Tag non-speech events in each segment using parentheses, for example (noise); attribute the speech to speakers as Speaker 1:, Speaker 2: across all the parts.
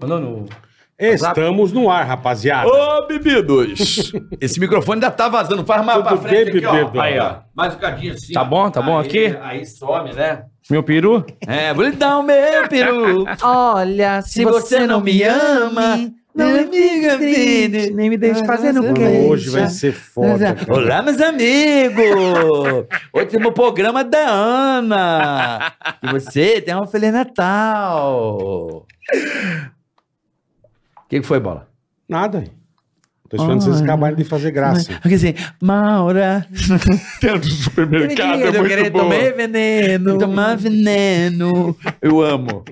Speaker 1: Mandou no.
Speaker 2: Estamos no ar, rapaziada.
Speaker 3: Ô, bebidos!
Speaker 1: Esse microfone ainda tá vazando. Faz mais
Speaker 2: Tudo
Speaker 1: pra frente
Speaker 2: bem,
Speaker 1: aqui, ó.
Speaker 2: bebido?
Speaker 1: Aí, ó. Mais um cadinho assim.
Speaker 3: Tá
Speaker 1: ó.
Speaker 3: bom, tá bom
Speaker 1: Aí-
Speaker 3: aqui?
Speaker 1: Aí some, né?
Speaker 3: Meu peru?
Speaker 1: É, vou lhe dar o meu peru.
Speaker 4: Olha, se, você, não me ama, não me engane, nem me deixe fazer no queijo.
Speaker 2: Hoje vai ser foda. cara.
Speaker 1: Olá, meus amigos! Último programa da Ana! E você tem um Feliz Natal! O que, que foi, bola?
Speaker 2: Nada. Tô esperando vocês
Speaker 4: Olha.
Speaker 2: acabarem de fazer graça.
Speaker 4: Quer dizer, Maura,
Speaker 3: Dentro do supermercado, é
Speaker 4: eu
Speaker 3: muito
Speaker 4: querer
Speaker 3: bom.
Speaker 4: tomar veneno.
Speaker 1: Tomar
Speaker 4: veneno.
Speaker 3: Eu amo.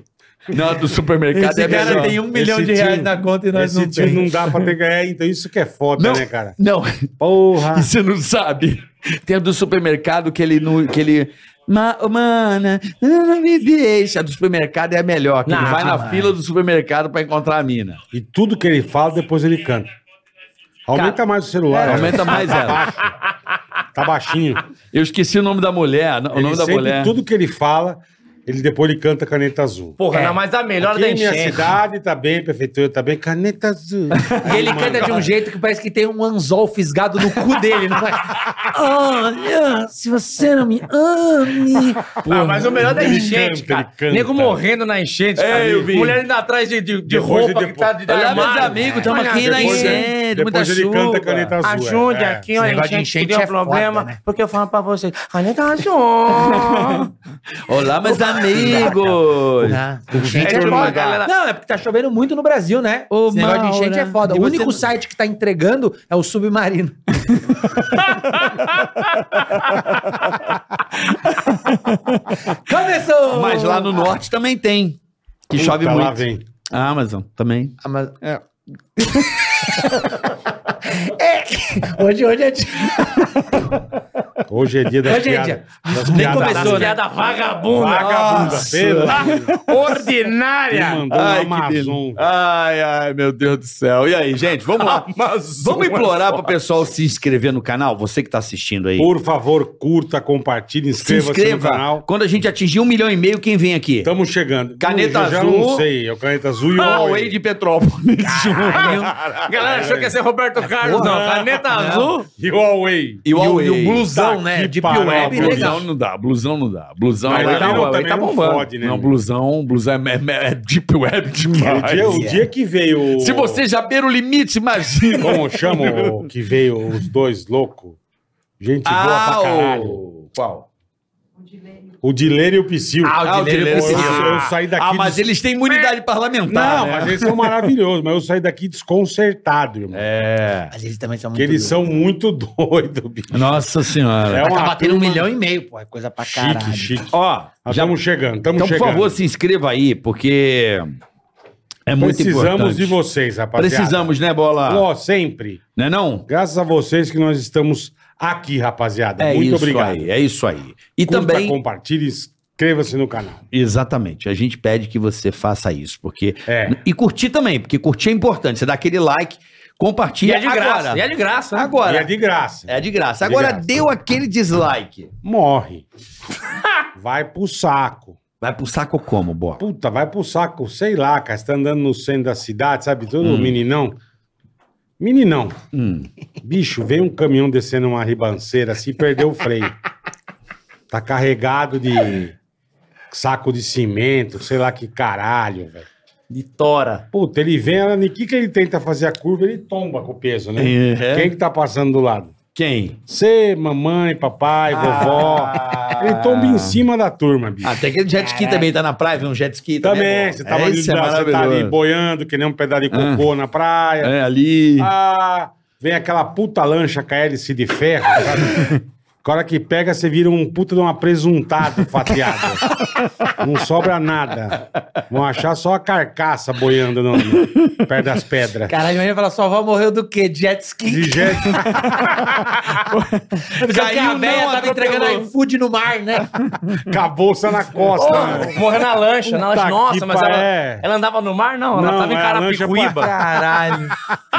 Speaker 3: Não, do supermercado
Speaker 1: Esse
Speaker 3: é
Speaker 1: cara
Speaker 3: melhor.
Speaker 1: tem um
Speaker 2: Esse
Speaker 1: milhão de
Speaker 2: tio-
Speaker 1: reais na conta e nós
Speaker 2: Esse
Speaker 1: não
Speaker 2: time
Speaker 1: temos.
Speaker 2: não dá pra ter ganhar, então isso que é foda,
Speaker 3: Não.
Speaker 2: né, cara?
Speaker 3: Não,
Speaker 2: Porra.
Speaker 1: (laughs)
Speaker 3: você não sabe. Tem um do supermercado que ele não. Que ele...
Speaker 1: Ma mana, não me deixa. A do supermercado é a melhor. Que ele vai na
Speaker 2: é.
Speaker 1: fila do supermercado pra encontrar a mina.
Speaker 2: E tudo que ele fala, depois ele canta. Aumenta mais o celular.
Speaker 1: É,
Speaker 2: ó.
Speaker 1: aumenta mais
Speaker 2: tá
Speaker 1: ela.
Speaker 2: (laughs) Baixo. Tá baixinho.
Speaker 3: Eu esqueci o nome da mulher. O
Speaker 2: ele
Speaker 3: nome da
Speaker 2: sempre,
Speaker 3: mulher.
Speaker 2: Tudo que ele fala, ele depois ele canta caneta azul.
Speaker 5: Porra, não, mas a melhor
Speaker 2: Aqui
Speaker 5: da
Speaker 2: em minha
Speaker 5: enchente.
Speaker 2: cidade tá bem, prefeitura tá bem, caneta azul.
Speaker 5: E ele canta de um jeito que parece que tem um anzol fisgado no cu dele. Não é?
Speaker 4: Olha, se você não me ame.
Speaker 5: Ah, mas o melhor da
Speaker 2: Ele canta, ele
Speaker 5: enchente, cara.
Speaker 2: canta.
Speaker 5: Nego morrendo na enchente.
Speaker 3: É,
Speaker 5: cara.
Speaker 3: eu vi.
Speaker 5: Mulher indo atrás de, de, de
Speaker 2: Depois
Speaker 5: roupa
Speaker 2: e
Speaker 5: que
Speaker 2: depois.
Speaker 5: tá de de
Speaker 1: Olha, meus
Speaker 5: armário.
Speaker 1: amigos, estamos
Speaker 5: Olha,
Speaker 1: aqui na
Speaker 5: depois-
Speaker 1: enchente, muita
Speaker 2: Depois ele
Speaker 1: chuva.
Speaker 2: canta caneta azul.
Speaker 5: Ajude
Speaker 2: é.
Speaker 5: aqui, olha,
Speaker 4: Esse negócio de
Speaker 5: enchente,
Speaker 4: enchente
Speaker 5: deu
Speaker 4: é foda,
Speaker 5: problema,
Speaker 4: né?
Speaker 5: porque eu falo pra vocês, (laughs) olha, tá azul.
Speaker 1: (laughs) Olá, meus amigos!
Speaker 5: Enchente
Speaker 4: Gente,
Speaker 5: é
Speaker 4: é
Speaker 5: foda,
Speaker 4: foda.
Speaker 5: galera.
Speaker 4: Não, é porque tá chovendo muito no Brasil, né?
Speaker 1: Ô,
Speaker 4: Esse negócio de
Speaker 1: Maura,
Speaker 4: enchente é foda.
Speaker 1: e
Speaker 4: O
Speaker 1: você
Speaker 4: único
Speaker 1: não-
Speaker 4: site que tá entregando é
Speaker 1: (laughs)
Speaker 4: o Submarino. Começou!
Speaker 1: Mas lá no norte também tem. Que
Speaker 2: Puta,
Speaker 1: chove
Speaker 2: lá
Speaker 1: muito.
Speaker 2: vem.
Speaker 1: A Amazon também.
Speaker 4: Ah, mas- É, Hoje, hoje é dia.
Speaker 2: Hoje é dia das
Speaker 4: Hoje é
Speaker 2: piadas.
Speaker 4: dia.
Speaker 2: das
Speaker 1: Nem
Speaker 2: piadas.
Speaker 1: começou, né?
Speaker 5: Piada vagabunda,
Speaker 2: Vagabunda.
Speaker 1: Nossa.
Speaker 2: Pelo Ele
Speaker 5: ordinária.
Speaker 2: mandou
Speaker 3: Ai,
Speaker 2: no
Speaker 3: que
Speaker 2: Amazon.
Speaker 3: Ai, ai, meu Deus do céu. E aí, gente, vamos
Speaker 2: (laughs)
Speaker 3: lá.
Speaker 1: Vamos implorar pro pessoal se inscrever no canal, você que tá assistindo aí.
Speaker 2: Por favor, curta, compartilhe,
Speaker 1: se
Speaker 2: inscreva-se tá no
Speaker 1: inscreva.
Speaker 2: canal.
Speaker 1: Quando a gente atingir um milhão e meio, quem vem aqui?
Speaker 2: Estamos chegando.
Speaker 1: Caneta
Speaker 2: Eu já
Speaker 1: azul. Ah,
Speaker 2: não sei. É o caneta azul e o
Speaker 1: Huawei
Speaker 2: Huawei.
Speaker 1: de
Speaker 2: (laughs)
Speaker 1: Petrópolis.
Speaker 5: A galera achou que ia ser Roberto Carlos, não. Caneta azul.
Speaker 2: E o Huawei.
Speaker 1: E o Huawei.
Speaker 4: E o blusão,
Speaker 2: Tá
Speaker 4: né?
Speaker 2: que
Speaker 4: De
Speaker 2: pariu,
Speaker 4: Web.
Speaker 2: blusão.
Speaker 4: legal.
Speaker 3: Blusão não dá, blusão não dá. Blusão
Speaker 2: Mas
Speaker 3: é
Speaker 2: ele
Speaker 3: legal,
Speaker 2: não-
Speaker 3: ele
Speaker 2: também
Speaker 3: tá
Speaker 2: não
Speaker 3: bombando.
Speaker 2: fode, né,
Speaker 3: não,
Speaker 2: meu?
Speaker 3: blusão, blusão é, é- é deep web demais.
Speaker 2: O dia, o
Speaker 1: (laughs)
Speaker 2: dia que veio. o-
Speaker 3: Se você já beira o limite, imagina.
Speaker 2: (laughs) Como chama o que veio os dois loucos? Gente boa pra caralho.
Speaker 1: Qual?
Speaker 2: O Dileiro e o Psyu.
Speaker 1: Ah, o Dileiro e o
Speaker 2: Pô,
Speaker 1: Psyu.
Speaker 2: Eu, eu saí daqui.
Speaker 1: Ah, mas
Speaker 2: des-
Speaker 1: eles têm imunidade parlamentar.
Speaker 2: Não,
Speaker 1: né?
Speaker 2: mas eles são maravilhosos, mas eu saí daqui desconcertado, irmão.
Speaker 1: É.
Speaker 4: Mas eles também são
Speaker 2: Porque eles são muito (laughs) doidos, bicho.
Speaker 1: Nossa senhora.
Speaker 2: É
Speaker 4: Mas tá
Speaker 2: uma
Speaker 4: batendo um
Speaker 2: turma-
Speaker 4: milhão e meio, pô. É coisa pra caralho.
Speaker 2: Chique, chique.
Speaker 1: Ó,
Speaker 2: Nós
Speaker 1: já-
Speaker 2: estamos chegando, estamos
Speaker 1: então, por
Speaker 2: chegando.
Speaker 1: favor, se inscreva aí, porque é muito
Speaker 2: Precisamos
Speaker 1: importante.
Speaker 2: de vocês, rapaziada.
Speaker 1: Precisamos, né, Bola?
Speaker 2: Ó, sempre.
Speaker 1: Né não?
Speaker 2: Graças a vocês que nós estamos aqui, rapaziada.
Speaker 1: É
Speaker 2: muito
Speaker 1: isso
Speaker 2: obrigado.
Speaker 1: aí, é isso aí. E
Speaker 2: Curta,
Speaker 1: também,
Speaker 2: compartilhe, inscreva-se no canal.
Speaker 1: exatamente, a gente pede que você faça isso, porque...
Speaker 2: É.
Speaker 1: E curtir também, porque curtir é importante, você dá aquele like,
Speaker 5: E
Speaker 1: compartilha
Speaker 5: é de graça.
Speaker 1: agora.
Speaker 5: E é de graça. né?
Speaker 2: E
Speaker 1: Agora,
Speaker 2: é de graça.
Speaker 1: é de graça.
Speaker 2: É de
Speaker 1: Agora,
Speaker 2: graça.
Speaker 1: deu aquele dislike. (laughs)
Speaker 2: Morre. vai pro saco.
Speaker 1: Vai pro saco como, Bola?
Speaker 2: Puta, vai pro saco, sei lá, cara. Você tá andando no centro da cidade, sabe? Todo meninão. Meninão.
Speaker 1: Hum.
Speaker 2: Bicho, veio um caminhão descendo uma ribanceira assim, perdeu o freio. Tá carregado de saco de cimento, sei lá que caralho, velho.
Speaker 5: De tora.
Speaker 2: Puta, ele vem, ela, o que que ele tenta fazer a curva, ele tomba com o peso, né?
Speaker 1: É.
Speaker 2: Quem que tá passando do lado?
Speaker 1: Quem?
Speaker 2: Você, mamãe, papai,
Speaker 1: Ah.
Speaker 2: vovó. Ele tomba em cima da turma, bicho.
Speaker 1: Até Ah, aquele jet ski também tá na praia, viu? um jet ski também.
Speaker 2: Também,
Speaker 1: Bola?
Speaker 2: você tava ali,
Speaker 1: Esse é
Speaker 2: você tá ali
Speaker 1: maravilhoso.
Speaker 2: boiando, que nem um pedaço de cocô na praia.
Speaker 1: É, ali.
Speaker 2: Ah, vem aquela puta lancha com a hélice de ferro, sabe? A hora que pega, você vira um puta de uma presuntada fatiada. Não sobra nada. Vão achar só a carcaça boiando no, no- perto das pedras.
Speaker 4: Caralho, a gente fala, sua avó morreu do quê? Jet ski?
Speaker 2: De jeito-
Speaker 4: Porque a
Speaker 1: Caiu,
Speaker 4: véia
Speaker 1: não,
Speaker 4: tava entregando
Speaker 1: atropelou.
Speaker 4: iFood no mar, né?
Speaker 2: com a bolsa na costa. né?
Speaker 5: Morreu na lancha. Na lancha.
Speaker 2: Puta
Speaker 5: Nossa,
Speaker 2: que
Speaker 5: mas ela,
Speaker 2: pá-
Speaker 5: ela andava no mar? Não, ela
Speaker 2: Não,
Speaker 5: tava em
Speaker 2: é a lancha
Speaker 5: Carapicuíba.
Speaker 2: pra-
Speaker 4: Caralho.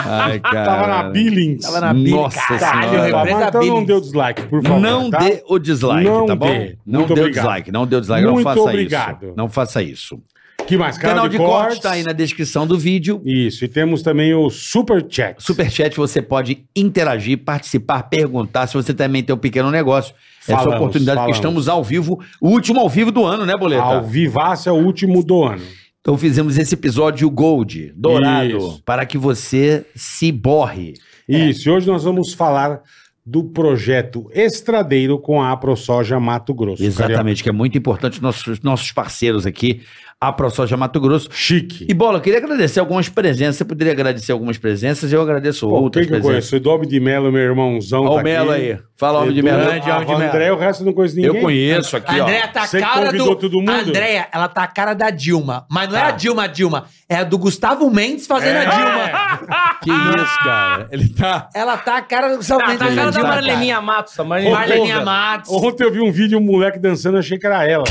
Speaker 1: Ai, cara.
Speaker 2: (laughs) Tava na Billings.
Speaker 4: Tava na Bíblia.
Speaker 1: Nossa
Speaker 4: Caralho,
Speaker 1: Senhora.
Speaker 2: Tá,
Speaker 4: represa
Speaker 2: mas então não
Speaker 4: Billings.
Speaker 2: dê o dislike, por favor.
Speaker 1: Não
Speaker 2: tá?
Speaker 1: dê o dislike,
Speaker 2: Não
Speaker 1: tá bom?
Speaker 2: dê.
Speaker 1: Não
Speaker 2: Muito
Speaker 1: dê o
Speaker 2: obrigado.
Speaker 1: dislike, não dê o dislike, não
Speaker 2: Muito
Speaker 1: faça
Speaker 2: obrigado.
Speaker 1: isso. Não faça isso.
Speaker 2: Que mais?
Speaker 1: Canal, de cortes tá aí na descrição do vídeo.
Speaker 2: Isso, e temos também o Super Chat.
Speaker 1: Superchat, você pode interagir, participar, perguntar. Se você também tem um pequeno negócio, essa
Speaker 2: Falamos,
Speaker 1: oportunidade,
Speaker 2: falamos.
Speaker 1: porque estamos ao vivo, o último ao vivo do ano, né, Boleta?
Speaker 2: Ao vivaço é o último do ano.
Speaker 1: Então fizemos esse episódio Gold, dourado,
Speaker 2: Isso.
Speaker 1: para que você se borre.
Speaker 2: Isso, e hoje nós vamos falar do projeto Estradeiro com a AproSoja Mato Grosso.
Speaker 1: Exatamente, que é muito importante nossos, nossos parceiros aqui, a ProSoja Mato Grosso.
Speaker 2: Carioca. Chique.
Speaker 1: E Bola, eu queria agradecer algumas presenças. Você poderia agradecer algumas presenças, eu agradeço
Speaker 2: Pô,
Speaker 1: outras
Speaker 2: quem que eu
Speaker 1: presenças.
Speaker 2: conheço? Edobe de Melo, meu irmãozão.
Speaker 1: Olha
Speaker 2: tá
Speaker 1: o Melo
Speaker 2: aqui.
Speaker 1: aí. Fala o homem de
Speaker 2: Edu,
Speaker 1: Melo.
Speaker 4: Grande homem de
Speaker 2: a
Speaker 4: Melo.
Speaker 2: André, o resto eu não conheço ninguém.
Speaker 1: Eu conheço aqui, ó.
Speaker 4: a Andrea tá a
Speaker 2: Você
Speaker 4: cara
Speaker 2: convidou
Speaker 4: do.
Speaker 2: todo mundo?
Speaker 4: A Andrea, ela tá a cara da Dilma. Mas
Speaker 5: Tá.
Speaker 4: não é a Dilma, a Dilma. É a do Gustavo Mendes fazendo
Speaker 5: É.
Speaker 4: a Dilma.
Speaker 1: Que isso, cara. Ele tá.
Speaker 4: Ela tá a cara do
Speaker 2: é
Speaker 4: Gustavo
Speaker 5: Tá,
Speaker 4: Mendes.
Speaker 5: tá a cara da
Speaker 4: Dilma,
Speaker 5: Marleninha Matos, a
Speaker 4: cara.
Speaker 5: Marleninha
Speaker 4: Marleninha
Speaker 5: Matos.
Speaker 4: Matos.
Speaker 2: Ontem eu vi um vídeo, um moleque dançando, achei que
Speaker 1: (laughs)
Speaker 2: era ela.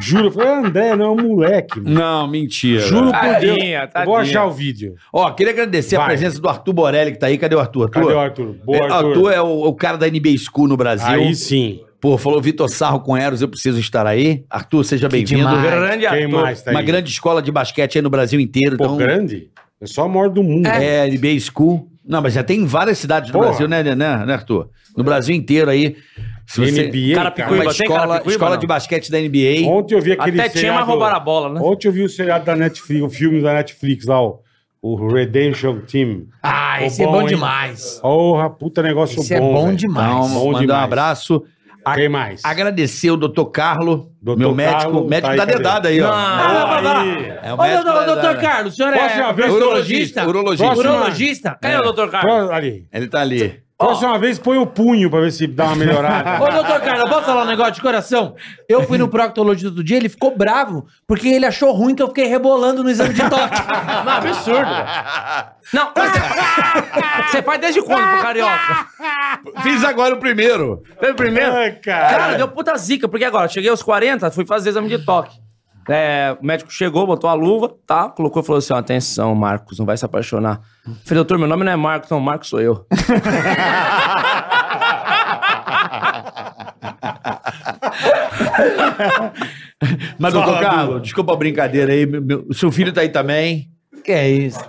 Speaker 2: Juro, eu falei, "Ah, André, não é um moleque. mano."
Speaker 1: Não, mentira.
Speaker 2: Juro por Deus.
Speaker 5: Tadinha,
Speaker 2: Eu Vou
Speaker 5: tadinha.
Speaker 2: achar o vídeo.
Speaker 1: Ó, queria agradecer a
Speaker 2: Vai.
Speaker 1: presença do Arthur Borelli, que tá aí. Cadê o Arthur? Arthur,
Speaker 2: Cadê o Arthur? Boa,
Speaker 1: É, Arthur. é o, o cara da NBA School no Brasil.
Speaker 2: Aí sim.
Speaker 1: Pô, falou Vitor Sarro com Eros, eu preciso estar aí. Arthur, seja bem-vindo.
Speaker 4: demais.
Speaker 5: Grande
Speaker 2: Quem
Speaker 5: ator.
Speaker 2: mais tá aí?
Speaker 1: Uma grande escola de basquete aí no Brasil inteiro.
Speaker 2: Pô,
Speaker 1: então,
Speaker 2: grande? É só a maior do mundo.
Speaker 1: É, NBA School. Não, mas já tem em várias cidades do
Speaker 2: Porra.
Speaker 1: Brasil, né, né, né, Arthur? No Brasil inteiro aí. Se você...
Speaker 2: NBA,
Speaker 5: Carapicuíba,
Speaker 1: Uma
Speaker 2: cara.
Speaker 5: tem
Speaker 1: escola,
Speaker 5: Carapicuíba,
Speaker 1: escola
Speaker 5: não?
Speaker 1: de basquete da NBA.
Speaker 2: Ontem eu vi aquele
Speaker 5: Até tinha, mas roubaram a bola, né?
Speaker 2: Ontem eu vi o seriado da Netflix, o filme da Netflix lá, o, o Redemption Team.
Speaker 4: Ah,
Speaker 2: Pô,
Speaker 4: esse é
Speaker 2: bom,
Speaker 4: bom
Speaker 2: hein?
Speaker 4: demais.
Speaker 2: Porra, puta negócio
Speaker 4: Esse é
Speaker 2: bom,
Speaker 4: bom
Speaker 2: velho.
Speaker 4: demais.
Speaker 1: Então,
Speaker 2: Bom
Speaker 1: mandar
Speaker 2: demais.
Speaker 1: um abraço.
Speaker 2: Quem mais?
Speaker 1: Agradecer o doutor Carlo,
Speaker 2: Doutor
Speaker 1: meu médico,
Speaker 2: Carlo,
Speaker 1: médico
Speaker 2: tá aí,
Speaker 1: da
Speaker 2: cadê?
Speaker 1: dedada aí, ó.
Speaker 5: Não.
Speaker 2: Aí.
Speaker 1: É o
Speaker 5: Ô,
Speaker 1: médico
Speaker 5: doutor,
Speaker 1: da
Speaker 5: ô, doutor
Speaker 1: dedada.
Speaker 5: Carlos, o senhor
Speaker 2: Próxima
Speaker 5: é
Speaker 2: vez-
Speaker 5: urologista?
Speaker 1: Urologista.
Speaker 2: Próximo.
Speaker 4: Urologista?
Speaker 5: Cadê o doutor Carlos?
Speaker 2: Pro- ali.
Speaker 1: Ele tá ali.
Speaker 2: Próxima vez põe o punho pra ver se dá uma
Speaker 4: Ô,
Speaker 5: (laughs)
Speaker 2: melhorada.
Speaker 4: doutor Carlos, posso falar um negócio de coração? Eu fui no proctologista outro dia, ele ficou bravo, porque ele achou ruim que eu fiquei rebolando no exame de toque.
Speaker 5: (laughs) Não, absurdo. Não, mas você- você faz desde quando pro carioca?
Speaker 1: Fiz agora o primeiro.
Speaker 5: Foi o primeiro?
Speaker 2: Ai,
Speaker 5: Cara, deu puta zica, porque agora, cheguei aos 40, fui fazer exame de toque. É, o médico chegou, botou a luva, tá? Colocou e falou assim: ó, atenção, Marcos, não vai se apaixonar. Eu Falei, doutor, meu nome não é Marcos, não, Marcos
Speaker 2: (laughs)
Speaker 5: sou eu.
Speaker 1: Mas, doutor Carlo, desculpa a brincadeira aí. Meu, meu- seu filho tá aí também.
Speaker 4: que é isso?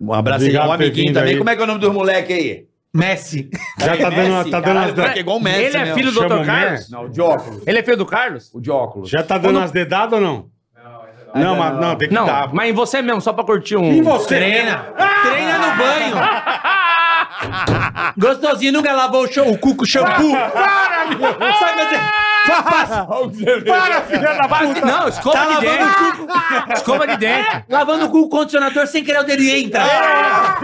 Speaker 1: Um abraço aí,
Speaker 2: Obrigado
Speaker 1: um
Speaker 2: por ter
Speaker 1: amiguinho
Speaker 2: vindo
Speaker 1: também.
Speaker 2: aí.
Speaker 1: Como é que é o nome dos moleques aí?
Speaker 4: Messi.
Speaker 2: Já tá dando, tá dando
Speaker 1: É
Speaker 2: as
Speaker 1: Caralho,
Speaker 2: dedadas.
Speaker 1: é igual o Messi,
Speaker 5: Ele
Speaker 1: né?
Speaker 5: é filho do
Speaker 2: Chama
Speaker 5: doutor
Speaker 2: o
Speaker 5: Carlos?
Speaker 2: Messi.
Speaker 1: Não, o de óculos.
Speaker 5: Ele é filho do Carlos?
Speaker 1: O de óculos.
Speaker 2: Já tá dando as dedadas ou não? Não, mas não, tem que
Speaker 5: Não,
Speaker 2: dar.
Speaker 5: mas em você mesmo, só pra curtir um.
Speaker 2: E Tá. você?
Speaker 4: Treina. Treina no banho. Gostosinho, nunca lavou o, chão- o cu com shampoo. Sabe é quer dizer,
Speaker 2: Para, filha da
Speaker 5: Base- assim, Não, escova de dentro. Escova de
Speaker 2: É,
Speaker 5: dentro.
Speaker 4: Lavando o cu com o condicionador sem querer o dedo e entra.
Speaker 2: Ela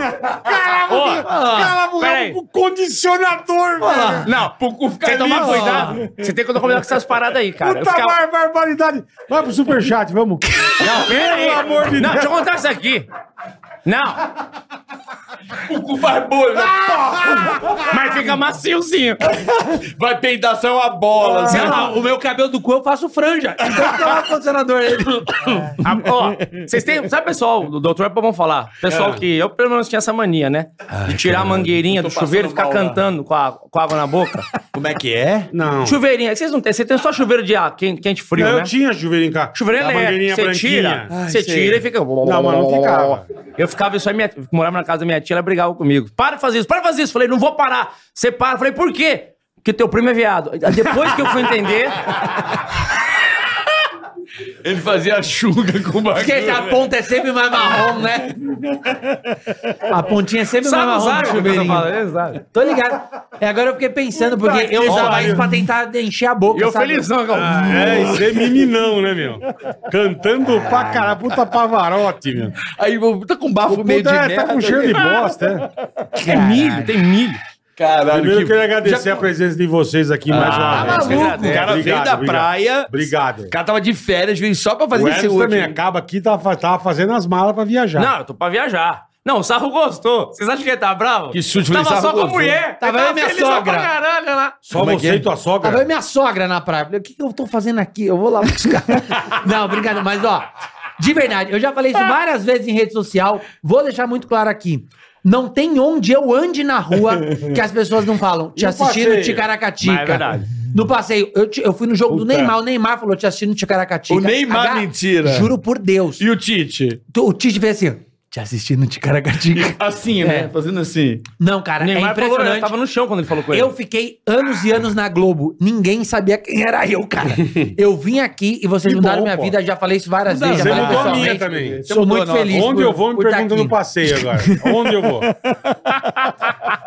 Speaker 5: peraí.
Speaker 2: o condicionador, velho.
Speaker 5: Não, tem que tomar cuidado. Você tem que tomar cuidado com essas paradas aí, cara. Eu
Speaker 2: Puta
Speaker 5: ficava-
Speaker 2: bar- barbaridade. Vai pro superchat, vamos.
Speaker 5: Não, pera aí.
Speaker 2: Pelo amor de
Speaker 5: não,
Speaker 2: Deus.
Speaker 5: deixa eu contar isso aqui. Não,
Speaker 1: O cu faz
Speaker 2: né?
Speaker 1: bolha.
Speaker 5: Ah! mas fica maciozinho.
Speaker 1: Vai peidar só uma bola. assim.
Speaker 4: Sei lá, o meu cabelo do cu eu faço franja. Então tem um condicionador aí.
Speaker 5: Ah, ó, vocês têm. Sabe, pessoal, o doutor é pra vamos falar.
Speaker 2: Ah.
Speaker 5: Pessoal que. Eu pelo menos tinha essa mania, né? De tirar a mangueirinha do chuveiro e ficar
Speaker 1: passando mal,
Speaker 5: cantando com a, com a água na boca.
Speaker 1: Como é que é?
Speaker 2: Não.
Speaker 5: Chuveirinha. Vocês não têm. Vocês têm só chuveiro de ar, quente, quente frio,
Speaker 2: Não,
Speaker 5: né?
Speaker 2: eu tinha chuveiro em casa.
Speaker 5: Chuveiro é
Speaker 2: Da
Speaker 5: elétrico.
Speaker 2: mangueirinha
Speaker 5: Você
Speaker 2: branquinha.
Speaker 5: tira, você tira e fica.
Speaker 2: Não, mas não ficava.
Speaker 5: Eu ficava isso aí, minha, morava na casa da minha tia, ela brigava comigo. Para de fazer isso, para de fazer isso. Falei, não vou parar. Você para. Falei, por quê? Porque teu primo é viado. Depois que eu fui entender,
Speaker 1: Ele fazia a chuga com o bagulho.
Speaker 4: Porque essa
Speaker 1: velho.
Speaker 4: ponta é sempre mais marrom, né? A pontinha é sempre
Speaker 5: sabe
Speaker 4: mais marrom do
Speaker 5: usar o que eu tô
Speaker 4: chuveirinho.
Speaker 5: falando? Exato.
Speaker 4: Tô ligado. É, agora eu fiquei pensando, porque eu usava isso pra tentar encher a boca,
Speaker 5: E eu
Speaker 4: sabe?
Speaker 5: felizão, que eu-
Speaker 2: É, isso é meninão, né, meu? Cantando pra caralho, puta pavarote, meu.
Speaker 1: Aí pô, tá com bafo meio de
Speaker 2: Puta, é,
Speaker 1: merda. né?
Speaker 2: tá com cheiro de bosta, é.
Speaker 5: Tem milho, tem milho.
Speaker 1: Caralho,
Speaker 2: Primeiro eu
Speaker 1: que... Tá Ah,
Speaker 2: queria agradecer a presença de vocês aqui mais uma vez.
Speaker 5: maluco,
Speaker 1: O cara veio da
Speaker 2: Obrigado, obrigado.
Speaker 1: praia.
Speaker 2: Obrigado.
Speaker 1: O cara tava de férias, veio só pra fazer
Speaker 2: O
Speaker 1: esse
Speaker 2: Edson
Speaker 1: último.
Speaker 2: também acaba aqui, tava, tava fazendo as malas pra viajar.
Speaker 5: Não, eu tô pra viajar. Não, o Sarro gostou. Vocês acham que ele tá bravo?
Speaker 1: Que susto,
Speaker 5: Tava
Speaker 1: falei,
Speaker 5: só
Speaker 1: Sarro
Speaker 5: com a
Speaker 1: gostou.
Speaker 5: mulher.
Speaker 4: Tava
Speaker 5: Ele
Speaker 4: eu e minha
Speaker 5: felizão
Speaker 4: sogra.
Speaker 5: pra caralho lá.
Speaker 2: Só
Speaker 1: é
Speaker 2: você e tua
Speaker 4: Ah,
Speaker 2: sogra.
Speaker 4: veio minha sogra na praia. Falei, o que, que eu tô fazendo aqui? Eu vou lá buscar. (laughs) Não, brincadeira, mas ó, de verdade, eu já falei isso várias vezes em rede social, vou deixar muito claro aqui. Não tem onde eu ande na rua que as pessoas não falam. Te
Speaker 2: E o
Speaker 4: assistindo,
Speaker 2: passeio?
Speaker 5: Mas é
Speaker 4: ticaracatica.
Speaker 5: verdade.
Speaker 4: No passeio, eu, te- eu fui no jogo do
Speaker 2: Puta.
Speaker 4: Neymar. O Neymar falou: te assistindo Ticaracatica.
Speaker 1: O Neymar,
Speaker 4: H-
Speaker 1: mentira.
Speaker 4: Juro por Deus.
Speaker 1: E o Tite?
Speaker 4: Tu- O Tite veio assim: te assistindo Ticaracatica.
Speaker 1: Assim,
Speaker 4: É.
Speaker 1: né? Fazendo assim.
Speaker 4: Não, cara, é
Speaker 5: Neymar falou, né? Tá
Speaker 4: impressionante.
Speaker 5: eu tava no chão quando ele falou com ele.
Speaker 4: Eu fiquei anos e anos na Globo. Ninguém sabia quem era eu, cara. Eu vim aqui e vocês
Speaker 2: Que
Speaker 4: mudaram
Speaker 2: bom,
Speaker 4: minha
Speaker 2: pô.
Speaker 4: vida. Já falei isso várias vezes.
Speaker 2: Você
Speaker 4: já falei
Speaker 2: mudou a minha
Speaker 4: pessoalmente.
Speaker 2: também.
Speaker 4: Sou muito feliz.
Speaker 2: Onde eu vou, me
Speaker 4: por tá
Speaker 2: pergunta
Speaker 4: aqui.
Speaker 2: no passeio agora. Onde eu
Speaker 4: (laughs)
Speaker 2: vou?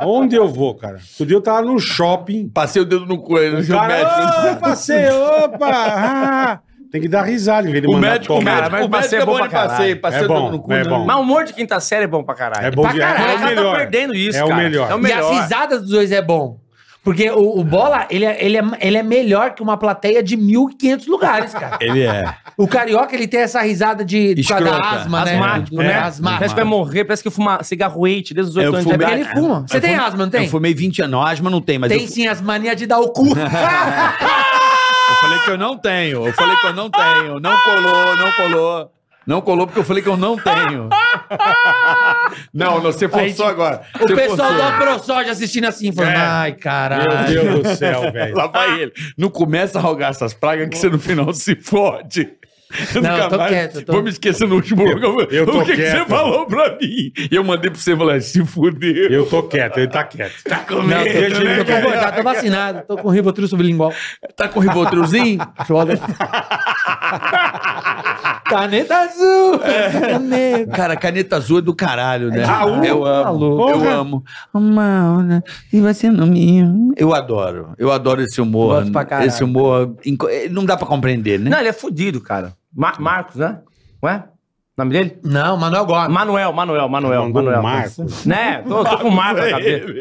Speaker 2: Onde eu vou, cara? Outro dia eu tava no shopping.
Speaker 1: Passei o dedo no coelho, no
Speaker 2: Cara,
Speaker 1: médico.
Speaker 2: "Ô, passeio, opa! ah." tem que dar risada em vez de
Speaker 1: O
Speaker 2: mandar
Speaker 1: médico, o
Speaker 2: tomar.
Speaker 1: médico, o
Speaker 5: mas
Speaker 1: médico
Speaker 5: passeio é
Speaker 1: é
Speaker 5: bom
Speaker 1: bom de
Speaker 5: pra caralho.
Speaker 1: passeio. Passeio
Speaker 2: É
Speaker 1: o
Speaker 2: bom,
Speaker 1: dedo no cu. né?
Speaker 2: é
Speaker 1: não.
Speaker 2: bom.
Speaker 5: Mas o humor de quinta série é bom né? pra caralho.
Speaker 2: É bom
Speaker 4: Pra
Speaker 2: de... é
Speaker 4: caralho,
Speaker 2: o
Speaker 5: Ela
Speaker 2: melhor.
Speaker 5: tá perdendo isso,
Speaker 2: É o
Speaker 5: cara.
Speaker 2: melhor.
Speaker 5: É o
Speaker 4: E as
Speaker 5: melhor.
Speaker 4: risadas dos dois é bom. Porque o, o Bola, ele é, ele, é, ele é melhor que uma plateia de 1.500 lugares, cara.
Speaker 1: Ele é.
Speaker 4: O carioca, ele tem essa risada de... por causa
Speaker 1: Escrota.
Speaker 4: da asma, né?
Speaker 5: Asmático,
Speaker 4: É,
Speaker 5: né?
Speaker 4: Asmático.
Speaker 5: Parece que vai morrer, parece que fuma cigarroete desde os
Speaker 2: É,
Speaker 5: 8
Speaker 1: Eu
Speaker 5: anos.
Speaker 1: fumei-
Speaker 4: Porque
Speaker 5: Vai-
Speaker 4: ele fuma. Você
Speaker 1: Eu
Speaker 4: tem
Speaker 1: fumei-
Speaker 4: asma, não tem?
Speaker 1: Eu fumei 20 anos. Asma não tem, mas
Speaker 4: Tem
Speaker 1: eu,
Speaker 4: sim as manias de dar o cu. (laughs)
Speaker 1: eu falei que eu não tenho. Eu falei que eu não tenho. Não colou, não colou. Não colou porque eu falei que eu não tenho. Não, não, você forçou agora.
Speaker 4: O
Speaker 1: Você
Speaker 4: pessoal
Speaker 1: forçou.
Speaker 4: da ProSoja assistindo assim, falando,
Speaker 2: É.
Speaker 4: ai,
Speaker 2: Meu
Speaker 4: caralho.
Speaker 2: Deus do
Speaker 5: (laughs)
Speaker 2: céu, velho.
Speaker 1: Lá vai ele. Não começa a rogar essas pragas que você no final se fode. Eu
Speaker 4: Não,
Speaker 1: nunca
Speaker 4: tô
Speaker 1: mais
Speaker 4: quieto, eu tô-
Speaker 1: Vou me esquecer no último lugar.
Speaker 2: eu tô
Speaker 1: o que, que
Speaker 2: quieto.
Speaker 1: você falou pra mim? E eu mandei pra você falar, se fudeu.
Speaker 2: Eu tô quieto, ele tá quieto.
Speaker 1: Tá comendo,
Speaker 2: Não, deixa ele
Speaker 1: né,
Speaker 4: Eu tô,
Speaker 1: cara?
Speaker 4: acordado, tô vacinado, tô com ribotril sublingual.
Speaker 1: Tá com ribotrilzinho? (laughs)
Speaker 2: (laughs)
Speaker 4: Foda. Caneta azul.
Speaker 2: É.
Speaker 4: Caneta.
Speaker 1: Cara, caneta azul é do caralho, né?
Speaker 2: Raul,
Speaker 1: eu amo.
Speaker 4: maluco.
Speaker 1: Eu
Speaker 2: Porra.
Speaker 1: amo. Uma onda, e você não me ama. Eu adoro. Eu adoro esse humor.
Speaker 4: Gosto pra caralho.
Speaker 1: esse humor. inco- eh, Não dá pra compreender, né?
Speaker 5: Não, ele é fudido, cara. Ma- Marcos, né? Ué? O nome dele?
Speaker 4: Não, Manuel Gomes.
Speaker 5: Manuel, Manuel, Manuel,
Speaker 2: Mandou
Speaker 5: Manuel.
Speaker 2: um Marcos.
Speaker 5: Né? Tô, tô com o
Speaker 2: (laughs)
Speaker 5: Marco na cabeça.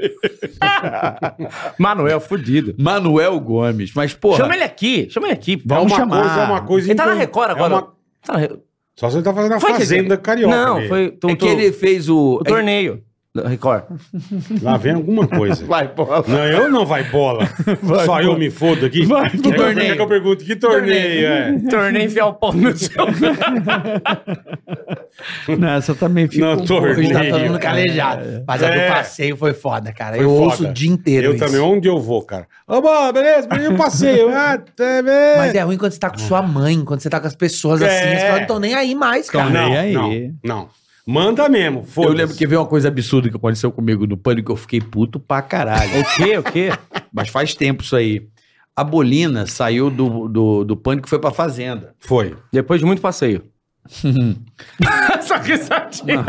Speaker 5: Manuel, fudido.
Speaker 1: Manuel Gomes. Mas, porra.
Speaker 5: Chama ele aqui, chama ele aqui.
Speaker 2: É
Speaker 1: Vamos
Speaker 2: uma
Speaker 1: chamar.
Speaker 2: coisa, é uma coisa...
Speaker 5: Ele tá na
Speaker 2: então-
Speaker 5: Record
Speaker 2: é
Speaker 5: agora.
Speaker 2: uma-
Speaker 5: Tá na Re-
Speaker 2: Só se ele tá fazendo a
Speaker 5: Foi que-
Speaker 2: Fazenda Carioca.
Speaker 5: Não,
Speaker 2: velho.
Speaker 5: foi tô,
Speaker 1: É
Speaker 5: tô-
Speaker 1: que ele fez o.
Speaker 5: o torneio. da
Speaker 1: (laughs)
Speaker 5: Record.
Speaker 2: Lá vem alguma (laughs) coisa.
Speaker 1: Vai, porra.
Speaker 2: Não, eu não (laughs) vai bola. Só eu me fodo aqui. Vai, que torneio? Eu, que eu pergunto que torneio, é?
Speaker 5: torneio enfiar o pau no meu céu.
Speaker 2: (laughs)
Speaker 1: Não, essa também um fica.
Speaker 2: Não,
Speaker 4: Hoje
Speaker 2: torneio.
Speaker 4: tá todo mundo calejado. Mas a
Speaker 2: É.
Speaker 4: do passeio foi foda, cara.
Speaker 2: Foi
Speaker 4: eu
Speaker 2: foda.
Speaker 4: ouço o dia inteiro
Speaker 2: Eu
Speaker 4: isso.
Speaker 2: também, onde eu vou, cara? Ô, bola, beleza? Pra mim eu passeio. (laughs) Ah, tá bem.
Speaker 4: Mas é ruim quando você tá com sua mãe, quando você tá com as pessoas
Speaker 2: É.
Speaker 4: assim. As pessoas não estão nem aí mais, cara.
Speaker 1: Tão
Speaker 2: não,
Speaker 1: nem aí.
Speaker 2: não, não. Manda mesmo, foda
Speaker 1: Eu lembro que veio uma coisa absurda que aconteceu comigo no pânico, eu fiquei puto pra caralho.
Speaker 5: (laughs) O quê? O quê?
Speaker 1: Mas faz tempo isso aí. A Bolina saiu do, do, do pânico e foi pra
Speaker 2: (laughs)
Speaker 1: fazenda.
Speaker 2: Foi.
Speaker 5: Depois de
Speaker 1: (laughs)
Speaker 5: muito passeio. (laughs) Essa risadinha.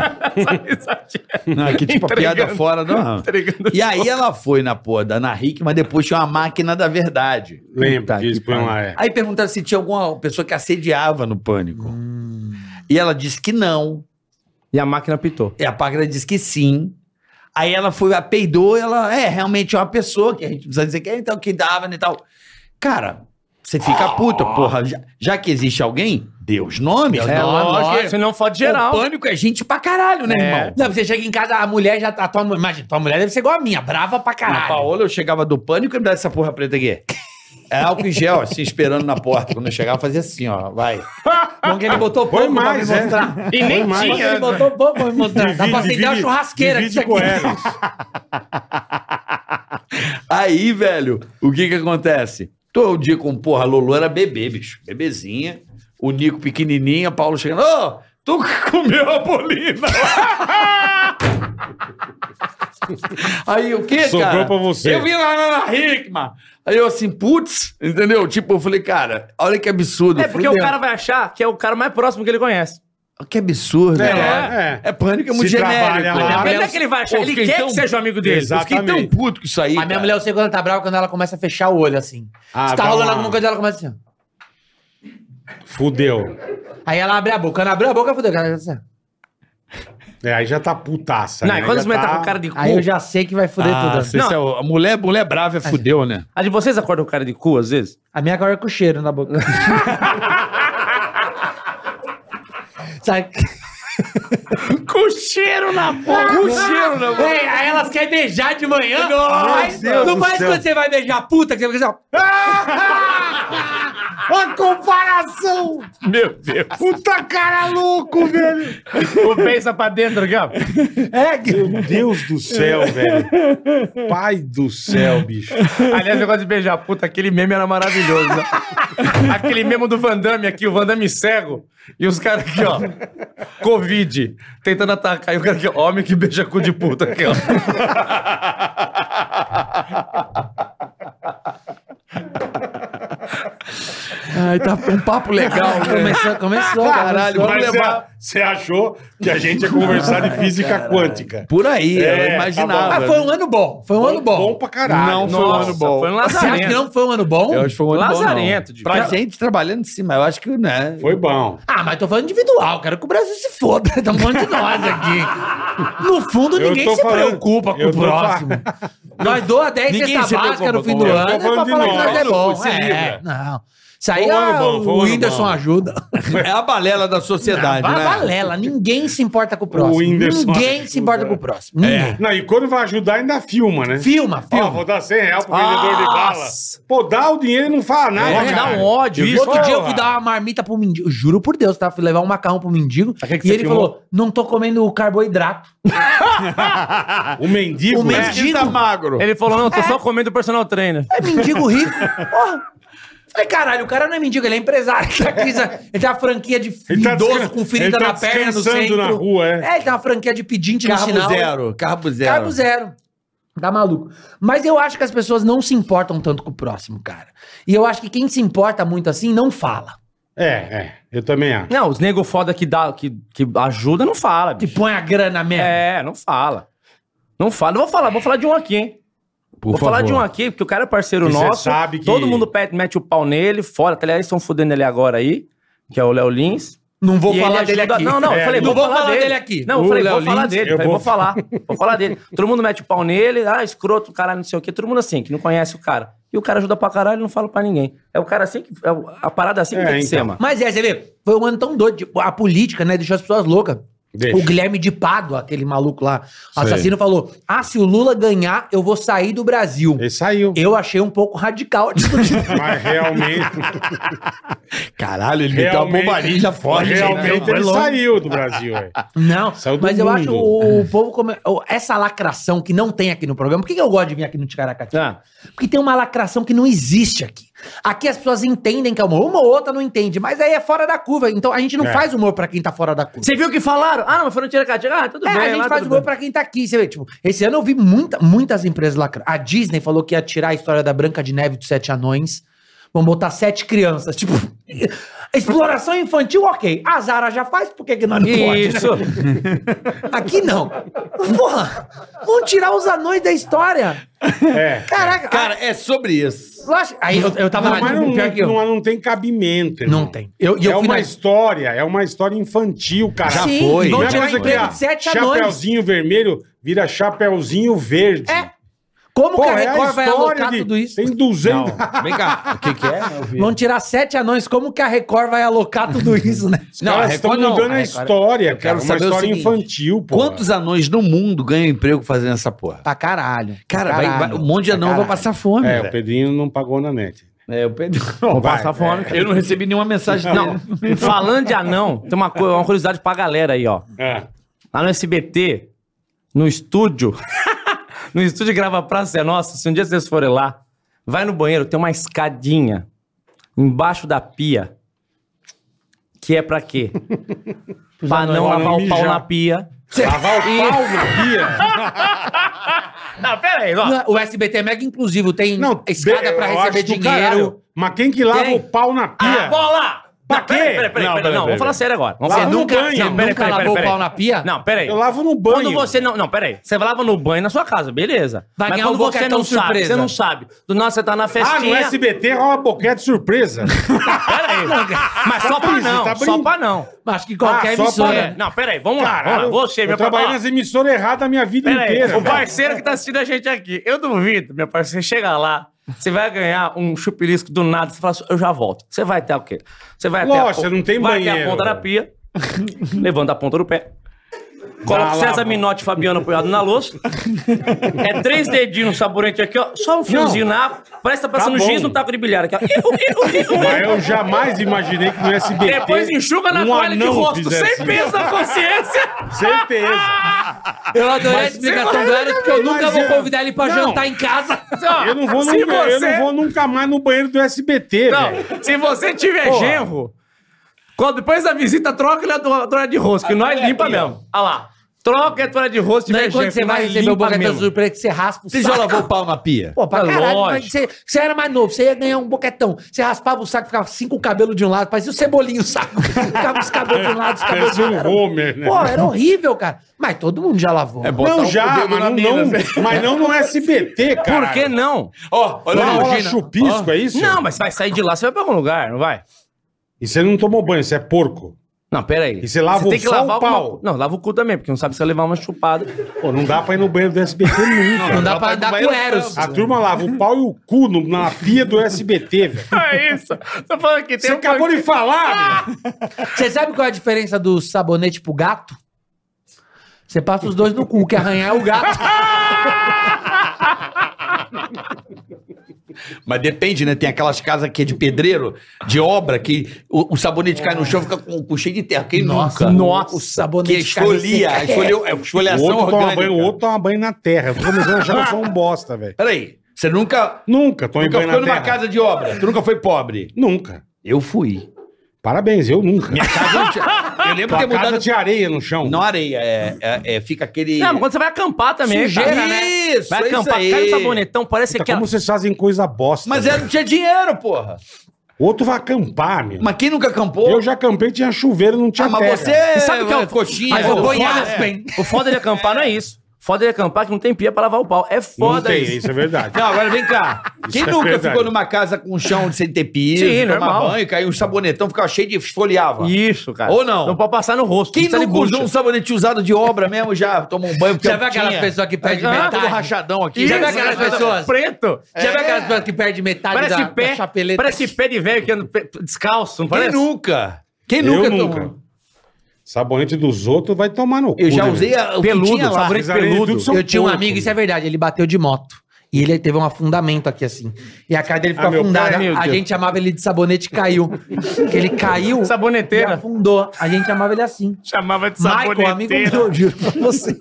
Speaker 5: Essa risadinha.
Speaker 1: Não, é que tipo, a piada
Speaker 5: Entregando.
Speaker 1: fora,
Speaker 5: (laughs)
Speaker 1: não.
Speaker 5: Entregando
Speaker 1: E aí ela foi na porra da Ana Hick, mas depois tinha uma máquina da verdade.
Speaker 2: Lembro
Speaker 5: Puta
Speaker 2: que eles
Speaker 5: que
Speaker 2: põem
Speaker 5: pariu.
Speaker 2: lá, é.
Speaker 1: Aí perguntaram se tinha alguma pessoa que assediava no pânico. E ela disse que não.
Speaker 5: E a máquina pitou.
Speaker 1: E a Pagra disse que sim. Aí ela foi, a peidou, ela é realmente é uma pessoa que a gente precisa dizer que é, então que dava né, e tal. Cara, você fica puto, porra. Já, já que existe alguém, dê os nomes.
Speaker 4: É, lógico.
Speaker 5: Se não fode
Speaker 1: O
Speaker 5: geral.
Speaker 1: pânico é gente pra caralho, né,
Speaker 5: É.
Speaker 1: irmão?
Speaker 4: Não, você chega em casa, a mulher já tá. a Tua, imagina, tua mulher deve ser igual a minha, brava pra
Speaker 1: Na
Speaker 4: caralho.
Speaker 1: Paola, eu chegava do pânico e me dava essa porra preta aqui. É álcool em gel, assim, esperando na porta. Quando eu chegava, eu fazia assim, ó, vai.
Speaker 4: Bom que ele botou
Speaker 2: Põe
Speaker 4: pouco pra me
Speaker 2: mais,
Speaker 1: né?
Speaker 2: é.
Speaker 4: mostrar.
Speaker 5: E nem tinha.
Speaker 4: Ele botou pouco pra me mostrar. Dá pra acender uma churrasqueira com isso
Speaker 2: né? divide
Speaker 4: aqui.
Speaker 2: com elas.
Speaker 1: Aí, velho, o que que acontece? Todo dia com, porra, Lolo era bebê, bicho. Bebezinha. O Nico pequenininho, a Paulo chegando, ô, tu (laughs) que comeu a bolina. (laughs) Aí, o que,
Speaker 2: Sobrou
Speaker 1: cara?
Speaker 2: pra você.
Speaker 1: Eu vi lá na Hickman. Aí eu assim, putz, entendeu? Tipo, eu falei, cara, olha que absurdo.
Speaker 5: É porque o
Speaker 1: fudeu.
Speaker 5: cara vai achar que é o cara mais próximo que ele conhece.
Speaker 1: Que absurdo,
Speaker 2: É,
Speaker 1: né?
Speaker 2: é.
Speaker 1: É pânico, é muito
Speaker 2: Se
Speaker 1: genérico.
Speaker 2: trabalha lá.
Speaker 1: né?
Speaker 5: Mas não é que ele vai achar,
Speaker 1: Pô,
Speaker 5: ele
Speaker 1: fiquei
Speaker 5: quer
Speaker 1: tão-
Speaker 5: que seja amigo dele.
Speaker 2: Exato.
Speaker 1: Eu fiquei tão
Speaker 2: Exatamente.
Speaker 1: puto com isso aí.
Speaker 4: A minha
Speaker 1: cara.
Speaker 4: mulher, eu sei quando ela tá brava, quando ela começa a fechar o olho, assim.
Speaker 2: Ah,
Speaker 4: Se tá
Speaker 2: dá
Speaker 4: rolando
Speaker 2: uma-
Speaker 4: alguma coisa, ela começa assim. ó.
Speaker 2: Fudeu.
Speaker 4: Aí ela abre a boca. Quando abriu a boca, fudeu. Ela assim, ó.
Speaker 2: É, aí já tá putaça.
Speaker 5: Não,
Speaker 2: né?
Speaker 5: e quando
Speaker 2: Já
Speaker 5: você meter
Speaker 2: tá-
Speaker 5: com cara de cu.
Speaker 4: Aí eu já sei que vai fuder
Speaker 1: Ah,
Speaker 4: tudo.
Speaker 1: cê-
Speaker 5: né?
Speaker 1: cê é o- a mulher, mulher brava é fudeu, né?
Speaker 5: A de vocês acordam com cara de cu às vezes?
Speaker 4: A minha agora é com cheiro na
Speaker 3: (laughs)
Speaker 4: boca. Sabe?
Speaker 5: Com cheiro
Speaker 1: (laughs)
Speaker 5: na boca.
Speaker 4: Com cheiro na boca. aí elas querem beijar de manhã. Nossa,
Speaker 2: Deus
Speaker 4: não
Speaker 2: do
Speaker 4: parece
Speaker 2: céu.
Speaker 4: quando você vai beijar a puta, que você fica assim, ó.
Speaker 2: A comparação!
Speaker 5: Meu Deus.
Speaker 2: Puta Ah, cara louco, velho!
Speaker 5: O pensa pra dentro aqui, ó.
Speaker 2: É que... Meu Deus do céu, velho. Pai do céu, bicho.
Speaker 5: Aliás, o negócio de beijar puta, aquele meme era maravilhoso. Né? (laughs) aquele meme do Van Damme aqui, o Van Damme cego. E os caras aqui, ó. Covid. Tentando atacar. E o cara aqui, ó, homem que beija cu de puta aqui, ó.
Speaker 3: Ai, tá um papo
Speaker 4: (laughs)
Speaker 3: legal, né?
Speaker 4: Começou, começou.
Speaker 3: Caralho,
Speaker 4: começou.
Speaker 3: vamos
Speaker 2: Mas
Speaker 3: levar.
Speaker 2: você achou que a gente ia conversar de física quântica.
Speaker 3: Por aí,
Speaker 2: É,
Speaker 3: eu
Speaker 2: tá
Speaker 3: imaginava.
Speaker 4: Ah, foi um ano bom. Foi um ano bom.
Speaker 2: Bom pra caralho.
Speaker 3: Não,
Speaker 2: Nossa.
Speaker 3: foi um ano bom.
Speaker 5: Foi um
Speaker 4: Você acha que
Speaker 5: lazarento.
Speaker 4: não foi um ano bom?
Speaker 3: Eu acho que foi um ano bom, não.
Speaker 5: Lazarento, de-
Speaker 3: Pra
Speaker 5: Cara-
Speaker 3: gente trabalhando em cima, eu acho que, né?
Speaker 2: Foi bom.
Speaker 4: Ah, mas tô falando individual, quero que o Brasil se foda. (laughs) Tá um monte de nós aqui. No fundo,
Speaker 2: Eu
Speaker 4: ninguém
Speaker 2: tô
Speaker 4: se
Speaker 2: falando-
Speaker 4: preocupa com
Speaker 2: eu
Speaker 4: o
Speaker 2: tô
Speaker 4: próximo. Nós doa 10
Speaker 3: Ninguém
Speaker 4: cesta
Speaker 3: se
Speaker 4: básica
Speaker 3: preocupa
Speaker 4: no fim
Speaker 3: com
Speaker 4: do
Speaker 3: o
Speaker 4: ano
Speaker 2: Brasil.
Speaker 4: é
Speaker 2: Eu tô
Speaker 4: pra
Speaker 2: falando
Speaker 4: falar
Speaker 2: um de
Speaker 4: que nós é
Speaker 2: nós,
Speaker 4: bom.
Speaker 2: se
Speaker 4: É,
Speaker 2: livra.
Speaker 4: não. Isso aí
Speaker 2: Foi um ano
Speaker 4: ah,
Speaker 2: bom, foi um
Speaker 4: o
Speaker 2: ano
Speaker 4: Whindersson
Speaker 3: (laughs)
Speaker 2: bom.
Speaker 4: ajuda.
Speaker 3: É a balela da
Speaker 5: É
Speaker 3: sociedade,
Speaker 4: Vai
Speaker 3: né?
Speaker 4: valela, ninguém se importa com o próximo.
Speaker 2: Whindersson
Speaker 4: ninguém se importa com o próximo. Ninguém.
Speaker 2: Não, e quando vai ajudar, ainda filma, né?
Speaker 4: É. Filma,
Speaker 2: Ó,
Speaker 4: filma.
Speaker 2: vou dar 100 reais pro vendedor de bala.
Speaker 5: Nossa.
Speaker 2: Pô, dá o dinheiro e não fala nada.
Speaker 5: É,
Speaker 2: cara.
Speaker 5: dá um ódio isso.
Speaker 4: Outro dia eu
Speaker 2: Porra.
Speaker 4: fui dar uma marmita pro mendigo. Juro por Deus, tá? Fui levar um macarrão pro mendigo.
Speaker 5: que que
Speaker 4: e
Speaker 5: você
Speaker 4: ele
Speaker 5: filmou?
Speaker 4: falou: não tô comendo carboidrato.
Speaker 2: O mendigo.
Speaker 1: um
Speaker 4: O
Speaker 2: né?
Speaker 4: mendigo.
Speaker 3: Tá magro.
Speaker 5: Tipo, é. Ele falou, não, eu tô só comendo o personal trainer.
Speaker 4: É mendigo rico.
Speaker 2: (laughs)
Speaker 4: Porra. Falei, caralho, o cara não é mendigo, ele é empresário. Ele tá aqui, sa-
Speaker 2: (laughs)
Speaker 4: ele tem uma franquia de
Speaker 2: Ele tá
Speaker 4: idoso
Speaker 2: descan-
Speaker 4: com ferida
Speaker 2: ele tá
Speaker 4: na perna no
Speaker 2: descansando
Speaker 4: centro.
Speaker 2: na rua, é.
Speaker 4: ele tem uma franquia de pedinte no
Speaker 3: Carbo
Speaker 4: sinal.
Speaker 1: né?
Speaker 3: zero, carbo zero.
Speaker 4: Carbo zero. Tá maluco. Mas eu acho que as pessoas não se importam tanto com o próximo, cara. E eu acho que quem se importa muito assim não fala.
Speaker 2: É, é. Eu também acho.
Speaker 5: Não, os nego foda que, dá, que, que ajuda não fala,
Speaker 4: Te
Speaker 5: bicho.
Speaker 4: põe a grana mesmo.
Speaker 5: É, não fala. Não fala. Não vou falar, vou falar de um aqui, hein?
Speaker 3: Por
Speaker 5: vou falar
Speaker 3: favor.
Speaker 5: de um aqui, porque o cara é parceiro
Speaker 2: Que cê
Speaker 5: nosso.
Speaker 2: sabe que-
Speaker 5: Todo mundo pede, mete o pau nele, fora. Aliás, estão fudendo ele agora aí, que é o Léo Lins.
Speaker 4: Não vou
Speaker 5: E ele
Speaker 4: falar dele
Speaker 5: ajuda-
Speaker 4: aqui.
Speaker 5: Não, não,
Speaker 2: É,
Speaker 5: eu falei,
Speaker 4: não vou falar dele aqui.
Speaker 5: Não, eu
Speaker 2: O
Speaker 5: falei,
Speaker 2: Léo
Speaker 5: vou falar
Speaker 2: Lins,
Speaker 5: dele.
Speaker 2: eu
Speaker 5: falei,
Speaker 2: vou-
Speaker 5: vou falar, vou falar dele. Todo mundo mete o pau nele, ah, escroto, caralho, não sei o quê. Todo mundo assim, que não conhece o cara. E o cara ajuda pra caralho e não fala pra ninguém. É o cara assim que. É o- a parada assim que
Speaker 2: É,
Speaker 5: tem que
Speaker 2: então.
Speaker 5: ser, mano.
Speaker 4: Mas é, você vê, foi um ano tão doido. tipo, a política, né, deixou as pessoas loucas.
Speaker 2: Deixa.
Speaker 4: O Guilherme de Pádua, aquele maluco lá, assassino, falou: Ah, se o Lula ganhar, eu vou sair do Brasil.
Speaker 2: Ele
Speaker 4: (laughs)
Speaker 2: saiu.
Speaker 4: Eu achei um pouco radical. (laughs)
Speaker 2: Mas realmente.
Speaker 3: Caralho, ele meteu a
Speaker 2: realmente
Speaker 3: bombarinha forte.
Speaker 2: Realmente
Speaker 3: né?
Speaker 2: ele saiu do Brasil, é.
Speaker 4: Não,
Speaker 2: Saiu do
Speaker 4: mas eu
Speaker 2: mundo.
Speaker 4: acho o, o povo. Come... o- Essa lacração que não tem aqui no programa. Por que que eu gosto de vir aqui no
Speaker 2: É.
Speaker 4: Ticaracati?
Speaker 5: Ah,
Speaker 4: Porque tem uma lacração que não existe aqui. Aqui as pessoas entendem que é humor. Uma ou outra não entende, mas aí é fora da curva. Então a gente não
Speaker 2: É.
Speaker 4: faz humor pra quem tá fora da curva.
Speaker 5: Você viu o que falaram? Ah, não, mas foi no Tiracatinga. Ah, tudo
Speaker 4: É,
Speaker 5: bem.
Speaker 4: a gente
Speaker 5: lá,
Speaker 4: faz
Speaker 5: tudo
Speaker 4: humor
Speaker 5: bem.
Speaker 4: pra quem tá aqui. Você vê, tipo, esse ano eu vi muita, muitas empresas lacrando. A Disney falou que ia tirar a história da Branca de Neve dos Sete Anões. Vão botar sete crianças. Tipo, (laughs) exploração infantil, ok. A Zara já faz, por que, que nós não pode? né?
Speaker 5: Isso.
Speaker 4: Aqui não. Porra, vão tirar os anões da história.
Speaker 2: É.
Speaker 4: Caraca,
Speaker 3: Cara, é sobre isso.
Speaker 4: eu acho- Aí eu, eu tava
Speaker 2: Não, mas
Speaker 4: na
Speaker 2: não,
Speaker 4: pior que eu.
Speaker 2: não, não tem cabimento. irmão.
Speaker 4: Não tem. Eu, e
Speaker 2: É
Speaker 4: eu fui
Speaker 2: uma
Speaker 4: na-
Speaker 2: história, é uma história infantil, cara.
Speaker 3: Já Sim, foi.
Speaker 4: vão
Speaker 2: Não é
Speaker 4: tirar
Speaker 2: coisa que,
Speaker 4: emprego
Speaker 2: ah,
Speaker 4: de sete anões.
Speaker 2: Chapeuzinho vermelho vira chapeuzinho verde.
Speaker 4: É. Como
Speaker 2: Pô,
Speaker 4: que a
Speaker 2: é
Speaker 4: Record
Speaker 2: a
Speaker 4: vai
Speaker 2: história
Speaker 4: alocar
Speaker 2: de...
Speaker 4: tudo isso?
Speaker 2: Tem
Speaker 1: (laughs)
Speaker 2: 200... (laughs)
Speaker 3: Vem cá, o que, que é?
Speaker 4: Vão tirar sete anões, como que a Record vai alocar tudo isso, né?
Speaker 3: Não, a
Speaker 2: Elas estão
Speaker 3: Record não.
Speaker 2: mudando a, história, cara.
Speaker 3: quero
Speaker 2: Uma
Speaker 3: saber o
Speaker 2: história
Speaker 3: seguinte,
Speaker 2: infantil, pô.
Speaker 3: Quantos anões no mundo ganham emprego fazendo essa
Speaker 1: tá
Speaker 3: porra?
Speaker 4: Pra caralho.
Speaker 3: Cara,
Speaker 4: pra
Speaker 3: vai-
Speaker 4: caralho,
Speaker 3: vai- um monte de
Speaker 4: pra
Speaker 3: anão vai
Speaker 4: caralho.
Speaker 3: passar fome.
Speaker 2: É,
Speaker 3: velho.
Speaker 2: o Pedrinho não pagou na net.
Speaker 3: É, o Pedro.
Speaker 5: Vou
Speaker 2: vai,
Speaker 5: passar
Speaker 4: é.
Speaker 5: fome. cara.
Speaker 3: Eu não recebi nenhuma mensagem
Speaker 5: Não,
Speaker 3: dele.
Speaker 2: Então,
Speaker 5: falando de anão, tem uma, co- uma curiosidade pra galera aí, ó.
Speaker 2: É.
Speaker 5: Lá no SBT, no estúdio, (laughs) no estúdio grava Praça é Nossa, se um dia vocês forem lá, vai no banheiro, tem uma escadinha embaixo da pia, que é pra quê?
Speaker 2: (laughs)
Speaker 5: pra não
Speaker 2: pra
Speaker 5: lavar
Speaker 2: não
Speaker 5: o pau
Speaker 2: mijar.
Speaker 5: na pia.
Speaker 2: Lavar
Speaker 4: (laughs)
Speaker 2: o
Speaker 5: E-
Speaker 2: pau na pia.
Speaker 5: Não, pera aí, ó.
Speaker 4: Não, O SBT é mega inclusivo, tem
Speaker 2: Não,
Speaker 4: escada pra
Speaker 2: eu
Speaker 4: receber
Speaker 2: acho do
Speaker 4: dinheiro.
Speaker 2: caralho. Mas quem que lava
Speaker 5: Quem?
Speaker 2: o pau na
Speaker 5: Ah,
Speaker 2: pia?
Speaker 5: bola!
Speaker 2: Pra
Speaker 5: Não, peraí,
Speaker 2: quê?
Speaker 5: peraí, peraí,
Speaker 2: Não,
Speaker 5: peraí,
Speaker 2: peraí, peraí.
Speaker 5: não, vamos falar sério agora. Vamos
Speaker 2: Lá
Speaker 5: falar-
Speaker 2: no
Speaker 5: Não,
Speaker 2: banho.
Speaker 5: Não, um peraí,
Speaker 4: Nunca
Speaker 5: peraí,
Speaker 4: lavou
Speaker 5: peraí,
Speaker 4: o pau
Speaker 5: peraí.
Speaker 4: na pia?
Speaker 5: Não, peraí.
Speaker 2: Eu lavo no banho.
Speaker 5: Quando você não. Não, peraí. Você lava no banho na sua casa, beleza.
Speaker 4: Vai
Speaker 5: Mas
Speaker 4: ganhar
Speaker 5: quando
Speaker 4: um
Speaker 5: você
Speaker 4: boquetão
Speaker 5: não sabe,
Speaker 4: surpresa.
Speaker 5: você não sabe. Do nada você tá na
Speaker 2: Ah, no
Speaker 5: festinha.
Speaker 2: SBT rola boquete
Speaker 5: (laughs)
Speaker 2: surpresa. (laughs)
Speaker 5: Peraí. Mas só pra
Speaker 2: brincando,
Speaker 5: não,
Speaker 2: tá
Speaker 5: só
Speaker 2: brincando.
Speaker 5: pra não.
Speaker 4: Acho que qualquer
Speaker 2: Ah, só
Speaker 4: emissora.
Speaker 2: pra-
Speaker 5: É, não, peraí, vamos lá.
Speaker 2: Cara,
Speaker 5: Vamos lá.
Speaker 2: eu,
Speaker 5: Você, meu
Speaker 2: eu trabalhei
Speaker 5: papai.
Speaker 2: nas emissoras erradas a minha vida
Speaker 5: Peraí,
Speaker 2: inteira.
Speaker 5: o
Speaker 2: velho.
Speaker 5: parceiro que tá assistindo a gente aqui. Eu duvido, meu parceiro, você chega lá. Você vai ganhar um chupirisco do nada. Você fala assim, eu já volto. Você vai até o quê? Você vai até a
Speaker 2: Lógico,
Speaker 5: pon-
Speaker 2: não tem
Speaker 5: vai até
Speaker 2: banheiro.
Speaker 5: a ponta da pia. levanta a ponta do pé.
Speaker 2: lá,
Speaker 5: Coloco César
Speaker 2: pô.
Speaker 5: Minotti e Fabiano apoiado na louça. É três dedinhos no saborete aqui, ó. Só um fiozinho na água. Parece que tá passando
Speaker 2: bom.
Speaker 5: giz no taco de bilhar aqui, ó. Iu, iu, iu, iu.
Speaker 2: Mas eu jamais imaginei que no SBT.
Speaker 5: Depois enxuga na
Speaker 2: um
Speaker 5: toalha de
Speaker 2: anão
Speaker 5: rosto,
Speaker 2: fizesse
Speaker 5: sem peso na consciência.
Speaker 2: isso. Certeza.
Speaker 6: Eu adorei a explicação do Eros, porque eu nunca
Speaker 2: Mas
Speaker 6: vou
Speaker 2: eu-
Speaker 6: convidar ele pra
Speaker 2: Não.
Speaker 6: jantar em casa.
Speaker 5: Ó,
Speaker 2: Eu não, vou
Speaker 5: se
Speaker 2: nunca, eu
Speaker 5: você-
Speaker 2: não vou nunca mais no banheiro do SBT, velho.
Speaker 5: Não, se você tiver genro, quando depois da visita, troca ele a to- a toalha de rosto, que nós limpa mesmo. Olha lá. Troca a toalha de rosto, se
Speaker 4: Não é
Speaker 5: tiver
Speaker 4: quando
Speaker 5: genro,
Speaker 4: você
Speaker 5: que
Speaker 4: vai
Speaker 5: nós
Speaker 4: receber o
Speaker 5: limpa
Speaker 4: boquetão
Speaker 5: mesmo.
Speaker 4: surpresa que você raspa o
Speaker 1: Você já
Speaker 4: saco.
Speaker 1: lavou o pau na pia?
Speaker 4: Pô, pra
Speaker 5: É
Speaker 4: caralho,
Speaker 5: lógico.
Speaker 4: mas você, você era mais novo, você ia ganhar um boquetão. Você raspava o saco, ficava cinco cabelos de um lado, parecia o cebolinho o saco. (laughs) Ficava os cabelos de um lado, os cabelos do
Speaker 2: Parecia
Speaker 4: outro.
Speaker 2: um Homer, né?
Speaker 4: Pô, era horrível, cara. Mas todo mundo já lavou. É
Speaker 2: não, já, mas não, não- mas não no SBT, cara.
Speaker 5: Por que não?
Speaker 1: Ó, olha
Speaker 2: Lá
Speaker 1: aí,
Speaker 2: rola
Speaker 1: Gina.
Speaker 2: chupisco, é isso?
Speaker 5: Não, mas você vai sair de lá, você vai pra algum lugar, não vai?
Speaker 2: E você não tomou banho, você é porco.
Speaker 5: Não, pera aí.
Speaker 2: E você lava
Speaker 5: tem
Speaker 2: o
Speaker 5: que
Speaker 2: só
Speaker 5: lavar
Speaker 2: o pau?
Speaker 5: alguma- Não, lava o cu também, porque não sabe se vai levar uma chupada.
Speaker 2: Pô, não dá pra ir no banheiro
Speaker 1: (laughs)
Speaker 2: do SBT nunca.
Speaker 4: Não dá pra andar com Eros.
Speaker 2: A turma lava o pau e o cu no- na pia do SBT, velho.
Speaker 5: (laughs) É isso. Tô falando
Speaker 1: um
Speaker 5: que tem um
Speaker 2: Você acabou de
Speaker 1: Ah!
Speaker 2: falar, velho.
Speaker 4: Você sabe qual é a diferença do sabonete pro gato? Você passa os dois no cu, que arranhar é o gato.
Speaker 1: Mas depende, né? Tem aquelas casas que é de pedreiro, de obra, que o, o sabonete cai no chão e fica com, com cheio de terra. Quem
Speaker 4: Nossa,
Speaker 1: nunca?
Speaker 4: nossa.
Speaker 1: O sabonete que
Speaker 4: cai no
Speaker 1: esfolia,
Speaker 4: seco.
Speaker 1: esfolio, é
Speaker 2: O
Speaker 1: esfoliação
Speaker 2: outro toma
Speaker 1: orgânica.
Speaker 2: banho, o outro toma banho na terra. Eu tô começando a achar que eu sou um bosta, velho.
Speaker 1: Peraí, você nunca,
Speaker 2: Nunca tomei
Speaker 1: nunca
Speaker 2: banho
Speaker 1: ficou
Speaker 2: na
Speaker 1: numa
Speaker 2: terra.
Speaker 1: casa de obra? Tu nunca foi pobre?
Speaker 2: Nunca.
Speaker 1: Eu fui.
Speaker 2: Parabéns, eu nunca.
Speaker 1: Minha casa não tinha... Eu lembro de
Speaker 2: Tua
Speaker 1: ter
Speaker 2: casa
Speaker 1: mudado...
Speaker 2: tinha areia no chão.
Speaker 1: Não areia, é, é- é- fica aquele...
Speaker 5: Não, mas quando você vai acampar também, é
Speaker 1: Sujeira,
Speaker 5: cara.
Speaker 1: né? Isso,
Speaker 5: Vai
Speaker 1: é isso
Speaker 5: acampar,
Speaker 1: aí.
Speaker 5: cai o sabonetão, parece
Speaker 2: Puta,
Speaker 5: que
Speaker 2: É
Speaker 5: é
Speaker 2: Como vocês fazem coisa bosta.
Speaker 1: Mas é-
Speaker 2: velho.
Speaker 1: era, não tinha dinheiro, porra.
Speaker 2: O outro vai acampar, meu.
Speaker 1: Mas quem nunca acampou?
Speaker 2: Eu já acampei, tinha chuveiro, não tinha
Speaker 1: Ah, mas
Speaker 2: terra.
Speaker 1: você é,
Speaker 5: E sabe o que é o-
Speaker 1: coxinha.
Speaker 5: Mas
Speaker 1: pô.
Speaker 5: o foda,
Speaker 4: Aspen.
Speaker 5: é. (laughs) o foda de acampar não é isso. O foda de acampar é que não tem pia pra lavar o pau. É
Speaker 2: Não
Speaker 5: foda
Speaker 2: tem,
Speaker 5: isso.
Speaker 2: isso é
Speaker 1: (laughs)
Speaker 2: verdade.
Speaker 1: Não, agora vem cá. Quem
Speaker 2: Isso é
Speaker 1: nunca
Speaker 2: verdade.
Speaker 1: ficou numa casa com um chão de sem ter piso,
Speaker 5: Sim,
Speaker 1: tomar
Speaker 5: normal.
Speaker 1: banho, caiu um sabonetão, ficava cheio de esfoliava?
Speaker 5: Isso, cara.
Speaker 1: Ou não?
Speaker 5: Não pode passar no rosto.
Speaker 1: Quem
Speaker 5: não precisa de
Speaker 1: nunca
Speaker 5: bucha.
Speaker 1: usou um sabonete usado de obra mesmo já tomou um banho? porque
Speaker 4: (laughs) Já viu
Speaker 1: eu
Speaker 4: aquelas
Speaker 1: tinha?
Speaker 4: pessoas que perdem
Speaker 5: Ah,
Speaker 1: Todo
Speaker 4: metade?
Speaker 1: rachadão aqui.
Speaker 4: Já
Speaker 5: Isso,
Speaker 4: viu aquelas
Speaker 5: cara,
Speaker 4: pessoas?
Speaker 5: Preto.
Speaker 4: Já
Speaker 1: É.
Speaker 4: viu aquelas pessoas que perdem metade
Speaker 5: É. Parece,
Speaker 4: da, da
Speaker 5: pé,
Speaker 4: chapeleta?
Speaker 5: parece pé de velho que anda pe- descalço, não
Speaker 1: Quem
Speaker 5: parece?
Speaker 1: nunca? Quem
Speaker 2: Eu
Speaker 1: nunca
Speaker 2: nunca.
Speaker 1: tomou?
Speaker 2: Sabonete dos outros vai tomar no cu.
Speaker 1: Eu já
Speaker 2: né,
Speaker 1: usei
Speaker 2: meu?
Speaker 1: a, o que
Speaker 5: Peludo,
Speaker 1: tinha lá.
Speaker 5: sabonete
Speaker 2: Mas aí
Speaker 5: peludo.
Speaker 2: tudo são
Speaker 4: eu tinha um
Speaker 2: porco,
Speaker 4: amigo,
Speaker 2: meu.
Speaker 4: isso é verdade, ele bateu de moto. E ele teve um afundamento aqui, assim. E a cara dele ficou
Speaker 2: Ah, meu
Speaker 4: afundada.
Speaker 2: pai, meu
Speaker 4: a
Speaker 2: Deus.
Speaker 4: gente chamava ele de sabonete caiu. Porque ele caiu e
Speaker 5: Saboneteira.
Speaker 4: afundou. A gente chamava ele assim.
Speaker 5: Chamava de
Speaker 4: Michael, amigo meu, eu juro pra você.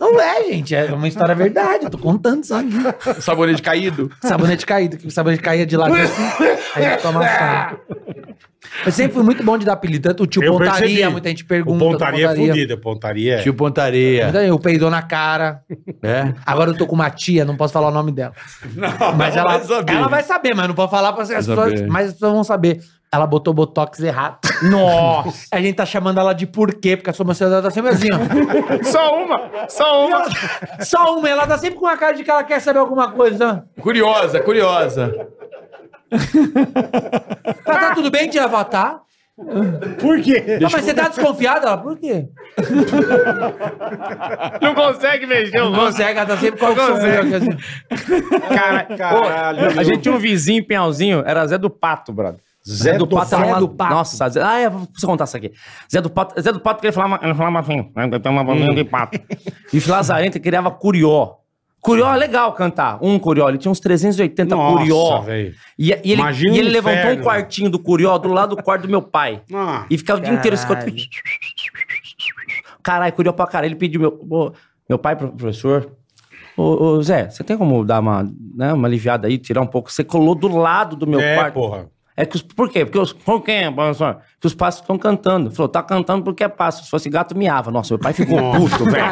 Speaker 4: Não é, gente. É uma história verdade. Eu tô contando isso aqui.
Speaker 1: (laughs) Sabonete caído.
Speaker 4: Sabonete caído, que o sabonete caía de lado assim, aí ele toma fome. Eu sempre fui muito bom de dar apelido, tanto o tio
Speaker 2: Eu
Speaker 4: Pontaria,
Speaker 2: percebi.
Speaker 4: muita gente pergunta.
Speaker 2: O pontaria, é fudido, o pontaria é.
Speaker 1: Tio Pontaria.
Speaker 4: Eu peidou na cara.
Speaker 1: É.
Speaker 4: Agora eu tô com uma tia, não posso falar o nome dela. mas ela,
Speaker 1: vai saber.
Speaker 4: ela vai saber, mas não pode falar pra as
Speaker 1: saber.
Speaker 4: pessoas, mas as pessoas vão saber. Ela botou botox errado. Nossa! a gente tá chamando ela de por quê? Porque a sobrancelha dela tá sempre assim, ó.
Speaker 5: Só uma, só uma.
Speaker 4: Só uma, ela tá sempre com a cara de que ela quer saber alguma coisa.
Speaker 1: Curiosa, curiosa.
Speaker 4: Ela tá tudo bem, tia? Ela fala, tá.
Speaker 2: (laughs) Por quê?
Speaker 4: Ah, mas você tá desconfiada? Ela, por quê?
Speaker 5: Não consegue mexer o (laughs)
Speaker 4: Não consegue, ela tá sempre com a opção
Speaker 5: Consegue.
Speaker 4: melhor, quer dizer.
Speaker 2: (laughs) Cara, caralho.
Speaker 5: A gente tinha um vizinho em Pinhalzinho, era Zé do Pato, brother.
Speaker 2: Zé do Pato.
Speaker 5: era
Speaker 4: Zé
Speaker 5: uma-
Speaker 4: do Pato.
Speaker 5: Nossa, Zé... Ah, é, vou preciso contar isso aqui. Zé do Pato, Zé do Pato queria falar, uma- ele falava assim, né, tem uma
Speaker 2: Hum.
Speaker 5: bolinha de pato. E Lazarenta criava curió. Curió é legal cantar. Um curió, ele tinha uns 380
Speaker 2: Nossa,
Speaker 5: curió.
Speaker 2: velho.
Speaker 5: E, e ele,
Speaker 2: Imagina
Speaker 5: e
Speaker 2: o
Speaker 5: ele levantou um
Speaker 2: inferno.
Speaker 5: quartinho do Curió do lado do quarto do meu pai.
Speaker 2: (laughs) Ah.
Speaker 5: E ficava o dia inteiro escutando.
Speaker 4: Caralho.
Speaker 5: Caralho, Curió pra caralho. Ele pediu meu. ô, meu pai, pro- professor. Ô, ô, Zé, você tem como dar uma, né, uma aliviada aí, tirar um pouco? Você colou do lado do meu
Speaker 2: é,
Speaker 5: quarto.
Speaker 2: porra.
Speaker 5: É que os, por quê? Porque os, por quê, professor? Que os passos estão cantando. Ele Falou, tá cantando porque é passo. Se fosse gato, miava. Nossa, meu pai ficou puto, velho.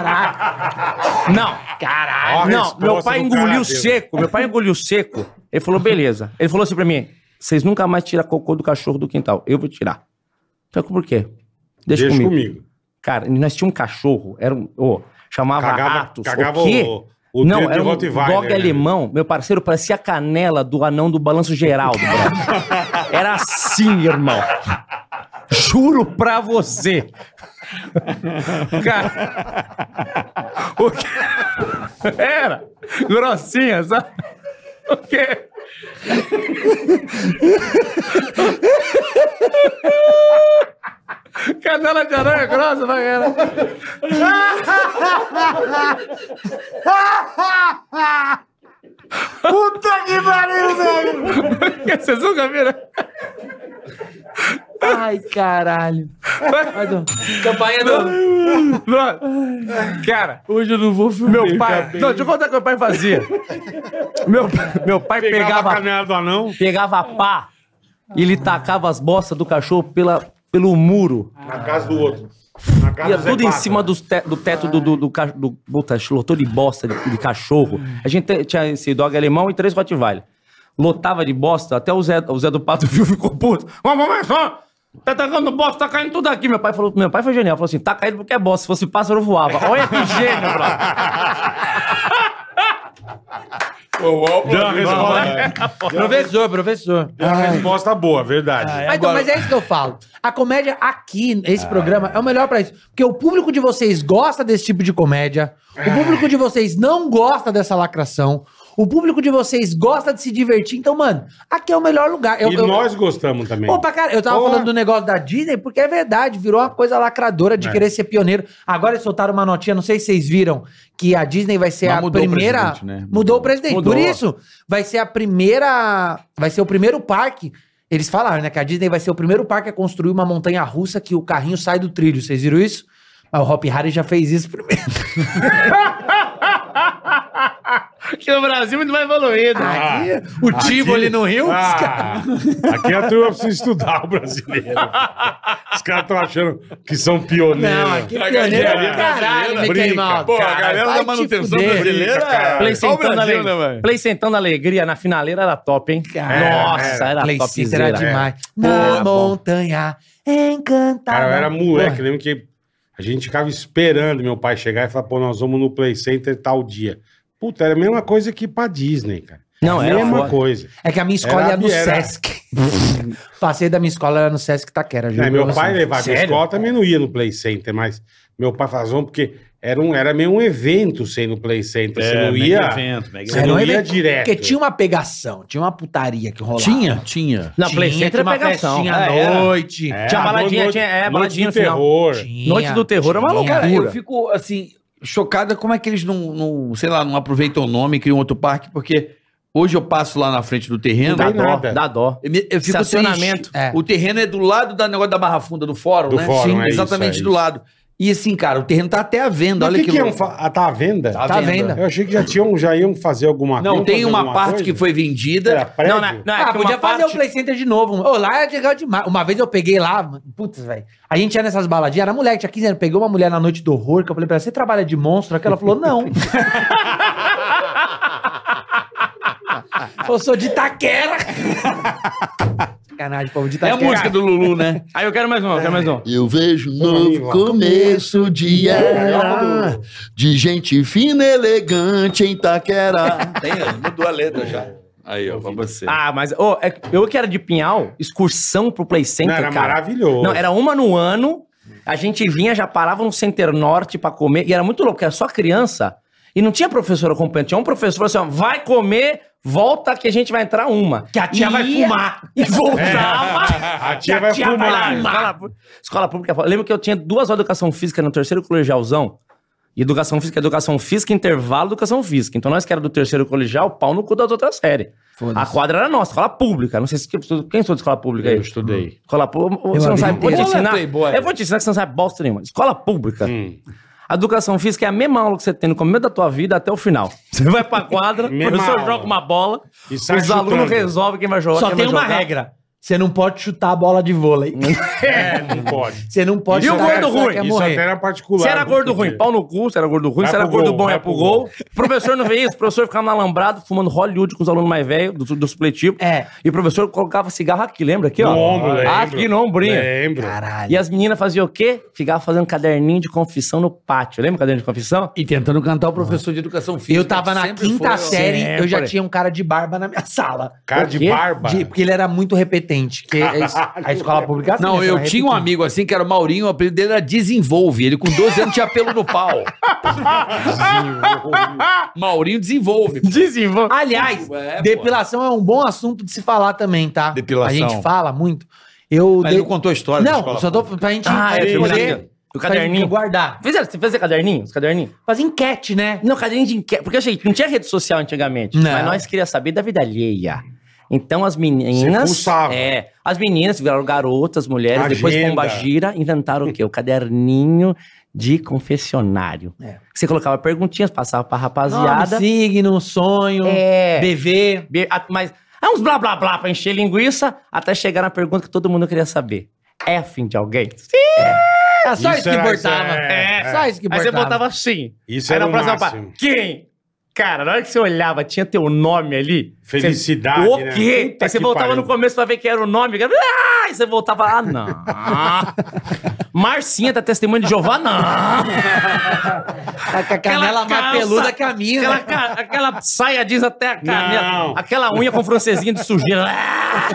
Speaker 5: Não.
Speaker 2: Ó a
Speaker 5: Caralho. Não,
Speaker 2: resposta
Speaker 5: meu pai
Speaker 2: do
Speaker 5: engoliu
Speaker 2: cara,
Speaker 5: seco. Meu pai engoliu seco. Ele falou, beleza. Ele falou assim pra mim, vocês nunca mais tiram cocô do cachorro do quintal. Eu vou tirar. Então, por quê? Deixa,
Speaker 2: Deixa,
Speaker 5: comigo.
Speaker 2: comigo.
Speaker 5: Cara, nós tínhamos um cachorro, era um, ô, chamava
Speaker 2: Cagava,
Speaker 5: Atos.
Speaker 2: cagava
Speaker 5: o quê?
Speaker 2: o, o dedo
Speaker 5: não,
Speaker 2: de
Speaker 5: era um
Speaker 2: Rottweiler,
Speaker 5: dog
Speaker 2: né?
Speaker 5: alemão. Meu parceiro parecia a canela do anão do Balanço
Speaker 2: (laughs)
Speaker 5: Geraldo. brother. era assim, irmão. Juro pra você. Cara... O que- (laughs) Era grossinha, sabe? O quê? canela de aranha grossa pra caralho.
Speaker 2: Puta que pariu, velho!
Speaker 5: Vocês nunca viram?
Speaker 4: Ai, caralho. Vai, Dom.
Speaker 6: Campanha do.
Speaker 5: Não. Cara, hoje eu não vou filmar. Meu pai. Não, deixa eu contar o que meu pai fazia. Meu, meu pai
Speaker 2: Pegava, a
Speaker 5: pegava,
Speaker 2: canela do anão.
Speaker 5: pegava pá e ele tacava as bostas do cachorro pela, pelo muro.
Speaker 2: Na casa do outro. Na casa
Speaker 5: Ia
Speaker 2: do Zé
Speaker 5: tudo em
Speaker 2: Pata.
Speaker 5: cima dos te- do teto do, do, do, ca- do, puta, lotou de bosta de, de cachorro. A gente te- tinha esse dog alemão e três Rottweiler. Lotava de bosta, até o Zé, o Zé do Pato (laughs) viu e ficou puto. Vamos, vamos, vamos. Tá tacando bosta, tá caindo tudo aqui. Meu pai falou, meu pai foi genial, falou assim, tá caindo porque é bosta, se fosse pássaro voava. Olha (laughs) que gênio, brother.
Speaker 2: Deu uma resposta,
Speaker 4: Professor, professor.
Speaker 2: deu uma resposta boa, verdade.
Speaker 4: Mas, então, mas é isso que eu falo. A comédia aqui, esse programa, é o melhor pra isso. Porque o público de vocês gosta desse tipo de comédia. O público de vocês não gosta dessa lacração. O público de vocês gosta de se divertir. Então, mano, aqui é o melhor lugar. Eu,
Speaker 2: e
Speaker 4: eu-
Speaker 2: nós gostamos também.
Speaker 4: Pô, pra cara, eu tava
Speaker 2: Porra.
Speaker 4: falando do negócio da Disney porque é verdade, virou uma coisa lacradora de
Speaker 2: É.
Speaker 4: querer ser pioneiro. Agora eles soltaram uma notinha, não sei se vocês viram, que a Disney vai ser
Speaker 1: Mas
Speaker 4: a
Speaker 1: mudou o
Speaker 4: primeira.
Speaker 1: presidente, né?
Speaker 4: Mudou.
Speaker 1: Mudou.
Speaker 4: o presidente.
Speaker 5: Mudou.
Speaker 4: Por isso, vai ser a primeira. Vai ser o primeiro parque. Eles falaram, né, que a Disney vai ser o primeiro parque a construir uma montanha russa que o carrinho sai do trilho. Vocês viram isso? Mas o Hop Harry já fez isso primeiro.
Speaker 5: Que o Brasil é muito mais evoluído. né?
Speaker 4: Aqui, o Tivoli no Rio. os caras-
Speaker 2: Ah, (laughs) aqui a turma precisa estudar o brasileiro. Os caras estão achando que são pioneiros.
Speaker 4: Não, aqui pioneiro é
Speaker 2: galera
Speaker 4: do caralho,
Speaker 2: brasileira
Speaker 4: Mickey
Speaker 2: brinca.
Speaker 4: Mouse.
Speaker 2: Pô, a
Speaker 4: Caralho,
Speaker 1: Ah, galera da
Speaker 4: vai te
Speaker 1: manutenção
Speaker 4: fuder.
Speaker 1: brasileira
Speaker 2: cara.
Speaker 1: é
Speaker 5: Play
Speaker 1: só o
Speaker 5: sentando,
Speaker 1: Brasil, né,
Speaker 5: alegria,
Speaker 1: velho?
Speaker 5: Play sentando alegria na finaleira era top, hein?
Speaker 4: Cara,
Speaker 5: Nossa,
Speaker 2: era.
Speaker 5: era, né?
Speaker 4: Play
Speaker 5: top.
Speaker 4: Center era demais. Na montanha
Speaker 5: tá
Speaker 4: encantada.
Speaker 2: Cara, eu era moleque, lembro que a gente ficava esperando meu pai chegar e falar, pô, nós vamos no Play Center tal dia. Puta, era a mesma coisa que ir pra Disney, cara.
Speaker 5: Não, era
Speaker 2: mesma
Speaker 5: foda.
Speaker 2: coisa.
Speaker 4: É que a minha escola
Speaker 2: Era-
Speaker 4: era no
Speaker 2: era-
Speaker 4: Sesc. (laughs) Passei da minha escola, era no Sesc Taquera. juro
Speaker 2: É,
Speaker 4: pra
Speaker 2: meu
Speaker 4: você.
Speaker 2: pai levava pra
Speaker 4: Sério?
Speaker 2: escola também não ia no Play Center, mas meu pai fazia porque era, um, era meio um evento sem ir no Play Center. você não ia, você
Speaker 4: Era
Speaker 2: não
Speaker 4: um
Speaker 2: ia
Speaker 4: É, evento,
Speaker 2: direto.
Speaker 4: Porque tinha uma pegação, tinha uma putaria que rolava.
Speaker 1: Tinha, tinha.
Speaker 5: Na Play
Speaker 4: tinha, tinha
Speaker 5: Center é
Speaker 4: uma
Speaker 5: pegação.
Speaker 4: festinha
Speaker 1: Ah,
Speaker 4: à
Speaker 1: era.
Speaker 4: noite.
Speaker 2: É,
Speaker 5: Tinha
Speaker 2: a
Speaker 5: baladinha, tinha- é,
Speaker 2: noite
Speaker 5: baladinha
Speaker 2: do
Speaker 5: no final.
Speaker 2: terror.
Speaker 4: Tinha,
Speaker 5: Noite do terror é uma
Speaker 4: tinha.
Speaker 1: Cara, eu
Speaker 5: loucura.
Speaker 1: fico, assim, chocada como é que eles não, não, sei lá, não aproveitam o nome, criam outro parque, porque hoje eu passo lá na frente do terreno.
Speaker 2: Não
Speaker 5: Dá
Speaker 2: tem
Speaker 5: dó,
Speaker 2: nada.
Speaker 5: dá dó.
Speaker 1: Eu me- eu fico
Speaker 5: Estacionamento.
Speaker 1: triste. É. O terreno é do lado do negócio da Barra Funda do fórum,
Speaker 2: Do
Speaker 1: né?
Speaker 2: fórum, é isso,
Speaker 1: exatamente
Speaker 2: é
Speaker 1: do
Speaker 2: isso.
Speaker 1: lado. E assim, cara, o terreno tá até à venda.
Speaker 2: Mas
Speaker 1: olha
Speaker 2: que, que é um...
Speaker 1: louco.
Speaker 2: fa- Ah, tá à venda?
Speaker 1: Tá
Speaker 4: Tá à venda.
Speaker 2: Eu achei que já, tinham, já iam fazer alguma
Speaker 1: Não,
Speaker 2: iam
Speaker 1: tem
Speaker 2: fazer
Speaker 1: uma
Speaker 2: alguma
Speaker 1: parte
Speaker 2: coisa?
Speaker 1: que foi
Speaker 2: Era
Speaker 1: vendida.
Speaker 2: prédio?
Speaker 5: Não, não, não, é
Speaker 4: ah,
Speaker 5: que
Speaker 4: podia
Speaker 5: uma
Speaker 4: fazer o
Speaker 5: parte...
Speaker 4: Play Center de novo. Ô, lá era legal demais. Uma vez eu peguei lá, mano, putz, velho. A gente ia nessas baladinhas, era moleque, tinha 15 anos. Peguei uma mulher na noite do horror, que eu falei pra ela, você trabalha de monstro? Aqui ela falou, não. eu sou de Itaquera. Sacanagem, povo de
Speaker 1: É a
Speaker 4: Itaquera.
Speaker 1: música do Lulu,
Speaker 4: (laughs)
Speaker 1: né?
Speaker 5: Aí eu quero mais uma, eu quero mais
Speaker 2: É,
Speaker 5: uma.
Speaker 7: Eu vejo um
Speaker 2: Amigo,
Speaker 7: novo
Speaker 2: ó.
Speaker 7: começo de
Speaker 2: É, Legal,
Speaker 7: era
Speaker 2: Dudu.
Speaker 7: De gente fina, elegante em
Speaker 2: (laughs)
Speaker 7: Itaquera
Speaker 1: Tem, mudou a letra já. Aí, ó, pra você.
Speaker 5: Ah, mas ô, é que- eu que era de Pinhal, excursão pro Play Center,
Speaker 2: Não, era
Speaker 5: cara.
Speaker 2: maravilhoso.
Speaker 5: Não, é- era uma no ano. A gente vinha, já parava no Center Norte pra comer. E era muito louco, porque era só criança. E não tinha professor acompanhando. Tinha um professor que falou assim: ó, vai comer, volta que a gente vai entrar uma.
Speaker 4: Que a tia vai
Speaker 5: Ia-
Speaker 4: fumar.
Speaker 5: (laughs) E voltava.
Speaker 2: A tia vai fumar.
Speaker 5: Escola, pú- escola pública. Eu lembro que eu tinha duas horas de educação física no terceiro colegialzão. E educação física, é educação física, intervalo, educação física. Então nós que era do terceiro colegial, pau no cu das outras séries. A quadra era nossa, escola pública. Não sei se quem estudou escola pública aí.
Speaker 2: estudei.
Speaker 5: Escola pública. Você
Speaker 4: a
Speaker 5: não
Speaker 4: vida
Speaker 5: sabe. Vou te
Speaker 1: inteira.
Speaker 5: ensinar.
Speaker 1: Olha, playboy.
Speaker 5: Eu vou te ensinar que você não sabe bosta nenhuma. Escola pública.
Speaker 2: Hum.
Speaker 5: A educação física é a mesma aula que você tem no começo da tua vida até o final. Você vai pra quadra, o
Speaker 2: Mesma
Speaker 5: professor
Speaker 2: aula.
Speaker 5: joga uma bola,
Speaker 2: E
Speaker 5: os
Speaker 2: sai chutando.
Speaker 5: alunos resolvem quem vai jogar.
Speaker 4: Só
Speaker 5: quem
Speaker 4: tem
Speaker 5: vai
Speaker 4: uma
Speaker 5: jogar.
Speaker 4: regra. Você não pode chutar a bola
Speaker 2: (laughs)
Speaker 4: de vôlei.
Speaker 2: É, não pode.
Speaker 4: Você não pode
Speaker 5: E o
Speaker 4: chutar
Speaker 5: gordo
Speaker 4: a bola
Speaker 5: ruim?
Speaker 4: que quer
Speaker 2: Isso é
Speaker 4: morrer.
Speaker 2: até era particular.
Speaker 5: Se era
Speaker 2: não
Speaker 5: gordo
Speaker 2: podia.
Speaker 5: ruim, pau no cu, se era gordo ruim,
Speaker 2: Vai
Speaker 5: se era
Speaker 2: pro
Speaker 5: gordo
Speaker 2: gol,
Speaker 5: bom,
Speaker 2: vai
Speaker 5: é
Speaker 2: pro
Speaker 5: pro gol. O professor não vê isso, o professor ficava na alambrado, fumando Hollywood com os alunos mais velhos do, do supletivo.
Speaker 4: É.
Speaker 5: E o professor colocava cigarro aqui, lembra? Aqui, ó.
Speaker 2: No ombro, lembro.
Speaker 5: Aqui no ombrinho.
Speaker 2: Lembro.
Speaker 4: Caralho.
Speaker 5: E as meninas faziam o quê? Ficavam fazendo caderninho de confissão no pátio. Lembra o caderninho de confissão?
Speaker 1: E tentando cantar o professor de educação física.
Speaker 4: é? Eu tava na
Speaker 1: Sempre
Speaker 4: quinta
Speaker 1: foi-
Speaker 4: série, eu
Speaker 5: Sempre.
Speaker 4: já tinha um cara de barba na minha sala.
Speaker 2: Cara
Speaker 5: O
Speaker 2: de
Speaker 5: quê?
Speaker 2: barba.
Speaker 4: De- porque ele era muito repetente. Porque a es- a escola pública. é assim,
Speaker 1: Não,
Speaker 4: né?
Speaker 1: eu
Speaker 4: Você
Speaker 1: tinha um
Speaker 4: vai
Speaker 1: amigo assim que era o Maurinho, o apelido dele era Desenvolve. Ele com 12 anos tinha pelo no
Speaker 2: (laughs)
Speaker 1: pau. Maurinho desenvolve.
Speaker 4: repetindo. Aliás,
Speaker 1: É, pô.
Speaker 4: depilação é um bom assunto de se falar também, tá?
Speaker 1: Depilação.
Speaker 4: A gente fala muito. Eu
Speaker 3: Mas
Speaker 4: dei-
Speaker 3: não contou a história da
Speaker 4: Não,
Speaker 3: escola
Speaker 4: só tô pra gente
Speaker 5: Ah, é,
Speaker 4: poder-
Speaker 5: tem aqui, ó. O
Speaker 4: pra gente
Speaker 5: caderninho.
Speaker 4: guardar.
Speaker 5: Fizeram, você fez caderninho? Os caderninhos?
Speaker 4: Fazer enquete, né?
Speaker 5: Não, caderninho de enquete. Porque assim, não tinha rede social antigamente.
Speaker 4: Não.
Speaker 5: Mas nós queríamos saber da vida alheia. Então as
Speaker 2: Você
Speaker 5: meninas.
Speaker 2: fuçava.
Speaker 5: É. As meninas viraram garotas, mulheres, depois
Speaker 2: Agenda.
Speaker 5: pomba gira, inventaram o quê? O caderninho de confessionário.
Speaker 4: É.
Speaker 5: Você colocava perguntinhas, passava pra
Speaker 4: Nome,
Speaker 5: rapaziada.
Speaker 4: signo, sonho,
Speaker 5: é.
Speaker 4: bebê.
Speaker 5: Be- a- Mas é uns blá blá blá pra encher linguiça até chegar na pergunta que todo mundo queria saber. É fim de alguém? Sim!
Speaker 4: Era É só isso,
Speaker 2: Isso
Speaker 4: que
Speaker 2: era-
Speaker 4: importava.
Speaker 2: isso é-
Speaker 4: Só isso que
Speaker 5: Aí
Speaker 4: importava.
Speaker 5: você botava assim.
Speaker 2: Isso
Speaker 5: Aí
Speaker 2: era
Speaker 5: na
Speaker 2: o
Speaker 5: próxima
Speaker 2: máximo.
Speaker 5: parte, quem? Cara, na hora que você olhava, tinha teu nome ali.
Speaker 2: Felicidade,
Speaker 5: Você... O
Speaker 2: né?
Speaker 5: quê?
Speaker 2: Puta
Speaker 5: Aí você
Speaker 2: que
Speaker 5: voltava
Speaker 2: pariu.
Speaker 5: no começo pra ver quem era o nome. cara, Ah! Aí você voltava, ah, não. (laughs) Marcinha tá testemunha de Jeová, não.
Speaker 4: Tá com a canela
Speaker 5: Aquela
Speaker 4: mais
Speaker 5: calça,
Speaker 4: peluda que a minha.
Speaker 5: Aquela,
Speaker 4: né?
Speaker 5: ca- aquela saia diz até a canela.
Speaker 2: Não.
Speaker 5: Aquela unha com francesinha de sujeira. Ah!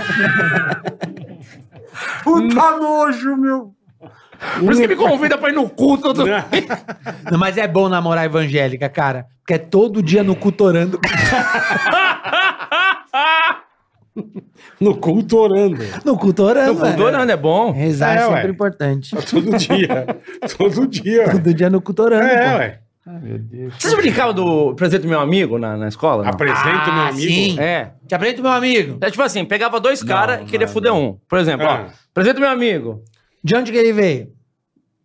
Speaker 2: Puta nojo, meu.
Speaker 5: Por isso que me convida pra ir no culto. Eu tô-
Speaker 4: Não, Mas é bom namorar evangélica, cara. Porque é todo dia no cu torando.
Speaker 2: (laughs) No culto orando.
Speaker 4: (laughs) no cu torando,
Speaker 5: Eu tô
Speaker 4: velho.
Speaker 5: adorando, é bom.
Speaker 4: Rezar é,
Speaker 2: É,
Speaker 4: sempre
Speaker 2: ué.
Speaker 4: importante.
Speaker 2: Todo dia. Todo
Speaker 4: (laughs)
Speaker 2: dia. ué.
Speaker 4: Todo dia no cu torando.
Speaker 2: É,
Speaker 4: pô.
Speaker 2: ué.
Speaker 5: Vocês brincavam do Presente Meu Amigo na, na escola? não?
Speaker 2: Apresento meu
Speaker 4: Ah,
Speaker 2: amigo.
Speaker 4: sim.
Speaker 5: É.
Speaker 4: Te apresento meu amigo.
Speaker 5: É tipo assim, pegava dois caras e queria fuder um. Por exemplo,
Speaker 2: Ah.
Speaker 5: ó, apresenta meu amigo,
Speaker 4: De onde que ele veio?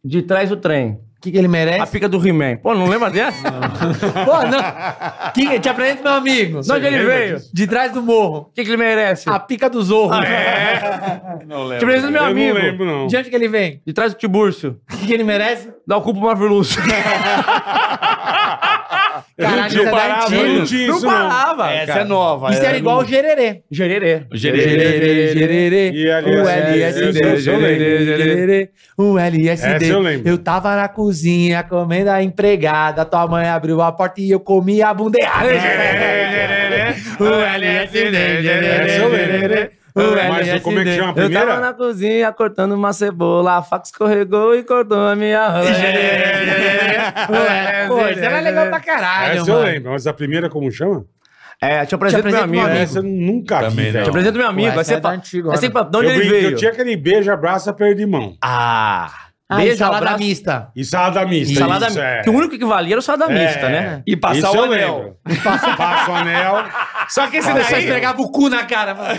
Speaker 5: de trás do trem,
Speaker 4: O que, que ele
Speaker 5: a
Speaker 4: merece?
Speaker 5: pica do He-Man. Pô, não lembra dessa?
Speaker 2: (laughs)
Speaker 4: Pô, não. Que, te apresento meu amigo.
Speaker 5: de onde ele veio? O
Speaker 4: De trás do morro.
Speaker 5: que, que ele merece? Ah,
Speaker 4: A pica do zorro.
Speaker 5: Te apresenta meu
Speaker 2: Eu
Speaker 5: amigo,
Speaker 2: não lembro, não.
Speaker 4: De onde que ele vem?
Speaker 5: de trás do Tibúrcio,
Speaker 4: O que, que ele merece?
Speaker 5: dá o cu pro Marvelous.
Speaker 2: (laughs) Eu não
Speaker 4: Caralho,
Speaker 2: tinha
Speaker 4: isso é da
Speaker 2: parado, eu
Speaker 4: antiga.
Speaker 2: não tinha isso, não.
Speaker 1: Essa é nova.
Speaker 4: Isso era igual o gererê.
Speaker 5: Gererê.
Speaker 1: Gererê, gererê.
Speaker 2: E ali, é
Speaker 4: O
Speaker 2: essa-
Speaker 4: LSD,
Speaker 2: essa né? eu lembro.
Speaker 4: gererê, gererê, o
Speaker 2: Essa
Speaker 4: LSD.
Speaker 2: eu lembro.
Speaker 4: Eu tava na cozinha comendo a empregada, tua mãe abriu a porta e eu comi a bunda errada. O LSD,
Speaker 2: Essa eu lembro.
Speaker 4: gererê. O
Speaker 2: Mas como é que
Speaker 4: LSD.
Speaker 2: chama a
Speaker 5: Eu tava
Speaker 2: primeira?
Speaker 5: na cozinha cortando uma cebola, a faca escorregou e cortou a minha
Speaker 4: Ué, Pô, isso era legal
Speaker 5: né?
Speaker 4: pra caralho,
Speaker 2: Essa É, eu
Speaker 4: mano.
Speaker 2: lembro. Mas a primeira como chama?
Speaker 5: É, te apresento
Speaker 4: Te
Speaker 5: meu
Speaker 4: apresento meu
Speaker 5: amigo.
Speaker 4: amigo.
Speaker 2: Essa eu nunca vi,
Speaker 1: Também não.
Speaker 2: velho.
Speaker 5: Te apresento meu amigo.
Speaker 4: Ué,
Speaker 5: Aí
Speaker 4: essa é
Speaker 5: você
Speaker 4: da
Speaker 5: fala,
Speaker 4: antiga,
Speaker 5: aí você
Speaker 4: né?
Speaker 5: fala, de onde
Speaker 2: Eu,
Speaker 5: ele
Speaker 2: brinco, eu
Speaker 5: veio?
Speaker 2: tinha aquele beijo, abraça, perdi mão.
Speaker 5: Ah,
Speaker 4: Ah, e
Speaker 5: beijo,
Speaker 4: salada
Speaker 5: abraço.
Speaker 4: mista.
Speaker 2: E salada mista.
Speaker 5: Salada
Speaker 2: isso, é.
Speaker 5: Que o único que valia era o salada
Speaker 2: É.
Speaker 5: mista, né?
Speaker 1: E passar
Speaker 2: Isso
Speaker 1: o
Speaker 2: eu
Speaker 1: anel.
Speaker 2: lembro. Passa o anel.
Speaker 5: Só que esse
Speaker 2: Passa
Speaker 5: daí.
Speaker 2: aí.
Speaker 4: Pegava o cu na cara. mano.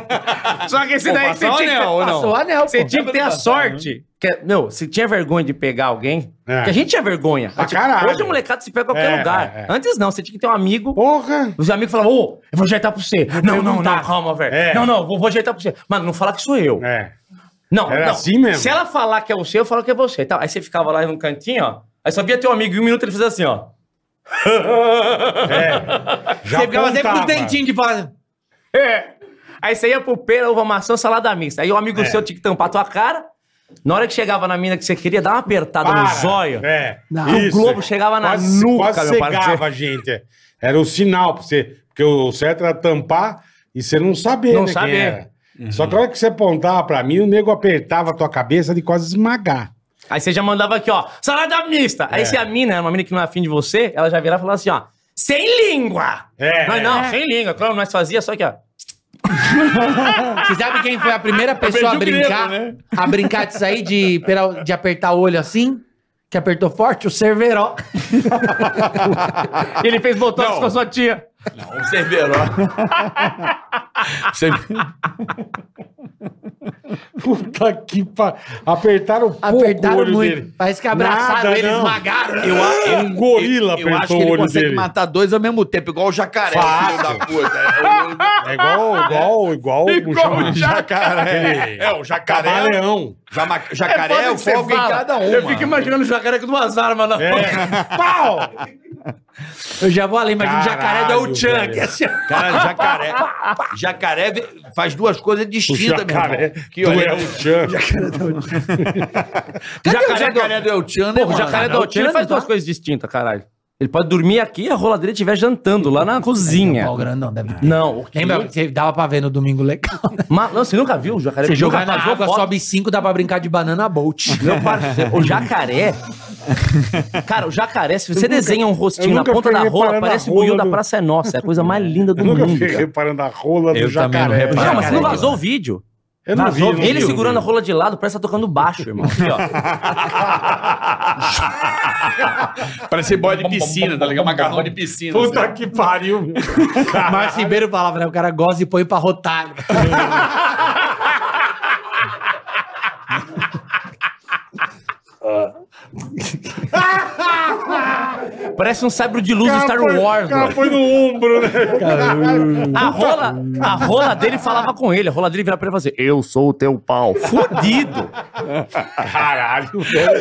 Speaker 5: (laughs) Só que esse daí você
Speaker 1: passar o
Speaker 5: tinha,
Speaker 1: anel, ou
Speaker 5: que,
Speaker 1: não?
Speaker 4: Passou o anel, pô.
Speaker 5: você tinha que ter a sorte. Que, meu, você tinha vergonha de pegar alguém.
Speaker 2: É.
Speaker 5: Que a gente tinha vergonha. Tipo,
Speaker 2: Pra caralho.
Speaker 5: Hoje o molecado se pega em qualquer
Speaker 2: É,
Speaker 5: lugar.
Speaker 2: é, é.
Speaker 5: Antes não, você tinha que ter um amigo.
Speaker 2: Porra!
Speaker 5: Os amigos falavam, ô, eu vou ajeitar pra você. não, não, não, calma, velho.
Speaker 2: É.
Speaker 5: Não, não, vou, vou ajeitar pra você. Mano, não fala que sou eu.
Speaker 2: É.
Speaker 5: Não,
Speaker 2: Era
Speaker 5: não.
Speaker 2: assim mesmo?
Speaker 5: Se ela falar que é você, eu falo que é você. Tá, aí você ficava lá num cantinho, ó. Aí só via teu amigo e um minuto ele fazia assim, ó.
Speaker 2: É. Já
Speaker 4: Você ficava sempre com
Speaker 2: apontava.
Speaker 4: os dentinhos de fora.
Speaker 5: É. Aí você ia pro pera, uva maçã, salada mista. Aí o
Speaker 2: É.
Speaker 5: amigo seu tinha que tampar a tua cara. Na hora que chegava na mina que você queria, dar uma apertada
Speaker 1: um
Speaker 2: Para.
Speaker 5: no zóio.
Speaker 2: É.
Speaker 5: O globo chegava na nuca,
Speaker 2: quase
Speaker 5: meu
Speaker 2: cegava,
Speaker 5: parceiro.
Speaker 2: a gente. Era o sinal pra você. Porque o certo era tampar e você não saber,
Speaker 5: Não
Speaker 2: né, quem
Speaker 5: saber.
Speaker 2: era.
Speaker 1: Uhum.
Speaker 2: Só que a hora que você apontava pra mim, o nego apertava a tua cabeça de quase esmagar. (laughs)
Speaker 5: Aí você já mandava aqui, ó, salada mista. Aí
Speaker 2: É.
Speaker 5: se a mina era uma mina que não era afim de você, ela já virava e falava assim, ó, sem língua.
Speaker 2: É.
Speaker 5: Nós não, sem língua. Claro, nós fazia, só que, ó.
Speaker 4: Você sabe quem foi a primeira pessoa a brincar?
Speaker 2: né?
Speaker 4: A brincar disso aí, de, pera- de apertar o olho assim? Que apertou forte? O Cerveró.
Speaker 5: Ele fez botox com a sua tia.
Speaker 1: Um
Speaker 2: (laughs)
Speaker 1: cerveró.
Speaker 2: Puta que pa... Apertaram pouco o
Speaker 4: Apertaram
Speaker 2: olho
Speaker 4: muito.
Speaker 2: dele.
Speaker 4: Parece que é abraçaram
Speaker 2: Nada,
Speaker 4: ele,
Speaker 2: não.
Speaker 4: esmagaram.
Speaker 1: Eu, a- eu-
Speaker 2: Um gorila
Speaker 1: eu acho
Speaker 2: apertou
Speaker 1: que
Speaker 2: o
Speaker 1: ele
Speaker 2: olho
Speaker 1: consegue
Speaker 2: dele.
Speaker 1: matar dois ao mesmo tempo, igual o jacaré,
Speaker 2: Fácil.
Speaker 1: filho da puta. É o olho do
Speaker 2: É igual, igual, igual, como chama?
Speaker 1: jacaré. É, o jacaré.
Speaker 2: Camaleão.
Speaker 1: Jama- jacaré é,
Speaker 5: foda
Speaker 1: o
Speaker 5: que você
Speaker 1: fogo em
Speaker 5: fala.
Speaker 1: cada um.
Speaker 5: Eu
Speaker 1: mano.
Speaker 5: fico imaginando o jacaré com duas armas
Speaker 1: (laughs)
Speaker 5: na mão.
Speaker 2: É. Pau!
Speaker 4: Eu já vou além, imagina o jacaré do El
Speaker 2: Caralho,
Speaker 4: Chan.
Speaker 2: velho.
Speaker 4: que é assim,
Speaker 5: (laughs)
Speaker 4: ó.
Speaker 1: Cara, jacaré. Jacaré ve- faz duas coisas
Speaker 2: O
Speaker 1: distintas, meu
Speaker 2: jacaré.
Speaker 1: irmão.
Speaker 2: Que
Speaker 1: olho-
Speaker 2: é o Chan.
Speaker 1: Cadê o
Speaker 5: Jacaré do-
Speaker 1: jacaré do Eltiano, né,
Speaker 5: Porra, o
Speaker 1: mano?
Speaker 5: jacaré do Altinho ele
Speaker 2: é
Speaker 5: faz duas coisas distintas, caralho. Ele pode dormir aqui e a rola dele estiver jantando lá na cozinha.
Speaker 4: Pau grandão, deve ter.
Speaker 5: Não, o que?
Speaker 4: Lembra? Você dava pra ver no domingo legal.
Speaker 5: Ma- não, você nunca viu o jacaré?
Speaker 4: Você
Speaker 5: Nunca
Speaker 4: jogar na
Speaker 5: passou
Speaker 4: água,
Speaker 5: foto?
Speaker 4: sobe 5, dá pra brincar de banana bolt.
Speaker 5: Meu parceiro,
Speaker 2: (laughs)
Speaker 5: o jacaré. Cara, o jacaré, se você desenha um
Speaker 2: eu
Speaker 5: rostinho na
Speaker 2: nunca
Speaker 5: ponta
Speaker 2: fui
Speaker 5: da rola,
Speaker 2: reparar na
Speaker 5: parece o
Speaker 2: rola
Speaker 5: Buiu da
Speaker 2: do-
Speaker 5: Praça
Speaker 2: (laughs)
Speaker 5: é Nossa. É a coisa mais linda do
Speaker 2: Eu nunca
Speaker 5: mundo.
Speaker 2: fiquei
Speaker 5: cara.
Speaker 2: reparando a rola do
Speaker 1: Eu também não
Speaker 2: jacaré.
Speaker 1: reparo.
Speaker 5: Não, mas você não
Speaker 1: Jacaré,
Speaker 5: vazou o vídeo.
Speaker 2: Eu não
Speaker 5: Nas
Speaker 2: vi, eu
Speaker 5: roupas.
Speaker 2: não
Speaker 5: ele
Speaker 2: vi, eu
Speaker 5: segurando
Speaker 2: não
Speaker 5: a
Speaker 2: vi.
Speaker 5: rola de lado, parece que tá tocando baixo, irmão. Aqui, ó.
Speaker 3: Parece boy de piscina, tá ligado? Macarrão de piscina.
Speaker 2: Puta que pariu. (laughs) meu.
Speaker 4: Marcos Ribeiro falava, né? O cara goza e põe pra rotar.
Speaker 2: (laughs)
Speaker 5: Parece um sabre de luz do Star
Speaker 2: Cara, põe-
Speaker 5: Wars,
Speaker 2: cara
Speaker 5: mano.
Speaker 2: põe no ombro, né?
Speaker 5: A rola, a rola dele falava com ele. A rola dele virava pra ele e falava assim, eu sou o teu pau. Fudido.
Speaker 2: Caralho, velho.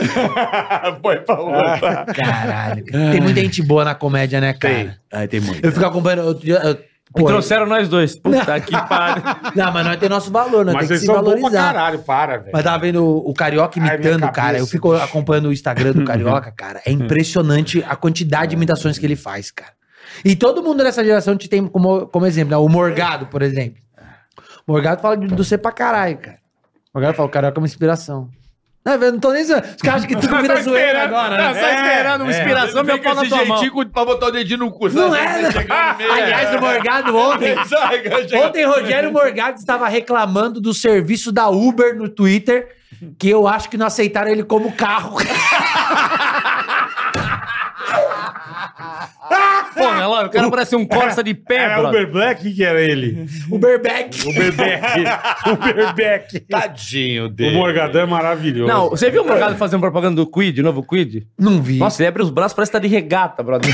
Speaker 2: Põe pra outra.
Speaker 4: Caralho. cara. Tem muita gente boa na comédia, né, cara?
Speaker 1: Aí tem muito.
Speaker 4: Eu fico acompanhando. outro dia, Eu,
Speaker 5: E
Speaker 4: pô,
Speaker 5: trouxeram nós dois. Puta que pariu.
Speaker 4: Não, mas nós tem nosso valor, nós
Speaker 2: Mas
Speaker 4: temos
Speaker 2: vocês
Speaker 4: que se
Speaker 2: são bons pra
Speaker 4: valorizar.
Speaker 2: caralho, para, velho.
Speaker 4: Mas tava vendo o o
Speaker 2: É.
Speaker 4: Carioca
Speaker 2: Ai, minha
Speaker 4: imitando, o cara.
Speaker 2: cabeça.
Speaker 4: Eu fico acompanhando o Instagram do Carioca, cara. É impressionante a quantidade de imitações que ele faz, cara. E todo mundo dessa geração te tem como, como exemplo, né? O Morgado, por exemplo. O Morgado fala de, do ser pra caralho, cara. O Morgado fala, o Carioca é uma inspiração. Não, eu não tô nem zoando. Os caras acham que tudo vira zoeira agora, né?
Speaker 5: Tá só esperando uma
Speaker 3: assim.
Speaker 5: inspiração, meu pau na tua mão.
Speaker 3: pra botar o dedinho no cu.
Speaker 4: Não é, né? Aliás, o Morgado ontem.
Speaker 3: (laughs)
Speaker 4: Ontem, Rogério Morgado estava reclamando do serviço da Uber no Twitter, que eu acho que não aceitaram ele como carro. (laughs)
Speaker 5: Porra, olha lá, o cara parece um Corsa de pé,
Speaker 2: Era o
Speaker 5: brother.
Speaker 2: Uber Black? Quem que era (laughs) ele? (laughs)
Speaker 4: Uberback.
Speaker 2: Uberbeck. Uberbeck.
Speaker 3: Tadinho
Speaker 2: O
Speaker 3: dele.
Speaker 2: Morgadão é maravilhoso.
Speaker 5: Não, você viu o Morgado fazendo propaganda do Quid, novo Quid?
Speaker 4: Não vi.
Speaker 5: Nossa, ele abre os braços, parece que tá de regata, brother.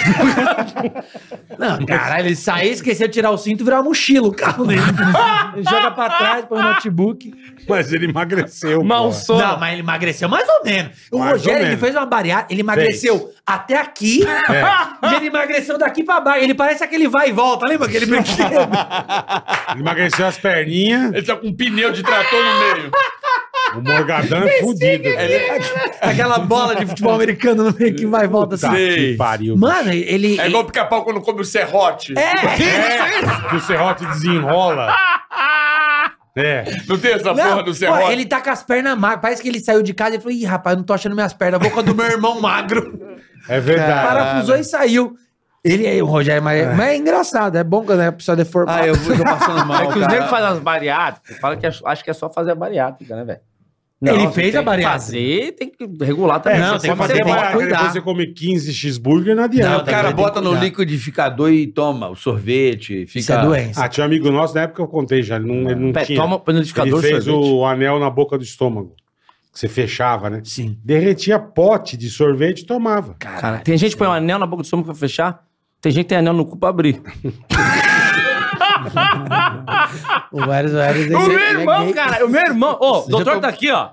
Speaker 4: Não, caralho, ele saiu, esqueceu de tirar o cinto e virar mochila o carro dele. Ele joga pra trás, põe o notebook.
Speaker 2: Mas ele emagreceu.
Speaker 5: (laughs) Mal
Speaker 2: porra.
Speaker 5: sono.
Speaker 4: Não, mas ele emagreceu mais ou menos. O
Speaker 2: Mais ou
Speaker 4: Rogério, ele
Speaker 2: menos.
Speaker 4: fez uma bariátrica, ele emagreceu até aqui (laughs) e ele emagreceu daqui pra baixo. Ele parece aquele vai e volta, lembra aquele brinquedo?
Speaker 2: Ele emagreceu as perninhas.
Speaker 3: Ele tá com um pneu de trator no
Speaker 1: (laughs)
Speaker 3: meio.
Speaker 2: O Morgadão é fudido.
Speaker 4: Aquela bola de futebol americano no meio que vai e volta
Speaker 2: Tá
Speaker 4: assim.
Speaker 2: que pariu.
Speaker 4: Mano, ele.
Speaker 3: É igual pica-pau quando come o serrote.
Speaker 2: É, que o serrote (laughs) desenrola. É.
Speaker 3: Não tem essa
Speaker 4: Não,
Speaker 3: porra do
Speaker 4: pô,
Speaker 3: serrote?
Speaker 4: ele tá com as pernas magras. Parece que ele saiu de casa e falou: Ih, rapaz, eu não tô achando minhas pernas. Vou com a do meu irmão magro.
Speaker 2: É verdade.
Speaker 4: Parafusou e saiu. Ele aí, o Rogério, mas, mas é engraçado. É bom quando a pessoa deformada.
Speaker 1: Ah, eu vou- tô passando mal,
Speaker 4: (laughs)
Speaker 5: É que os
Speaker 1: cara.
Speaker 5: negros fazem as bariátricas, fala que ach- acho que é só fazer a bariátrica, né, velho?
Speaker 4: Ele
Speaker 5: Não,
Speaker 4: fez
Speaker 5: tem
Speaker 4: a
Speaker 5: que
Speaker 4: bariátrica.
Speaker 5: Fazer, tem que regular
Speaker 2: É,
Speaker 5: também.
Speaker 4: não,
Speaker 5: Você
Speaker 4: tem que
Speaker 5: pode
Speaker 4: fazer
Speaker 5: ter
Speaker 4: bariátrica.
Speaker 5: bariátrica.
Speaker 4: cuidar.
Speaker 2: Depois você come 15 cheeseburger, não
Speaker 3: Tá,
Speaker 1: Não,
Speaker 2: adianta.
Speaker 1: o cara
Speaker 4: tem que
Speaker 1: bota no
Speaker 4: cuidar.
Speaker 1: liquidificador e toma o sorvete. Fica...
Speaker 4: Isso é doença.
Speaker 2: Ah, tinha um amigo nosso, na época eu contei já, ele não, ele não
Speaker 5: Pé,
Speaker 2: tinha.
Speaker 5: toma o
Speaker 2: ele
Speaker 5: liquidificador,
Speaker 2: fez
Speaker 5: sorvete.
Speaker 2: o anel na boca do estômago, que você fechava, né?
Speaker 4: Sim.
Speaker 2: Derretia pote de sorvete e tomava.
Speaker 5: Cara, tem gente que põe um anel na boca do estômago pra fechar, tem gente que tem anel no cu pra abrir.
Speaker 4: O vários, vários. é
Speaker 5: O meu irmão, cara, o meu irmão, ô, o doutor tá aqui, ó.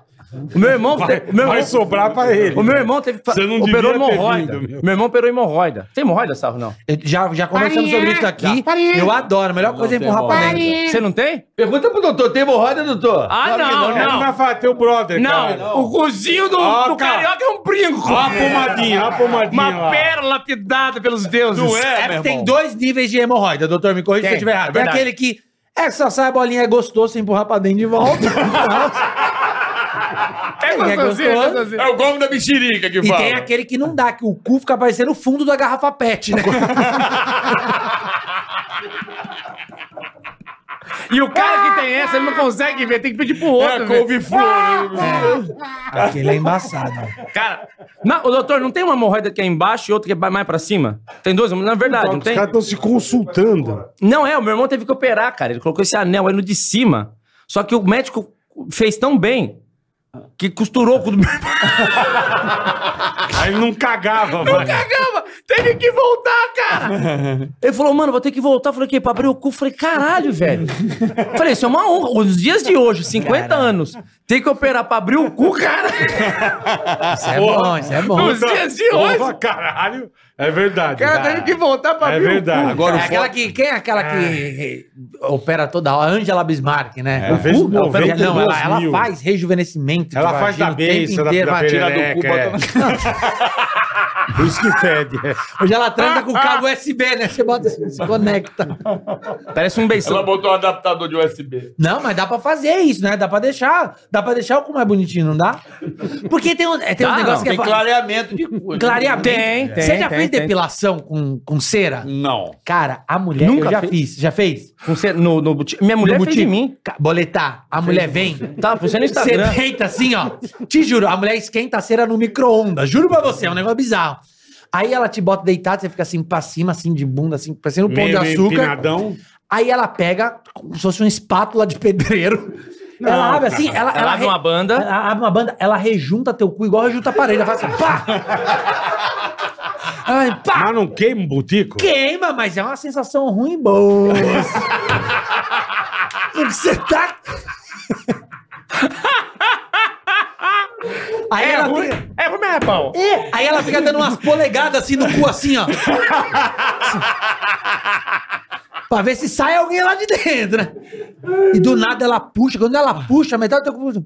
Speaker 5: O meu irmão, te- o meu
Speaker 2: Vai
Speaker 5: irmão,
Speaker 2: sobrar pra ele.
Speaker 5: o meu irmão teve,
Speaker 2: Você não
Speaker 5: operou
Speaker 2: devia ter
Speaker 5: hemorroida.
Speaker 2: vindo, meu.
Speaker 5: meu irmão operou hemorroida. Tem hemorroida, Sarro, não?
Speaker 4: Já, já conversamos sobre isso aqui. Eu adoro. A melhor coisa é empurrar pra dentro.
Speaker 5: Você não tem?
Speaker 1: Pergunta pro doutor, tem hemorroida, doutor?
Speaker 5: Ah,
Speaker 1: Claro que
Speaker 5: não,
Speaker 2: Ele não
Speaker 5: não.
Speaker 2: vai falar, teu brother,
Speaker 5: Não,
Speaker 2: cara.
Speaker 5: o cozinho do,
Speaker 2: Ó,
Speaker 5: do
Speaker 2: cara.
Speaker 5: carioca é um brinco.
Speaker 2: Ó a pomadinha, ó a pomadinha
Speaker 5: Uma
Speaker 2: lá.
Speaker 5: pérola te dada pelos deuses. Não
Speaker 4: É, porque tem dois níveis de hemorroida, doutor. Me corrija se eu
Speaker 5: Tem,
Speaker 4: estiver errado.
Speaker 5: é
Speaker 4: Tem
Speaker 5: verdade.
Speaker 4: aquele que é que só sai a bolinha, é gostoso, você empurrar pra dentro de volta.
Speaker 5: (laughs) É
Speaker 4: É
Speaker 5: gostosinho, é
Speaker 4: gostoso.
Speaker 5: gostosinho.
Speaker 3: É o golpe da mexerica que
Speaker 4: e
Speaker 3: fala.
Speaker 4: tem aquele que não dá, que o cu fica parecendo o fundo da garrafa
Speaker 1: (laughs)
Speaker 4: pet, né?
Speaker 5: E o cara que tem essa, ele não consegue ver, tem que pedir pro outro.
Speaker 3: É
Speaker 5: ver.
Speaker 3: couve-flor. né?
Speaker 4: aquele é embaçado.
Speaker 5: Cara, não, ô, doutor, não tem uma hemorroida que é embaixo e outra que é mais pra cima? Tem duas? Na verdade, não
Speaker 2: Os
Speaker 5: tem?
Speaker 2: caras estão se consultando.
Speaker 5: Não é, o meu irmão teve que operar, cara. Ele colocou esse anel aí no de cima. Só que o médico fez tão bem que costurou o cu do meu irmão.
Speaker 2: Aí ele não cagava, mano.
Speaker 5: (laughs) Caramba, teve que voltar, cara. (laughs) Ele falou, mano, vou ter que voltar. Eu falei, o quê? Pra abrir o cu? Eu falei, caralho, velho. Eu falei, isso é uma honra. Os dias de hoje, 50 anos, tem que operar pra abrir o cu, cara. (laughs)
Speaker 4: Isso é bom, isso é bom.
Speaker 5: Os dias de hoje.
Speaker 2: Porra, caralho. É verdade.
Speaker 5: Cara, teve que voltar pra
Speaker 2: É
Speaker 5: abrir
Speaker 2: verdade.
Speaker 5: o cu.
Speaker 4: É
Speaker 1: Agora o
Speaker 4: aquela
Speaker 1: foda...
Speaker 4: que, quem é aquela que
Speaker 2: É.
Speaker 4: opera toda hora? A Angela Bismarck, né?
Speaker 5: É.
Speaker 2: Ela fez
Speaker 4: ela opera,
Speaker 2: 92
Speaker 4: não, ela, ela
Speaker 2: mil.
Speaker 4: faz rejuvenescimento.
Speaker 2: Ela faz da
Speaker 4: vagina o tempo
Speaker 2: beça, da,
Speaker 4: inteiro,
Speaker 2: da
Speaker 4: vai tirar
Speaker 2: perereca.
Speaker 4: do cu, bota-
Speaker 2: (laughs) é. Por isso que fede. é.
Speaker 4: Hoje ela transa
Speaker 2: ah.
Speaker 4: com cabo USB, né? Você bota assim, se conecta.
Speaker 5: Parece um beição.
Speaker 8: Ela botou um adaptador de USB.
Speaker 4: Não, mas dá pra fazer isso, né? Dá pra deixar. Dá pra deixar o cu mais bonitinho, não dá? Porque tem um, é, tem um
Speaker 5: Dá,
Speaker 4: negócio
Speaker 5: não,
Speaker 4: que é.
Speaker 8: Tem
Speaker 4: fa-
Speaker 8: clareamento de cu.
Speaker 4: Clareamento.
Speaker 5: Tem, tem,
Speaker 4: Você já
Speaker 5: tem,
Speaker 4: fez
Speaker 5: tem.
Speaker 4: depilação com, com cera?
Speaker 8: Não.
Speaker 4: Cara, a mulher.
Speaker 5: Nunca
Speaker 4: eu já
Speaker 5: fez?
Speaker 4: fiz. Já fez?
Speaker 5: Você, no, no, buti- minha mulher
Speaker 4: No
Speaker 5: fez de
Speaker 4: boutique.
Speaker 5: mim.
Speaker 4: Ca- Boletar. A mulher vem.
Speaker 5: Tá, você no
Speaker 4: Você
Speaker 5: Instagram.
Speaker 4: deita assim, ó. Te juro, a mulher esquenta a cera no micro-ondas. Juro pra você, é um negócio bizarro. Aí ela te bota deitado, você fica assim pra cima, assim, de bunda, assim, parecendo um pão de
Speaker 2: Meio
Speaker 4: açúcar.
Speaker 2: empinadão.
Speaker 4: Aí ela pega como se fosse uma espátula de pedreiro.
Speaker 2: Não,
Speaker 4: ela abre
Speaker 2: cara.
Speaker 4: assim, ela,
Speaker 5: Ela abre uma banda.
Speaker 4: Ela abre uma banda, ela rejunta teu cu igual rejunta a parede. Ela faz assim,
Speaker 5: (laughs)
Speaker 4: pá! Ai, pá!
Speaker 2: Mas não queima um butico?
Speaker 4: Queima, mas é uma sensação ruim (laughs) boa. Porque Você tá. (laughs) Aí ela fica-
Speaker 5: É ruim, é pau.
Speaker 4: é, aí ela fica dando umas polegadas assim no cu, assim, (laughs) ó. pra ver se sai alguém lá de dentro, né? E do nada ela puxa. Quando ela puxa, a metade do teu cu...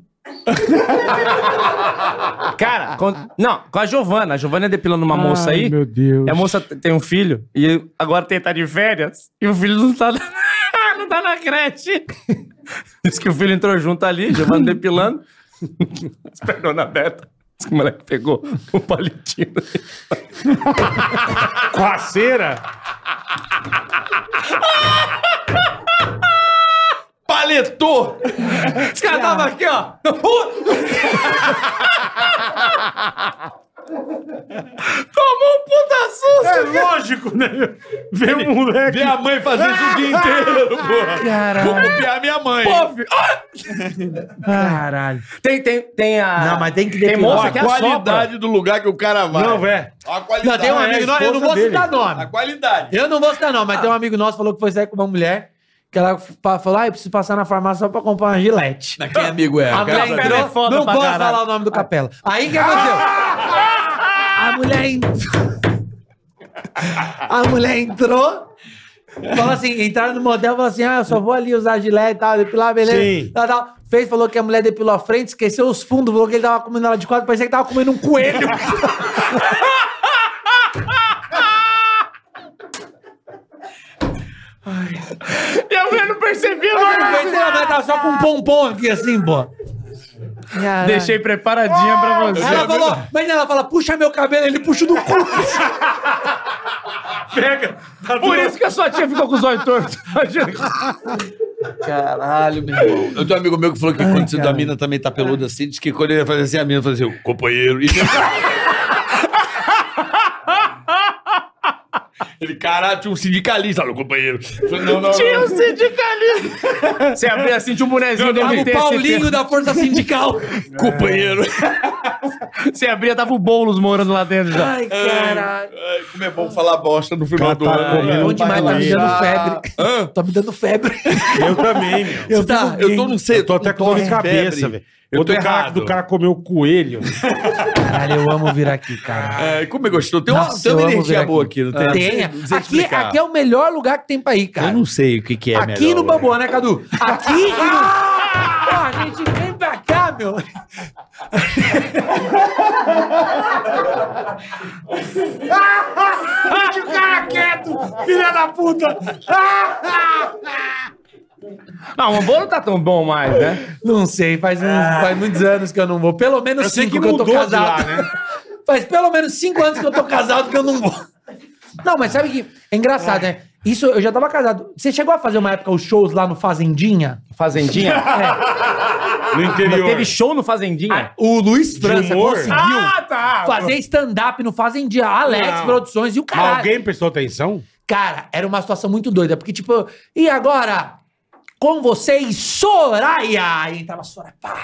Speaker 5: Cara, com- não, com a Giovana. A Giovana é depilando uma moça aí.
Speaker 2: meu Deus.
Speaker 5: E a moça t- tem um filho. E agora tem tá de férias. E o filho não tá (laughs) na, não tá na creche. Diz que o filho entrou junto ali, Giovana depilando. Esperou na beta. Diz que o moleque pegou o palitinho.
Speaker 2: Com a cera?
Speaker 5: Paletou! Os caras tava aqui, ó. Tomou um puta susto!
Speaker 2: É lógico, né? Ver um moleque.
Speaker 8: Vê a mãe fazer isso o dia inteiro, porra. Vou copiar minha mãe.
Speaker 5: Ah, Pô, ah!
Speaker 4: Caralho.
Speaker 5: Tem, tem, tem a.
Speaker 4: Ah. Não, Ah, mas tem que
Speaker 5: Tem
Speaker 4: depilar.
Speaker 5: moça
Speaker 8: a
Speaker 5: que assopra.
Speaker 8: qualidade do lugar que o cara vai.
Speaker 2: Não, velho.
Speaker 8: A qualidade.
Speaker 4: tem um
Speaker 2: é a
Speaker 4: amigo nosso, eu não
Speaker 2: esposa
Speaker 4: vou
Speaker 2: dele.
Speaker 4: citar
Speaker 8: A
Speaker 4: nome.
Speaker 8: qualidade.
Speaker 4: Eu não vou citar
Speaker 5: Ah.
Speaker 4: nome, mas tem um amigo nosso que falou que foi sair com uma mulher que ela fa- falou, ah, eu preciso passar na farmácia só pra comprar uma gilete.
Speaker 1: Quem amigo é?
Speaker 4: A mulher
Speaker 5: Capela
Speaker 4: entrou,
Speaker 5: é foda
Speaker 4: não
Speaker 5: pra
Speaker 4: posso
Speaker 5: caralho.
Speaker 4: falar o nome do Capela. Aí o que aconteceu? A mulher entrou. A mulher entrou. Falou assim, entraram no motel, falou assim, ah, eu só vou ali usar gilete e tal, depilar, beleza.
Speaker 2: Sim.
Speaker 4: Tal, tal. Fez, falou que a mulher depilou a frente, esqueceu os fundos, falou que ele tava comendo ela de quatro, parecia que tava comendo um
Speaker 5: (laughs)
Speaker 4: coelho.
Speaker 5: E a mulher não percebia,
Speaker 4: Ele percebeu, ela tava só com um pompom aqui, assim, pô.
Speaker 5: Deixei preparadinha pra você.
Speaker 4: Ah. Ela falou, mas ela fala, puxa meu cabelo, ele puxa do cu.
Speaker 2: Pega. Tá
Speaker 5: Por isso que a sua tia ficou com os olhos
Speaker 4: (laughs)
Speaker 5: tortos.
Speaker 1: Caralho, meu irmão. Eu tenho um amigo meu que falou que quando você da mina também tá peludo assim, diz que quando ele ia fazer assim, a mina fazia assim, companheiro.
Speaker 8: (laughs)
Speaker 1: E
Speaker 8: Ele, caralho, tinha um sindicalista lá, companheiro. Eu falei, Não, não,
Speaker 5: Tinha um
Speaker 8: não.
Speaker 5: sindicalista. Você abriu assim, tinha um bonezinho do
Speaker 4: Tava o
Speaker 5: MTST.
Speaker 4: Paulinho da Força Sindical.
Speaker 3: É.
Speaker 8: Companheiro.
Speaker 5: Você abria, tava o Boulos morando lá dentro já.
Speaker 4: Ai, caralho.
Speaker 8: Ai, como é bom falar bosta no
Speaker 2: Cara,
Speaker 8: final do
Speaker 2: tá
Speaker 8: ano.
Speaker 2: comendo
Speaker 4: Bom demais, tá me
Speaker 2: Oi.
Speaker 4: dando febre. Tá me dando febre.
Speaker 2: Eu também, meu.
Speaker 4: Eu
Speaker 1: tá, eu tô, não sei.
Speaker 2: Tô um até com dor de cabeça, velho.
Speaker 1: Eu tô
Speaker 2: Outro cara
Speaker 1: errado.
Speaker 2: do cara comeu o (laughs) coelho.
Speaker 4: Caralho, eu amo vir aqui, cara.
Speaker 1: Ai, como é gostoso. Tem uma,
Speaker 4: Nossa,
Speaker 1: tem uma
Speaker 4: eu amo Ah,
Speaker 1: energia
Speaker 4: ver aqui.
Speaker 1: boa aqui, não tem? Não
Speaker 4: Tem.
Speaker 1: sei- não sei
Speaker 4: Aqui,
Speaker 1: explicar.
Speaker 4: aqui é o melhor lugar que tem pra ir,
Speaker 1: Eu
Speaker 4: cara.
Speaker 1: não sei o que, que é
Speaker 4: aqui
Speaker 1: melhor,
Speaker 4: no
Speaker 1: velho.
Speaker 4: Babô, né, Cadu? (laughs) Aqui e no. Pô, a gente vem pra cá, meu.
Speaker 2: Filha da puta!
Speaker 5: Não, o bolo não tá tão bom mais, né?
Speaker 4: Não sei, faz, uns, faz muitos anos que eu não vou. Pelo menos
Speaker 2: Ah. Eu sei
Speaker 4: cinco
Speaker 2: que
Speaker 4: que, eu tô
Speaker 2: mudou de
Speaker 4: casado.
Speaker 2: lá, né?
Speaker 4: (laughs) faz pelo menos cinco anos que eu tô casado que eu não vou. Não, mas sabe que é engraçado, né? Isso eu já tava casado. Você chegou a fazer uma época os shows lá no Fazendinha?
Speaker 5: Fazendinha. É,
Speaker 2: No interior.
Speaker 5: Teve show no Fazendinha.
Speaker 4: O Luiz França
Speaker 2: humor?
Speaker 4: conseguiu
Speaker 5: tá.
Speaker 4: fazer stand-up no Fazendinha. Alex
Speaker 2: Ah, Não.
Speaker 4: Produções e o
Speaker 2: Mas
Speaker 4: caralho.
Speaker 2: alguém prestou atenção?
Speaker 4: Cara, era uma situação muito doida, porque tipo, e agora? Com vocês, Soraya! Aí entrava a Soraya, pá!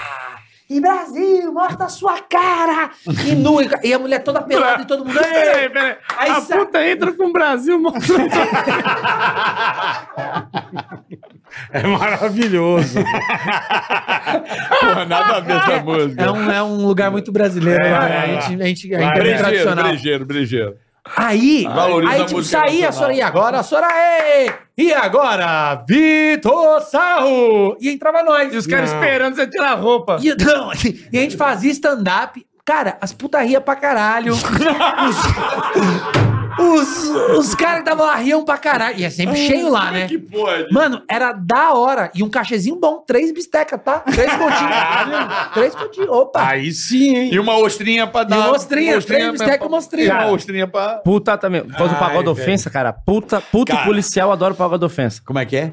Speaker 4: E Brasil, mostra a sua cara! E nu, e ca- e a mulher toda pelada e todo mundo. "Ei!"
Speaker 5: Peraí, peraí.
Speaker 4: Aí
Speaker 5: a
Speaker 4: sa-
Speaker 5: puta entra com o Brasil, mano.
Speaker 2: É maravilhoso.
Speaker 8: Porra, nada a
Speaker 5: (laughs)
Speaker 8: ver essa música.
Speaker 4: É um, é um lugar muito brasileiro, lá, né?
Speaker 2: é,
Speaker 4: A gente, a gente, a gente é
Speaker 8: Brejeiro,
Speaker 4: tradicional.
Speaker 8: brejeiro, brejeiro.
Speaker 4: Aí,
Speaker 8: Valoriza
Speaker 4: aí
Speaker 8: a
Speaker 4: tipo,
Speaker 8: música
Speaker 4: saía a
Speaker 8: nacional.
Speaker 4: Soraya, e agora a Soraya! E agora, Vitor Sarro! E entrava nós.
Speaker 5: E os caras esperando você tirar a roupa.
Speaker 4: E, não, assim, e a gente (laughs) fazia stand-up. Cara, as putaria pra caralho. Os, Os, os caras que estavam lá riam pra caralho. E é sempre cheio lá, né?
Speaker 8: Que pode.
Speaker 4: Mano, era da hora. E um cachezinho bom, três bistecas, tá? Três pontinhos. três pontinhos. Opa!
Speaker 2: Aí sim, hein?
Speaker 3: E uma ostrinha pra
Speaker 4: E
Speaker 3: dar.
Speaker 4: uma ostrinha, três
Speaker 3: ostrinha
Speaker 4: bistecas e
Speaker 3: pra-
Speaker 4: uma
Speaker 3: e uma
Speaker 4: ostrinha.
Speaker 3: ostrinha pra.
Speaker 5: Puta também. Faz um
Speaker 2: Ai,
Speaker 5: pagode
Speaker 2: velho.
Speaker 5: ofensa, cara. Puta, puta e
Speaker 3: Cara.
Speaker 5: policial adora pagode ofensa.
Speaker 3: Como é que é?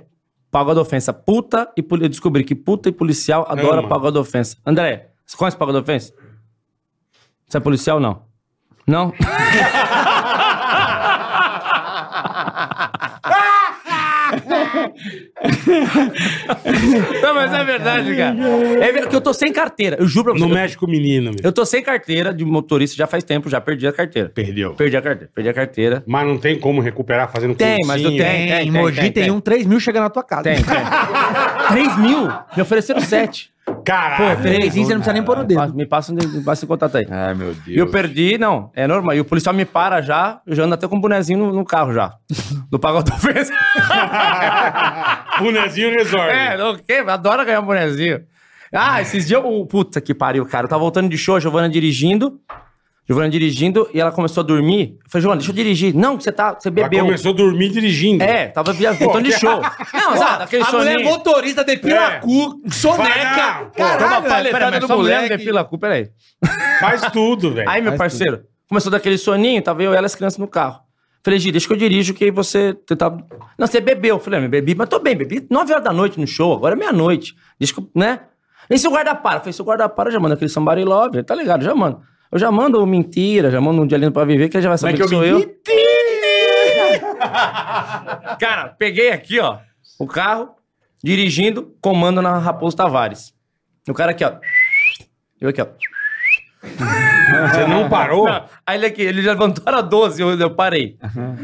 Speaker 5: Pagode ofensa. Puta e policial. Eu descobri que puta e policial adora
Speaker 2: Ama.
Speaker 5: pagode ofensa. André, você conhece pagode ofensa? Você é policial não? Não? (laughs) não, mas é verdade, cara. É verdade que eu tô sem carteira. Eu juro pra você.
Speaker 2: Não
Speaker 5: eu-
Speaker 2: mexe com o menino, meu.
Speaker 5: Eu tô sem carteira de motorista já faz tempo, já perdi a carteira.
Speaker 2: Perdeu.
Speaker 5: Perdi a carteira, perdi a carteira.
Speaker 2: Mas não tem como recuperar fazendo
Speaker 5: Tem, mas eu
Speaker 2: cursinho.
Speaker 5: tenho.
Speaker 4: Tem, em Mogi tem, um, três mil chega na tua casa. (laughs)
Speaker 5: Tem, tem. 3 mil? Me ofereceram 7.
Speaker 2: Caralho.
Speaker 4: Trêsinho, você não precisa nem pôr o dedo.
Speaker 5: Me passa, um me passa o contato aí.
Speaker 3: Ai, meu Deus.
Speaker 5: E eu perdi, não, é normal. E o policial me para já, eu já ando até com um bonezinho no, no carro já. Do pagode ofensa.
Speaker 2: Bonezinho resolve.
Speaker 5: tá- (laughs) É, não, o quê? Adora ganhar um bonezinho. Ah, esses dias, eu- puta que pariu, cara. Eu tava voltando de show, a Giovana dirigindo. Giovana dirigindo, e ela começou a dormir. Eu falei, Giovana, deixa eu dirigir. Não, que você tá, você
Speaker 2: Ela
Speaker 5: bebeu.
Speaker 2: começou a dormir dirigindo.
Speaker 5: É, tava via- voltando de show. Não, sabe, aquele
Speaker 4: A mulher é
Speaker 5: soninho.
Speaker 4: motorista de Piracu,
Speaker 2: Vai
Speaker 4: soneca.
Speaker 2: lá, pô.
Speaker 5: Deu uma
Speaker 4: Caralho,
Speaker 5: paletada
Speaker 3: peraí,
Speaker 5: do
Speaker 3: mas só mulher
Speaker 5: moleque.
Speaker 3: que-
Speaker 5: né? Depila, cu, peraí.
Speaker 2: Faz tudo, velho.
Speaker 5: Aí, meu parceiro, começou daquele soninho, tava eu e ela as crianças no carro. Falei, Gi, deixa que eu dirijo, que aí você tentava. Não, você bebeu. Falei, ah, mas bebi, mas tô bem, bebi 9 horas da noite no show, agora é meia-noite. Deixa que eu, né? Nem se o guarda para. Falei, se o guarda para, eu já manda aquele somebody love, tá ligado, já manda. Eu já mando o mentira, já mando um dia lindo pra viver, que ele já vai saber é que, sou eu. (laughs) Cara, peguei aqui, ó, o carro, dirigindo, comando na Raposo Tavares. O cara aqui, ó. Eu aqui, ó.
Speaker 2: Você
Speaker 5: ah,
Speaker 2: não parou?
Speaker 5: Não, Aí ele aqui, ele já levantaram a 12, eu, eu parei.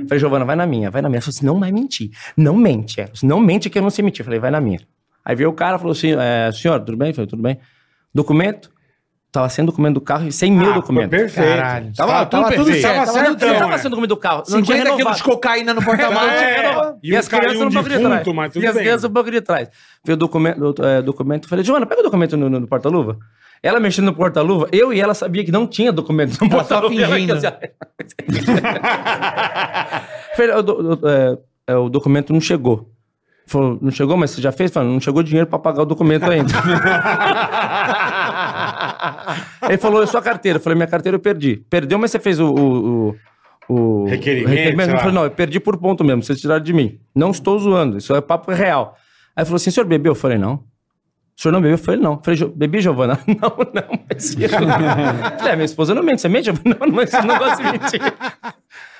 Speaker 5: Falei, Giovana, vai na minha, vai na minha. Ela falou assim, não vai mentir. Não mente, é. Não mente que eu não sei mentir. Eu falei, vai na minha. Aí veio o cara, falou assim, é, senhor, tudo bem? Eu falei, tudo bem. Documento? Tava sem documento do carro e sem meu
Speaker 2: Ah,
Speaker 5: documento.
Speaker 2: foi Perfeito.
Speaker 4: Caralho.
Speaker 2: Tava,
Speaker 4: Tava-
Speaker 2: tudo
Speaker 4: tava tudo
Speaker 2: perfeito.
Speaker 4: certo,
Speaker 2: Tava
Speaker 4: tava tudo
Speaker 5: Não
Speaker 2: certão,
Speaker 5: tava
Speaker 2: é.
Speaker 5: sem documento do carro. Não tinha
Speaker 4: 50 quilos
Speaker 5: renovado.
Speaker 4: de cocaína no porta-malas.
Speaker 2: É.
Speaker 5: E,
Speaker 2: E
Speaker 5: as
Speaker 2: o cara
Speaker 5: crianças
Speaker 2: e um
Speaker 5: no banco de trás.
Speaker 2: defunto, mas tudo
Speaker 5: E as
Speaker 2: bem.
Speaker 5: crianças no banco de trás. Veio o documento, do- é, documento. Falei, Joana, pega o documento no, no- no porta-luva. Ela mexendo no porta-luva, eu e ela sabia que não tinha documento no
Speaker 4: Ela só
Speaker 5: porta-luva. (laughs) Ela
Speaker 4: fingindo.
Speaker 5: aqui, ó. Falei, o, do- do- é, é, o documento não chegou. Falou, não chegou, mas você já fez? Falei, não chegou dinheiro pra pagar o documento
Speaker 2: (laughs)
Speaker 5: ainda. Ele falou, é sua carteira. Eu falei, minha carteira eu perdi. Perdeu, mas você fez o... o, o o
Speaker 2: Requerimento, sei
Speaker 5: Eu
Speaker 2: lá.
Speaker 5: falei, não, eu perdi por ponto mesmo, vocês tiraram de mim. Não estou zoando, isso é papo real. Aí ele falou assim, o senhor bebeu? Eu falei, não. O senhor não bebeu? Eu falei, não. Eu falei, "Jo- bebi, Giovana? (laughs) Não, não, mas... eu não." falei, "É, minha esposa não mente, você mente? Giovana? Não, mas eu não gosto de mentir.
Speaker 2: (laughs)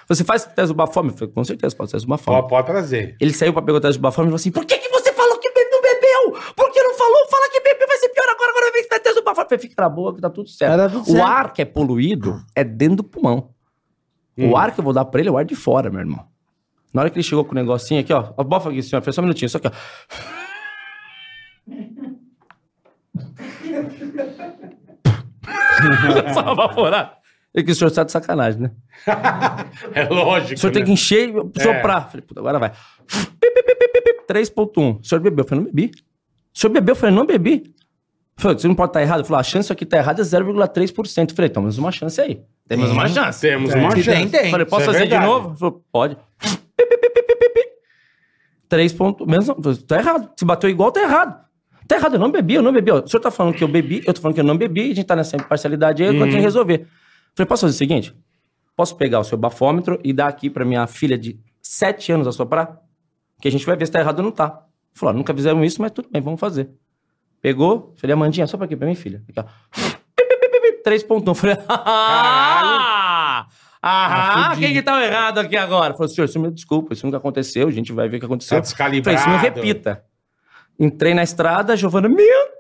Speaker 5: Você faz teste do bafome? Eu falei, com certeza, faço teste do bafome.
Speaker 2: Ó, pode trazer.
Speaker 5: Ele saiu pra pegar o teste de bafome e falou assim: Por que, que você falou que bebe, não bebeu? Por que não falou? Fala que bebeu, vai ser pior agora, agora vem que tá teste do bafome. Eu falei, Fica na boa que tá tudo certo.
Speaker 4: Era tudo
Speaker 5: O
Speaker 4: certo.
Speaker 5: ar que é poluído é dentro do pulmão. O ar que eu vou dar pra ele é o ar de fora, meu irmão. Na hora que ele chegou com o negocinho aqui, ó, abafa aqui, senhor, fez só um minutinho, só aqui, ó. (laughs) só evaporar. E que o senhor tá de sacanagem, né?
Speaker 2: É lógico.
Speaker 5: O senhor
Speaker 2: né?
Speaker 5: tem
Speaker 2: É.
Speaker 5: que encher e soprar. Falei, puta, agora vai. Pip, pip, pip, pip, pip, 3.1. O senhor bebeu? Eu falei, não bebi. O senhor bebeu? Eu falei, não bebi. Falei, você não pode estar errado? Eu falei, a chance aqui tá errada é 0,3%. Eu Falei, então, mais uma chance aí. Temos uma chance.
Speaker 2: Temos uma
Speaker 4: Se
Speaker 2: chance.
Speaker 4: tem,
Speaker 5: Eu
Speaker 4: tem.
Speaker 5: Falei, posso
Speaker 2: Isso é
Speaker 5: fazer de
Speaker 2: verdade.
Speaker 5: novo? Ele Falou, pode. Pi, pi, pi, pi, pi, pi, pi. Três pontos. Menos, não. Eu falei, tá errado. Se bateu igual, tá errado. Tá errado, eu não bebi, eu não bebi. Ó, O senhor tá falando que eu bebi, eu tô falando que eu não bebi, a gente tá nessa imparcialidade aí,
Speaker 2: Uhum.
Speaker 5: eu tenho que resolver. Eu Falei, posso fazer o seguinte? Posso pegar o seu bafômetro e dar aqui pra minha filha de sete anos assoprar? Que a gente vai ver se tá errado ou não tá. Ele Falou, ó, nunca fizeram isso, mas tudo bem, vamos fazer. Pegou, falei, Amandinha, só pra aqui, pra minha filha. Aqui, ó. Pip, pip, pip, pip, Três pontos. Eu Falei, (laughs) ah! Ah, quem que tá errado aqui agora? Falei, senhor, isso me desculpa, isso nunca aconteceu, a gente vai ver o que aconteceu.
Speaker 2: Tá descalibrado.
Speaker 5: Falei, isso não repita. Entrei na estrada, a Giovana, meu Deus,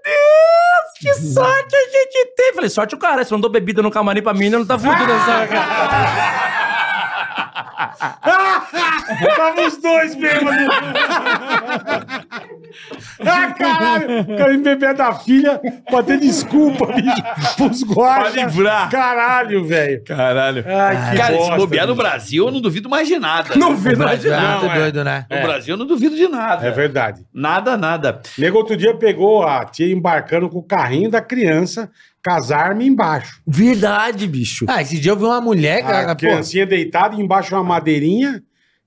Speaker 5: que sorte a gente teve. Falei, sorte o cara, se não dou bebida no camarim pra mim, não tá fudido essa cara.
Speaker 2: Tava os dois bêbados. (laughs) ah, caralho! Quero me beber da filha pra ter desculpa, bicho, pros guardas.
Speaker 3: Pra livrar.
Speaker 2: Caralho, velho.
Speaker 3: Caralho.
Speaker 2: Ai, que
Speaker 3: Cara,
Speaker 2: Ah, bosta,
Speaker 3: se bobear no
Speaker 2: bicho.
Speaker 3: Brasil, eu não duvido mais de nada. Não
Speaker 4: É muito
Speaker 2: Não, é.
Speaker 4: doido, né?
Speaker 3: No Brasil, eu não duvido de nada.
Speaker 2: É verdade.
Speaker 3: Nada, nada.
Speaker 2: Nego outro dia pegou a tia embarcando com o carrinho da criança, casar-me embaixo.
Speaker 5: Verdade, bicho.
Speaker 4: Ah, esse dia eu vi uma mulher, cara,
Speaker 2: a
Speaker 4: pô.
Speaker 2: criancinha deitada embaixo de uma madeirinha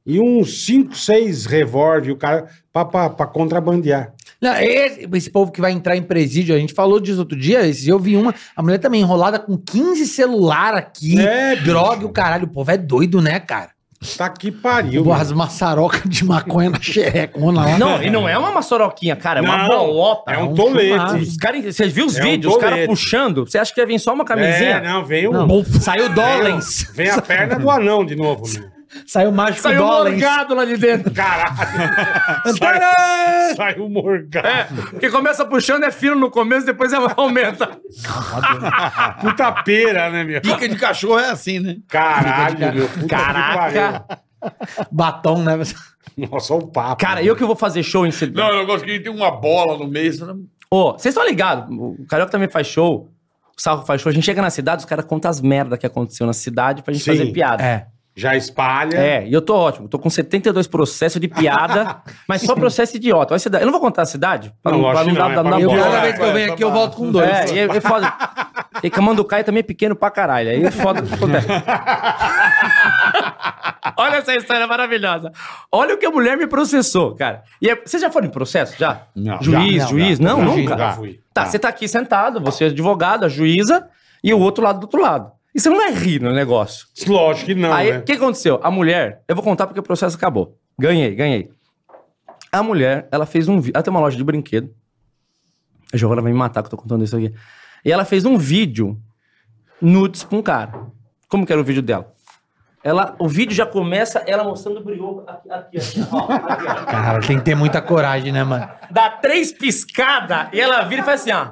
Speaker 2: e uns 5, 6 revólver, o cara pra, pra, pra contrabandear.
Speaker 4: Não, esse, esse povo que vai entrar em presídio, a gente falou disso outro dia, esse dia eu vi uma, a mulher também enrolada com 15 celular aqui,
Speaker 2: É, bicho.
Speaker 4: droga e o caralho, o povo é doido, né, cara?
Speaker 2: Tá que pariu.
Speaker 4: Pô,
Speaker 2: meu.
Speaker 4: as maçarocas de maconha na xerecona lá.
Speaker 5: Não, e não é uma maçoroquinha, cara, é uma
Speaker 2: Não,
Speaker 5: bolota. Ah,
Speaker 2: É um
Speaker 4: um
Speaker 2: tolete.
Speaker 4: fumaço.
Speaker 5: Os cara, vocês viram os
Speaker 2: É um
Speaker 5: vídeos? os caras
Speaker 2: tolete.
Speaker 5: puxando. Você acha que ia vir só uma
Speaker 2: É,
Speaker 5: camisinha?
Speaker 2: não, vem o.
Speaker 4: Bom, Saiu Dollens.
Speaker 2: Vem a perna do anão de novo, meu.
Speaker 4: Saiu mágico
Speaker 5: Saiu
Speaker 4: Dollens.
Speaker 5: morgado lá de dentro. (laughs)
Speaker 2: Caralho! Sai- Saiu morgado.
Speaker 5: Porque começa puxando, é fino no começo, depois ela aumenta.
Speaker 2: Puta pera, né, meu?
Speaker 3: Pica de cachorro é assim, né?
Speaker 2: Caralho, meu. Puta que
Speaker 5: Caraca.
Speaker 4: Batom, né?
Speaker 2: pariu. Nossa, olha o papo.
Speaker 5: Cara, eu que vou fazer show em setembro.
Speaker 3: Não, eu gosto que tem uma bola no meio. Você não...
Speaker 5: Ô, vocês estão ligados? O Carioca também faz show. O Sarro faz show. A gente chega na cidade, os caras contam as merdas que aconteceu na cidade pra gente
Speaker 2: Sim.
Speaker 5: fazer piada.
Speaker 4: É.
Speaker 2: Já espalha.
Speaker 5: É, e eu tô ótimo. Tô com 72 processos
Speaker 2: (laughs)
Speaker 5: de piada, mas só processo idiota. Olha a cidade. Eu não vou contar a cidade, pra
Speaker 2: Não,
Speaker 5: não, pra
Speaker 2: lógico que
Speaker 5: não dar,
Speaker 2: não, é
Speaker 5: dar-
Speaker 2: pra
Speaker 5: dar
Speaker 2: não
Speaker 5: bola.
Speaker 4: Cada vez que eu venho aqui, eu volto com dois.
Speaker 5: É, e é, é foda. E Camanducaia também é pequeno pra caralho. Aí é foda o que acontece. (laughs) Olha essa história maravilhosa. Olha o que a mulher me processou, cara. E é, vocês já foram em processo? Já?
Speaker 2: Não,
Speaker 5: juiz,
Speaker 4: já,
Speaker 5: juiz? não, nunca.
Speaker 2: Já fui.
Speaker 5: Tá, você tá aqui sentado, você é advogado, a juíza, e o outro lado do outro lado. E você não vai rir no negócio.
Speaker 2: Lógico que não,
Speaker 5: Aí, o
Speaker 2: né?
Speaker 5: que aconteceu? A mulher, eu vou contar porque o processo acabou. Ganhei, ganhei. A mulher, ela fez um vídeo. Ela tem uma loja de brinquedo. A Giovana vai me matar que eu tô contando isso aqui. E ela fez um vídeo nudes pra um cara. Como que era o vídeo dela? Ela, o vídeo já começa ela mostrando o brioco aqui, aqui, assim, ó, aqui, ó.
Speaker 4: (laughs) Cara, tem que ter muita coragem, né, mano?
Speaker 5: Dá três piscadas e ela vira e faz assim,
Speaker 4: (laughs)
Speaker 5: ó.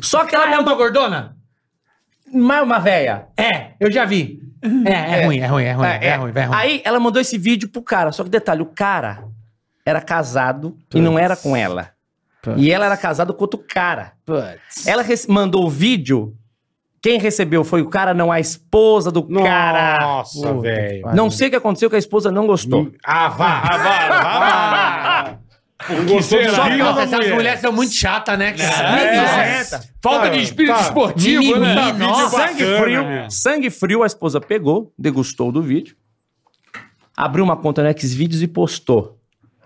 Speaker 5: Só que ela
Speaker 4: Ah, é
Speaker 5: me
Speaker 4: uma gordona?
Speaker 5: mais uma véia.
Speaker 4: É, eu já vi. É, é, ruim, é ruim, é ruim, é, ruim, é ruim.
Speaker 5: Aí ela mandou esse vídeo pro cara. Só que detalhe, o cara era casado e não era com ela. E ela era casada com outro cara. Ela rece- mandou o vídeo. Quem recebeu foi o cara, não a esposa do cara.
Speaker 2: Nossa, velho.
Speaker 5: Não sei o que aconteceu, que a esposa não gostou.
Speaker 2: Ah, vá, ah, vá, ah, vá. Não gostou do
Speaker 4: Só que
Speaker 2: filho
Speaker 4: nossa,
Speaker 2: da
Speaker 4: essas
Speaker 2: mulher?
Speaker 4: mulheres são muito chatas, né? cara?
Speaker 2: É.
Speaker 4: Nossa.
Speaker 3: Falta de espírito
Speaker 2: tá.
Speaker 3: esportivo,
Speaker 4: Mimimi,
Speaker 3: né?
Speaker 4: nossa.
Speaker 2: Vídeo
Speaker 5: sangue
Speaker 2: bacana,
Speaker 5: frio.
Speaker 2: né?
Speaker 5: Sangue frio, a esposa pegou, degustou do vídeo, abriu uma conta no Xvideos e postou.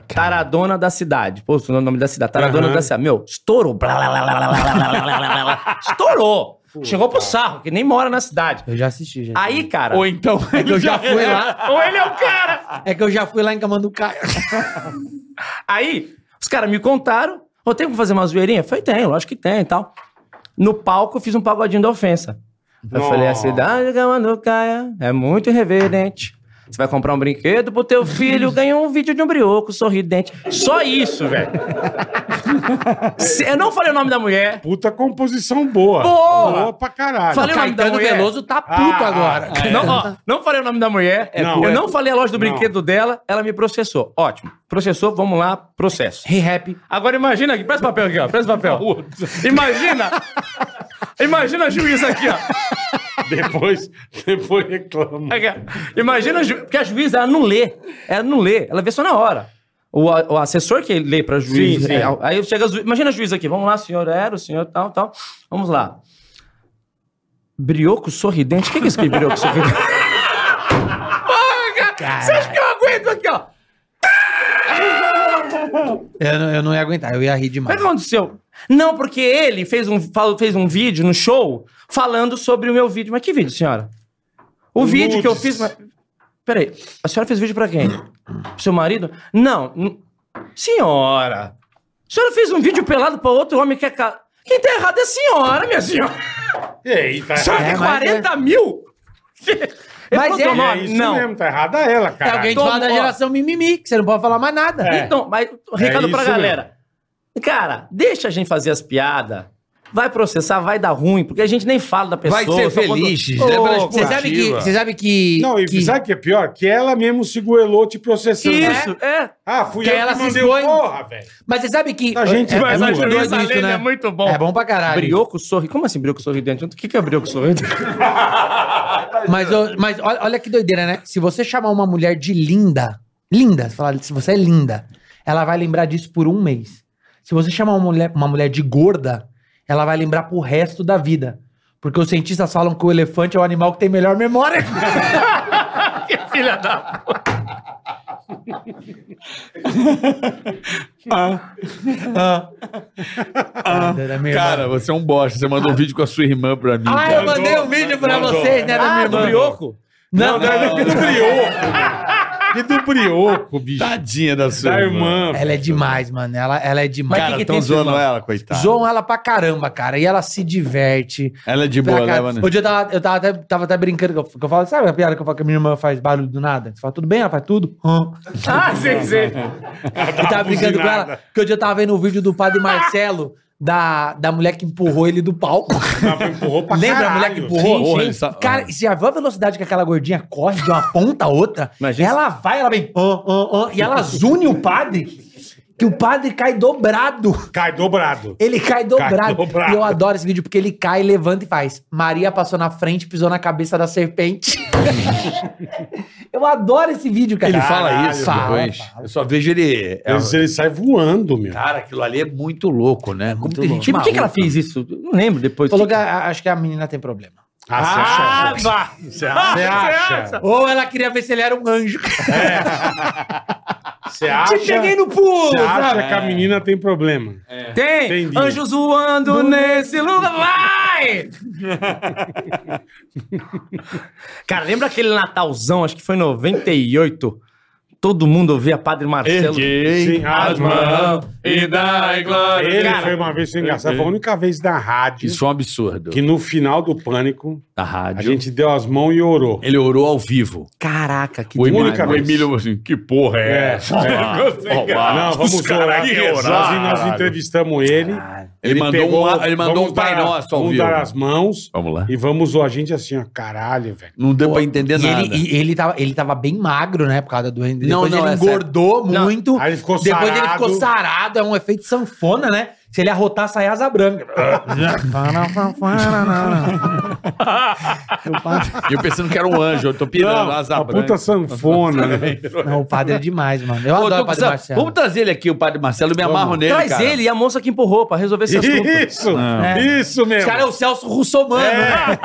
Speaker 5: Taradona da cidade. Postou o nome da cidade. Taradona
Speaker 2: Aham.
Speaker 5: da cidade. Meu, estourou. Blá, blá, blá, blá, blá, blá, blá, blá, blá, blá, blá. Estourou. Chegou pro sarro, que nem mora na cidade.
Speaker 4: Eu já assisti, já.
Speaker 5: Aí, cara.
Speaker 3: Ou então.
Speaker 4: É que (laughs) eu já fui lá.
Speaker 5: Ou ele é o cara.
Speaker 4: É que eu já fui lá em Camanducaia. (laughs)
Speaker 5: Aí, os caras me contaram. Ô, tem como fazer uma zoeirinha? Falei, tem, lógico que tem e tal. No palco, eu fiz um pagodinho da ofensa. Eu
Speaker 2: Nossa.
Speaker 5: falei, a cidade de Camanducaia é muito irreverente. Você vai comprar um brinquedo pro teu filho, ganhou um vídeo de um brioco sorridente. Só isso, velho. Se- eu não falei o nome da mulher.
Speaker 2: Puta composição boa.
Speaker 5: Boa.
Speaker 2: pra caralho.
Speaker 5: Falei o nome da
Speaker 4: Caetano
Speaker 5: mulher.
Speaker 4: Veloso tá puto
Speaker 2: Ah,
Speaker 4: agora.
Speaker 5: Não, ó, não falei o nome da mulher.
Speaker 2: Não.
Speaker 5: eu não falei a loja do
Speaker 2: Não.
Speaker 5: brinquedo dela. Ela me processou. Ótimo. Processou, vamos lá, processo.
Speaker 4: Re-rap.
Speaker 5: Agora imagina aqui, presta o papel aqui, ó. Presta
Speaker 2: (laughs)
Speaker 5: o papel. Imagina! Imagina a juíza aqui, ó.
Speaker 2: Depois, depois reclama.
Speaker 5: Aqui, ó. É Imagina a juíza. Porque a juíza, ela não lê. Ela não lê. Ela vê só na hora. O, a- o assessor que lê pra juiz.
Speaker 2: Sim, sim.
Speaker 5: é, aí chega a juíza. Imagina a juíza aqui. Vamos lá, senhor era, o senhor tal, tal. Vamos lá. Brioco sorridente? O que que é isso que é brioco sorridente? (laughs) Porra, cara. Você acha que eu aguento aqui, ó?
Speaker 4: Eu não, eu não ia aguentar, eu ia rir
Speaker 5: Mas
Speaker 4: demais.
Speaker 5: o que aconteceu? Não, porque ele fez um, fal- fez um vídeo no show falando sobre o meu vídeo. Mas que vídeo, senhora? O vídeo que eu
Speaker 2: Nudes.
Speaker 5: fiz. Mas... Peraí, a senhora fez vídeo pra quem? Pro seu marido? Não. n- Senhora! A senhora fez um vídeo pelado pra outro homem que é. Ca... Quem tá errado é a senhora, minha senhora!
Speaker 2: Eita.
Speaker 5: A senhora tem
Speaker 4: mas é.
Speaker 5: 40 mil? Ele
Speaker 4: Mas
Speaker 5: falou
Speaker 4: é-
Speaker 5: teu
Speaker 2: E é
Speaker 5: nome?
Speaker 2: isso
Speaker 5: não.
Speaker 2: mesmo, tá errada ela,
Speaker 4: É
Speaker 2: cara.
Speaker 4: alguém que
Speaker 5: Caralho.
Speaker 4: fala da geração mimimi, que você não pode falar mais nada.
Speaker 2: É.
Speaker 5: Então, mas recado
Speaker 2: É
Speaker 5: pra
Speaker 2: isso
Speaker 5: galera. Cara, deixa a gente fazer as piadas. Vai processar, vai dar ruim, porque a gente nem fala da pessoa.
Speaker 3: Vai ser
Speaker 5: só quando-
Speaker 3: feliz.
Speaker 5: Ô,
Speaker 3: lembra as
Speaker 4: Você sabe que. Você sabe que.
Speaker 2: Não, e
Speaker 4: que...
Speaker 2: sabe o que é pior? Que ela mesmo se goelou te processando. né?
Speaker 5: Isso, é.
Speaker 2: Ah, fui
Speaker 4: Que
Speaker 2: eu
Speaker 4: ela
Speaker 2: que
Speaker 4: se
Speaker 2: mandei
Speaker 4: expõe.
Speaker 2: porra, velho.
Speaker 4: Mas você sabe que.
Speaker 2: A gente
Speaker 4: é,
Speaker 2: vai
Speaker 4: é
Speaker 2: lá
Speaker 4: muito
Speaker 2: de
Speaker 4: doido isso, né?
Speaker 5: muito
Speaker 4: É bom pra caralho.
Speaker 5: Brioco sorri. Como assim brioco sorridente? O que que é brioco
Speaker 3: (laughs)
Speaker 5: sorridente?
Speaker 4: Mas, ô, mas olha, olha que doideira, né? Se você chamar uma mulher de linda, linda, você fala, se você é linda, ela vai lembrar disso por um mês. Se você chamar uma mulher, uma mulher de gorda, ela vai lembrar pro resto da vida. Porque os cientistas falam que o elefante é o animal que tem melhor memória. (laughs)
Speaker 5: Filha da.
Speaker 3: Ah.
Speaker 4: Era melhor.
Speaker 1: Cara, você é um bosta. Você mandou um vídeo com a sua irmã pra mim.
Speaker 4: ah,
Speaker 1: cara.
Speaker 4: eu mandei um vídeo pra
Speaker 2: Mandou.
Speaker 4: vocês, né? Da minha irmã.
Speaker 5: brioco?
Speaker 4: Não, não,
Speaker 2: Que do brioco. Que do brioco, bicho.
Speaker 1: Tadinha da sua
Speaker 2: da irmã.
Speaker 4: Ela é demais, mano. Ela, ela é demais.
Speaker 1: Cara,
Speaker 4: que que
Speaker 1: estão
Speaker 4: tem esse
Speaker 1: zoando
Speaker 4: irmão?
Speaker 1: ela, tá. coitada.
Speaker 4: Zoam ela pra caramba, cara. E ela se diverte.
Speaker 1: Ela é de boa,
Speaker 4: Pra cá.
Speaker 1: leva, né?
Speaker 4: Hoje eu tava, eu tava até, tava até brincando, que eu, que eu falo, sabe a piada que eu falo que a minha irmã faz barulho do nada? Você fala, tudo bem? Ela faz tudo. Hã.
Speaker 5: Ah, sei, sei.
Speaker 4: Eu tava brincando com ela, que hoje eu tava vendo o vídeo do padre Marcelo, da, da mulher que empurrou ele do palco.
Speaker 2: Ela empurrou pra
Speaker 4: Lembra a
Speaker 2: caralho.
Speaker 4: mulher que empurrou?
Speaker 1: Sim, sim. Porra, essa-
Speaker 4: Cara, e você já viu a velocidade que aquela gordinha corre de uma ponta a outra?
Speaker 5: Imagina.
Speaker 4: Ela vai, ela vem... "Hã, hã, hã", e ela zune o padre, que o padre cai dobrado.
Speaker 2: Cai dobrado.
Speaker 4: Ele cai dobrado.
Speaker 2: dobrado.
Speaker 4: E eu adoro esse vídeo porque ele cai, levanta e faz. Maria passou na frente, pisou na cabeça da (laughs) serpente. eu adoro esse vídeo, cara.
Speaker 1: Ele fala
Speaker 2: Caralho,
Speaker 1: isso
Speaker 4: fala,
Speaker 1: depois. Eu só vejo ele.
Speaker 4: É.
Speaker 1: é um
Speaker 2: Às vezes ele sai voando, meu. Ah,
Speaker 1: Cara, aquilo ali é muito louco, né? Como tem gente
Speaker 4: Tipo,
Speaker 5: Tipo, Por que, que ela
Speaker 1: maluca.
Speaker 5: fez isso? Eu Não lembro depois.
Speaker 4: Falou que a- a- acho que a menina tem problema.
Speaker 2: Ah, você acha? Você
Speaker 4: (laughs)
Speaker 2: acha?
Speaker 4: Ou ela queria ver se ele era um (laughs) anjo.
Speaker 2: Você acha?
Speaker 4: Te peguei no pulo,
Speaker 2: Você acha
Speaker 4: sabe?
Speaker 2: que a menina tem problema?
Speaker 5: Tem
Speaker 2: Entendi.
Speaker 5: anjos voando nesse lugar. Vai! (laughs) Cara, lembra aquele Natalzão? Acho que foi em 98. Todo mundo ouvia Padre Marcelo.
Speaker 2: Sim, as mãos.
Speaker 1: e dai glória.
Speaker 2: Ele
Speaker 5: Cara,
Speaker 2: foi uma vez sem engraçado. Foi a única vez da rádio
Speaker 1: é, Isso é um absurdo.
Speaker 2: que no final do pânico
Speaker 1: Da
Speaker 2: a
Speaker 1: rádio.
Speaker 2: gente deu as mãos e orou.
Speaker 1: Ele orou ao vivo.
Speaker 5: Caraca, que
Speaker 1: O Emílio,
Speaker 2: única
Speaker 1: o
Speaker 2: vez.
Speaker 1: Emílio assim, que porra é, (laughs)
Speaker 2: É,
Speaker 1: essa?
Speaker 2: é.
Speaker 1: Ah, roubar.
Speaker 2: Não,
Speaker 1: Os
Speaker 2: vamos
Speaker 1: caras
Speaker 2: orar.
Speaker 1: que
Speaker 2: Nós,
Speaker 1: oraram.
Speaker 2: nós entrevistamos ele.
Speaker 1: Ele mandou
Speaker 2: pegou,
Speaker 1: um- ele mandou
Speaker 2: vamos
Speaker 1: um Pai
Speaker 2: dar-
Speaker 1: Nosso ao
Speaker 2: Vamos
Speaker 1: vivo.
Speaker 2: dar as mãos
Speaker 1: Vamos lá.
Speaker 2: e vamos a gente assim, ó. Caralho, velho.
Speaker 1: Não deu pra entender
Speaker 4: E
Speaker 1: nada.
Speaker 4: ele, e ele, tava, ele tava bem magro, né? Por causa da doença.
Speaker 1: Não,
Speaker 4: Depois
Speaker 1: não,
Speaker 4: ele
Speaker 1: é sério.
Speaker 4: engordou
Speaker 5: Não.
Speaker 4: muito.
Speaker 2: Aí ele ficou
Speaker 4: Depois
Speaker 2: sarado.
Speaker 4: ele ficou sarado. É um efeito sanfona, né? Se ele arrotar, sai asa branca. (laughs)
Speaker 1: E eu pensando que era um anjo, eu tô pirando
Speaker 2: Não,
Speaker 1: as
Speaker 2: a puta sanfona, né?
Speaker 4: Não, o padre é demais, mano. Eu adoro o padre Marcelo.
Speaker 1: Vamos trazer ele aqui, o Padre Marcelo, eu me
Speaker 2: Vamos.
Speaker 1: amarro nele,
Speaker 5: Traz
Speaker 1: cara.
Speaker 5: ele e a moça que empurrou pra resolver esse assunto.
Speaker 2: Isso! Isso mesmo!
Speaker 4: Esse cara é o Celso Russomano.
Speaker 5: É.
Speaker 4: né?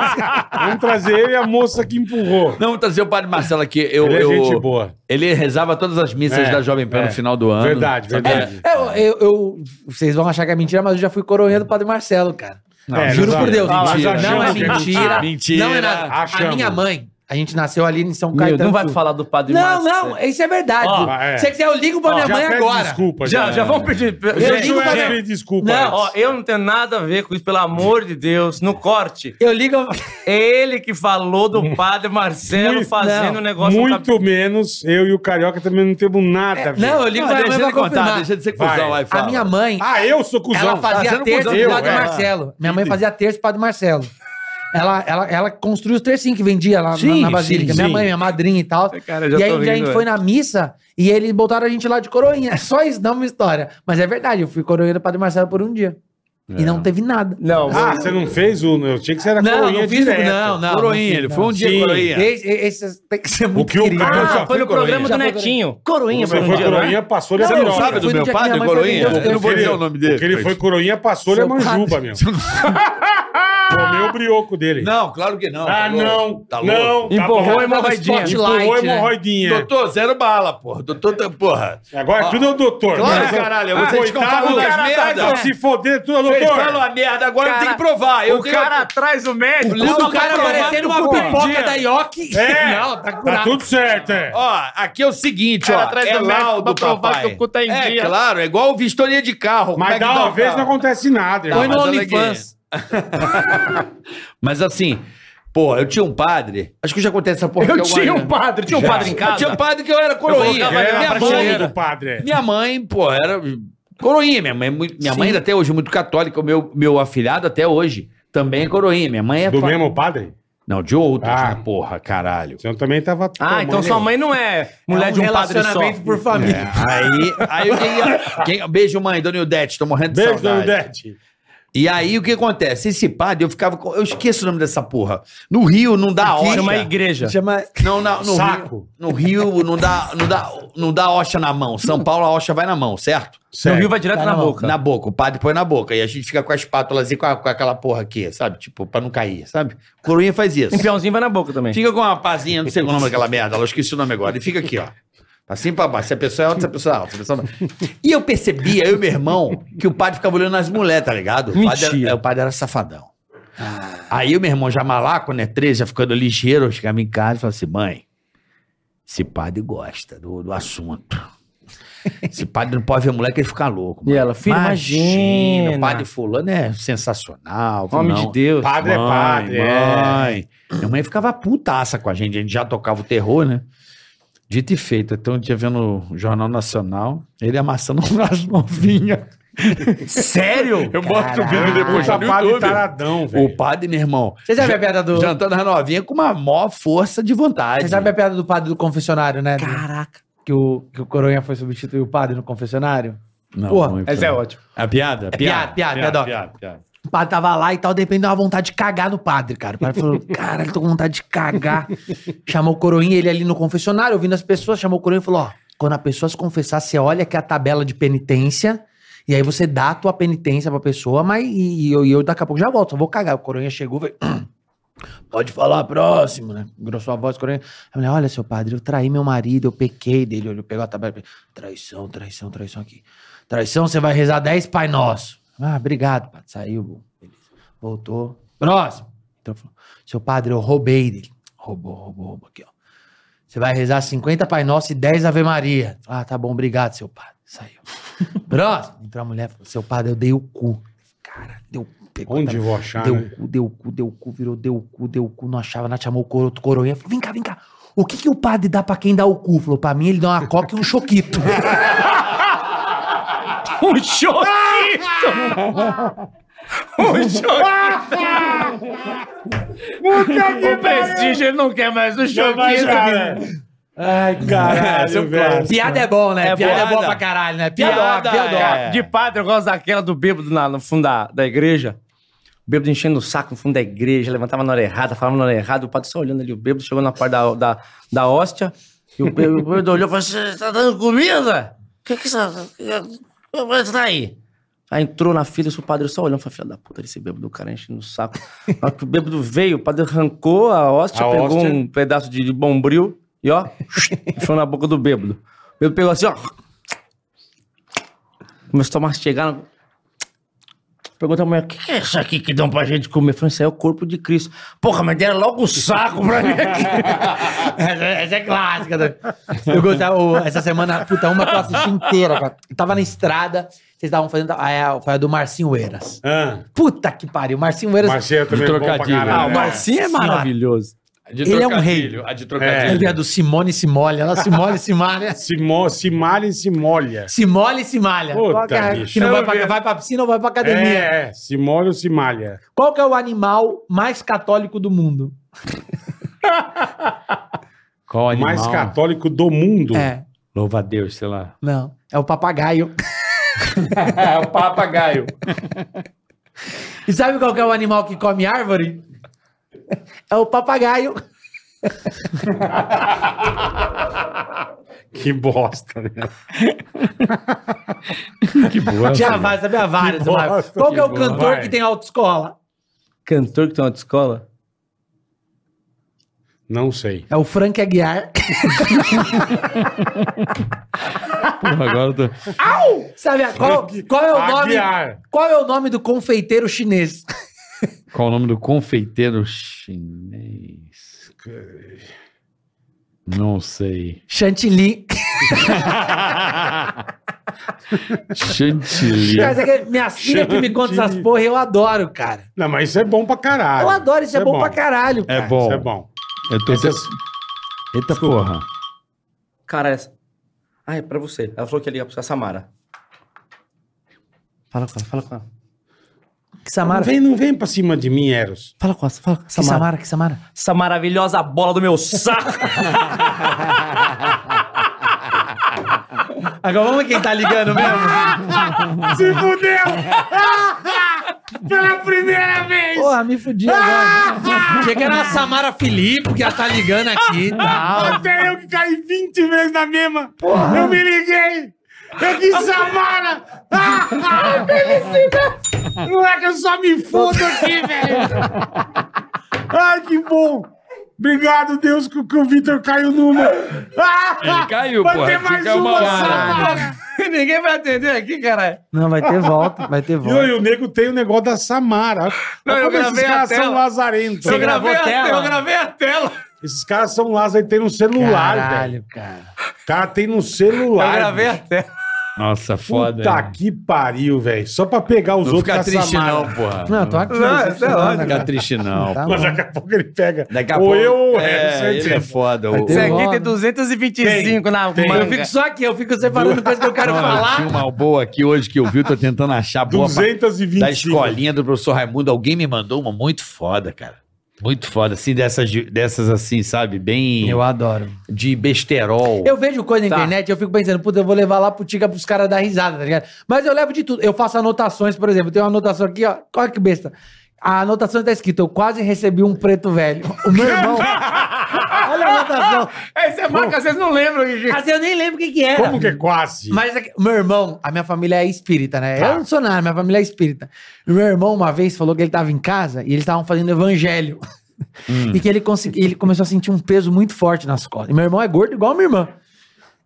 Speaker 2: Vamos trazer ele e a moça que empurrou.
Speaker 1: Não, vamos trazer o Padre Marcelo aqui. Eu,
Speaker 2: ele é
Speaker 1: eu-
Speaker 2: gente boa.
Speaker 1: Ele rezava todas as missas
Speaker 2: É,
Speaker 1: da Jovem Pan
Speaker 2: é.
Speaker 1: no final do ano.
Speaker 2: Verdade, verdade.
Speaker 4: É, eu, eu- eu- vocês vão achar que é mentira, mas eu já fui coroinha do padre Marcelo, cara.
Speaker 2: É,
Speaker 4: Juro
Speaker 2: nós-
Speaker 4: por Deus.
Speaker 2: nós
Speaker 4: mentira.
Speaker 2: achamos
Speaker 4: Não é
Speaker 2: que é
Speaker 4: mentira.
Speaker 1: mentira.
Speaker 4: Não é nada.
Speaker 2: Achamos.
Speaker 4: A minha mãe, a gente nasceu ali em São
Speaker 5: Meu,
Speaker 4: Caetano.
Speaker 5: não vai
Speaker 4: Sul.
Speaker 5: falar do Padre
Speaker 4: Não,
Speaker 5: Marcelo.
Speaker 4: não, isso é verdade.
Speaker 5: Ó,
Speaker 2: é.
Speaker 4: Se você quiser, eu ligo pra minha
Speaker 2: Já
Speaker 4: mãe
Speaker 2: pede
Speaker 4: agora.
Speaker 2: Desculpa,
Speaker 5: Já, já vamos pedir.
Speaker 2: Eu
Speaker 4: digo
Speaker 2: digo
Speaker 4: pra
Speaker 2: pra
Speaker 4: ele.
Speaker 2: desculpa.
Speaker 4: Não,
Speaker 5: Ó, eu não tenho nada a ver com isso, pelo amor de Deus. No corte. É
Speaker 4: Eu ligo.
Speaker 5: Ele que falou do padre Marcelo
Speaker 2: Muito-
Speaker 5: fazendo
Speaker 4: não,
Speaker 5: um negócio no
Speaker 2: Muito menos, eu e o Carioca também não temos nada. a ver.
Speaker 4: É, Não, eu ligo pra minha
Speaker 1: deixa
Speaker 4: mãe pra
Speaker 1: ele contar,
Speaker 4: confirmar.
Speaker 1: deixa de ser
Speaker 2: Vai.
Speaker 1: cuzão, vai,
Speaker 4: A
Speaker 1: fala.
Speaker 4: minha mãe,
Speaker 2: Ah, eu sou cuzão.
Speaker 4: ela fazia
Speaker 1: sendo
Speaker 4: terço
Speaker 2: cuzão.
Speaker 4: do padre
Speaker 2: Eu, é.
Speaker 4: Marcelo. Minha mãe fazia terço do padre Marcelo. Ela, ela, ela construiu os tercinhos que vendia lá na-
Speaker 1: Sim,
Speaker 4: na, Basílica.
Speaker 1: sim,
Speaker 4: minha
Speaker 1: sim.
Speaker 4: mãe, minha madrinha e tal.
Speaker 5: Cara, eu já
Speaker 4: e aí
Speaker 5: tô
Speaker 4: um dia a
Speaker 5: rindo,
Speaker 4: gente
Speaker 5: velho.
Speaker 4: foi na missa e eles botaram a gente lá de coroinha. Só isso, não é uma história. Mas é verdade, eu fui coroinha do Padre Marcelo por um dia. E não teve nada.
Speaker 5: Não,
Speaker 2: Ah, você não fez o. Eu tinha que ser a
Speaker 4: Não,
Speaker 2: coroinha
Speaker 4: não fiz.
Speaker 2: direto.
Speaker 4: Não, não.
Speaker 1: Coroinha, ele foi um dia
Speaker 2: Sim.
Speaker 1: coroinha.
Speaker 4: Esse, esse tem que ser muito
Speaker 2: que o
Speaker 4: querido.
Speaker 2: cara-
Speaker 5: ah,
Speaker 2: já
Speaker 5: foi
Speaker 2: fui
Speaker 5: no programa
Speaker 4: coroinha.
Speaker 5: do
Speaker 4: Já fui
Speaker 5: Netinho. Coroinha
Speaker 2: Você
Speaker 5: foi um
Speaker 2: foi
Speaker 5: dia, não é?
Speaker 2: coroinha, passou-lhe a
Speaker 4: Não,
Speaker 1: Você não
Speaker 4: Eu
Speaker 1: sabe
Speaker 2: piroca.
Speaker 4: fui
Speaker 1: do
Speaker 4: no
Speaker 1: meu
Speaker 4: dia que minha
Speaker 1: padre,
Speaker 4: mãe
Speaker 1: Coroinha?
Speaker 4: foi-
Speaker 1: Eu não vou
Speaker 2: Porque
Speaker 1: dizer
Speaker 2: ele-
Speaker 1: o nome dele.
Speaker 2: Porque ele foi coroinha, passou-lhe a
Speaker 4: Seu
Speaker 2: manjuba,
Speaker 4: padre.
Speaker 2: meu. Comeu o brioco dele.
Speaker 1: Não, claro que não.
Speaker 2: ah,
Speaker 1: tá louco,
Speaker 2: não.
Speaker 1: Tá louco.
Speaker 2: não. tá
Speaker 5: Empurrou
Speaker 2: bom.
Speaker 5: a hemorroidinha.
Speaker 2: Empurrou a
Speaker 4: Spotlight, né?
Speaker 2: hemorroidinha.
Speaker 1: Doutor, zero bala, porra. Doutor, tá- porra.
Speaker 2: Agora tudo é o doutor.
Speaker 1: Claro,
Speaker 2: Mas-
Speaker 1: caralho, vocês
Speaker 2: coitado
Speaker 1: contavam
Speaker 2: do
Speaker 1: das
Speaker 2: cara,
Speaker 1: merda.
Speaker 2: tá, Se foder, tudo é o
Speaker 1: Vocês falam
Speaker 2: doutor.
Speaker 1: a merda, agora
Speaker 5: Cara,
Speaker 1: tem que provar. Eu
Speaker 5: o
Speaker 1: tenho-
Speaker 5: cara atrás do médico.
Speaker 1: Léo
Speaker 4: Não,
Speaker 1: Não,
Speaker 4: o cara
Speaker 1: tá
Speaker 4: parecendo uma
Speaker 5: provado.
Speaker 4: pipoca da Yoki.
Speaker 2: É.
Speaker 4: (laughs) Não, tá curado.
Speaker 2: Tá tudo certo, é.
Speaker 1: Ó, aqui é o seguinte,
Speaker 5: Cara
Speaker 1: ó.
Speaker 5: atrás
Speaker 1: É
Speaker 5: do médico
Speaker 1: laudo,
Speaker 5: pra provar
Speaker 1: papai.
Speaker 5: que o cu tá em
Speaker 1: é,
Speaker 5: dia.
Speaker 1: claro, é igual vistoria de carro. Como é
Speaker 2: Mas
Speaker 1: que
Speaker 2: dá
Speaker 1: dá
Speaker 2: uma
Speaker 1: o
Speaker 2: vez
Speaker 1: carro?
Speaker 2: não acontece nada,
Speaker 4: Põe no
Speaker 2: irmão.
Speaker 1: Mas olha aqui.
Speaker 4: OnlyFans.
Speaker 1: Mas assim, pô, eu tinha um padre. Acho que já acontece essa porra.
Speaker 5: Eu
Speaker 1: aqui
Speaker 5: tinha
Speaker 1: agora,
Speaker 5: um
Speaker 1: né?
Speaker 5: padre, tinha um padre em
Speaker 1: Eu tinha um
Speaker 5: casa.
Speaker 1: padre que eu era coroinha.
Speaker 5: colocava ele na
Speaker 1: minha,
Speaker 2: Mãe
Speaker 1: mãe,
Speaker 2: do padre.
Speaker 1: minha mãe, pô, era coroinha. Minha mãe, é muito- minha
Speaker 4: Sim.
Speaker 1: mãe ainda até hoje é muito católica. O meu, meu afilhado até hoje também é coroinha. Minha mãe é.
Speaker 2: Do
Speaker 1: fa-
Speaker 2: mesmo padre?
Speaker 1: Não, de outros,
Speaker 2: Ah.
Speaker 1: né? Porra, caralho.
Speaker 2: Você também tava.
Speaker 5: Ah, então
Speaker 2: tomando-
Speaker 5: sua mãe não é mulher
Speaker 4: Mulher
Speaker 5: de um padre só.
Speaker 4: por família.
Speaker 1: Aí, aí eu quem, ia- quem- beijo, mãe, Dona Ildete, tô morrendo de
Speaker 2: Beijo,
Speaker 1: saudade.
Speaker 2: Dudete.
Speaker 1: E aí o que acontece? Esse padre, eu ficava. com- Eu esqueço o nome dessa porra. No Rio não dá
Speaker 5: Aqui
Speaker 1: hora.
Speaker 5: Ah, chama igreja.
Speaker 4: Chama...
Speaker 1: Não, não, no
Speaker 2: Saco.
Speaker 1: Rio, no Rio não dá, não dá, não dá hoxa na mão. São Paulo a hoxa vai na mão, certo?
Speaker 5: No
Speaker 2: Sério.
Speaker 5: Rio vai direto
Speaker 4: Tá
Speaker 5: na
Speaker 4: na mão.
Speaker 5: boca.
Speaker 1: Na boca, o padre põe na boca. E a gente fica com a espátula assim, com, a- com aquela porra aqui, sabe? Tipo, pra não cair, sabe? Coroinha faz isso.
Speaker 5: O Um peãozinho vai na boca também.
Speaker 1: Fica com uma pazinha, não sei o nome daquela merda, ela eu esqueci o nome agora. E fica aqui, ó. Assim pra baixo. Se a pessoa é alta, se a pessoa é alta. Se a pessoa é baixa. E eu percebia, eu e meu irmão, que o padre ficava olhando as mulheres, tá ligado? O padre,
Speaker 5: Mentira.
Speaker 1: era, é, o padre era safadão. Aí o meu irmão já malaco, né? 13, já ficando ligeiro, eu chegava em casa e falava assim: mãe, esse padre gosta do, do assunto. Esse padre não pode ver mulher que ele fica louco.
Speaker 5: E
Speaker 1: mãe.
Speaker 5: ela, "Filho, imagina."
Speaker 1: O padre fulano é sensacional.
Speaker 5: Homem
Speaker 1: não.
Speaker 5: de Deus.
Speaker 2: Padre é padre. é.
Speaker 1: Mãe. Minha mãe ficava putaça com a gente, a gente já tocava o terror, né? Dito e feito. Então, eu tinha vendo o Jornal Nacional, ele amassando (laughs) um braço novinha.
Speaker 4: Sério?
Speaker 9: Eu boto o vídeo depois
Speaker 2: Puta
Speaker 9: no
Speaker 2: padre
Speaker 9: YouTube.
Speaker 2: taradão,
Speaker 1: O
Speaker 2: velho.
Speaker 1: padre, meu irmão,
Speaker 4: Você sabe a piada do...
Speaker 1: jantando a novinha com uma maior força de vontade.
Speaker 4: Você sabe a piada do padre do confessionário, né? Caraca. Que o, que o coroinha foi substituir o padre no confessionário?
Speaker 1: Não, né?
Speaker 4: Porra,
Speaker 1: não,
Speaker 5: Essa é ótima.
Speaker 1: A piada? A
Speaker 4: piada, piada, é piada, ó. O padre tava lá e tal, de repente deu uma vontade de cagar no padre, cara. O padre falou, caralho, tô com vontade de cagar. Chamou o coroinha, ele ali no confessionário, ouvindo as pessoas, chamou o coroinha e falou, ó, quando a pessoa se confessar, você olha aqui a tabela de penitência, e aí você dá a tua penitência pra pessoa, mas e, e eu, e eu daqui a pouco já volto, só vou cagar. O coroinha chegou, veio... Pode falar próximo, né? Grossou a voz, coroinha. A mulher, olha, seu padre, eu traí meu marido, eu pequei dele. Olhou, pegou a tabela. e falou, Traição, traição, traição aqui. Traição, você vai rezar 10 Pai Nosso. Ah, obrigado, padre. Saiu, bom, beleza. Voltou. Próximo. Então falou, seu padre, eu roubei dele. Roubou, roubou, roubou aqui, ó. Você vai rezar 50 Pai Nosso e 10 Ave Maria. Ah, tá bom, obrigado, seu padre. Saiu. (laughs) Próximo. Entrou a mulher, falou, seu padre, eu dei o cu. Cara, deu pegou a
Speaker 2: Onde eu vou achar,
Speaker 4: Deu um
Speaker 2: né?
Speaker 4: cu, deu cu, deu cu, virou, deu cu, deu cu, não achava, nada, chamou o coro, coroinha, falou, vem cá, vem cá, o que que o padre dá pra quem dá o cu? Falou, pra mim ele dá uma coca e um choquito.
Speaker 5: (laughs) Um choque! (laughs) um choque! o prestígio ele não quer mais o choque.
Speaker 2: Ai, caralho, velho.
Speaker 4: piada (laughs) é bom, né?
Speaker 5: É
Speaker 4: piada é boa
Speaker 5: piada.
Speaker 4: pra caralho, né? Piada,
Speaker 5: Piada,
Speaker 4: piada.
Speaker 5: é. De padre, eu gosto daquela do bêbado na- no fundo da, da igreja. O bêbado enchendo o saco no fundo da igreja, levantava na hora errada, falava na hora errada, o padre só olhando ali, o bêbado chegou na parte da, da, da hóstia, e o bêbado, o bêbado olhou e falou: Você tá dando comida? O que que isso Você tá aí? Aí entrou na fila, isso, o padre só olhando, falou, filha da puta, esse bêbado, o cara enchendo o saco. Na hora que o bêbado veio, o padre arrancou a hóstia,
Speaker 2: A
Speaker 5: pegou
Speaker 2: hóstia.
Speaker 5: um pedaço de, de bombril e ó, (laughs) enfiou na boca do bêbado. O bêbado pegou assim, ó, começou a mastigar. Pergunta a mulher, o que que é isso aqui que dão pra gente comer? Eu falei, isso aí é o corpo de Cristo. Porra, mas deram logo o saco pra mim aqui.
Speaker 4: Essa, essa é clássica. né? Eu gostava, o- essa semana, puta, uma que eu assisti inteira, cara. Eu tava na estrada, vocês estavam fazendo, ah, é, foi a do Marcinho Eiras.
Speaker 2: Ah,
Speaker 4: Puta que pariu, Marcinho Eiras,
Speaker 2: Marcelo também é bom pra
Speaker 10: trocadilho.
Speaker 2: caralho.
Speaker 10: Ah,
Speaker 2: né?
Speaker 10: o
Speaker 4: Marcinho é
Speaker 5: maravilhoso.
Speaker 4: ele é um rei.
Speaker 10: A de
Speaker 2: É.
Speaker 4: Ele é do Simone e Simole, ela Simone e Simalha.
Speaker 2: Se, mo se malha e se molha.
Speaker 4: Se molha e se malha.
Speaker 2: Puta,
Speaker 4: Qual que, é,
Speaker 2: bicho.
Speaker 4: que não vai pra, vai pra piscina ou vai pra academia.
Speaker 2: É, é, se molha ou se malha.
Speaker 4: Qual que é o animal mais católico do mundo?
Speaker 10: Qual
Speaker 2: O
Speaker 10: animal?
Speaker 2: mais católico do mundo.
Speaker 4: É.
Speaker 10: Louva a Deus, sei lá.
Speaker 4: Não. É o (laughs) papagaio.
Speaker 10: É o papagaio.
Speaker 4: E sabe qual que é o animal que come árvore? É o papagaio.
Speaker 2: Que bosta, né?
Speaker 10: (laughs) Que boa.
Speaker 4: Já vai, sabe a várias.
Speaker 2: bosta,
Speaker 4: vai. Qual que é o
Speaker 2: que
Speaker 4: cantor
Speaker 2: bosta.
Speaker 4: que tem autoescola?
Speaker 5: (laughs) Cantor que tem uma escola?
Speaker 2: Não sei.
Speaker 4: É o Frank Aguiar.
Speaker 10: Porra, agora eu tô...
Speaker 4: Sabe a- qual, qual é o nome?
Speaker 2: Aguiar.
Speaker 4: Qual é o nome do confeiteiro chinês?
Speaker 10: Qual o nome do confeiteiro chinês? Não sei.
Speaker 4: Chantilly.
Speaker 10: Chantilly.
Speaker 2: (laughs)
Speaker 4: Essa aqui é minha filha que me conta essas
Speaker 2: Chantilly.
Speaker 4: porra, eu adoro, cara.
Speaker 2: Não, mas isso é bom pra caralho.
Speaker 4: Eu adoro, isso é, bom, pra caralho, cara.
Speaker 10: É bom.
Speaker 2: Isso é bom.
Speaker 10: Eu tô...
Speaker 2: Essas-
Speaker 10: Eita porra.
Speaker 5: Cara, essa. Ah, é pra você. Ela falou que ia ligar pra você, a Samara. Fala com ela, fala com ela.
Speaker 4: Que
Speaker 2: Não
Speaker 4: Samara.
Speaker 2: vem, não vem pra cima de mim, Eros.
Speaker 5: Fala com ela, fala com a
Speaker 4: Que
Speaker 5: Samara.
Speaker 4: Samara, que Samara.
Speaker 5: Essa é maravilhosa bola do meu saco.
Speaker 4: Agora vamos ver quem tá ligando mesmo.
Speaker 2: Se fudeu! (laughs) Pela primeira vez!
Speaker 4: Porra, me fudi agora. Achei que era a Samara Filipe que ela tá ligando aqui e tal.
Speaker 2: Até eu que caí 20 vezes na mesma. Eu me liguei. Eu que Samara. Ah, ah, felicidade. Moleque, eu só me fodo aqui, velho. Ai, que bom. Obrigado, Deus, que, que o Vitor caiu numa. Ah,
Speaker 3: Ele caiu,
Speaker 2: vai
Speaker 3: pô.
Speaker 2: ter mais
Speaker 3: Fica
Speaker 2: uma,
Speaker 3: uma hora.
Speaker 2: Samara.
Speaker 5: Ninguém vai atender aqui, caralho.
Speaker 4: Não, vai ter volta, vai ter
Speaker 2: E olha,
Speaker 4: volta.
Speaker 2: e o nego tem o negócio da Samara. Olha
Speaker 5: Não, eu
Speaker 2: como esses
Speaker 5: gravei a
Speaker 2: caras são
Speaker 5: tela.
Speaker 2: lazarentos.
Speaker 5: (laughs) Eu gravei,
Speaker 3: gravou
Speaker 5: a,
Speaker 3: tela?
Speaker 5: eu gravei a tela.
Speaker 2: Esses caras são lazarentos, tem no celular, velho.
Speaker 4: Caralho, cara.
Speaker 2: O cara tem no
Speaker 5: Eu
Speaker 2: celular.
Speaker 5: gravei a tela.
Speaker 3: (laughs) Nossa, foda.
Speaker 2: Foda, Puta
Speaker 3: né?
Speaker 2: que pariu, velho. Só pra pegar os
Speaker 3: Não fica
Speaker 2: outros com a
Speaker 3: triste,
Speaker 2: Samara.
Speaker 3: não, porra.
Speaker 4: Não, eu tô aqui.
Speaker 5: Não, é
Speaker 4: mas
Speaker 5: sei
Speaker 4: não,
Speaker 5: lá,
Speaker 4: né,
Speaker 3: Não
Speaker 4: cara?
Speaker 3: fica triste, não.
Speaker 4: Tá
Speaker 3: pô.
Speaker 2: Mas
Speaker 4: bom.
Speaker 2: (laughs) daqui a pouco ele pega.
Speaker 3: Daqui a
Speaker 2: ou
Speaker 3: pouco.
Speaker 2: eu ou
Speaker 3: é,
Speaker 2: ele.
Speaker 3: ele é foda.
Speaker 4: Vai
Speaker 3: O-
Speaker 4: ter
Speaker 5: Esse aqui
Speaker 4: volta.
Speaker 5: tem 225 na
Speaker 2: tem.
Speaker 5: manga.
Speaker 2: Eu fico
Speaker 5: só aqui, eu fico separando coisa que eu quero
Speaker 3: Mano,
Speaker 4: um
Speaker 3: Tinha uma boa aqui hoje que eu vi, eu tô tentando achar boa pra-
Speaker 2: 225.
Speaker 3: da escolinha do professor Raimundo. Alguém me mandou uma muito foda, cara. Muito foda, assim, dessas, de- dessas assim, sabe? Bem
Speaker 4: Eu adoro.
Speaker 3: de besterol.
Speaker 4: Eu vejo coisa
Speaker 5: Tá.
Speaker 4: na internet e eu fico pensando, puta, eu vou levar lá pro Tiga pros caras dar risada, tá ligado? Mas eu levo de tudo. Eu faço anotações, por exemplo. Tem uma anotação aqui, ó. Olha que besta. A anotação tá escrita, eu quase recebi um preto velho. O meu irmão... Olha a anotação.
Speaker 5: Aí você marca, às vezes não lembra o que que é.
Speaker 4: Mas eu nem lembro o que que era.
Speaker 2: Como que é quase?
Speaker 4: Mas é que- meu irmão, a minha família é espírita, né? Eu não sou nada, minha família é espírita. E meu irmão uma vez falou que ele tava em casa e eles estavam fazendo evangelho. (laughs) E que ele, consegui, ele começou a sentir um peso muito forte nas costas. E meu irmão é gordo igual a minha irmã.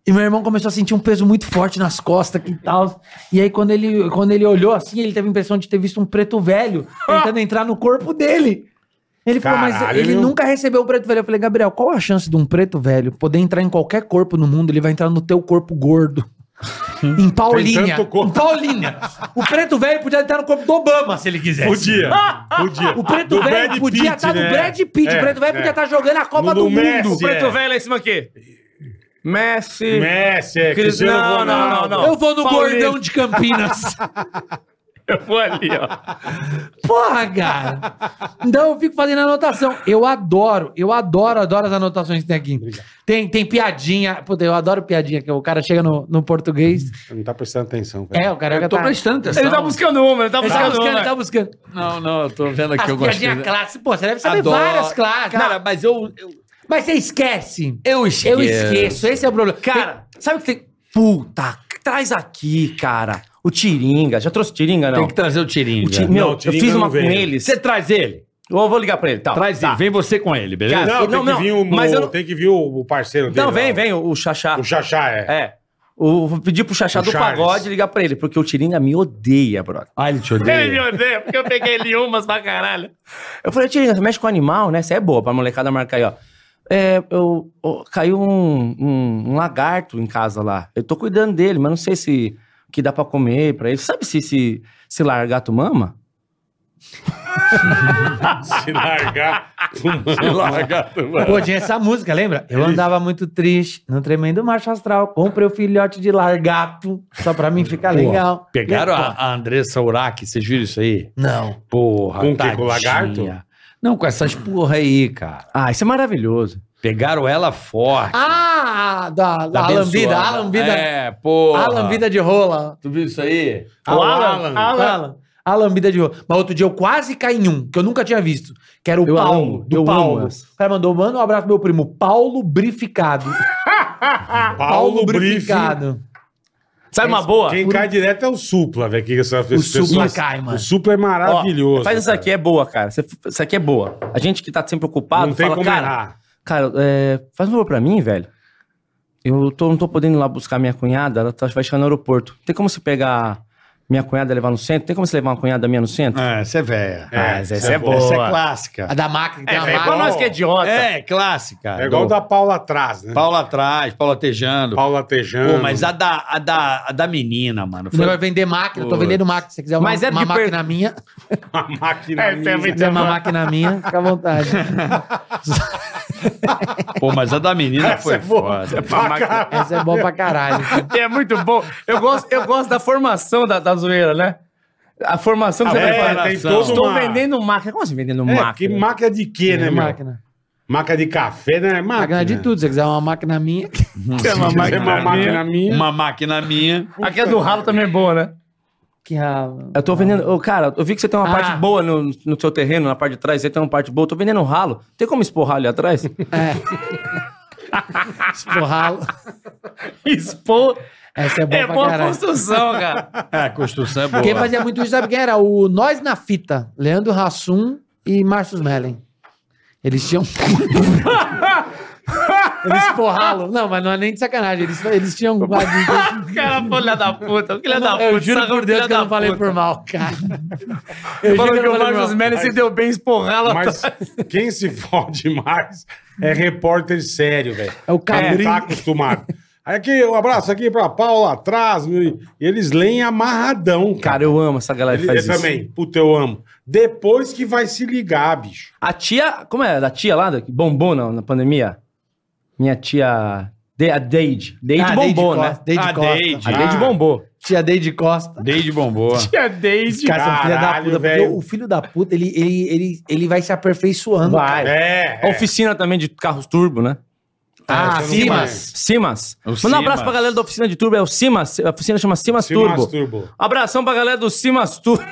Speaker 4: E meu irmão começou a sentir um peso muito forte nas costas e tal. E aí, quando ele, quando ele olhou assim, ele teve a impressão de ter visto um preto velho tentando entrar no corpo dele. Ele falou, mas
Speaker 2: Caralho,
Speaker 4: ele
Speaker 2: meu.
Speaker 4: nunca recebeu um preto velho. Eu falei, Gabriel, qual a chance de um preto velho poder entrar em qualquer corpo no mundo? Ele vai entrar no teu corpo gordo. em Paulínia.
Speaker 2: tanto corpo.
Speaker 4: Em Paulínia. O preto velho podia entrar no corpo do Obama, se ele quisesse.
Speaker 2: Podia. Podia.
Speaker 4: O preto
Speaker 2: Do
Speaker 4: velho
Speaker 2: Brad
Speaker 4: podia
Speaker 2: Pitt,
Speaker 4: estar
Speaker 2: né?
Speaker 4: no Brad Pitt.
Speaker 2: É,
Speaker 4: o preto velho
Speaker 2: é.
Speaker 4: podia tá estar jogando a
Speaker 2: No-
Speaker 4: Copa do,
Speaker 2: no
Speaker 4: Mundo.
Speaker 2: Messi,
Speaker 5: Preto
Speaker 2: é.
Speaker 5: velho lá em cima aqui. Messi.
Speaker 2: Messi, é,
Speaker 5: Cris-
Speaker 2: Cristiano
Speaker 5: não,
Speaker 2: Ronaldo.
Speaker 5: não, não, não.
Speaker 4: Eu vou no
Speaker 5: Paulinho.
Speaker 4: gordão de Campinas.
Speaker 5: Eu vou ali, ó.
Speaker 4: Porra, cara! Então eu fico fazendo anotação. Eu adoro, eu adoro, adoro as anotações que tem aqui. Tem, tem piadinha. Puta, eu adoro piadinha, que o cara chega no, no português.
Speaker 2: Não tá prestando atenção,
Speaker 4: É,
Speaker 2: cara.
Speaker 4: o cara
Speaker 3: tô
Speaker 4: tá...
Speaker 3: prestando atenção.
Speaker 5: Ele tá buscando uma, ele tá
Speaker 4: Ele tá
Speaker 5: buscando
Speaker 4: buscando,
Speaker 5: uma.
Speaker 4: ele tá buscando.
Speaker 3: Não, não, eu tô vendo aqui,
Speaker 4: As
Speaker 3: É eu gostei.
Speaker 4: piadinhas clássicas. Pô, você deve saber
Speaker 3: Adoro.
Speaker 4: várias clássicas.
Speaker 3: Cara, mas eu, eu,
Speaker 4: Mas você esquece.
Speaker 3: eu esqueço.
Speaker 4: Eu esqueço, esse é o problema.
Speaker 5: Cara, sabe o que tem? Puta, traz aqui, cara. O Tiringa. Já trouxe o Tiringa, não?
Speaker 3: Tem que trazer o tirinho.
Speaker 5: O Ti-
Speaker 3: velho.
Speaker 5: Meu,
Speaker 2: Não, o
Speaker 5: eu
Speaker 2: Tiringa
Speaker 5: fiz
Speaker 2: não
Speaker 5: uma com
Speaker 2: veio.
Speaker 5: ele.
Speaker 3: Você traz ele.
Speaker 5: Eu vou ligar pra ele, tá?
Speaker 3: Traz ele. Vem você com ele, beleza?
Speaker 1: É,
Speaker 5: Cara,
Speaker 2: Não,
Speaker 5: não,
Speaker 2: tem que
Speaker 5: não,
Speaker 2: vir o-
Speaker 5: mas eu
Speaker 2: o-
Speaker 5: não-
Speaker 2: tem que vir o o parceiro dele.
Speaker 5: Não, Então vem,
Speaker 2: lá.
Speaker 5: vem, o o Xaxá.
Speaker 2: O Xaxá, é.
Speaker 5: É. O, vou pedir pro Xaxá
Speaker 2: O
Speaker 5: do
Speaker 2: Charles.
Speaker 5: pagode ligar pra ele, porque o Tiringa me odeia, brother.
Speaker 3: Ah, ele te
Speaker 5: Ele me odeia, porque eu peguei ele umas pra caralho. Eu falei, Tiringa, você mexe com animal, né? Você é boa pra molecada marcar aí, ó. É, eu, ó, caiu um, um- um lagarto em casa lá. Eu tô cuidando dele, mas não sei se o que dá pra comer pra ele. Sabe se, se, se largato mama?
Speaker 2: (laughs) Se largar.
Speaker 3: Se larga.
Speaker 4: Pô, tinha essa música, lembra? Eu andava muito triste, no tremendo macho astral. Comprei o filhote de largato, só pra mim ficar legal.
Speaker 3: Pegaram a, a Andressa Urach, vocês viram isso aí?
Speaker 4: Não.
Speaker 3: Porra,
Speaker 2: Com o quê? Com o
Speaker 3: tadinha.
Speaker 2: lagarto?
Speaker 3: Não, com essas porra aí, cara.
Speaker 5: Ah, isso é maravilhoso.
Speaker 3: Pegaram ela forte.
Speaker 4: Ah, da, da,
Speaker 1: Tá
Speaker 3: da
Speaker 4: a
Speaker 3: abençoada.
Speaker 4: lambida, a lambida.
Speaker 3: É, porra.
Speaker 4: A lambida de rola.
Speaker 3: Tu viu isso aí?
Speaker 2: Ah, o Alan.
Speaker 4: Alan. A lambida de rola. Mas outro dia eu quase caí em um, que eu nunca tinha visto. Que era o
Speaker 5: Eu
Speaker 4: Paulo.
Speaker 5: amo,
Speaker 4: do
Speaker 5: eu amo
Speaker 4: Paulo.
Speaker 5: essa.
Speaker 4: O cara mandou, manda um abraço pro meu primo. Paulo Brificado.
Speaker 2: Paulo Brief.
Speaker 5: Sabe uma boa?
Speaker 2: Quem cai direto é o Supla, velho. Que essa,
Speaker 4: O Supla cai, mano.
Speaker 2: O Supla é
Speaker 5: Ó,
Speaker 2: maravilhoso.
Speaker 5: faz isso
Speaker 2: cara.
Speaker 5: aqui, é boa, cara. Você- Isso aqui é boa. A gente que tá sempre ocupado
Speaker 2: Não tem
Speaker 5: fala,
Speaker 2: como
Speaker 5: cara,
Speaker 2: errar.
Speaker 5: Cara, é, faz um favor pra mim, velho. Eu tô- não tô podendo ir lá buscar minha cunhada, ela tá, vai chegar no aeroporto. Tem como você pegar minha cunhada e levar no centro? Tem como você levar uma cunhada minha no centro?
Speaker 3: Ah, você é velha.
Speaker 2: É, essa é boa.
Speaker 3: Essa é clássica.
Speaker 4: A da máquina, tem
Speaker 5: É,
Speaker 4: a
Speaker 5: velho, pra
Speaker 4: máquina.
Speaker 5: nós que é idiota.
Speaker 3: É, clássica.
Speaker 2: É igual
Speaker 3: Do-
Speaker 2: da Paula atrás, né?
Speaker 3: Paula atrás, Paula tejando.
Speaker 2: Paula Tejano.
Speaker 3: Pô, mas a da, a, da, a da menina, mano.
Speaker 4: Você
Speaker 3: Foi...
Speaker 4: vai vender máquina, eu tô
Speaker 3: Putz.
Speaker 4: vendendo máquina. Se você quiser uma,
Speaker 5: Mas é
Speaker 4: uma
Speaker 5: de per-
Speaker 4: máquina
Speaker 5: (laughs)
Speaker 4: minha, se
Speaker 2: A máquina. minha.
Speaker 4: quiser uma máquina minha, fica à vontade.
Speaker 3: Pô, mas a da menina foi
Speaker 2: é boa.
Speaker 3: foda.
Speaker 4: Essa é boa pra caralho.
Speaker 5: É muito bom. Eu gosto, eu gosto da formação da, da zoeira, né? A formação que você
Speaker 2: É,
Speaker 5: vai falar.
Speaker 2: tem toda
Speaker 5: Estou
Speaker 2: uma-
Speaker 5: vendendo máquina. Como assim vendendo
Speaker 2: É, que
Speaker 5: máquina?
Speaker 2: máquina de quê, né,
Speaker 4: É
Speaker 2: meu?
Speaker 4: máquina.
Speaker 2: Máquina de café, né? Máquina,
Speaker 4: Máquina de tudo. Se você quiser uma máquina minha,
Speaker 2: É uma máquina minha.
Speaker 3: Uma máquina minha.
Speaker 5: Aqui a do ralo também é boa, né?
Speaker 4: Que ralo.
Speaker 5: Eu tô vendendo. Ô, cara, eu vi que você tem uma
Speaker 4: Ah.
Speaker 5: parte boa no, no seu terreno, na parte de trás. Você tem uma parte boa. Eu tô vendendo um ralo. Tem como expor ralo ali atrás? (laughs)
Speaker 4: Esporralo.
Speaker 5: expor.
Speaker 4: Essa é boa
Speaker 5: É
Speaker 4: pra
Speaker 5: boa
Speaker 4: caralho.
Speaker 5: construção, (laughs) cara.
Speaker 8: É, a construção é boa.
Speaker 4: Quem fazia muito isso, sabe quem era? O Nós na Fita, Leandro Hassum e Márcio Mellen. Eles tinham. (laughs) eles porralam. Não, mas não é nem de sacanagem. Eles, eles tinham.
Speaker 5: cara, filha da puta. Filha da puta.
Speaker 4: eu juro
Speaker 5: saca,
Speaker 4: por Deus
Speaker 5: filha
Speaker 4: que eu
Speaker 5: da
Speaker 4: não falei
Speaker 5: puta.
Speaker 4: por mal, cara. Eu juro
Speaker 5: Falou
Speaker 4: que
Speaker 5: que
Speaker 4: eu não falei
Speaker 5: o
Speaker 4: por
Speaker 5: Marcos
Speaker 4: mal.
Speaker 5: Melo se deu bem esporrar lá
Speaker 2: Mas
Speaker 5: atrás.
Speaker 2: quem se fode mais é repórter sério, velho.
Speaker 4: É o
Speaker 2: Tá-
Speaker 4: Cabrinho.
Speaker 2: Tá acostumado. Aí Aqui, um abraço aqui pra Paula atrás. E eles leem amarradão, cara.
Speaker 5: Cara, eu amo essa galera que
Speaker 2: Ele- eu
Speaker 5: faz isso.
Speaker 2: também. Puta, eu amo. Depois que vai se ligar, bicho.
Speaker 5: A tia, como é? Da tia lá, da- que bombou na, na pandemia? Minha tia. De, a Deide. Deide
Speaker 4: Ah,
Speaker 5: bombou, né?
Speaker 4: Costa, Deide
Speaker 8: Ah,
Speaker 4: Costa.
Speaker 8: Deide.
Speaker 5: A Deide
Speaker 2: Ah.
Speaker 5: bombou.
Speaker 4: Tia Deide Costa.
Speaker 8: Desde bombou.
Speaker 5: Tia Deide.
Speaker 4: Cara, essa filha da
Speaker 2: Caralho,
Speaker 4: puta. porque
Speaker 2: velho.
Speaker 4: O filho da puta, ele, ele, ele, ele vai se aperfeiçoando.
Speaker 5: Vai.
Speaker 2: É.
Speaker 5: A oficina também de carros turbo, né?
Speaker 2: você não
Speaker 4: Ah,
Speaker 2: É
Speaker 4: Simas.
Speaker 2: vai.
Speaker 5: Simas.
Speaker 8: O
Speaker 5: Manda um abraço
Speaker 8: Simas.
Speaker 5: pra galera da oficina de turbo. É o Simas. A oficina chama Simas,
Speaker 2: Se
Speaker 5: Turbo.
Speaker 2: masturbo.
Speaker 5: Abração pra galera do Simas Turbo.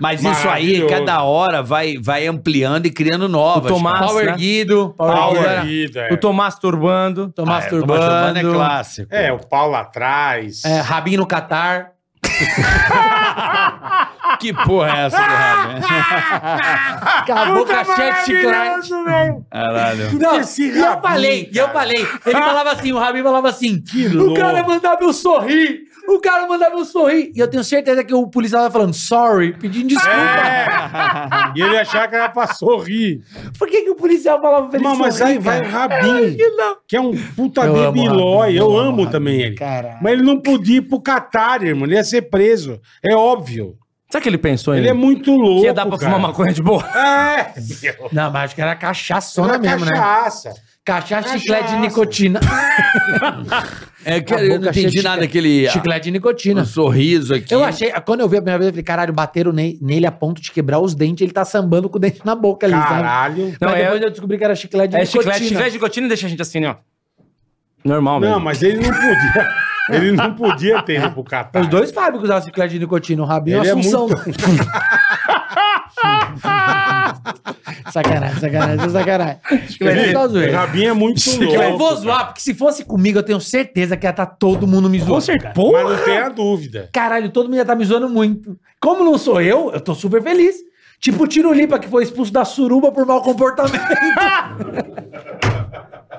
Speaker 3: Mas isso aí,
Speaker 2: Maravilhoso.
Speaker 3: cada hora vai, vai ampliando e criando novas.
Speaker 5: O Tomás,
Speaker 4: tá
Speaker 3: cara. Power
Speaker 5: né?
Speaker 3: Guido, Power
Speaker 2: Paulo é
Speaker 3: Guido.
Speaker 2: Guida,
Speaker 5: O Tomás Turbando.
Speaker 1: Ah,
Speaker 4: Tô masturbando.
Speaker 3: Urbano é clássico.
Speaker 2: É, é, o Paulo atrás.
Speaker 4: É, Rabinho no Catar.
Speaker 8: Que porra é essa do Raben?
Speaker 2: Ah,
Speaker 4: Acabou com a chefe chiclete.
Speaker 8: Caralho.
Speaker 4: Não,
Speaker 2: tá Esse
Speaker 4: e eu
Speaker 2: Rabin,
Speaker 4: falei, e eu falei. Ele falava assim, o Rabin falava assim, o
Speaker 2: louco."
Speaker 4: cara mandava eu sorrir, o cara mandava eu sorrir. E eu tenho certeza que o policial tava falando, sorry, pedindo desculpa. (laughs)
Speaker 2: É. E ele achava que era pra sorrir.
Speaker 4: Por que, que o policial falava pra ele
Speaker 2: Não, mas
Speaker 4: sorrir,
Speaker 2: aí vai
Speaker 4: cara?
Speaker 2: Rabin, que é um puta
Speaker 4: Eu amo
Speaker 2: debilói.
Speaker 4: Rabin,
Speaker 2: Eu
Speaker 4: eu amo
Speaker 2: amo
Speaker 4: Rabin,
Speaker 2: também ele.
Speaker 4: Caralho.
Speaker 2: Mas ele não podia ir pro Catar, irmão. Ele ia ser preso. É óbvio.
Speaker 5: Será que ele pensou
Speaker 2: Ele é
Speaker 5: em
Speaker 2: muito louco.
Speaker 5: que ia dar pra fumar
Speaker 2: cara.
Speaker 5: maconha de boa?
Speaker 2: É.
Speaker 4: Não, mas acho que era cachaçona
Speaker 2: Era
Speaker 4: mesmo, né?
Speaker 2: cachaça.
Speaker 4: Cachaça,
Speaker 2: Cachaça.
Speaker 4: chiclete de nicotina.
Speaker 3: É que
Speaker 4: A
Speaker 3: eu
Speaker 4: boca
Speaker 3: não
Speaker 4: cheia
Speaker 3: entendi
Speaker 4: de
Speaker 3: nada
Speaker 4: chicle-
Speaker 3: daquele ah,
Speaker 4: chiclete de nicotina.
Speaker 3: um sorriso aqui.
Speaker 4: Eu achei, quando eu vi a primeira vez, eu falei, caralho, bateram ne- nele a ponto de quebrar os dentes, ele tá sambando com o dente na boca ali, sabe?
Speaker 2: Caralho.
Speaker 5: Não,
Speaker 4: Mas
Speaker 5: é-
Speaker 4: depois eu descobri que era chiclete de
Speaker 5: É
Speaker 4: nicotina.
Speaker 5: chiclete, chiclete de gotina deixa a gente assim, ó. Normal,
Speaker 2: Não,
Speaker 5: mesmo.
Speaker 2: mas ele não podia. (laughs) Ele não podia ter ido pro Catar.
Speaker 4: Os dois Fábio que usavam chiclete de nicotina, o Rabinho e
Speaker 2: Ele é
Speaker 4: o
Speaker 2: (laughs)
Speaker 4: Assunção. (laughs) sacanagem, sacanagem, isso é sacanagem. Chiclete é só
Speaker 2: Ele,
Speaker 4: zoeira.
Speaker 2: Rabin é muito
Speaker 4: Eu
Speaker 2: louco.
Speaker 4: vou zoar, porque se fosse comigo, eu tenho certeza que ia estar todo mundo me zoando. Com certeza.
Speaker 2: Mas não tem a dúvida.
Speaker 4: Caralho, todo mundo ia estar me zoando muito. Como não sou eu, eu tô super feliz. Tipo o Tirolipa, que foi expulso da suruba por mau
Speaker 3: (laughs)
Speaker 4: comportamento.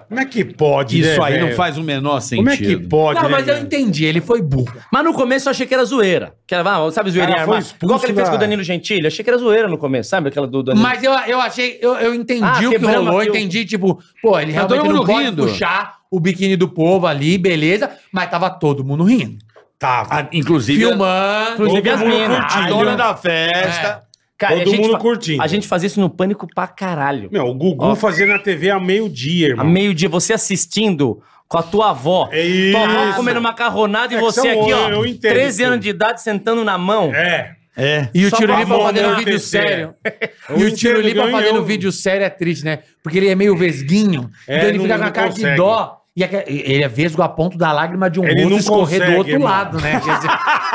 Speaker 2: Como é que pode, né,
Speaker 3: Isso aí não
Speaker 2: velho?
Speaker 3: faz o menor
Speaker 2: Como
Speaker 3: sentido.
Speaker 2: é que pode, né,
Speaker 4: Não, mas eu
Speaker 2: velho?
Speaker 4: entendi, ele foi burro.
Speaker 5: Mas no começo eu achei que era zoeira. Que era, ah, sabe, zoeirinha
Speaker 2: Cara, foi
Speaker 5: armada?
Speaker 2: expulso
Speaker 5: Igual que ele fez
Speaker 2: da-
Speaker 5: com o Danilo Gentili. Achei que era zoeira no começo, sabe? Aquela do Danilo.
Speaker 4: Mas eu, eu achei, eu, eu entendi
Speaker 5: Ah,
Speaker 4: o que
Speaker 5: quebramos
Speaker 4: rolou,
Speaker 5: aqui o-
Speaker 4: entendi, tipo, pô, ele
Speaker 3: Tá
Speaker 4: realmente
Speaker 3: todo
Speaker 4: não
Speaker 3: mundo
Speaker 4: pode
Speaker 3: rindo.
Speaker 4: puxar o biquíni do povo ali, beleza, mas tava todo mundo rindo.
Speaker 2: Tava.
Speaker 3: Ah, inclusive,
Speaker 4: Filmando.
Speaker 5: Inclusive as minas.
Speaker 8: A
Speaker 2: né?
Speaker 8: dona da festa.
Speaker 5: Cara,
Speaker 2: Todo
Speaker 5: e a gente
Speaker 2: mundo
Speaker 5: fa-
Speaker 2: curtindo.
Speaker 5: A gente fazia isso no pânico pra caralho.
Speaker 2: Meu, o Gugu
Speaker 5: Ó.
Speaker 2: fazia na TV a meio-dia,
Speaker 5: A
Speaker 2: irmão.
Speaker 5: meio-dia, você assistindo com a tua avó.
Speaker 2: É isso.
Speaker 5: Tua avó comendo macarronada
Speaker 2: É
Speaker 5: e
Speaker 2: que
Speaker 5: você
Speaker 2: são
Speaker 5: aqui,
Speaker 2: eu,
Speaker 5: ó.
Speaker 2: eu entendo
Speaker 5: 13 anos
Speaker 2: tudo.
Speaker 5: de idade sentando na mão.
Speaker 2: É.
Speaker 4: E o
Speaker 5: Só
Speaker 4: Tiro
Speaker 5: pra
Speaker 4: Lipa
Speaker 2: mão
Speaker 4: fazendo um
Speaker 2: não
Speaker 4: vídeo
Speaker 2: acontecer. (laughs)
Speaker 4: sério.
Speaker 2: Eu
Speaker 4: E o
Speaker 2: entendo
Speaker 4: Tiro
Speaker 2: que
Speaker 4: Lipa
Speaker 2: eu-
Speaker 4: fazendo
Speaker 2: eu-
Speaker 4: vídeo sério é triste, né? Porque ele é meio vesguinho.
Speaker 2: É,
Speaker 4: então ele
Speaker 2: não-
Speaker 4: fica com a
Speaker 2: não
Speaker 4: cara de
Speaker 2: consegue.
Speaker 4: dó. E aque- ele é vesgo a ponto da lágrima de um
Speaker 2: Ele
Speaker 4: rosto
Speaker 2: não
Speaker 4: escorrer do
Speaker 2: consegue,
Speaker 4: outro
Speaker 2: irmão.
Speaker 4: lado, né? Quer
Speaker 2: (laughs)
Speaker 4: dizer,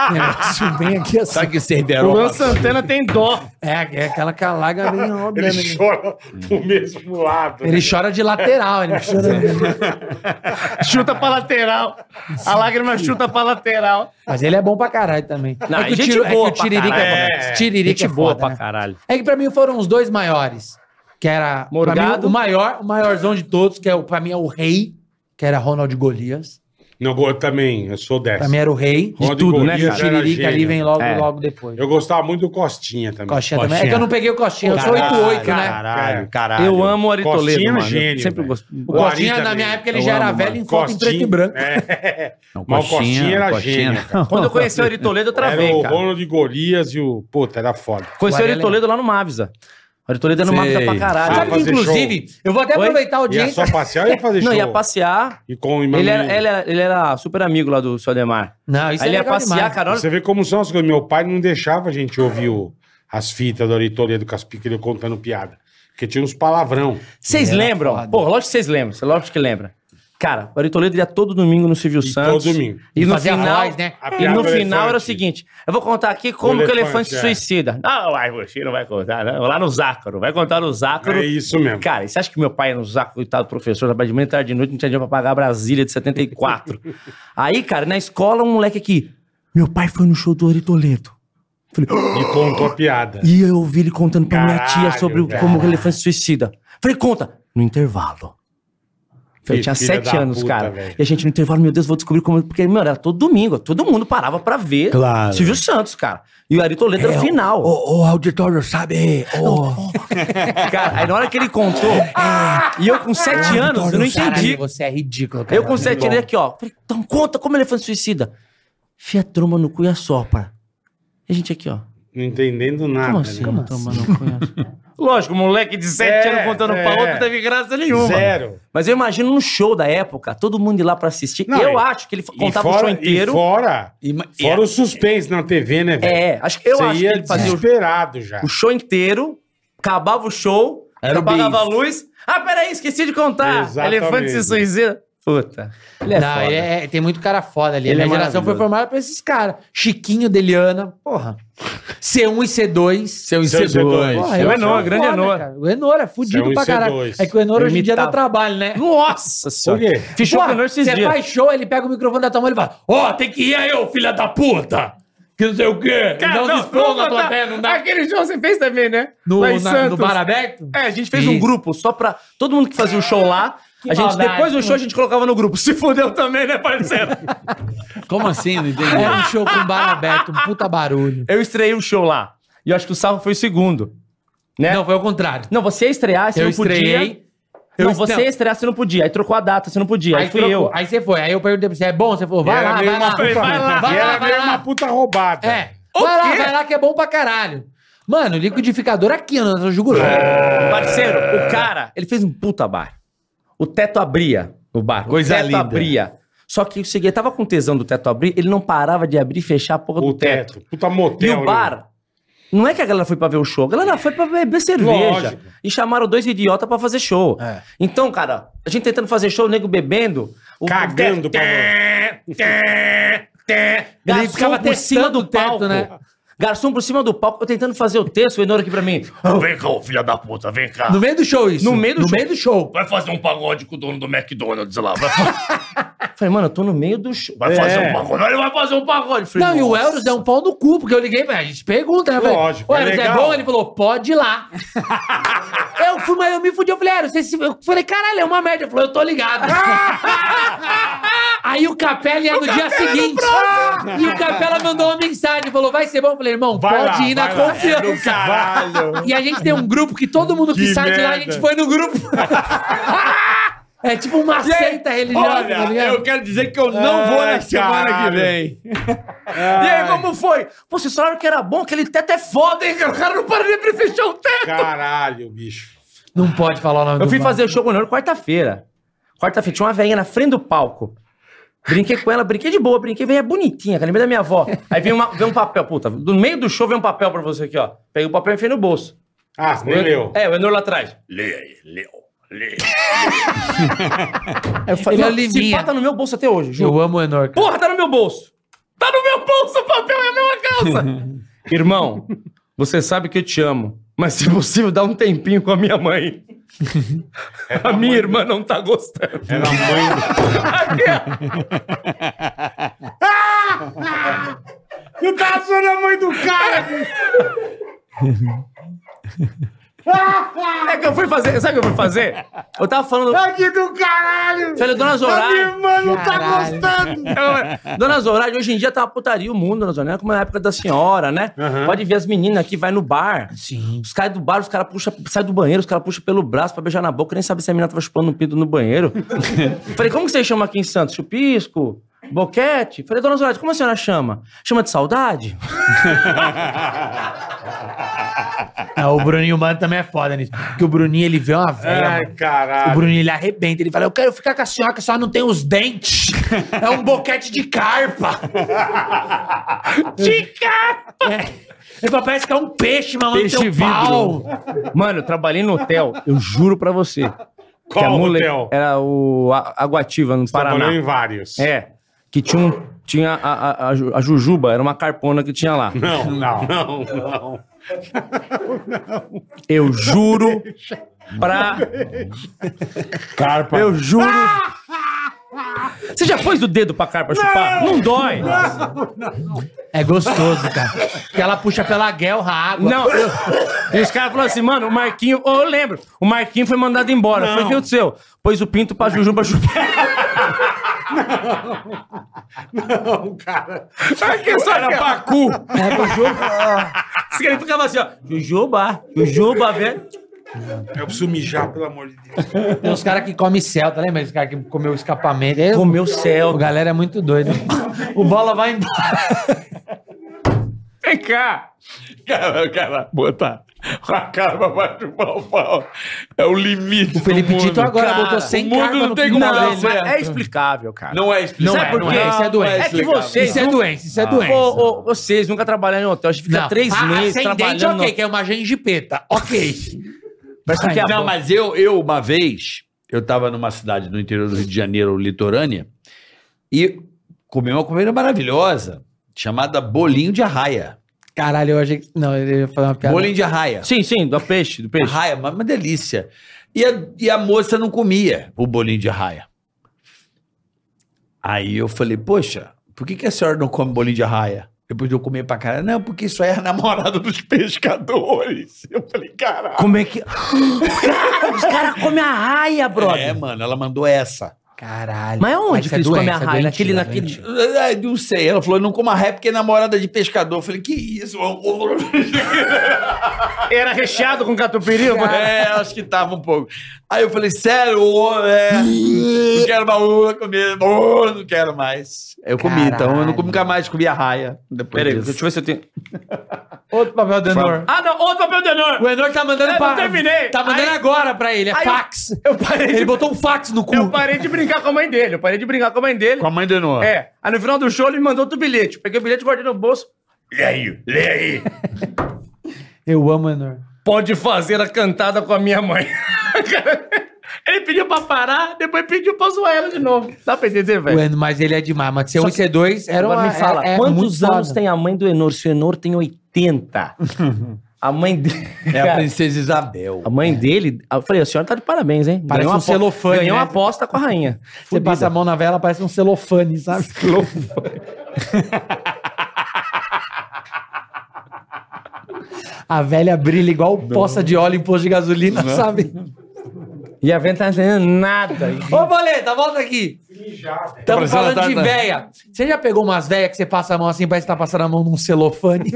Speaker 4: o negócio bem aqui assim.
Speaker 3: sabe que Cerveró...
Speaker 5: Santana tem dó.
Speaker 4: É, é aquela que a lágrima
Speaker 2: (laughs)
Speaker 4: bem óbvia,
Speaker 2: Ele
Speaker 4: né?
Speaker 2: chora né? pro mesmo lado.
Speaker 4: Ele chora de lateral, ele
Speaker 2: (laughs)
Speaker 4: chora.
Speaker 5: Chuta pra lateral. A lágrima chuta pra lateral.
Speaker 4: Mas ele é bom pra caralho também.
Speaker 5: Não,
Speaker 4: é que o,
Speaker 5: gente
Speaker 4: tiro, é que
Speaker 5: boa
Speaker 4: o
Speaker 5: pra
Speaker 4: Tiririca é,
Speaker 2: caralho.
Speaker 4: bom.
Speaker 2: É,
Speaker 4: Tiririca
Speaker 5: Gente
Speaker 4: é
Speaker 5: boa
Speaker 4: foda,
Speaker 5: pra
Speaker 4: né?
Speaker 5: caralho.
Speaker 4: É que pra mim foram os dois maiores. Que era. pra
Speaker 5: Morgado.
Speaker 4: mim, o maior, o maiorzão de todos, que é o, pra mim é o rei, que era Ronald Golias.
Speaker 2: Não, eu também, eu sou dessa.
Speaker 4: Pra mim era o rei.
Speaker 2: Ronald
Speaker 4: de tudo, né?
Speaker 2: Golias
Speaker 4: O
Speaker 2: era
Speaker 4: Tiririca
Speaker 2: gênio.
Speaker 4: ali vem logo,
Speaker 5: É.
Speaker 4: logo depois.
Speaker 2: Eu gostava muito do Costinha também.
Speaker 4: Coxinha também. É que eu não peguei o Coxinha, eu sou 8-8, né?
Speaker 2: É.
Speaker 8: Caralho, caralho.
Speaker 5: Eu amo o Ari
Speaker 2: Costinha
Speaker 5: Toledo,
Speaker 2: é
Speaker 5: mano.
Speaker 2: gênio,
Speaker 5: Sempre
Speaker 2: velho.
Speaker 5: gosto.
Speaker 4: O
Speaker 2: O Ari
Speaker 4: Coxinha, na
Speaker 2: também.
Speaker 4: minha época, ele
Speaker 3: Eu
Speaker 4: já era
Speaker 3: amo,
Speaker 4: velho
Speaker 2: Costinha-
Speaker 4: em foto em preto e branco.
Speaker 5: (laughs)
Speaker 2: É.
Speaker 3: Não,
Speaker 2: Mas o Costinha era gênio,
Speaker 1: (laughs)
Speaker 2: cara.
Speaker 5: Quando eu conheci o Ari Toledo, eu
Speaker 2: Era
Speaker 5: travei,
Speaker 2: o
Speaker 5: cara.
Speaker 2: Ronald Golias e o... Puta, era foda.
Speaker 5: Conheci
Speaker 4: O
Speaker 5: o
Speaker 4: Ari é
Speaker 5: Ari Toledo lá no Mavisa. O Ari Toledo é no
Speaker 3: Sei.
Speaker 5: Mavisa pra caralho.
Speaker 2: Ah,
Speaker 4: Sabe que,
Speaker 2: fazer
Speaker 4: inclusive, eu vou até
Speaker 5: Oi?
Speaker 4: aproveitar a
Speaker 2: Ia
Speaker 4: audiência.
Speaker 2: só passear e ia fazer show.
Speaker 5: (laughs) Não, ia passear.
Speaker 2: E com o
Speaker 5: Ele era,
Speaker 2: Emanuel.
Speaker 5: ele, era, ele era super amigo lá do seu Ademar.
Speaker 4: Não, isso
Speaker 5: Aí
Speaker 4: é
Speaker 5: ele ia
Speaker 4: legal
Speaker 5: passear,
Speaker 4: demais.
Speaker 5: cara. olha-
Speaker 2: Você vê como são as coisas. Meu pai não deixava a gente ouvir o- as fitas do Aritoria do Caspi, que ele contando piada. Porque tinha uns palavrão.
Speaker 5: Vocês
Speaker 4: Ele era
Speaker 5: lembram?
Speaker 4: foda.
Speaker 5: Pô, lógico que vocês lembram. Você lógico que lembra. Cara, Barry Toledo ia todo domingo no Silvio
Speaker 2: E
Speaker 5: Santos.
Speaker 2: todo domingo.
Speaker 5: E no
Speaker 4: Fazia
Speaker 5: final,
Speaker 4: voz, né?
Speaker 2: A
Speaker 5: E
Speaker 2: piada
Speaker 5: no
Speaker 2: do
Speaker 5: final era o
Speaker 2: elefante.
Speaker 5: seguinte: eu vou contar aqui como
Speaker 2: O
Speaker 5: que o elefante
Speaker 2: elefante,
Speaker 5: se
Speaker 2: é.
Speaker 5: suicida. Não, vai, você não vai contar, não. Lá no Zácaro, vai contar no Zácaro.
Speaker 2: É isso mesmo.
Speaker 5: Cara, e você acha que meu pai era um Zácaro, coitado professor, trabalhava de manhã, tarde de noite, não tinha dinheiro pra pagar a Brasília
Speaker 2: (laughs)
Speaker 5: de 74. Aí, cara, na escola, um moleque aqui. Meu pai foi no show do Ari Toledo.
Speaker 2: E contou a piada.
Speaker 5: E eu ouvi ele contando pra minha tia
Speaker 2: Caralho,
Speaker 5: sobre o-
Speaker 2: velho.
Speaker 5: como o elefante se suicida. Falei, conta! No intervalo. Falei,
Speaker 2: Que
Speaker 5: tinha
Speaker 2: filha
Speaker 5: sete
Speaker 2: da
Speaker 5: anos,
Speaker 2: puta,
Speaker 5: cara.
Speaker 2: velho.
Speaker 5: E a gente no intervalo, meu Deus, vou descobrir como. Porque, mano, era todo domingo. Todo mundo parava pra ver
Speaker 4: Claro.
Speaker 5: Silvio Santos, cara. E o Ari Toledo era É, o final.
Speaker 4: O, o auditório sabe. O
Speaker 5: Cara, aí na hora que ele contou, e eu com sete anos, eu não entendi.
Speaker 4: Você é ridículo, cara.
Speaker 5: Eu com sete anos aqui, ó. Falei, então conta como o elefante se suicida. Fia tromba no cu e assopra. E a gente aqui, ó.
Speaker 2: Não entendendo nada.
Speaker 5: Como
Speaker 2: né?
Speaker 5: assim? tromba no cu e assopra? Lógico, moleque de sete
Speaker 2: É,
Speaker 5: anos contando pra
Speaker 2: é.
Speaker 5: outro, não teve graça nenhuma.
Speaker 2: Zero.
Speaker 5: Mas eu imagino um show da época, todo mundo ir lá pra assistir.
Speaker 2: Não,
Speaker 5: eu
Speaker 2: e-
Speaker 5: acho que ele
Speaker 2: E
Speaker 5: contava o
Speaker 2: fora,
Speaker 5: show inteiro.
Speaker 2: E fora, fora o suspense na TV, né, velho?
Speaker 5: É, acho que eu acho que
Speaker 2: ia
Speaker 5: ele fazia o
Speaker 2: desesperado já.
Speaker 5: o show inteiro, acabava o show,
Speaker 1: Era o
Speaker 5: apagava
Speaker 1: bis.
Speaker 5: a luz. Ah, peraí, esqueci de contar.
Speaker 2: Exatamente.
Speaker 5: Elefante se suicida. Puta. Ele é
Speaker 4: Não,
Speaker 5: foda.
Speaker 4: ele é- tem muito cara foda ali. né?
Speaker 5: Ele
Speaker 4: a minha
Speaker 5: é
Speaker 4: geração foi
Speaker 5: maravilhoso.
Speaker 4: formada por esses caras. Chiquinho, Deliana, porra. C1 e C2.
Speaker 5: um
Speaker 1: Seu
Speaker 2: Seu
Speaker 1: incedor.
Speaker 4: Porra,
Speaker 5: é o
Speaker 4: eu
Speaker 5: Enor,
Speaker 4: sou
Speaker 5: grande
Speaker 4: foda,
Speaker 5: Enor.
Speaker 4: cara. O Enor é fudido
Speaker 2: C1 e
Speaker 4: pra caralho.
Speaker 2: C2.
Speaker 4: É que o Enor hoje em dia dá
Speaker 5: Imitava.
Speaker 4: trabalho, né?
Speaker 5: Nossa
Speaker 2: Por
Speaker 5: senhora.
Speaker 2: quê?
Speaker 5: Fiz show
Speaker 4: Porra,
Speaker 5: com o Enor esses
Speaker 4: Você
Speaker 5: dias.
Speaker 4: faz show, ele pega o microfone da tua mão e fala: Ó, tem que ir aí, ô filha da puta! Que não sei o quê.
Speaker 5: Cara,
Speaker 4: não,
Speaker 5: não,
Speaker 4: expõe na
Speaker 5: vamos
Speaker 4: tua
Speaker 5: contar.
Speaker 4: terra, não dá.
Speaker 5: Aquele show você fez também, né?
Speaker 4: No,
Speaker 5: Lá em
Speaker 4: na, no
Speaker 5: Santos.
Speaker 4: bar aberto?
Speaker 5: É, a gente fez um
Speaker 4: Isso.
Speaker 5: grupo só pra todo mundo que fazia o show lá.
Speaker 4: Que
Speaker 5: A gente,
Speaker 4: maldade.
Speaker 5: depois do show a gente colocava no grupo. Se fudeu também, né, (laughs) parceiro?
Speaker 1: Como assim? Não entendi.
Speaker 4: Era um show com bar aberto, um puta barulho.
Speaker 5: eu estreiei o show lá. E eu acho que o Salvo foi o segundo. Né?
Speaker 4: Não, foi ao contrário.
Speaker 5: Não, você ia estrear, você
Speaker 4: eu
Speaker 5: não podia.
Speaker 4: estreiei. eu
Speaker 5: não,
Speaker 4: estre-
Speaker 5: você ia estrear, você não podia. Aí trocou a data, você não podia. Aí,
Speaker 4: Aí,
Speaker 5: fui
Speaker 4: trocou.
Speaker 5: eu.
Speaker 4: aí você foi. Aí eu perguntei pra você: é bom? Você falou: vai
Speaker 2: era
Speaker 4: lá,
Speaker 2: meio
Speaker 4: vai
Speaker 2: uma
Speaker 4: lá.
Speaker 2: puta, e
Speaker 4: Vai lá, vai
Speaker 2: era
Speaker 4: lá, vai
Speaker 2: meio
Speaker 4: lá.
Speaker 2: uma puta roubada.
Speaker 4: É. Vai lá, vai lá que é bom pra caralho. Mano, liquidificador aqui na nossa jugular.
Speaker 5: Parceiro, o cara, ele fez um puta bar. O teto abria o bar.
Speaker 1: Coisa
Speaker 5: o teto
Speaker 1: linda.
Speaker 5: abria. Só que o seguinte, tava com tesão do teto abrir, ele não parava de abrir e fechar a porra
Speaker 2: O
Speaker 5: do teto.
Speaker 2: teto. Puta
Speaker 5: E
Speaker 2: motel.
Speaker 5: o bar, não é que a galera foi pra ver o show, a galera foi pra beber cerveja.
Speaker 2: Lógico.
Speaker 5: E chamaram dois idiotas pra fazer show. Então, cara, a gente tentando fazer show, o nego bebendo. O
Speaker 2: Cagando pra
Speaker 4: Ele ficava
Speaker 5: por cima
Speaker 4: testando
Speaker 5: do
Speaker 4: o teto,
Speaker 5: palco.
Speaker 4: né?
Speaker 5: Garçom por cima do palco, eu tentando fazer o texto, o Enor aqui pra mim.
Speaker 8: Vem cá, ô filha da puta, vem cá.
Speaker 4: No meio do show, isso.
Speaker 5: No meio do
Speaker 4: no
Speaker 5: show.
Speaker 4: Meio do show.
Speaker 8: Vai fazer um pagode com o dono do McDonald's lá. Vai, fa-
Speaker 5: Falei, mano, eu tô no meio do show.
Speaker 8: vai fazer um pagode. Ele vai fazer um pagode. Falei,
Speaker 4: Não, e o
Speaker 8: nossa.
Speaker 4: Elros é um pau no cu, porque eu liguei pra ele, a gente pergunta, né? Eu falei,
Speaker 2: Lógico,
Speaker 4: "Ô,
Speaker 2: é
Speaker 4: Elros, é,
Speaker 2: legal."
Speaker 4: bom? Ele falou, pode
Speaker 2: (laughs)
Speaker 4: ir lá. eu fui, mas eu me fudi, eu falei, Elros, você se- eu falei, caralho, é uma merda. Ele falou, eu tô
Speaker 2: (laughs)
Speaker 4: ligado. Aí o Capela ia no dia
Speaker 2: é
Speaker 4: seguinte. E o Capela mandou uma mensagem, falou, vai ser bom. Eu falei, irmão,
Speaker 2: Vai
Speaker 4: pode
Speaker 2: lá,
Speaker 4: ir na
Speaker 2: vai lá. É do
Speaker 4: confiança.
Speaker 2: Caralho.
Speaker 4: (laughs) E a gente tem um grupo que todo mundo que,
Speaker 2: Que
Speaker 4: sai de lá, a
Speaker 2: merda.
Speaker 4: gente foi
Speaker 2: (laughs)
Speaker 4: no grupo. é tipo uma seita religiosa. tá ligado?
Speaker 1: quero dizer que eu
Speaker 2: Ai, caralho.
Speaker 5: E aí, como foi? É. Pô, vocês falaram que era bom, aquele teto é foda, hein? O cara não para de abrir e fechar o teto.
Speaker 2: Caralho, bicho.
Speaker 4: Não pode falar o nome
Speaker 5: Eu
Speaker 4: do
Speaker 5: fui
Speaker 4: bar.
Speaker 5: fazer o show com o Leonor quarta-feira. Quarta-feira, tinha uma velhinha na frente do palco. Brinquei com ela, brinquei de boa, brinquei, veio bonitinha, cara, lembrei da minha avó. Aí veio, uma- veio um papel, puta, no meio do show veio um papel pra você aqui, ó. Peguei o papel e enfiei no bolso.
Speaker 2: Ah, nem meu.
Speaker 5: É, o Enor lá atrás.
Speaker 8: Lê aí, lê, ó, lê.
Speaker 5: Aí eu falei,
Speaker 4: Ele é
Speaker 5: "Não, esse
Speaker 4: liminha."
Speaker 5: pá tá no meu bolso até hoje, juro.
Speaker 4: Eu amo o Enor, cara.
Speaker 5: Porra, tá no meu bolso! Tá no meu bolso, o papel é a mesma calça! (laughs) Irmão, você sabe que eu te amo, mas se possível, dá um tempinho com a minha mãe. a minha irmã não tá gostando.
Speaker 2: Era a mãe. do-
Speaker 5: (laughs)
Speaker 2: Tu tá zoando a mãe do cara, bicho.
Speaker 5: É que eu fui fazer, sabe o que eu fui fazer? Eu tava falando,
Speaker 2: Aqui do caralho.
Speaker 5: falei, dona
Speaker 2: A minha
Speaker 5: Zoraide,
Speaker 2: irmã não tá
Speaker 4: Caralho.
Speaker 2: gostando.
Speaker 5: dona Zoraide, hoje em dia tá uma putaria o mundo, dona Zoraide, como na época da senhora, né?
Speaker 2: Aham.
Speaker 5: Pode ver as meninas aqui, vai no bar,
Speaker 4: Sim.
Speaker 5: Os caras do bar, os caras puxam, sai do banheiro, os caras puxam pelo braço pra beijar na boca, nem sabe se a menina tava chupando um pinto
Speaker 4: (laughs)
Speaker 5: no banheiro. Falei, como que vocês chamam aqui em Santos? Chupisco? Boquete? Falei, dona Zoraide, como a senhora chama? Chama
Speaker 4: (laughs)
Speaker 5: de saudade?
Speaker 4: Ah, o Bruninho Mano também é foda nisso. Porque o Bruninho, ele vê uma velha.
Speaker 2: Ai,
Speaker 4: mano. o
Speaker 5: (laughs)
Speaker 2: caralho.
Speaker 4: Bruninho, ele arrebenta. Ele fala, eu quero ficar com a senhora, que a senhora não tem os dentes. É um boquete de carpa. de carpa! É. Ele fala, parece que é um peixe, mamãe,
Speaker 1: Peixe
Speaker 4: teu pau.
Speaker 5: Mano, eu trabalhei no hotel, eu juro pra você. Que é
Speaker 2: Qual
Speaker 5: mule-
Speaker 2: hotel?
Speaker 5: Era o A- Aguativa, no
Speaker 2: Você tá trabalhou em
Speaker 5: Paraná.
Speaker 2: vários.
Speaker 5: É. Que tinha um. Tinha a, a- a Ju- a Jujuba, era uma carpona que tinha lá.
Speaker 2: Não, não, não, não.
Speaker 5: Eu juro pra.
Speaker 2: Carpa.
Speaker 5: Eu juro. Você já pôs o dedo pra carpa chupar? Não dói.
Speaker 4: É gostoso, cara. Porque ela puxa pela guelra a água.
Speaker 5: Não, eu... E os caras falaram assim, mano, o Marquinho. Ô, eu lembro, o Marquinho foi mandado embora. Foi o que aconteceu? Pôs o pinto pra Jujuba chupar. (laughs)
Speaker 2: Não, cara.
Speaker 5: Era pra cu.
Speaker 4: É,
Speaker 5: Os caras ficavam assim, ó. Jujuba, Jujuba, velho.
Speaker 2: Eu preciso mijar, pelo amor de Deus.
Speaker 4: Tem uns caras que comem celta, lembra? Esse cara que comeu escapamento. É,
Speaker 5: Comeu
Speaker 4: A
Speaker 5: céu.
Speaker 4: galera é muito doida. o bola vai embora.
Speaker 8: Vem cá! Cara, cara, botar a carva pra chupar o um pau. É o limite.
Speaker 4: O Felipe
Speaker 8: do mundo.
Speaker 4: Tito agora
Speaker 8: Cara,
Speaker 4: botou 100
Speaker 8: O mundo
Speaker 4: carga
Speaker 8: não
Speaker 4: no
Speaker 8: tem como
Speaker 4: quintal
Speaker 8: dar
Speaker 4: dele.
Speaker 8: certo.
Speaker 5: É explicável, cara.
Speaker 8: Não é explícito.
Speaker 4: Não é, não é, isso é doença.
Speaker 5: É que vocês.
Speaker 4: Isso é doença, isso é doença.
Speaker 5: Ô, ô, vocês nunca trabalharam em hotel. A gente fica
Speaker 4: Não.
Speaker 5: três
Speaker 4: A-
Speaker 5: meses
Speaker 4: ascendente,
Speaker 5: trabalhando.
Speaker 4: ok, que é uma (laughs) gengipeta. Ok.
Speaker 5: Parece que é
Speaker 1: Não,
Speaker 5: bom.
Speaker 1: mas eu, eu uma vez, eu tava numa cidade no interior do Rio de Janeiro, litorânea, e comi uma comida maravilhosa, chamada bolinho de arraia.
Speaker 4: Caralho, eu achei que... Não, ele ia falar uma piada.
Speaker 1: Bolinho de arraia.
Speaker 5: Sim, sim, do peixe, do peixe.
Speaker 1: Arraia, é uma, uma delícia. E a, e a moça não comia o bolinho de arraia. Aí eu falei, poxa, por que, que a senhora não come bolinho de arraia? Depois de eu comer pra caralho. Não, porque isso aí é a namorada dos pescadores. (laughs) Eu falei, caralho.
Speaker 5: Como é que. (gasps) Os caras comem a raia, brother.
Speaker 1: É, mano, ela mandou essa.
Speaker 4: Caralho.
Speaker 5: Mas onde que
Speaker 4: isso é
Speaker 5: eles comem
Speaker 4: doença,
Speaker 5: a raia?
Speaker 4: é
Speaker 5: Naquele-
Speaker 4: doentio,
Speaker 5: naquele-
Speaker 4: doentio.
Speaker 1: Ah, Não sei. Ela falou, não coma raia porque é namorada de pescador. Eu falei, que isso? um
Speaker 5: Era recheado com catupiry, mano.
Speaker 1: (laughs) é, acho que tava um pouco. Aí eu falei, sério? ô, é, não quero mais ô, comer. ô, não quero mais. Eu comi, então eu não comi nunca mais, comi a raia. Depois
Speaker 5: Peraí,
Speaker 1: disso.
Speaker 5: deixa eu ver se eu tenho.
Speaker 4: Outro papel do Enor.
Speaker 5: Ah, não, outro papel de honor.
Speaker 4: O Enor tá mandando
Speaker 5: Eu
Speaker 4: pra...
Speaker 5: não terminei.
Speaker 4: Tá mandando agora pra ele, é
Speaker 5: Aí eu-
Speaker 4: fax.
Speaker 5: Eu parei,
Speaker 4: Ele
Speaker 5: de...
Speaker 4: botou um fax no cu.
Speaker 5: (laughs) eu parei de brincar com a mãe dele. Eu parei de brincar com a mãe dele.
Speaker 1: Com a mãe do Noah.
Speaker 5: É. Aí no final do show ele me mandou outro bilhete. Peguei o bilhete, guardei no bolso.
Speaker 4: Eu amo o Enor.
Speaker 5: Pode fazer a cantada com a minha mãe. (laughs) ele pediu pra parar, depois pediu pra zoar ela de novo. Dá pra entender,
Speaker 4: O
Speaker 5: velho?
Speaker 4: Enor, mas ele é demais. Mas ser
Speaker 5: Só
Speaker 4: um e
Speaker 5: que-
Speaker 4: ser dois era uma...
Speaker 5: Agora me fala,
Speaker 4: é- é
Speaker 5: quantos
Speaker 4: muito
Speaker 5: anos
Speaker 4: foda.
Speaker 5: tem a mãe do Enor? Se o Enor tem
Speaker 4: (laughs)
Speaker 5: 80. a mãe dele.
Speaker 1: É a princesa Isabel.
Speaker 5: a mãe dele. Eu falei, a senhora tá de parabéns, hein?
Speaker 4: Parece
Speaker 5: Ganhou
Speaker 4: um
Speaker 5: uma apo-
Speaker 4: celofane,
Speaker 5: Ganhou
Speaker 4: né?
Speaker 5: uma aposta com a rainha.
Speaker 4: Você passa a mão na vela, parece um celofane, sabe? a velha brilha igual poça de óleo em posto de gasolina, sabe?
Speaker 5: E a venta não tá entendendo nada.
Speaker 4: Ô, Boleta, volta aqui. Estamos falando de
Speaker 2: né?
Speaker 4: véia. Você já pegou umas véias que você passa a mão assim, parece que tá passando a mão
Speaker 2: (laughs)
Speaker 4: num celofane?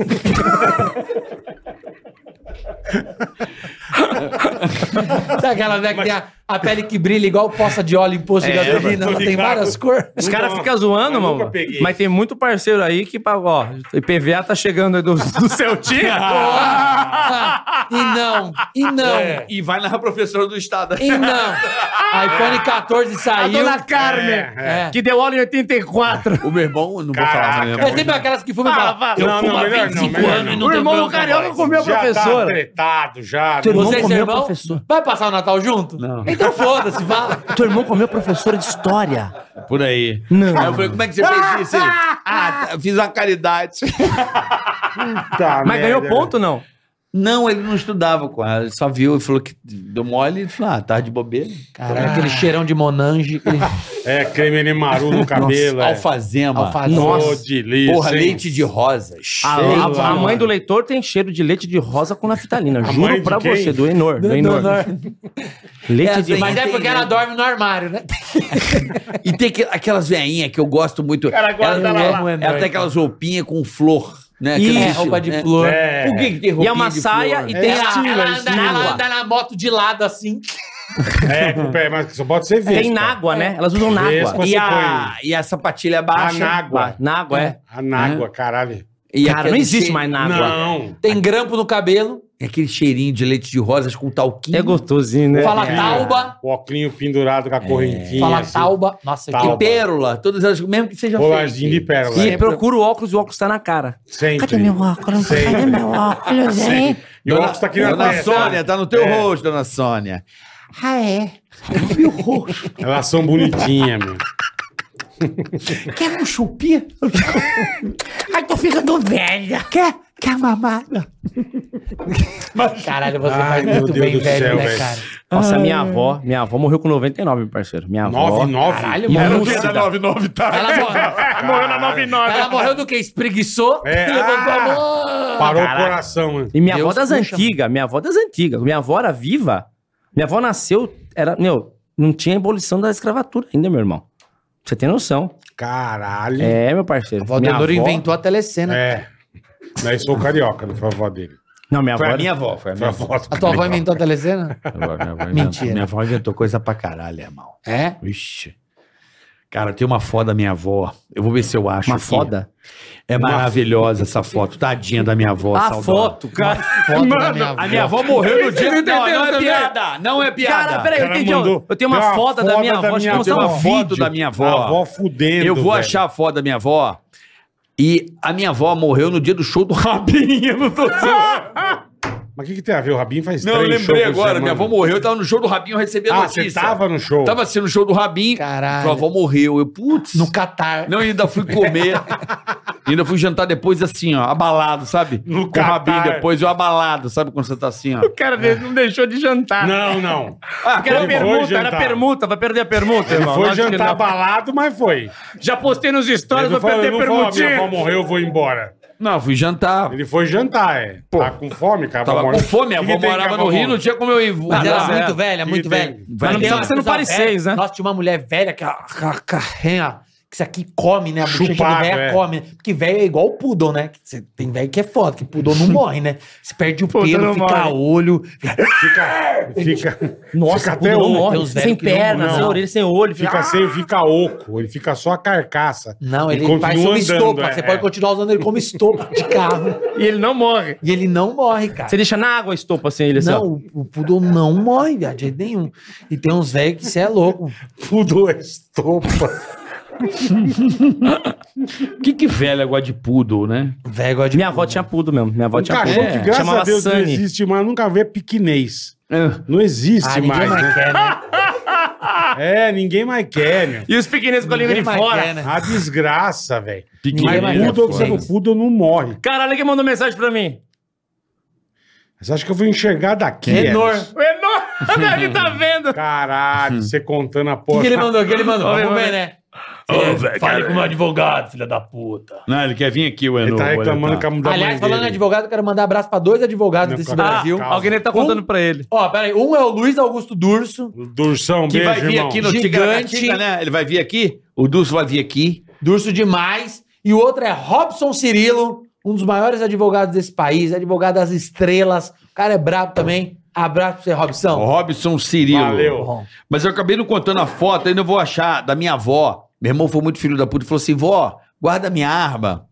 Speaker 4: Sabe aquela véia que tem a, a pele que brilha igual poça de óleo em posto de gasolina?
Speaker 2: É, tô
Speaker 4: Ela tem
Speaker 2: ligado.
Speaker 4: várias cores.
Speaker 5: Os caras
Speaker 2: Nunca-
Speaker 5: ficam zoando,
Speaker 2: eu nunca
Speaker 5: mano.
Speaker 2: peguei.
Speaker 5: Mas tem muito parceiro aí que, paga, ó, IPVA tá chegando aí do, do seu
Speaker 4: (laughs)
Speaker 5: tio.
Speaker 4: Ah, e não, e não,
Speaker 5: É.
Speaker 2: É.
Speaker 1: E vai na professora do estado.
Speaker 4: e não. iPhone 14
Speaker 5: a
Speaker 4: saiu.
Speaker 5: dona Carmen,
Speaker 4: É, é.
Speaker 5: que deu aula em 84.
Speaker 1: O meu irmão, não
Speaker 2: Caraca,
Speaker 1: vou falar. né?
Speaker 4: Eu É sempre aquelas que fumam e
Speaker 5: Fala,
Speaker 4: falam,
Speaker 5: fala.
Speaker 4: eu
Speaker 2: Não,
Speaker 4: fumo
Speaker 2: não,
Speaker 4: há
Speaker 2: melhor não,
Speaker 4: 25
Speaker 2: melhor
Speaker 4: anos e
Speaker 5: O
Speaker 4: não tenho
Speaker 5: irmão do
Speaker 4: bronca
Speaker 5: Carioca
Speaker 4: mais.
Speaker 5: comeu a
Speaker 2: já tá
Speaker 5: professora.
Speaker 2: tretado, já.
Speaker 5: Teu irmão
Speaker 4: Vocês,
Speaker 5: comeu a
Speaker 4: irmão,
Speaker 5: professora.
Speaker 4: vai passar o Natal junto? Não. Então foda-se, fala.
Speaker 5: (laughs) Teu irmão comeu professora de história.
Speaker 1: Por aí.
Speaker 5: Não.
Speaker 1: Aí eu falei, como é que você fez isso? Ele, Ah, tá, fiz uma caridade.
Speaker 2: Tá,
Speaker 5: Mas
Speaker 2: merda,
Speaker 5: ganhou ponto, não?
Speaker 1: Não, ele não estudava com ela. Ele só viu e falou que deu mole e falou, ah, tarde de bobeira.
Speaker 4: Caralho, aquele cheirão de monange. Aquele...
Speaker 5: Ah,
Speaker 2: É, creme de maru no cabelo. é.
Speaker 1: Alfazema.
Speaker 4: Alfazema.
Speaker 2: Ô,
Speaker 4: Nossa.
Speaker 2: delícia,
Speaker 1: Porra,
Speaker 2: hein?
Speaker 1: leite de rosas.
Speaker 5: A,
Speaker 2: Sei
Speaker 5: a-
Speaker 2: lá,
Speaker 5: a mãe
Speaker 2: mano.
Speaker 5: do leitor tem cheiro de leite de rosa com naftalina.
Speaker 2: mãe
Speaker 5: Juro
Speaker 2: de
Speaker 5: pra
Speaker 2: quem?
Speaker 5: você, do Enor. Do Enor. Leite de
Speaker 4: Mas é
Speaker 1: Entendi.
Speaker 4: porque ela dorme no armário, né?
Speaker 1: E tem aqu- aquelas veinhas que eu gosto muito.
Speaker 5: Cara, guarda
Speaker 1: ela,
Speaker 5: lá,
Speaker 1: ela,
Speaker 4: lá.
Speaker 1: ela tem aquelas roupinhas com flor. Né?
Speaker 4: E
Speaker 1: Aquelas-
Speaker 4: roupa de
Speaker 1: né?
Speaker 4: flor. um
Speaker 2: É.
Speaker 1: Por que, que tem
Speaker 5: E
Speaker 1: roupinha
Speaker 5: é uma
Speaker 1: de
Speaker 5: saia
Speaker 1: flor?
Speaker 5: e
Speaker 4: É,
Speaker 5: tem
Speaker 4: ela,
Speaker 5: a...
Speaker 4: ela anda, ela anda na moto de lado assim.
Speaker 2: É, com o pé, mas só pode ser vespa.
Speaker 5: Tem nágua, né? Elas usam
Speaker 2: Vespa,
Speaker 5: nágua.
Speaker 2: você
Speaker 1: E a, e a sapatilha
Speaker 2: põe a
Speaker 1: baixa. Ah,
Speaker 2: nágua.
Speaker 5: Nágua, é.
Speaker 2: A nágua, Ah, caralho.
Speaker 1: E
Speaker 5: Cara, não
Speaker 1: aquele
Speaker 5: existe
Speaker 1: che-
Speaker 5: mais nágua.
Speaker 2: Não.
Speaker 4: Tem grampo no cabelo.
Speaker 1: e Aquele cheirinho de leite de rosas com talquinho.
Speaker 5: É gostosinho, né?
Speaker 4: Fala
Speaker 2: É.
Speaker 4: tauba.
Speaker 2: O óculinho pendurado com a correntinha.
Speaker 4: Fala
Speaker 2: assim.
Speaker 4: tauba. Nossa,
Speaker 1: E
Speaker 2: Tauba.
Speaker 1: pérola. Todas elas, mesmo que seja
Speaker 2: Colarzinho de
Speaker 1: fake.
Speaker 2: pérola.
Speaker 5: E procura o óculos e o óculos tá na cara.
Speaker 2: Sempre.
Speaker 11: Cadê meu óculos?
Speaker 2: Sempre.
Speaker 11: Cadê meu óculos, hein?
Speaker 2: E o óculos tá aqui na
Speaker 1: Dona
Speaker 2: testa.
Speaker 1: Sônia, tá no teu
Speaker 2: É.
Speaker 1: rosto, dona Sônia.
Speaker 4: Ah, é. Eu vi o roxo.
Speaker 2: Elas são bonitinhas, meu.
Speaker 4: Quer um chupia? Ai, tô ficando velha. Quer? Quer mamada? Caralho, você
Speaker 2: Ai,
Speaker 4: faz
Speaker 2: meu
Speaker 4: muito
Speaker 2: Deus
Speaker 4: bem
Speaker 2: do
Speaker 4: velho,
Speaker 2: céu,
Speaker 4: né,
Speaker 2: velho.
Speaker 4: cara?
Speaker 5: Nossa, minha avó, minha avó morreu com 99, meu parceiro. Minha avó.
Speaker 2: 9, 9. (laughs)
Speaker 4: Caralho,
Speaker 5: E
Speaker 4: mano.
Speaker 12: Era o
Speaker 5: Lúcida.
Speaker 12: que da 99, tá?
Speaker 4: Ela
Speaker 12: morreu. morreu na 99.
Speaker 4: Ela morreu do que? Espreguiçou?
Speaker 2: É,
Speaker 4: Levantou
Speaker 2: ah.
Speaker 4: a mão.
Speaker 2: Parou o coração, mano.
Speaker 5: E minha
Speaker 4: Deus
Speaker 5: avó das
Speaker 4: puxa,
Speaker 5: antigas, minha avó das antigas. Minha avó era viva. Minha avó nasceu, era, meu, não tinha abolição da escravatura ainda, meu irmão. Pra Você tem noção.
Speaker 2: Caralho. É.
Speaker 5: É, meu parceiro.
Speaker 4: A avó
Speaker 5: minha
Speaker 4: Deodoro inventou a telecena.
Speaker 2: Daí sou carioca, não foi a avó dele.
Speaker 5: Não, minha avó.
Speaker 1: Foi a
Speaker 5: era-
Speaker 1: minha avó, foi a
Speaker 2: Foi
Speaker 1: minha
Speaker 2: a
Speaker 1: avó.
Speaker 2: avó do
Speaker 4: A tua avó
Speaker 2: carioca.
Speaker 4: inventou a telecena? Mentira.
Speaker 1: Mentira. Minha avó inventou coisa pra caralho, irmão.
Speaker 4: É?
Speaker 1: Ixi. Cara, tem uma foto da minha avó. Eu vou ver se eu acho.
Speaker 5: Uma
Speaker 1: aqui.
Speaker 5: foda.
Speaker 1: É maravilhosa essa foto. Tadinha da minha avó.
Speaker 5: A
Speaker 1: saudosa.
Speaker 5: foto, cara.
Speaker 4: Foto da né, minha avó.
Speaker 1: A minha avó morreu no dia.
Speaker 5: Ele tá
Speaker 1: Não, não é
Speaker 5: entendendo,
Speaker 1: piada. Não é piada.
Speaker 5: Cara, peraí, eu
Speaker 2: Cara,
Speaker 5: entendi.
Speaker 2: mandou-
Speaker 5: Eu, eu tenho uma,
Speaker 2: Tem
Speaker 5: foto da minha avó. Acho que eu vou
Speaker 2: tem
Speaker 5: mostrar
Speaker 2: uma
Speaker 5: um vídeo.
Speaker 1: vídeo da minha avó.
Speaker 2: A avó fudendo.
Speaker 1: Eu vou
Speaker 2: velho.
Speaker 1: achar a foto da minha avó. E a minha avó morreu no dia do show do (laughs) Rabinho. Não tô zoando.
Speaker 2: Mas o que, que tem a ver? O Rabinho faz
Speaker 1: Não, eu
Speaker 2: três shows
Speaker 1: lembrei
Speaker 2: por
Speaker 1: agora.
Speaker 2: semana.
Speaker 1: Minha avó morreu. Eu tava no show do Rabinho, eu recebi a
Speaker 2: Ah, você
Speaker 1: notícia.
Speaker 2: tava no show.
Speaker 1: Tava assim no show do Rabinho.
Speaker 4: Caralho.
Speaker 1: Minha avó morreu. Eu, putz.
Speaker 4: No Um Catar.
Speaker 1: Não, ainda fui comer. ainda fui jantar depois assim, ó, abalado, sabe?
Speaker 2: No
Speaker 1: Com o Rabinho
Speaker 2: Catar.
Speaker 1: depois, eu abalado, sabe? Quando você tá assim, ó.
Speaker 12: O cara dele não deixou de jantar.
Speaker 1: (laughs)
Speaker 2: Não, não.
Speaker 5: Ah, porque era
Speaker 2: Ele foi
Speaker 5: permuta, era
Speaker 2: jantar.
Speaker 5: permuta. Vai perder a permuta,
Speaker 2: Ele
Speaker 5: irmão.
Speaker 2: foi
Speaker 5: Lógico que
Speaker 2: jantar
Speaker 5: não.
Speaker 2: balado, mas foi.
Speaker 12: Já postei nos
Speaker 2: Ele
Speaker 12: stories,
Speaker 2: não
Speaker 12: vou
Speaker 2: falou, ele
Speaker 12: perder
Speaker 2: não falou, "Ah, minha avó
Speaker 12: permutinha.
Speaker 2: morreu, eu vou embora.
Speaker 1: Não, eu fui jantar.
Speaker 2: Ele foi jantar, é. Tá com fome, cara?
Speaker 1: Tava
Speaker 2: Morava-
Speaker 1: com fome, a
Speaker 2: Que que
Speaker 1: avó
Speaker 2: tem que
Speaker 1: morava
Speaker 2: a
Speaker 1: no
Speaker 2: avó
Speaker 1: Rio, não
Speaker 2: morava?
Speaker 1: tinha como eu ir.
Speaker 4: Mas
Speaker 1: Não,
Speaker 4: ela
Speaker 5: Mas
Speaker 4: era
Speaker 5: é.
Speaker 4: muito velha,
Speaker 2: Que
Speaker 4: muito
Speaker 2: tem?
Speaker 4: velha.
Speaker 5: Mas não
Speaker 4: Tem
Speaker 5: precisa
Speaker 4: uma
Speaker 5: que você não
Speaker 4: pessoa
Speaker 5: pareces,
Speaker 4: velha-
Speaker 5: né?
Speaker 4: Nossa, tinha uma mulher velha que ela- que ela carrenha. Que isso aqui come, né? A bochecha
Speaker 2: Chupado,
Speaker 4: do velho
Speaker 2: é.
Speaker 4: come. né? Porque velho é igual o poodle, né? Que cê- Tem velho que é foda, que poodle não morre, né? Você perde o
Speaker 12: Poodle
Speaker 4: pelo,
Speaker 12: não
Speaker 4: fica
Speaker 12: morre.
Speaker 4: olho.
Speaker 2: Fica,
Speaker 1: (laughs)
Speaker 2: fica,
Speaker 5: Nossa,
Speaker 2: fica
Speaker 5: o
Speaker 2: até
Speaker 5: não
Speaker 1: um
Speaker 2: oco.
Speaker 5: morre.
Speaker 4: Tem uns velhos
Speaker 5: Sem
Speaker 4: que não-
Speaker 5: perna,
Speaker 2: não.
Speaker 5: sem orelha, sem olho. Fica... assim.
Speaker 2: Fica sem, fica oco. Ele fica só a carcaça.
Speaker 4: Não,
Speaker 2: E
Speaker 4: ele
Speaker 2: continua
Speaker 4: faz uma
Speaker 2: andando,
Speaker 4: estopa.
Speaker 2: é,
Speaker 4: Você
Speaker 2: é.
Speaker 4: pode continuar usando ele como estopa de carro.
Speaker 2: assim.
Speaker 12: E ele não morre.
Speaker 4: E ele não morre, cara.
Speaker 5: Você deixa na água a estopa assim, ele assim, ó.
Speaker 4: Não, o, o poodle não morre, viado, de jeito nenhum. E tem uns velhos que você é louco.
Speaker 2: Fudou a estopa.
Speaker 1: Que que velha gosta de poodle, né?
Speaker 4: Velho gosta de
Speaker 5: Minha avó tinha pudo mesmo. Minha avó
Speaker 2: Um
Speaker 5: tinha
Speaker 2: cachorro que,
Speaker 5: pudo.
Speaker 2: graças a
Speaker 5: Chamava
Speaker 2: Deus, não
Speaker 5: Sunny.
Speaker 2: existe mais. Nunca vê piquinês.
Speaker 1: É.
Speaker 2: Não existe
Speaker 4: ah, ninguém
Speaker 2: mais,
Speaker 4: mais
Speaker 2: né?
Speaker 4: quer, né?
Speaker 2: É, ninguém mais quer, meu.
Speaker 12: E os pequeninos com a língua de
Speaker 4: Ninguém mais
Speaker 12: fora.
Speaker 4: quer, né?
Speaker 2: A desgraça, velho.
Speaker 1: é
Speaker 4: Ninguém mais
Speaker 2: Mas é
Speaker 4: quer
Speaker 2: poodle, você
Speaker 4: poodle.
Speaker 2: não poodle não morre.
Speaker 5: Caralho, quem mandou mensagem pra mim?
Speaker 2: Você acha que é eu vou enxergar daqui?
Speaker 4: Menor.
Speaker 2: Eros?
Speaker 12: O Enor
Speaker 5: (laughs)
Speaker 12: deve tá vendo.
Speaker 2: Caralho, você contando a
Speaker 4: O
Speaker 2: porra.
Speaker 4: que ele mandou? O que ele mandou?
Speaker 12: Olha,
Speaker 4: Vamos ver,
Speaker 12: olha.
Speaker 4: né?
Speaker 1: Fale com o meu advogado, filha da puta. Não, ele quer vir aqui, o Enô.
Speaker 2: Ele tá reclamando
Speaker 1: olha,
Speaker 2: com
Speaker 1: tá.
Speaker 2: a da mãe
Speaker 4: Aliás, falando em
Speaker 2: dele.
Speaker 4: advogado, eu quero mandar abraço pra dois advogados
Speaker 2: Não,
Speaker 4: desse
Speaker 2: calma.
Speaker 4: Brasil.
Speaker 2: Ah,
Speaker 5: Alguém deve tá contando pra ele.
Speaker 4: Ó, peraí. Um é o Luiz Augusto Durso.
Speaker 2: Durção,
Speaker 1: Que
Speaker 2: beijo,
Speaker 1: vai vir
Speaker 2: irmão.
Speaker 1: aqui no
Speaker 4: Gigante.
Speaker 1: Tigante, né? Ele vai vir aqui? O Dulce vai vir aqui.
Speaker 4: Durso demais. E o outro é Robson Cirilo, um dos maiores advogados desse país, advogado das estrelas. O cara é brabo também. Abraço pra você, Robson.
Speaker 1: Robson Cirilo.
Speaker 2: Valeu.
Speaker 4: Bom.
Speaker 1: Mas eu acabei não contando a foto, ainda vou achar, da minha avó. Meu irmão foi muito filho da puta e falou assim: vó, guarda minha arma.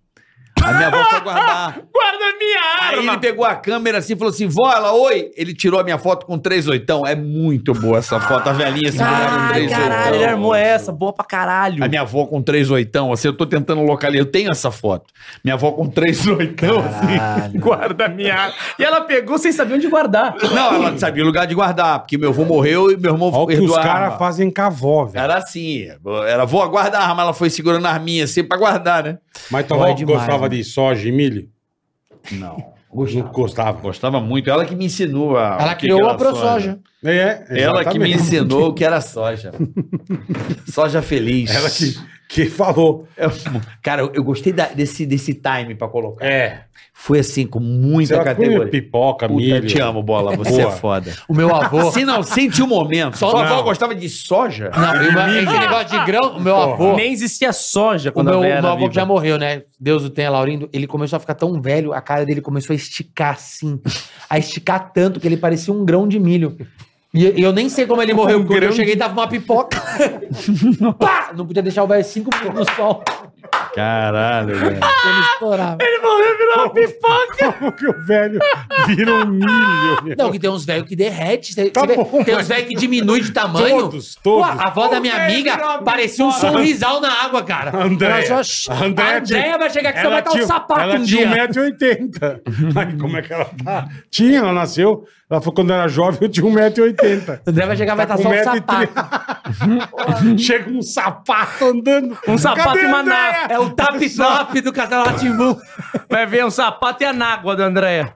Speaker 1: A minha avó foi
Speaker 2: (laughs)
Speaker 1: guardar.
Speaker 12: Guarda minha
Speaker 1: Aí ele
Speaker 12: arma.
Speaker 1: pegou a câmera assim e falou assim: vó, ela, oi. Ele tirou a minha foto com três oitão. É muito boa essa foto, a velhinha se com
Speaker 5: Ai,
Speaker 1: três
Speaker 5: caralho, ele é armou essa. Boa pra caralho.
Speaker 1: A minha avó com três oitão, assim, eu tô tentando localizar. Eu tenho essa foto. Minha avó com três oitão, assim.
Speaker 12: Guarda minha arma. E ela pegou sem saber onde guardar.
Speaker 1: Não, ela não sabia o lugar de guardar, porque meu avô morreu e meu irmão
Speaker 2: Olha o que
Speaker 1: herdou
Speaker 2: os
Speaker 1: a
Speaker 2: caras
Speaker 1: arma.
Speaker 2: fazem com a avó, velho.
Speaker 1: Era assim, era vó, guarda a arma. Ela foi segurando a arminha assim pra guardar, né?
Speaker 2: Mas tua
Speaker 4: Dói
Speaker 2: avó
Speaker 4: demais,
Speaker 2: gostava
Speaker 4: né?
Speaker 2: de soja e milho?
Speaker 1: Não.
Speaker 2: Não gostava.
Speaker 1: Gostava muito. Ela que me ensinou a. o
Speaker 4: Ela
Speaker 1: que né?
Speaker 4: criou
Speaker 1: que era
Speaker 4: a ProSoja.
Speaker 2: É,
Speaker 1: Ela que me
Speaker 2: exatamente.
Speaker 1: ensinou o que era soja. soja feliz.
Speaker 2: Ela que, que falou.
Speaker 1: Eu- cara, eu, eu gostei da- desse, desse time pra colocar.
Speaker 2: É.
Speaker 1: Foi assim, com muita
Speaker 2: Você é comia
Speaker 1: categoria.
Speaker 2: pipoca,
Speaker 1: Puta,
Speaker 2: milho.
Speaker 1: te amo, bola. Você
Speaker 2: Boa.
Speaker 1: é foda.
Speaker 4: O
Speaker 1: (laughs)
Speaker 4: meu avô.
Speaker 1: Se não, sente o momento. Sua
Speaker 2: Não.
Speaker 1: avó gostava de soja?
Speaker 4: Não, eu- esse negócio de grão, o meu avô.
Speaker 5: Nem existia soja
Speaker 4: O
Speaker 5: quando
Speaker 4: meu,
Speaker 5: a velha
Speaker 4: meu
Speaker 5: era
Speaker 4: avô
Speaker 5: viva.
Speaker 4: que já morreu, né? Deus o tenha, Laurindo. Ele começou a ficar tão velho, a cara dele começou a esticar assim. A esticar tanto que ele parecia um grão de milho. E eu- eu nem sei como
Speaker 2: (laughs) Um
Speaker 4: ele morreu, porque quando eu cheguei e tava uma pipoca. Pá! Não podia deixar o velho cinco minutos no sol.
Speaker 1: Caralho, velho.
Speaker 4: Ele estourava.
Speaker 12: Ele morreu
Speaker 2: virou pipoca. Como que o velho vira um milho? meu?
Speaker 4: Não, que tem uns velhos que derrete. cê-
Speaker 2: Tá
Speaker 4: cê vê-
Speaker 2: bom,
Speaker 4: tem
Speaker 2: mas-
Speaker 4: uns velhos que diminui de tamanho.
Speaker 2: Todos, todos.
Speaker 4: Pô, a avó da minha amiga parecia um sorrisal na água, cara.
Speaker 2: Andréia.
Speaker 4: Ela só-
Speaker 2: A Andréia é
Speaker 4: a Andréia vai chegar aqui, só
Speaker 2: Ela
Speaker 4: vai dar um
Speaker 2: tinha-
Speaker 4: sapato
Speaker 2: Ela
Speaker 4: um
Speaker 2: tinha
Speaker 4: dia.
Speaker 2: (laughs) 1,80m. Aí como é que ela tá? Tinha, ela nasceu. Ela foi quando era jovem, eu tinha 1,80m.
Speaker 4: André vai chegar, vai estar só um sapato. (laughs)
Speaker 2: Chega um sapato andando.
Speaker 5: Um sapato
Speaker 2: Cadê
Speaker 5: e
Speaker 2: a
Speaker 5: uma
Speaker 2: Andréia?
Speaker 5: na-
Speaker 4: É o tap-top do Castelo Ratimbu.
Speaker 5: Vai ver um sapato e a nágua da Andréia.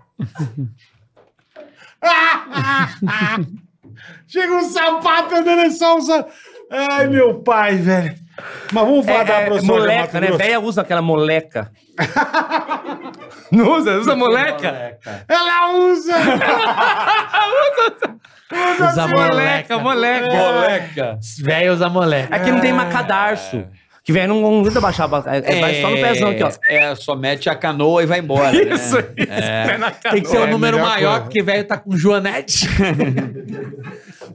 Speaker 2: Chega um sapato andando, é só um sa- Ai, meu pai, velho. Mas vamos
Speaker 5: É,
Speaker 2: falar da
Speaker 5: é,
Speaker 2: professora
Speaker 5: moleca,
Speaker 2: de
Speaker 5: né?
Speaker 2: Mato Grosso.
Speaker 5: Véia usa aquela moleca. Não usa? Usa moleca?
Speaker 2: Ela usa!
Speaker 4: Usa
Speaker 5: Moleca,
Speaker 4: moleca.
Speaker 5: moleca.
Speaker 4: Velho usa moleca.
Speaker 5: É que não tem mais cadarço. Que velho não, não aguenta baixar. É, é, vai só no pezão aqui, ó.
Speaker 1: É, só mete a canoa e vai embora.
Speaker 5: Isso,
Speaker 1: né?
Speaker 5: isso.
Speaker 4: É.
Speaker 5: Pé na canoa.
Speaker 4: Tem que ser um número maior, porque velho tá com (laughs) Joanete.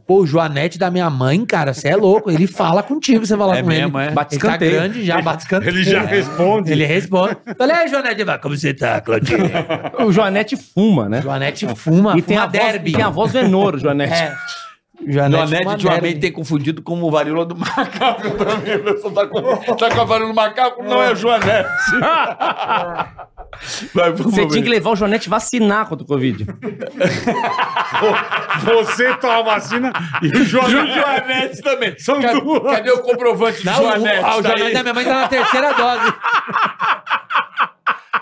Speaker 4: Pô, o Joanete da minha mãe, cara, você é louco. Ele fala contigo, você fala
Speaker 1: É
Speaker 4: com
Speaker 1: mesmo,
Speaker 4: ele.
Speaker 1: é?
Speaker 4: Bate ele tá
Speaker 5: escanteio.
Speaker 4: grande já, bate escanteio.
Speaker 2: Ele (laughs) já responde.
Speaker 4: Ele responde. Falei, aí, Joanete, Ele fala, como você tá, Claudinho?
Speaker 5: O Joanete fuma, né?
Speaker 4: Joanete fuma, fuma
Speaker 5: E tem a, voz,
Speaker 4: derby.
Speaker 5: tem a voz do Enor, o Joanete.
Speaker 4: É.
Speaker 1: Joanete
Speaker 4: fuma
Speaker 1: ultimamente
Speaker 4: derby.
Speaker 1: tem confundido com o varíola do macaco também. A pessoa tá com, tá com a varíola do macaco, não é Joanete. Vai, vamos
Speaker 5: Você
Speaker 1: ver.
Speaker 5: tinha que levar o Joanete vacinar contra o Covid.
Speaker 2: Você toma a vacina e o Joanete.
Speaker 1: Joanete também.
Speaker 2: São
Speaker 1: Cadê,
Speaker 2: duas.
Speaker 1: cadê o comprovante do
Speaker 4: Não,
Speaker 1: Joanete?
Speaker 4: o, ah, o
Speaker 1: Tá
Speaker 4: Joanete
Speaker 1: aí?
Speaker 4: da minha mãe tá na terceira dose.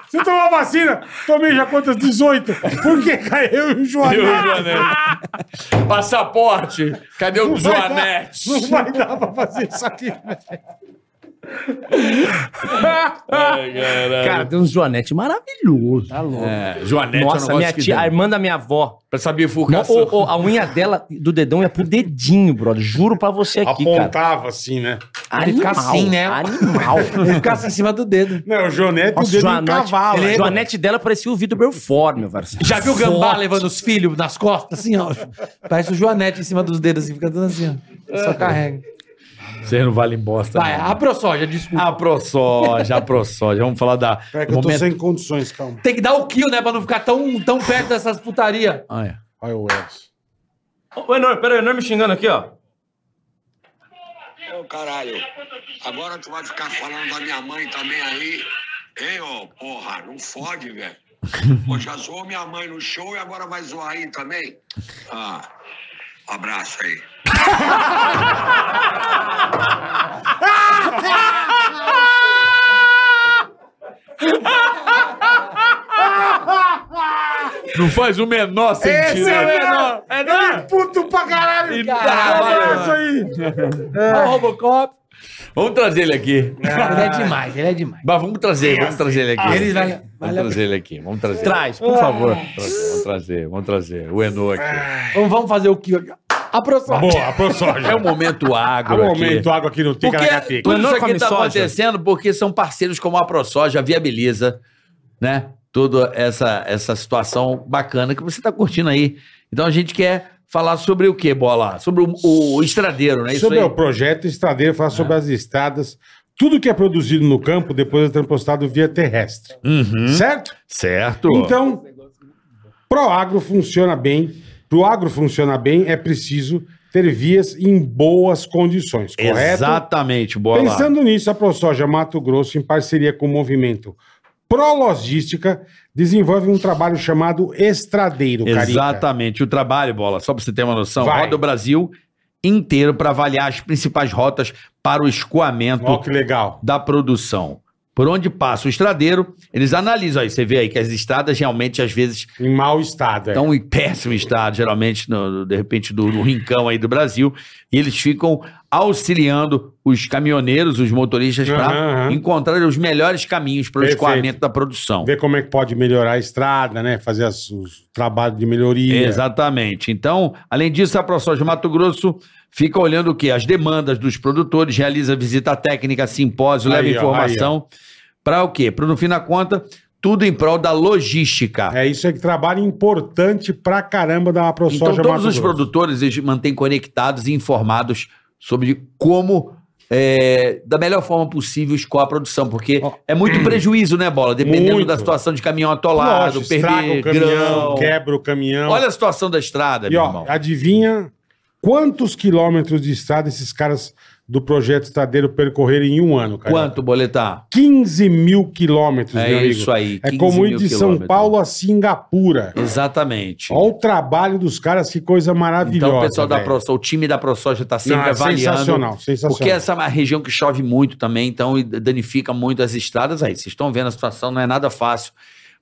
Speaker 2: Você tomou a vacina? Tomei já quantas? 18. Por que caiu e o Joanete?
Speaker 1: Cadê o Joanete? Passaporte. Cadê o
Speaker 2: Não vai dar-
Speaker 1: Joanete?
Speaker 2: Não vai dar pra fazer isso aqui. velho.
Speaker 5: Cara, tem uns Joanete maravilhoso.
Speaker 1: É, Joanete é um
Speaker 5: Nossa,
Speaker 1: negócio
Speaker 5: minha
Speaker 1: que
Speaker 5: tia,
Speaker 1: dá.
Speaker 5: a irmã da minha avó.
Speaker 1: Pra saber
Speaker 5: Não,
Speaker 1: fulcação.
Speaker 5: ô, ô, a unha dela do dedão ia pro dedinho, brother. Juro pra você aqui, cara.
Speaker 2: Apontava assim, né?
Speaker 4: Ele fica assim, né?
Speaker 5: Animal.
Speaker 4: Ele fica assim em cima do dedo.
Speaker 2: Não, o Joanete, o
Speaker 5: Nossa,
Speaker 2: dedo em
Speaker 5: Joanete,
Speaker 2: cavalo.
Speaker 1: é-
Speaker 5: ele- Joanete dela parecia o Vitor Belfort, meu velho.
Speaker 4: Já viu o gambá levando os filhos nas costas, assim, ó? Parece o Joanete em cima dos dedos, assim, fica dando assim, ó. Só carrega.
Speaker 1: Vocês não valem bosta.
Speaker 4: Vai,
Speaker 1: não.
Speaker 4: a ProSoja, desculpa.
Speaker 1: A ProSoja, a ProSoja. Vamos falar da.
Speaker 2: Peraí É que eu tô
Speaker 1: momento-
Speaker 2: sem condições, calma.
Speaker 4: Tem que dar o kill, né? Pra não ficar tão, tão perto dessas putaria.
Speaker 1: Ah, é.
Speaker 2: Olha o Edson.
Speaker 5: Ô, Enor, peraí, o Enor me xingando aqui, ó.
Speaker 13: Ô, caralho, agora tu vai ficar falando da minha mãe também aí? Hein, ô, porra, não fode, velho. Pô, já zoou minha mãe no show e agora vai zoar aí também? Ah, abraço aí.
Speaker 1: Não faz o menor sentido. né?
Speaker 2: É Ele puto pra caralho.
Speaker 4: Caralho.
Speaker 2: Abraço é aí.
Speaker 4: Ó, o Robocop.
Speaker 1: Vamos trazer ele aqui.
Speaker 4: Ele é demais, ele é demais.
Speaker 1: Mas vamos trazer, vamos trazer ele aqui.
Speaker 4: Ele vai- vai-
Speaker 1: Vamos trazer ele aqui. Vamos trazer.
Speaker 5: Traz, por favor.
Speaker 1: Vamos trazer, vamos trazer, vamos trazer. O Eno
Speaker 2: Ah.
Speaker 1: aqui.
Speaker 4: Vamos, vamos fazer o kill aqui. A ProSoja.
Speaker 2: Boa, ProSoja.
Speaker 1: É o momento
Speaker 2: É
Speaker 1: agro.
Speaker 2: o
Speaker 1: aqui.
Speaker 2: momento água aqui no
Speaker 1: Porque é
Speaker 2: Ticaracateca.
Speaker 1: tudo
Speaker 5: Não
Speaker 1: isso aqui
Speaker 5: come
Speaker 1: está
Speaker 5: soja.
Speaker 1: acontecendo porque são parceiros como a ProSoja, viabiliza, né? Toda essa, essa situação bacana que você está curtindo aí. Então a gente quer falar sobre o que, Bola? Sobre o, o estradeiro, né? Isso
Speaker 2: sobre
Speaker 1: aí. É.
Speaker 2: o projeto estradeiro, falar sobre as estradas. Tudo que é produzido no campo depois é transportado via terrestre.
Speaker 1: Uhum.
Speaker 2: Certo?
Speaker 1: Certo.
Speaker 2: Então, pro agro funciona bem. Pro agro funcionar bem, é preciso ter vias em boas condições, correto?
Speaker 1: Exatamente, Bola.
Speaker 2: Pensando nisso, a ProSoja Mato Grosso, em parceria com o movimento Prologística, desenvolve um trabalho chamado Estradeiro, Carica.
Speaker 1: Exatamente. O trabalho, Bola, só para você ter uma noção,
Speaker 2: Vai.
Speaker 1: roda o Brasil inteiro para avaliar as principais rotas para o escoamento
Speaker 2: Ó, que legal.
Speaker 1: da produção. Por onde passa o estradeiro, eles analisam aí. Você vê aí que as estradas realmente, às vezes,
Speaker 2: Em mau estado, é.
Speaker 1: estão em péssimo estado, geralmente, no- no- de repente, do, do rincão aí do Brasil. E eles ficam auxiliando os caminhoneiros, os motoristas,
Speaker 2: Aham,
Speaker 1: para
Speaker 2: aham.
Speaker 1: encontrar os melhores caminhos para o
Speaker 2: Perfeito.
Speaker 1: escoamento da produção.
Speaker 2: Ver como é que pode melhorar a estrada, né? Fazer as- os trabalhos de melhoria.
Speaker 1: Exatamente. Então, além disso, a ProSoja Mato Grosso fica olhando o quê? As demandas dos produtores, realiza visita técnica, simpósio, leva
Speaker 2: Aí, ó,
Speaker 1: informação. Para o quê? Para, no fim da conta, tudo em prol da logística.
Speaker 2: É isso aí que trabalho importante pra caramba da ProSoja
Speaker 1: então, todos
Speaker 2: Mato
Speaker 1: os
Speaker 2: Grosso.
Speaker 1: produtores eles mantêm conectados e informados sobre como é, da melhor forma possível escoar a produção, porque é muito prejuízo, né, Bola? Dependendo
Speaker 2: hum. Muito.
Speaker 1: da situação de caminhão atolado,
Speaker 2: Lógico, estraga
Speaker 1: perder
Speaker 2: o caminhão,
Speaker 1: grão.
Speaker 2: quebra o caminhão.
Speaker 1: Olha a situação da estrada,
Speaker 2: e
Speaker 1: meu
Speaker 2: ó, é,
Speaker 1: irmão.
Speaker 2: adivinha quantos quilômetros de estrada esses caras do projeto Estadeiro percorreram em um ano, cara?
Speaker 1: Quanto, Boletar?
Speaker 2: 15 mil quilômetros,
Speaker 1: É
Speaker 2: meu amigo.
Speaker 1: isso aí.
Speaker 2: É
Speaker 1: 15
Speaker 2: como ir
Speaker 1: mil
Speaker 2: de São
Speaker 1: quilômetros.
Speaker 2: Paulo a Singapura.
Speaker 1: Exatamente.
Speaker 2: Olha o trabalho dos caras, que coisa maravilhosa.
Speaker 1: Então o pessoal da
Speaker 2: velho.
Speaker 1: ProSoja, o time da ProSoja está sempre
Speaker 2: Não, é
Speaker 1: avaliando.
Speaker 2: sensacional, sensacional.
Speaker 1: Porque essa é uma região que chove muito também, então e danifica muito as estradas. Aí, vocês estão vendo a situação, não é nada fácil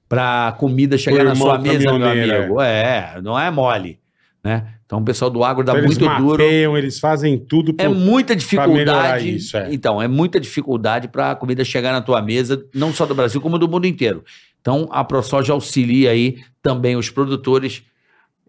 Speaker 1: para comida chegar
Speaker 2: Pro
Speaker 1: na
Speaker 2: irmão
Speaker 1: sua mesa, meu
Speaker 2: caminhoneiro,
Speaker 1: amigo. É, não é mole. Né? Então o pessoal do agro dá
Speaker 2: eles
Speaker 1: muito duro.
Speaker 2: mapeiam, eles fazem tudo pro-
Speaker 1: É muita
Speaker 2: melhorar
Speaker 1: dificuldade.
Speaker 2: isso, é.
Speaker 1: Então, é muita dificuldade para a comida chegar na tua mesa, não só do Brasil, como do mundo inteiro. Então, a ProSoja auxilia aí também os produtores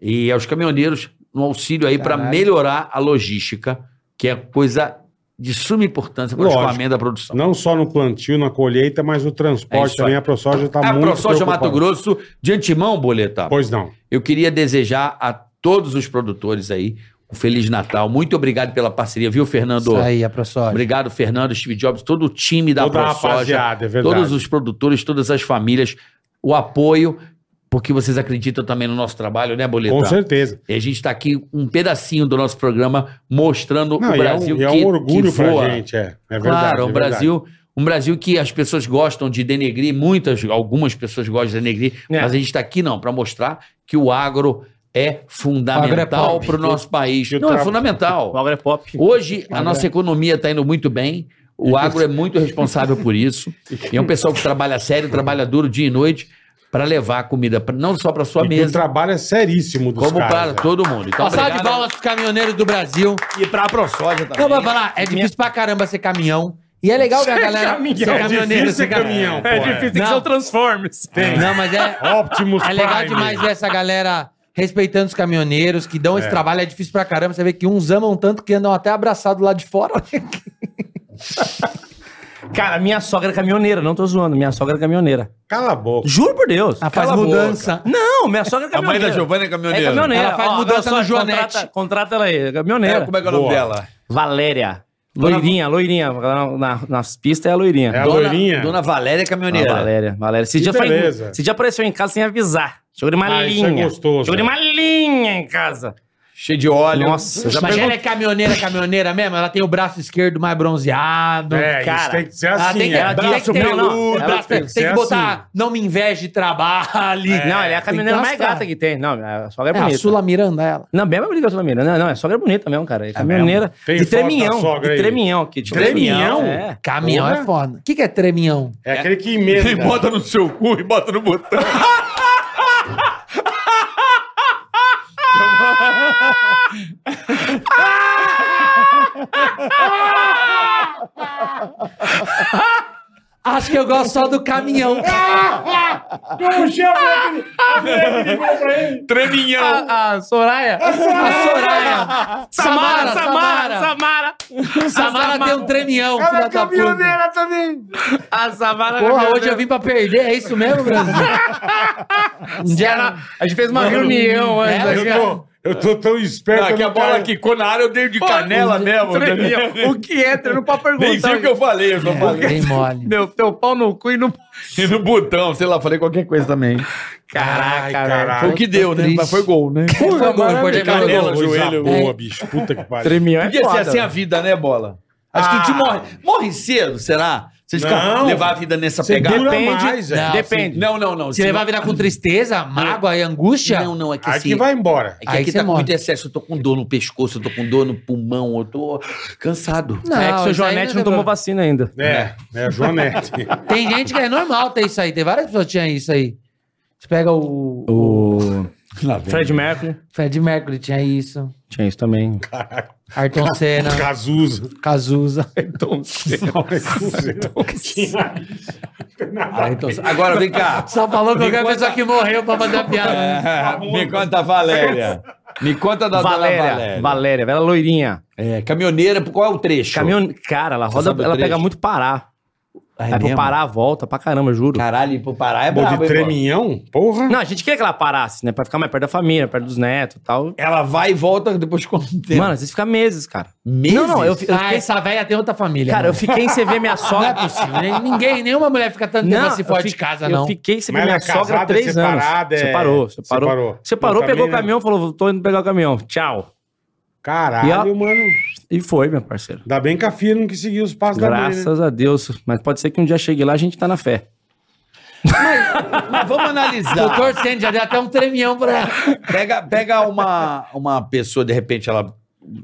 Speaker 1: e aos caminhoneiros no auxílio aí para
Speaker 4: Caralho.
Speaker 1: melhorar a logística, que é coisa de suma importância para o
Speaker 2: Lógico.
Speaker 1: escoamento da produção.
Speaker 2: não só no plantio, na colheita, mas no
Speaker 1: É
Speaker 2: transporte
Speaker 1: isso
Speaker 2: também. A ProSoja está
Speaker 1: a
Speaker 2: tá muito
Speaker 1: ProSoja
Speaker 2: preocupada.
Speaker 1: Mato Grosso, de antemão, Boleta,
Speaker 2: Pois não.
Speaker 1: eu queria desejar a todos os produtores aí um Feliz Natal. Muito obrigado pela parceria, viu, Fernando?
Speaker 4: Isso aí, a ProSoja.
Speaker 1: Obrigado, Fernando, Steve Jobs, todo o time da
Speaker 2: Toda a
Speaker 1: ProSoja,
Speaker 2: rapaziada, é verdade.
Speaker 1: todos os produtores, todas as famílias, o apoio, porque vocês acreditam também no nosso trabalho, né, Boletar?
Speaker 2: Com certeza.
Speaker 1: E a gente está aqui um pedacinho do nosso programa mostrando o
Speaker 2: Não, e é um-
Speaker 1: Brasil
Speaker 2: e é um,
Speaker 1: que,
Speaker 2: orgulho
Speaker 1: que
Speaker 2: pra
Speaker 1: voa.
Speaker 2: gente, é. É verdade.
Speaker 1: claro,
Speaker 2: é
Speaker 1: um
Speaker 2: verdade.
Speaker 1: Brasil, um Brasil que as pessoas gostam de denegrir, muitas, algumas pessoas gostam de denegrir,
Speaker 5: É.
Speaker 1: mas a gente está aqui não para mostrar que o agro é fundamental
Speaker 4: pop.
Speaker 1: para o nosso país.
Speaker 2: E o
Speaker 1: Não, é
Speaker 2: tra- (laughs)
Speaker 1: fundamental.
Speaker 5: O agro é pop.
Speaker 1: Hoje, a nossa economia está indo muito bem. O agro é muito responsável por isso. E é um pessoal que trabalha sério, trabalha duro dia e noite para levar a comida, pra- não só para sua
Speaker 2: E que o
Speaker 1: mesa,
Speaker 2: trabalho é seríssimo dos
Speaker 1: como para
Speaker 2: caras. é.
Speaker 1: todo mundo. Então,
Speaker 4: Passar de
Speaker 1: obrigado.
Speaker 4: palmas pros caminhoneiros do Brasil.
Speaker 3: E pra ProSoja também.
Speaker 4: Não, vai falar, é difícil pra caramba ser caminhão. E é legal ver a galera.
Speaker 5: caminhão.
Speaker 4: ser
Speaker 2: É difícil ser
Speaker 4: cam-
Speaker 2: caminhão, pô.
Speaker 5: É difícil, tem que
Speaker 4: Não.
Speaker 5: ser o Transformers.
Speaker 4: Não, mas é,
Speaker 2: Optimus
Speaker 4: (laughs) é legal
Speaker 2: Prime.
Speaker 4: demais ver essa galera respeitando os caminhoneiros que dão esse trabalho. É difícil pra caramba. Você vê que uns amam tanto que andam até abraçados lá de fora. (laughs)
Speaker 5: Cara, minha sogra é caminhoneira, não tô zoando. Minha sogra é caminhoneira.
Speaker 2: Cala a boca.
Speaker 5: Juro por Deus.
Speaker 4: Ah, faz
Speaker 5: Cala boca.
Speaker 4: mudança.
Speaker 5: Não, minha sogra é
Speaker 3: A mãe
Speaker 5: caminhoneira.
Speaker 3: da Giovanna é
Speaker 5: é
Speaker 3: caminhoneira.
Speaker 5: caminhoneira.
Speaker 4: Ela faz
Speaker 5: Ó,
Speaker 4: mudança
Speaker 5: minha sogra
Speaker 4: no Joanete.
Speaker 5: Contrata, contrata ela aí, é caminhoneira.
Speaker 3: É, como é que é o nome
Speaker 2: Boa.
Speaker 3: dela?
Speaker 5: Valéria. Loirinha, loirinha. Na, na- nas pistas é a loirinha.
Speaker 2: É a
Speaker 3: Dona,
Speaker 2: loirinha.
Speaker 3: Dona Valéria é
Speaker 5: Ah,
Speaker 3: caminhoneira.
Speaker 5: Valéria, Valéria. Esse
Speaker 2: Que
Speaker 5: dia, foi,
Speaker 2: beleza.
Speaker 5: esse dia apareceu em casa sem avisar. Chegou de uma
Speaker 2: Ah, isso
Speaker 5: linha.
Speaker 2: é gostoso.
Speaker 5: Chegou de uma linha em casa.
Speaker 3: Cheio de óleo.
Speaker 5: Nossa, já
Speaker 4: Mas
Speaker 5: pergun-
Speaker 4: ela é caminhoneira, caminhoneira mesmo? Ela tem o braço esquerdo mais bronzeado.
Speaker 2: É, isso
Speaker 5: cara.
Speaker 2: tem que ser
Speaker 4: Ela
Speaker 2: assim.
Speaker 4: tem,
Speaker 2: é.
Speaker 4: ela tem
Speaker 2: Braço
Speaker 4: que ter, não, não,
Speaker 2: peludo,
Speaker 4: braço
Speaker 2: tem
Speaker 4: peludo.
Speaker 2: que
Speaker 4: tem
Speaker 2: ser
Speaker 4: que botar,
Speaker 2: assim.
Speaker 4: não me inveje, trabalhe.
Speaker 5: Não, ela é a caminhoneira
Speaker 4: Tem que
Speaker 5: mais
Speaker 4: passar.
Speaker 5: gata que tem. Não, a sogra é,
Speaker 4: É, a
Speaker 5: bonita.
Speaker 4: Sula Miranda, ela.
Speaker 5: Não, bem mais bonita que a Sula Miranda. Não, não, a sogra é bonita mesmo, cara. É caminhoneira.
Speaker 2: Tem
Speaker 5: de
Speaker 2: foto da
Speaker 5: treminhão.
Speaker 2: sogra
Speaker 5: De
Speaker 2: aí?
Speaker 5: treminhão aqui. de
Speaker 2: Treminhão?
Speaker 5: É.
Speaker 4: Caminhão
Speaker 2: Porra.
Speaker 4: é foda. O que, que é treminhão?
Speaker 2: É aquele que emenda.
Speaker 3: Ele bota no seu cu e bota no botão.
Speaker 4: Acho que eu gosto só
Speaker 2: (laughs)
Speaker 4: do caminhão.
Speaker 2: Ah! Como chama aquele-
Speaker 3: Treminhão.
Speaker 5: A, a Soraya.
Speaker 4: A Soraya.
Speaker 5: (laughs) Samara, Samara,
Speaker 4: Samara.
Speaker 5: Samara.
Speaker 4: (laughs)
Speaker 5: A
Speaker 4: Samara tem um treminhão,
Speaker 2: Ela
Speaker 4: filha
Speaker 2: é
Speaker 4: da puta.
Speaker 2: caminhoneira também.
Speaker 5: A Samara.
Speaker 4: Porra, hoje eu vim pra perder, é isso mesmo, Brasil?
Speaker 2: (laughs)
Speaker 4: Um dia ela...
Speaker 5: A gente fez uma reunião antes. assim,
Speaker 4: É,
Speaker 2: Eu
Speaker 5: aqui.
Speaker 2: tô, eu tô tão esperto.
Speaker 3: Ah, que a
Speaker 2: eu não
Speaker 3: bola
Speaker 2: quero-
Speaker 3: quicou na área, eu dei de canela mesmo.
Speaker 5: Treminhão. O que entra não pode perguntar.
Speaker 3: Nem sei o que eu falei, eu só
Speaker 4: É.
Speaker 3: falei.
Speaker 4: Bem mole.
Speaker 5: Meu, teu pau no cu e no...
Speaker 3: E no botão, sei lá, falei qualquer coisa também.
Speaker 2: Ai, caralho.
Speaker 3: Foi o que deu, né?
Speaker 4: triste.
Speaker 3: Mas foi gol, né?
Speaker 4: Foi bom,
Speaker 3: maravilha,
Speaker 1: é
Speaker 4: importante foi
Speaker 3: canela,
Speaker 4: bom.
Speaker 2: Coisa
Speaker 3: joelho.
Speaker 2: boa, bicho. Puta que pariu.
Speaker 5: Tremião é
Speaker 3: Podia ser
Speaker 5: foda,
Speaker 3: assim a
Speaker 5: velho.
Speaker 3: vida, né, bola? Acho que a gente morre. Morre cedo, será? Vocês ficam
Speaker 2: Não.
Speaker 3: levar a vida nessa
Speaker 2: Você
Speaker 3: pegada?
Speaker 2: dura
Speaker 5: Depende-
Speaker 2: mais, velho.
Speaker 4: Não,
Speaker 5: Depende.
Speaker 3: Não, não, não.
Speaker 4: Se levar a vida com tristeza, mágoa e angústia...
Speaker 1: Não, não, é que
Speaker 2: Aí
Speaker 1: assim,
Speaker 2: que vai embora.
Speaker 1: É que
Speaker 4: Aí
Speaker 1: aqui
Speaker 4: você
Speaker 1: tá com
Speaker 4: morre.
Speaker 1: muito excesso, eu tô com dor no pescoço, eu tô com dor no pulmão, eu tô cansado.
Speaker 5: é que o seu
Speaker 4: isso aí
Speaker 5: Joanete
Speaker 4: é
Speaker 5: não tomou
Speaker 4: problema.
Speaker 5: vacina ainda.
Speaker 2: É, é a
Speaker 8: (laughs)
Speaker 2: Joanete.
Speaker 4: Tem gente que é normal ter isso aí. Tem várias pessoas que tinham isso aí. Você pega o.
Speaker 5: O Fred Mercury
Speaker 4: Fred Mercury tinha isso.
Speaker 5: tinha isso também.
Speaker 4: Ayrton Senna,
Speaker 2: Cazuza.
Speaker 4: (laughs) Cazuza.
Speaker 1: Ah, então- agora vem
Speaker 4: (laughs)
Speaker 1: cá.
Speaker 4: Só falou qualquer pessoa que morreu pra fazer a (laughs) piada.
Speaker 3: Me conta a Valéria. Me conta da dona
Speaker 5: Valéria,
Speaker 3: Valéria.
Speaker 5: Valéria, velha loirinha.
Speaker 1: É, caminhoneira, qual é o trecho?
Speaker 5: Caminhon... Cara, ela roda,
Speaker 3: sabe o
Speaker 5: ela
Speaker 3: trecho?
Speaker 5: pega muito Pará.
Speaker 1: É
Speaker 5: Aí pro
Speaker 1: mesmo?
Speaker 5: Pará volta pra caramba, juro.
Speaker 1: Caralho, ir pro Pará é
Speaker 2: Pô,
Speaker 1: brabo,
Speaker 2: de
Speaker 1: hein,
Speaker 2: treminhão? Porra.
Speaker 5: Não, a gente queria que ela parasse, né? Pra ficar mais perto da família, perto dos netos e tal.
Speaker 1: mano? Ela vai e volta depois de quanto tempo?
Speaker 5: Mano, às vezes fica meses, cara.
Speaker 1: Meses?
Speaker 5: Não, não, eu, fi- eu
Speaker 4: Ah,
Speaker 5: fiquei.
Speaker 4: essa velha tem outra família.
Speaker 5: Cara, eu
Speaker 4: mano.
Speaker 5: fiquei sem ver minha sogra.
Speaker 4: é um- Não é possível. né? Ninguém, nenhuma mulher fica tanto tempo assim fora
Speaker 5: eu fi-
Speaker 4: de casa,
Speaker 5: eu
Speaker 4: não.
Speaker 5: fiquei sem
Speaker 2: Mas
Speaker 5: ver
Speaker 2: ela
Speaker 5: minha
Speaker 2: é
Speaker 5: sogra há
Speaker 2: casada,
Speaker 5: três anos.
Speaker 2: separada, é-
Speaker 5: Separou, separou.
Speaker 2: Separou.
Speaker 5: Separou,
Speaker 2: Eu
Speaker 5: pegou o
Speaker 2: também, né?
Speaker 5: caminhão, falou, tô indo pegar o caminhão, tchau.
Speaker 2: Caralho,
Speaker 5: E ela-
Speaker 2: mano.
Speaker 5: E foi, meu parceiro.
Speaker 2: Ainda bem que a filha não que seguiu os passos da mãe, né?
Speaker 5: Graças a Deus. Mas pode ser que um dia chegue lá, a gente tá na fé.
Speaker 1: Mas vamos analisar.
Speaker 4: Tô torcendo, já deu até um tremião pra ela.
Speaker 1: Pega, pega uma, uma pessoa, de repente, ela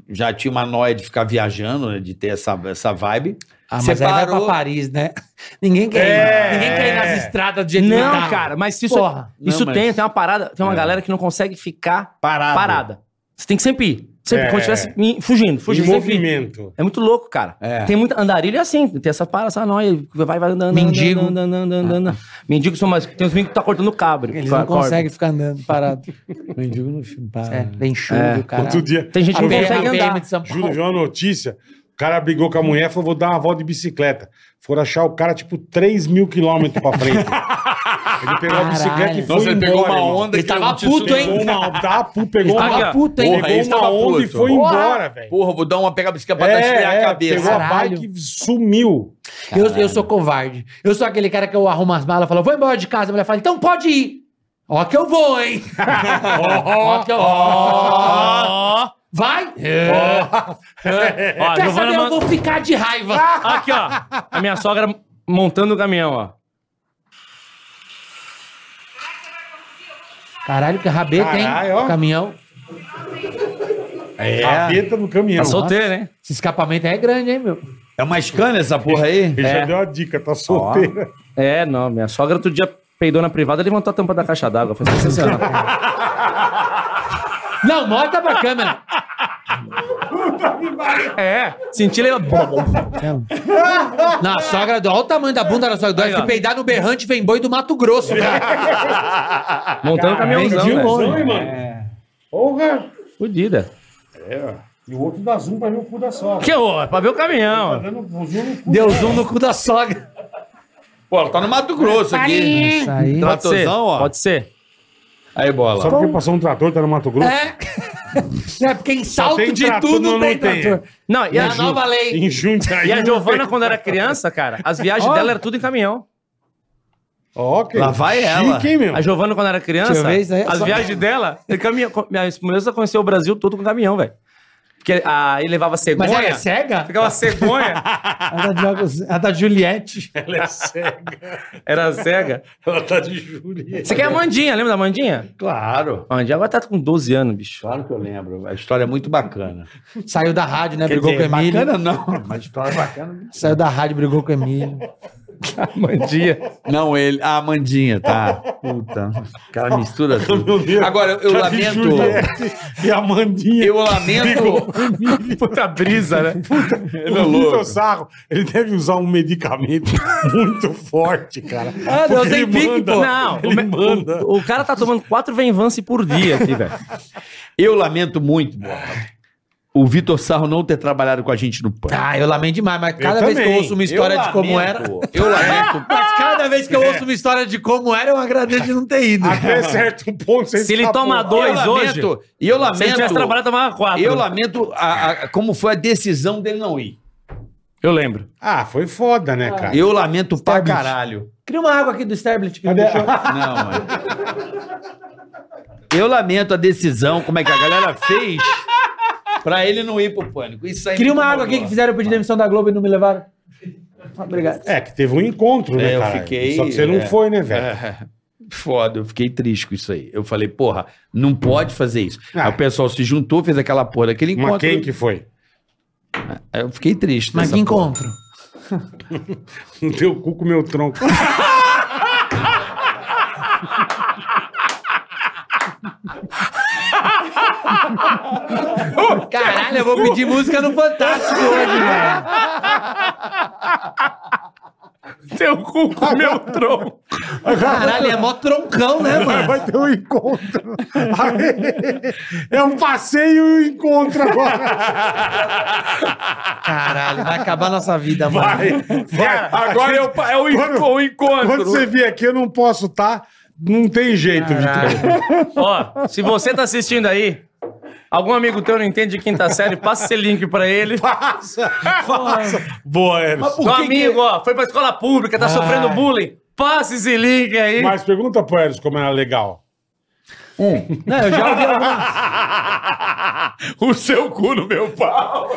Speaker 1: já tinha uma noia de ficar viajando, né, de ter essa, essa vibe.
Speaker 4: Ah, mas aí vai pra Paris, né? (laughs) Ninguém quer,
Speaker 2: É.
Speaker 4: ir, ninguém quer ir nas estradas do jeito que
Speaker 5: Não,
Speaker 4: tá.
Speaker 5: cara, mas isso,
Speaker 4: Porra.
Speaker 5: isso
Speaker 1: Não, mas-
Speaker 5: tem, tem uma parada, tem uma galera que não consegue ficar
Speaker 2: Parado.
Speaker 5: parada. Você tem que sempre ir. Sempre,
Speaker 2: É.
Speaker 5: quando tivesse me- fugindo,
Speaker 2: Em
Speaker 5: fugindo, sempre ir.
Speaker 2: movimento.
Speaker 5: É muito louco, cara.
Speaker 1: É.
Speaker 5: Tem muita andarilha assim, tem essa parada, essa noia, vai, vai andando, andando,
Speaker 4: Mendigo.
Speaker 5: andando, andando, andando, andando. Mendigo são mais, tem uns mendigos que tá cortando cabra.
Speaker 4: Eles
Speaker 5: Cor-
Speaker 4: não
Speaker 5: corda.
Speaker 4: conseguem ficar andando (laughs) parado.
Speaker 1: Mendigo no filme.
Speaker 4: É, vem chuva, do cara.
Speaker 2: Outro dia,
Speaker 5: Tem gente
Speaker 4: A
Speaker 5: que não
Speaker 4: PM,
Speaker 5: consegue
Speaker 4: a PM
Speaker 5: andar.
Speaker 4: de São
Speaker 2: Juro,
Speaker 4: Paulo.
Speaker 2: viu uma notícia. O cara brigou com a mulher e falou: vou dar uma volta de bicicleta. Foram achar o cara, tipo, 3 mil quilômetros pra
Speaker 5: (laughs)
Speaker 2: frente. Ele pegou a
Speaker 4: Caralho.
Speaker 2: bicicleta e foi.
Speaker 8: Nossa, ele pegou
Speaker 2: embora,
Speaker 8: uma
Speaker 2: irmão.
Speaker 8: onda
Speaker 4: Ele
Speaker 8: que
Speaker 4: tava
Speaker 8: não te
Speaker 4: puto,
Speaker 8: subiu.
Speaker 2: Pegou uma, tá, pu- pegou
Speaker 4: Tava
Speaker 2: uma,
Speaker 5: Aqui, ó.
Speaker 4: puta, hein?
Speaker 1: Porra,
Speaker 2: pegou
Speaker 1: esse
Speaker 2: uma
Speaker 1: tava
Speaker 2: onda e
Speaker 1: puto.
Speaker 2: foi
Speaker 4: Porra.
Speaker 2: embora, velho.
Speaker 1: Porra, vou dar uma pega a bicicleta pra
Speaker 2: É,
Speaker 1: desfriar
Speaker 2: é,
Speaker 1: a cabeça.
Speaker 2: Pegou a
Speaker 4: Caralho.
Speaker 2: bike e sumiu.
Speaker 4: Eu, eu sou covarde. Eu sou aquele cara que eu arrumo as malas, falo, vou embora de casa. A mulher fala, então pode ir. Ó que eu vou, hein? Ó que eu... Ó.
Speaker 5: Ó,
Speaker 4: Vai! (laughs)
Speaker 5: ó,
Speaker 4: Quer saber?
Speaker 5: Giovana
Speaker 4: Eu
Speaker 5: manda-
Speaker 4: vou ficar de raiva.
Speaker 5: Aqui, ó. A minha sogra montando o caminhão,
Speaker 4: Tá
Speaker 5: ó.
Speaker 4: Caralho, que rabeta, hein?
Speaker 2: Caralho, ó.
Speaker 4: O caminhão.
Speaker 2: É. Capeta no caminhão.
Speaker 5: Tá solteiro, hein?
Speaker 4: Esse escapamento aí é grande, hein, meu?
Speaker 1: É uma escana essa porra aí?
Speaker 2: Ele já deu a dica, tá solteiro.
Speaker 5: É, não. Minha sogra outro dia peidou na privada e levantou a tampa da caixa d'água. Foi sensacional.
Speaker 4: Não, mostra pra câmera.
Speaker 5: é. Senti ele...
Speaker 4: Não, a sogra do. Olha o tamanho da bunda da sogra do.
Speaker 5: Aí, ó.
Speaker 4: Se peidar no berrante, vem boi do Mato Grosso. cara.
Speaker 5: Montando o caminhãozão, velho.
Speaker 2: hein, mano? Porra!
Speaker 5: Fudida.
Speaker 2: E o outro dá zoom pra ver o cu da sogra.
Speaker 5: Que ô, é pra ver o caminhão.
Speaker 2: Dando um zoom no cu.
Speaker 4: Deu zoom no cu da sogra.
Speaker 1: Pô, ela tá no Mato Grosso aqui.
Speaker 4: Isso aí.
Speaker 5: Pode ser,
Speaker 1: Tratorzão, ó.
Speaker 5: pode ser.
Speaker 1: Aí, bola.
Speaker 2: Só porque passou um trator, tá no Mato Grosso.
Speaker 4: É. É, porque em
Speaker 2: tem
Speaker 4: salto de
Speaker 2: trator,
Speaker 4: tudo
Speaker 2: não
Speaker 4: tem
Speaker 2: tem.
Speaker 4: trator.
Speaker 5: Não, e
Speaker 4: É
Speaker 5: a,
Speaker 4: a nova lei.
Speaker 2: Em tá Jundiaí.
Speaker 5: e a Giovana, quando era criança, cara, as viagens dela eram tudo em caminhão.
Speaker 2: Ó, que
Speaker 1: Lá vai
Speaker 2: chique,
Speaker 1: ela.
Speaker 2: hein, meu?
Speaker 5: A Giovana, quando era criança,
Speaker 4: Deixa eu ver isso aí. é
Speaker 5: as
Speaker 4: Só-
Speaker 5: viagens dela, ele caminha, com- minha esposa conheceu o Brasil todo com caminhão, velho. Porque ah, ele levava cegonha.
Speaker 4: Mas ela é cega?
Speaker 5: Ficava cegonha,
Speaker 4: A da, Diogo- a da Juliette.
Speaker 2: Ela é cega.
Speaker 5: era
Speaker 4: (laughs)
Speaker 5: cega.
Speaker 2: Ela tá de Juliette.
Speaker 5: Você quer a Mandinha, lembra da Mandinha?
Speaker 1: Claro.
Speaker 5: A Mandinha agora tá com 12 anos, bicho.
Speaker 1: Claro que eu lembro. A história é muito bacana.
Speaker 4: Saiu da rádio, né? brigou
Speaker 1: dizer,
Speaker 4: com o Emílio.
Speaker 1: bacana não, mas a história é bacana.
Speaker 4: Saiu da rádio, brigou com o Emílio.
Speaker 5: Mandinha.
Speaker 1: Não, ele. A Amandinha, tá? Puta. O cara mistura tudo.
Speaker 2: Meu Deus.
Speaker 1: Agora, eu, eu
Speaker 2: Tá de
Speaker 1: lamento.
Speaker 2: Juliette E a Mandinha.
Speaker 1: Eu lamento.
Speaker 5: (laughs) Puta brisa, né?
Speaker 1: (laughs) Ele é louco.
Speaker 2: Sarro, ele deve usar um medicamento (laughs) muito forte, cara. Ah,
Speaker 4: não, tem pique, pô.
Speaker 5: Não, o,
Speaker 2: ele
Speaker 5: me-
Speaker 2: manda.
Speaker 5: o- o cara tá tomando quatro Venvance por dia aqui, velho.
Speaker 1: Eu lamento muito, Borba, o Vitor Sarro não ter trabalhado com a gente no PAN.
Speaker 4: Ah, eu lamento demais, mas cada vez que eu
Speaker 2: também.
Speaker 4: ouço uma história de como era.
Speaker 1: Eu lamento.
Speaker 4: (laughs) Mas cada vez que eu ouço uma história de como era, eu agradeço de não ter ido.
Speaker 2: Até certo ponto você
Speaker 5: Se ele
Speaker 2: escapou.
Speaker 5: toma
Speaker 1: Eu
Speaker 5: dois hoje,
Speaker 1: lamento. E eu
Speaker 5: se ele tivesse
Speaker 1: lamento.
Speaker 5: trabalhado, tá tomava quatro.
Speaker 1: Eu lamento a- a- como foi a decisão dele não ir.
Speaker 5: Eu lembro.
Speaker 2: Ah, foi foda, né, cara?
Speaker 1: Eu lamento pra caralho.
Speaker 4: Cria uma água aqui do Sterblit. que não
Speaker 2: Cadê?
Speaker 4: deixou.
Speaker 1: Não, mano. Eu lamento a decisão, como é que a galera fez pra ele não ir pro pânico. Isso aí
Speaker 4: Cria
Speaker 1: me
Speaker 4: uma água aqui
Speaker 1: incomodou.
Speaker 4: que fizeram eu pedir demissão da Globo e não me levaram. Obrigado.
Speaker 2: É, que teve um encontro, né,
Speaker 1: É, eu
Speaker 2: cara?
Speaker 1: fiquei-
Speaker 2: Só que você não
Speaker 1: é.
Speaker 2: foi, né, velho?
Speaker 1: É, Foda, eu fiquei triste com isso aí. Eu falei, porra, não pode fazer isso.
Speaker 2: Ah.
Speaker 1: Aí o pessoal se juntou, fez aquela porra daquele
Speaker 2: Mas
Speaker 1: encontro.
Speaker 2: quem que foi? (laughs)
Speaker 1: Aí Eu fiquei triste.
Speaker 4: Mas
Speaker 1: nessa
Speaker 4: que
Speaker 1: porra.
Speaker 4: encontro?
Speaker 2: Não deu cu com o meu tronco.
Speaker 4: Caralho, eu vou pedir música no Fantástico hoje, velho.
Speaker 5: Teu cu comeu o tronco.
Speaker 4: Caralho, é mó troncão, né, mano?
Speaker 2: Vai ter um encontro. É um passeio e um encontro agora.
Speaker 4: Caralho, vai acabar nossa vida, mano.
Speaker 2: Vai.
Speaker 8: Agora é o, pa- é o enco- o encontro.
Speaker 2: Quando você vir aqui, eu não posso estar. Não tem jeito, Vitor.
Speaker 5: Ó, se você tá assistindo aí, algum amigo teu não entende de quinta série, passa esse link pra ele.
Speaker 2: Passa, passa. Boa, Eros.
Speaker 5: Seu amigo, ó, foi pra escola pública, tá sofrendo bullying. Passa esse link aí.
Speaker 2: Mas pergunta pro Eros como era legal.
Speaker 4: Não, eu já ouvi algum...
Speaker 8: O seu cu no meu pau.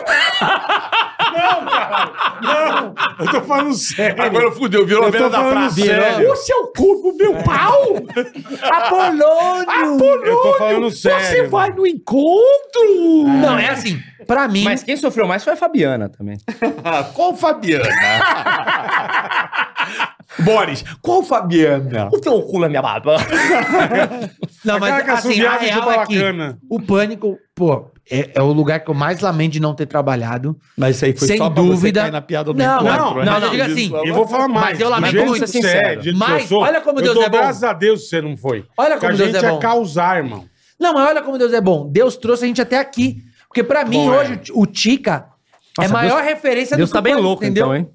Speaker 2: Eu tô falando sério.
Speaker 8: Agora fudeu, virou a
Speaker 2: eu tô
Speaker 8: vela da
Speaker 2: falando
Speaker 8: praça.
Speaker 2: sério.
Speaker 4: né?
Speaker 8: O seu cu no
Speaker 4: É.
Speaker 8: meu pau?
Speaker 4: Apolônio!
Speaker 2: Eu tô falando sério.
Speaker 8: Você vai no encontro?
Speaker 4: Não, é assim, pra mim...
Speaker 5: Mas quem sofreu mais foi a Fabiana também.
Speaker 8: Qual Fabiana? Boris, qual Fabiana?
Speaker 5: O teu cu na minha baba.
Speaker 4: Não, mas
Speaker 2: Caraca,
Speaker 4: assim, a
Speaker 2: assobiava de
Speaker 4: real é que
Speaker 2: Babacana.
Speaker 4: o pânico, pô, é, é o lugar que eu mais lamento de não ter trabalhado.
Speaker 3: Mas isso aí foi
Speaker 4: Sem
Speaker 3: só pra
Speaker 4: dúvida.
Speaker 3: você cair na piada do
Speaker 4: Não,
Speaker 3: encontro,
Speaker 4: não,
Speaker 3: né?
Speaker 4: não, eu digo assim,
Speaker 2: E vou falar mais.
Speaker 4: Mas eu lamento
Speaker 2: Do jeito
Speaker 4: muito,
Speaker 2: que
Speaker 4: ser
Speaker 2: você é,
Speaker 4: sincero.
Speaker 2: do jeito que
Speaker 4: Mas
Speaker 2: eu sou,
Speaker 4: olha como
Speaker 2: eu
Speaker 4: Deus
Speaker 2: dou
Speaker 4: é bom.
Speaker 2: graças a Deus que você não foi.
Speaker 4: Olha
Speaker 2: Porque
Speaker 4: como
Speaker 2: a
Speaker 4: Deus
Speaker 2: gente
Speaker 4: é
Speaker 2: é
Speaker 4: bom.
Speaker 2: causar, irmão.
Speaker 4: Não, mas olha como Deus é bom. Deus trouxe a gente até aqui. Porque pra mim,
Speaker 2: Bom, é.
Speaker 4: hoje, o Ti- o Tica é a maior referência
Speaker 5: Deus
Speaker 4: que
Speaker 5: tá
Speaker 4: o
Speaker 5: bem
Speaker 4: pânico,
Speaker 5: louco, então, hein?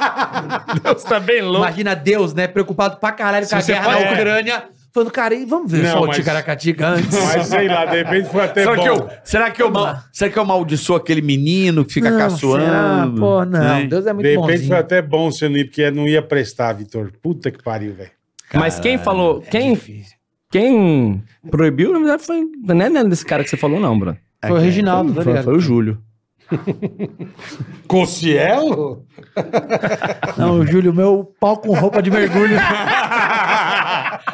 Speaker 5: (laughs) Deus tá bem louco.
Speaker 4: Imagina Deus, né? Preocupado pra caralho com a
Speaker 5: você
Speaker 4: guerra na
Speaker 5: pode-
Speaker 4: Ucrânia. Falando, cara, e vamos ver
Speaker 2: É. Não,
Speaker 4: só o
Speaker 2: mas-
Speaker 4: Ticaracatica antes.
Speaker 2: Mas sei lá, de repente foi até
Speaker 3: Será
Speaker 2: bom.
Speaker 3: que, eu, será, que eu mal, será que eu maldiçoo aquele menino que fica
Speaker 4: Não, será?
Speaker 3: caçoando?
Speaker 4: Pô, não.
Speaker 3: Hein?
Speaker 4: Deus é muito
Speaker 2: né? de repente foi
Speaker 4: bonzinho.
Speaker 2: até bom você não ir, porque não ia prestar, Vitor. Puta que pariu, velho.
Speaker 5: Mas quem falou. Quem, quem proibiu, na verdade, foi. Não é nada desse cara que você falou, não, Bruno.
Speaker 4: Foi o Reginaldo, tá
Speaker 5: Foi, foi,
Speaker 4: ligado?
Speaker 5: o Júlio.
Speaker 2: Cocielo?
Speaker 4: Não, o Júlio, meu pau com roupa de
Speaker 2: (laughs)
Speaker 4: mergulho.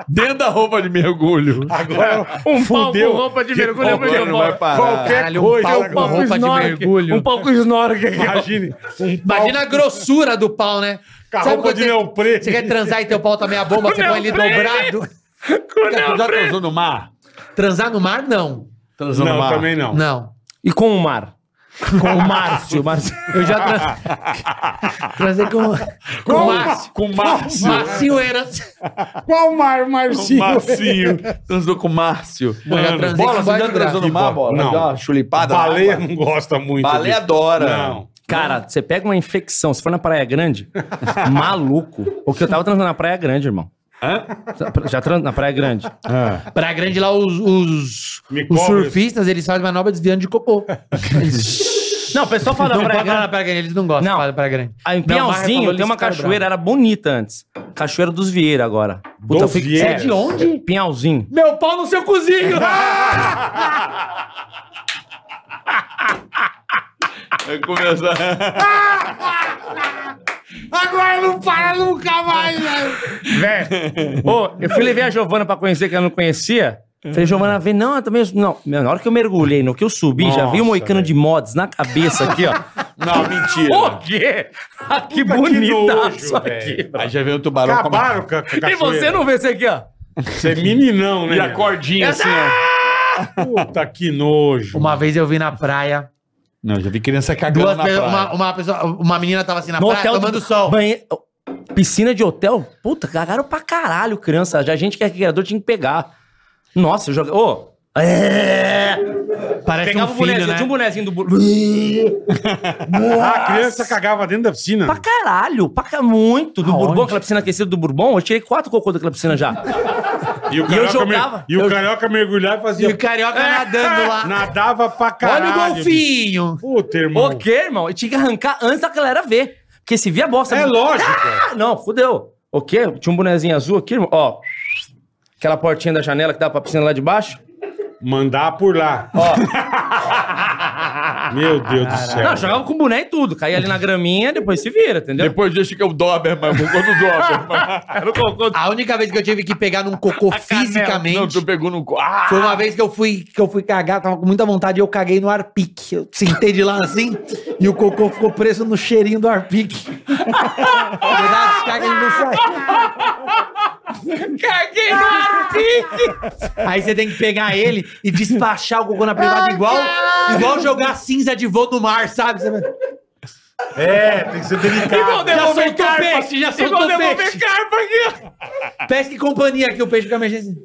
Speaker 3: Dentro da roupa de mergulho.
Speaker 2: Agora
Speaker 5: Um
Speaker 2: Fudeu.
Speaker 5: pau com roupa de
Speaker 2: Que
Speaker 5: mergulho é
Speaker 2: pau
Speaker 5: muito
Speaker 2: que
Speaker 5: bom.
Speaker 3: Vai parar.
Speaker 2: qualquer
Speaker 4: Caralho, um
Speaker 2: coisa.
Speaker 4: pau
Speaker 2: agora.
Speaker 4: com roupa de
Speaker 5: snorkel,
Speaker 4: mergulho.
Speaker 5: Um pau com snorkel.
Speaker 2: Imagine. Um pau
Speaker 4: Imagina a grossura do pau, né?
Speaker 2: com a
Speaker 4: Sabe
Speaker 2: roupa
Speaker 4: quando
Speaker 2: de
Speaker 4: você-
Speaker 2: neoprene.
Speaker 4: Você quer transar e teu pau tá
Speaker 2: (laughs)
Speaker 4: meia bomba, você põe ele dobrado.
Speaker 3: Tu já transou no mar?
Speaker 4: Transar no mar, não.
Speaker 3: Transou no
Speaker 2: Não,
Speaker 3: mar?
Speaker 2: também não.
Speaker 4: Não.
Speaker 5: E com o mar? (laughs) Com o Márcio. Márcio.
Speaker 4: Eu já tran... transei com, com o Márcio.
Speaker 3: Com o Márcio.
Speaker 4: Márcio era.
Speaker 2: Qual mar,
Speaker 3: Com o
Speaker 2: Marcinho?
Speaker 3: Marcinho. Transou com o Márcio.
Speaker 4: Eu já transei
Speaker 3: Bola,
Speaker 4: com
Speaker 3: você já
Speaker 4: Bárbara.
Speaker 3: transou no mar, Bola?
Speaker 2: Não.
Speaker 3: Dá uma chulipada? na
Speaker 2: Baleia
Speaker 3: água?
Speaker 2: não gosta muito.
Speaker 3: Baleia
Speaker 2: disso.
Speaker 3: adora.
Speaker 2: Não.
Speaker 5: Cara, você pega uma infecção, se for na Praia (laughs) Grande, maluco. Porque eu tava transando na Praia Grande, irmão. Já transando na Praia Grande.
Speaker 4: Pra grande lá, os, os,
Speaker 2: Me
Speaker 4: os
Speaker 2: cobra.
Speaker 4: surfistas, eles fazem manobra desviando de cocô.
Speaker 5: Não, o pessoal fala
Speaker 4: Não
Speaker 5: da Praia
Speaker 4: pode falar
Speaker 5: Grande.
Speaker 4: pra grande, eles não gostam
Speaker 5: Não.
Speaker 4: de falar pra grande.
Speaker 5: Ah, Em
Speaker 4: Não, o Marra falou,
Speaker 5: Pinhalzinho tem
Speaker 4: eles
Speaker 5: uma
Speaker 4: ficaram
Speaker 5: cachoeira, era bonita antes. Cachoeira dos Vieira agora.
Speaker 2: Dos
Speaker 5: eu fui-
Speaker 2: Vieira?
Speaker 5: É,
Speaker 4: De onde?
Speaker 5: Pinhalzinho.
Speaker 4: Meu pau no seu cozinho! (laughs)
Speaker 3: Vai começar.
Speaker 2: Agora não para nunca mais, velho.
Speaker 5: Ô, eu fui levar a Giovana pra conhecer, que ela não conhecia. Falei, Giovana, vem, não, eu também. Não, Meu, na hora que eu mergulhei, no que eu subi, já vi um
Speaker 2: Nossa,
Speaker 5: moicano
Speaker 2: velho.
Speaker 5: de mods na cabeça aqui, ó.
Speaker 3: Não, mentira.
Speaker 5: O quê? Ah, que
Speaker 2: Puta, que
Speaker 5: bonita
Speaker 2: nojo,
Speaker 5: isso aqui.
Speaker 2: velho.
Speaker 5: bro.
Speaker 3: Aí já veio o tubarão
Speaker 2: Acabaram com a com a
Speaker 5: E
Speaker 2: cachoeira.
Speaker 5: você não vê esse aqui, ó.
Speaker 2: Você é meninão, né?
Speaker 3: E a cordinha assim, ó.
Speaker 2: Puta que nojo.
Speaker 4: Uma vez eu vi na praia.
Speaker 3: Não, já vi criança cagando
Speaker 4: Duas
Speaker 3: na
Speaker 4: pe-
Speaker 3: praia.
Speaker 4: uma, uma, pessoa, uma menina tava assim na
Speaker 5: No
Speaker 4: praia
Speaker 5: hotel
Speaker 4: tomando
Speaker 5: do-
Speaker 4: sol.
Speaker 5: Banhe- Piscina de hotel? Puta, cagaram pra caralho, criança. Já a gente que é criador tinha que pegar. Nossa, eu joguei. Ô! É...
Speaker 4: Parece
Speaker 5: Pegava
Speaker 4: um
Speaker 5: um
Speaker 4: filho,
Speaker 5: bonezinho,
Speaker 4: né?
Speaker 5: tinha um bonezinho do. bu-
Speaker 2: Ah, A criança cagava dentro da piscina.
Speaker 5: pra caralho, pra ca- muito. Do
Speaker 4: Aonde?
Speaker 5: Bourbon, aquela piscina aquecida do Bourbon, eu tirei quatro cocô daquela piscina já.
Speaker 2: E o
Speaker 5: E eu
Speaker 2: carioca, mer-
Speaker 5: jogava.
Speaker 2: e o carioca mergulhava e
Speaker 4: E
Speaker 2: fazia.
Speaker 4: o carioca nadando
Speaker 2: (laughs)
Speaker 4: lá.
Speaker 2: Nadava pra caralho.
Speaker 4: Olha o
Speaker 2: bicho.
Speaker 4: golfinho!
Speaker 2: Puta, irmão.
Speaker 5: O quê, irmão? Eu tinha que arrancar antes da galera ver. Porque se via bosta.
Speaker 2: É lógico.
Speaker 5: Ah, não, fudeu. O quê? Tinha um bonezinho azul aqui, irmão. Ó. Aquela portinha da janela que dava pra piscina lá de baixo.
Speaker 2: Mandar por lá. Meu Deus do céu.
Speaker 5: Não, jogava com boné e tudo. Caía ali na graminha, depois se vira, entendeu?
Speaker 3: Depois disso que é o Doberman, o cocô do Doberman.
Speaker 5: Era o cocô.
Speaker 4: A única vez que eu tive que pegar num cocô
Speaker 3: Não,
Speaker 4: fisicamente
Speaker 3: tu pegou no... co- Ah!
Speaker 4: foi uma vez que eu fui que eu fui cagar, tava com muita vontade e eu caguei no arpique. Eu sentei de lá assim e o cocô ficou preso no cheirinho do arpique. Cuidado, descarga, ele não sai.
Speaker 5: Caguei no arpique!
Speaker 4: Aí você tem que pegar ele e despachar o cocô na privada igual, igual jogar cinza de voo no mar, sabe? Você vai-
Speaker 2: É, tem que ser delicado.
Speaker 4: Já soltou o peixe, já soltou o peixe.
Speaker 8: carpa aqui.
Speaker 4: Pesca e companhia aqui, o peixe fica mexendo. assim.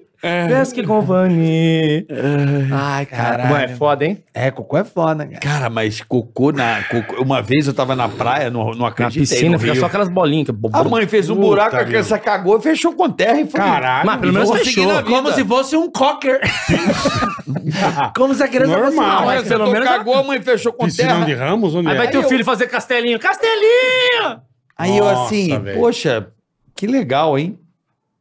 Speaker 5: Pesca e companhia.
Speaker 4: Ai,
Speaker 5: Mano, é
Speaker 4: caralho.
Speaker 5: foda, hein?
Speaker 4: É, cocô é foda, cara.
Speaker 1: Cara, mas cocô na. cocô- Uma vez eu tava na praia, não, não
Speaker 5: Na
Speaker 1: acreditei.
Speaker 5: piscina
Speaker 1: no
Speaker 5: fica
Speaker 1: rio.
Speaker 5: só aquelas bolinhas. que-
Speaker 1: A mãe fez um
Speaker 2: Puta,
Speaker 1: buraco, a
Speaker 2: meu.
Speaker 1: criança cagou, fechou com terra e foi.
Speaker 2: Caralho.
Speaker 5: Mas pelo menos
Speaker 1: vou seguir
Speaker 5: fechou.
Speaker 1: na vida.
Speaker 4: Como se fosse um cocker. Como se a criança fosse um
Speaker 2: Normal.
Speaker 1: Mas
Speaker 4: uma-
Speaker 5: Mas pelo
Speaker 1: pelo
Speaker 5: menos- é
Speaker 1: cagou, a mãe fechou com
Speaker 2: Piscinão
Speaker 1: terra.
Speaker 2: de Ramos? Onde
Speaker 5: Aí
Speaker 2: é?
Speaker 5: vai teu filho fazer castelinho. Castelinho!
Speaker 1: Aí eu
Speaker 2: Nossa,
Speaker 1: assim,
Speaker 2: velho.
Speaker 1: poxa, que legal, hein?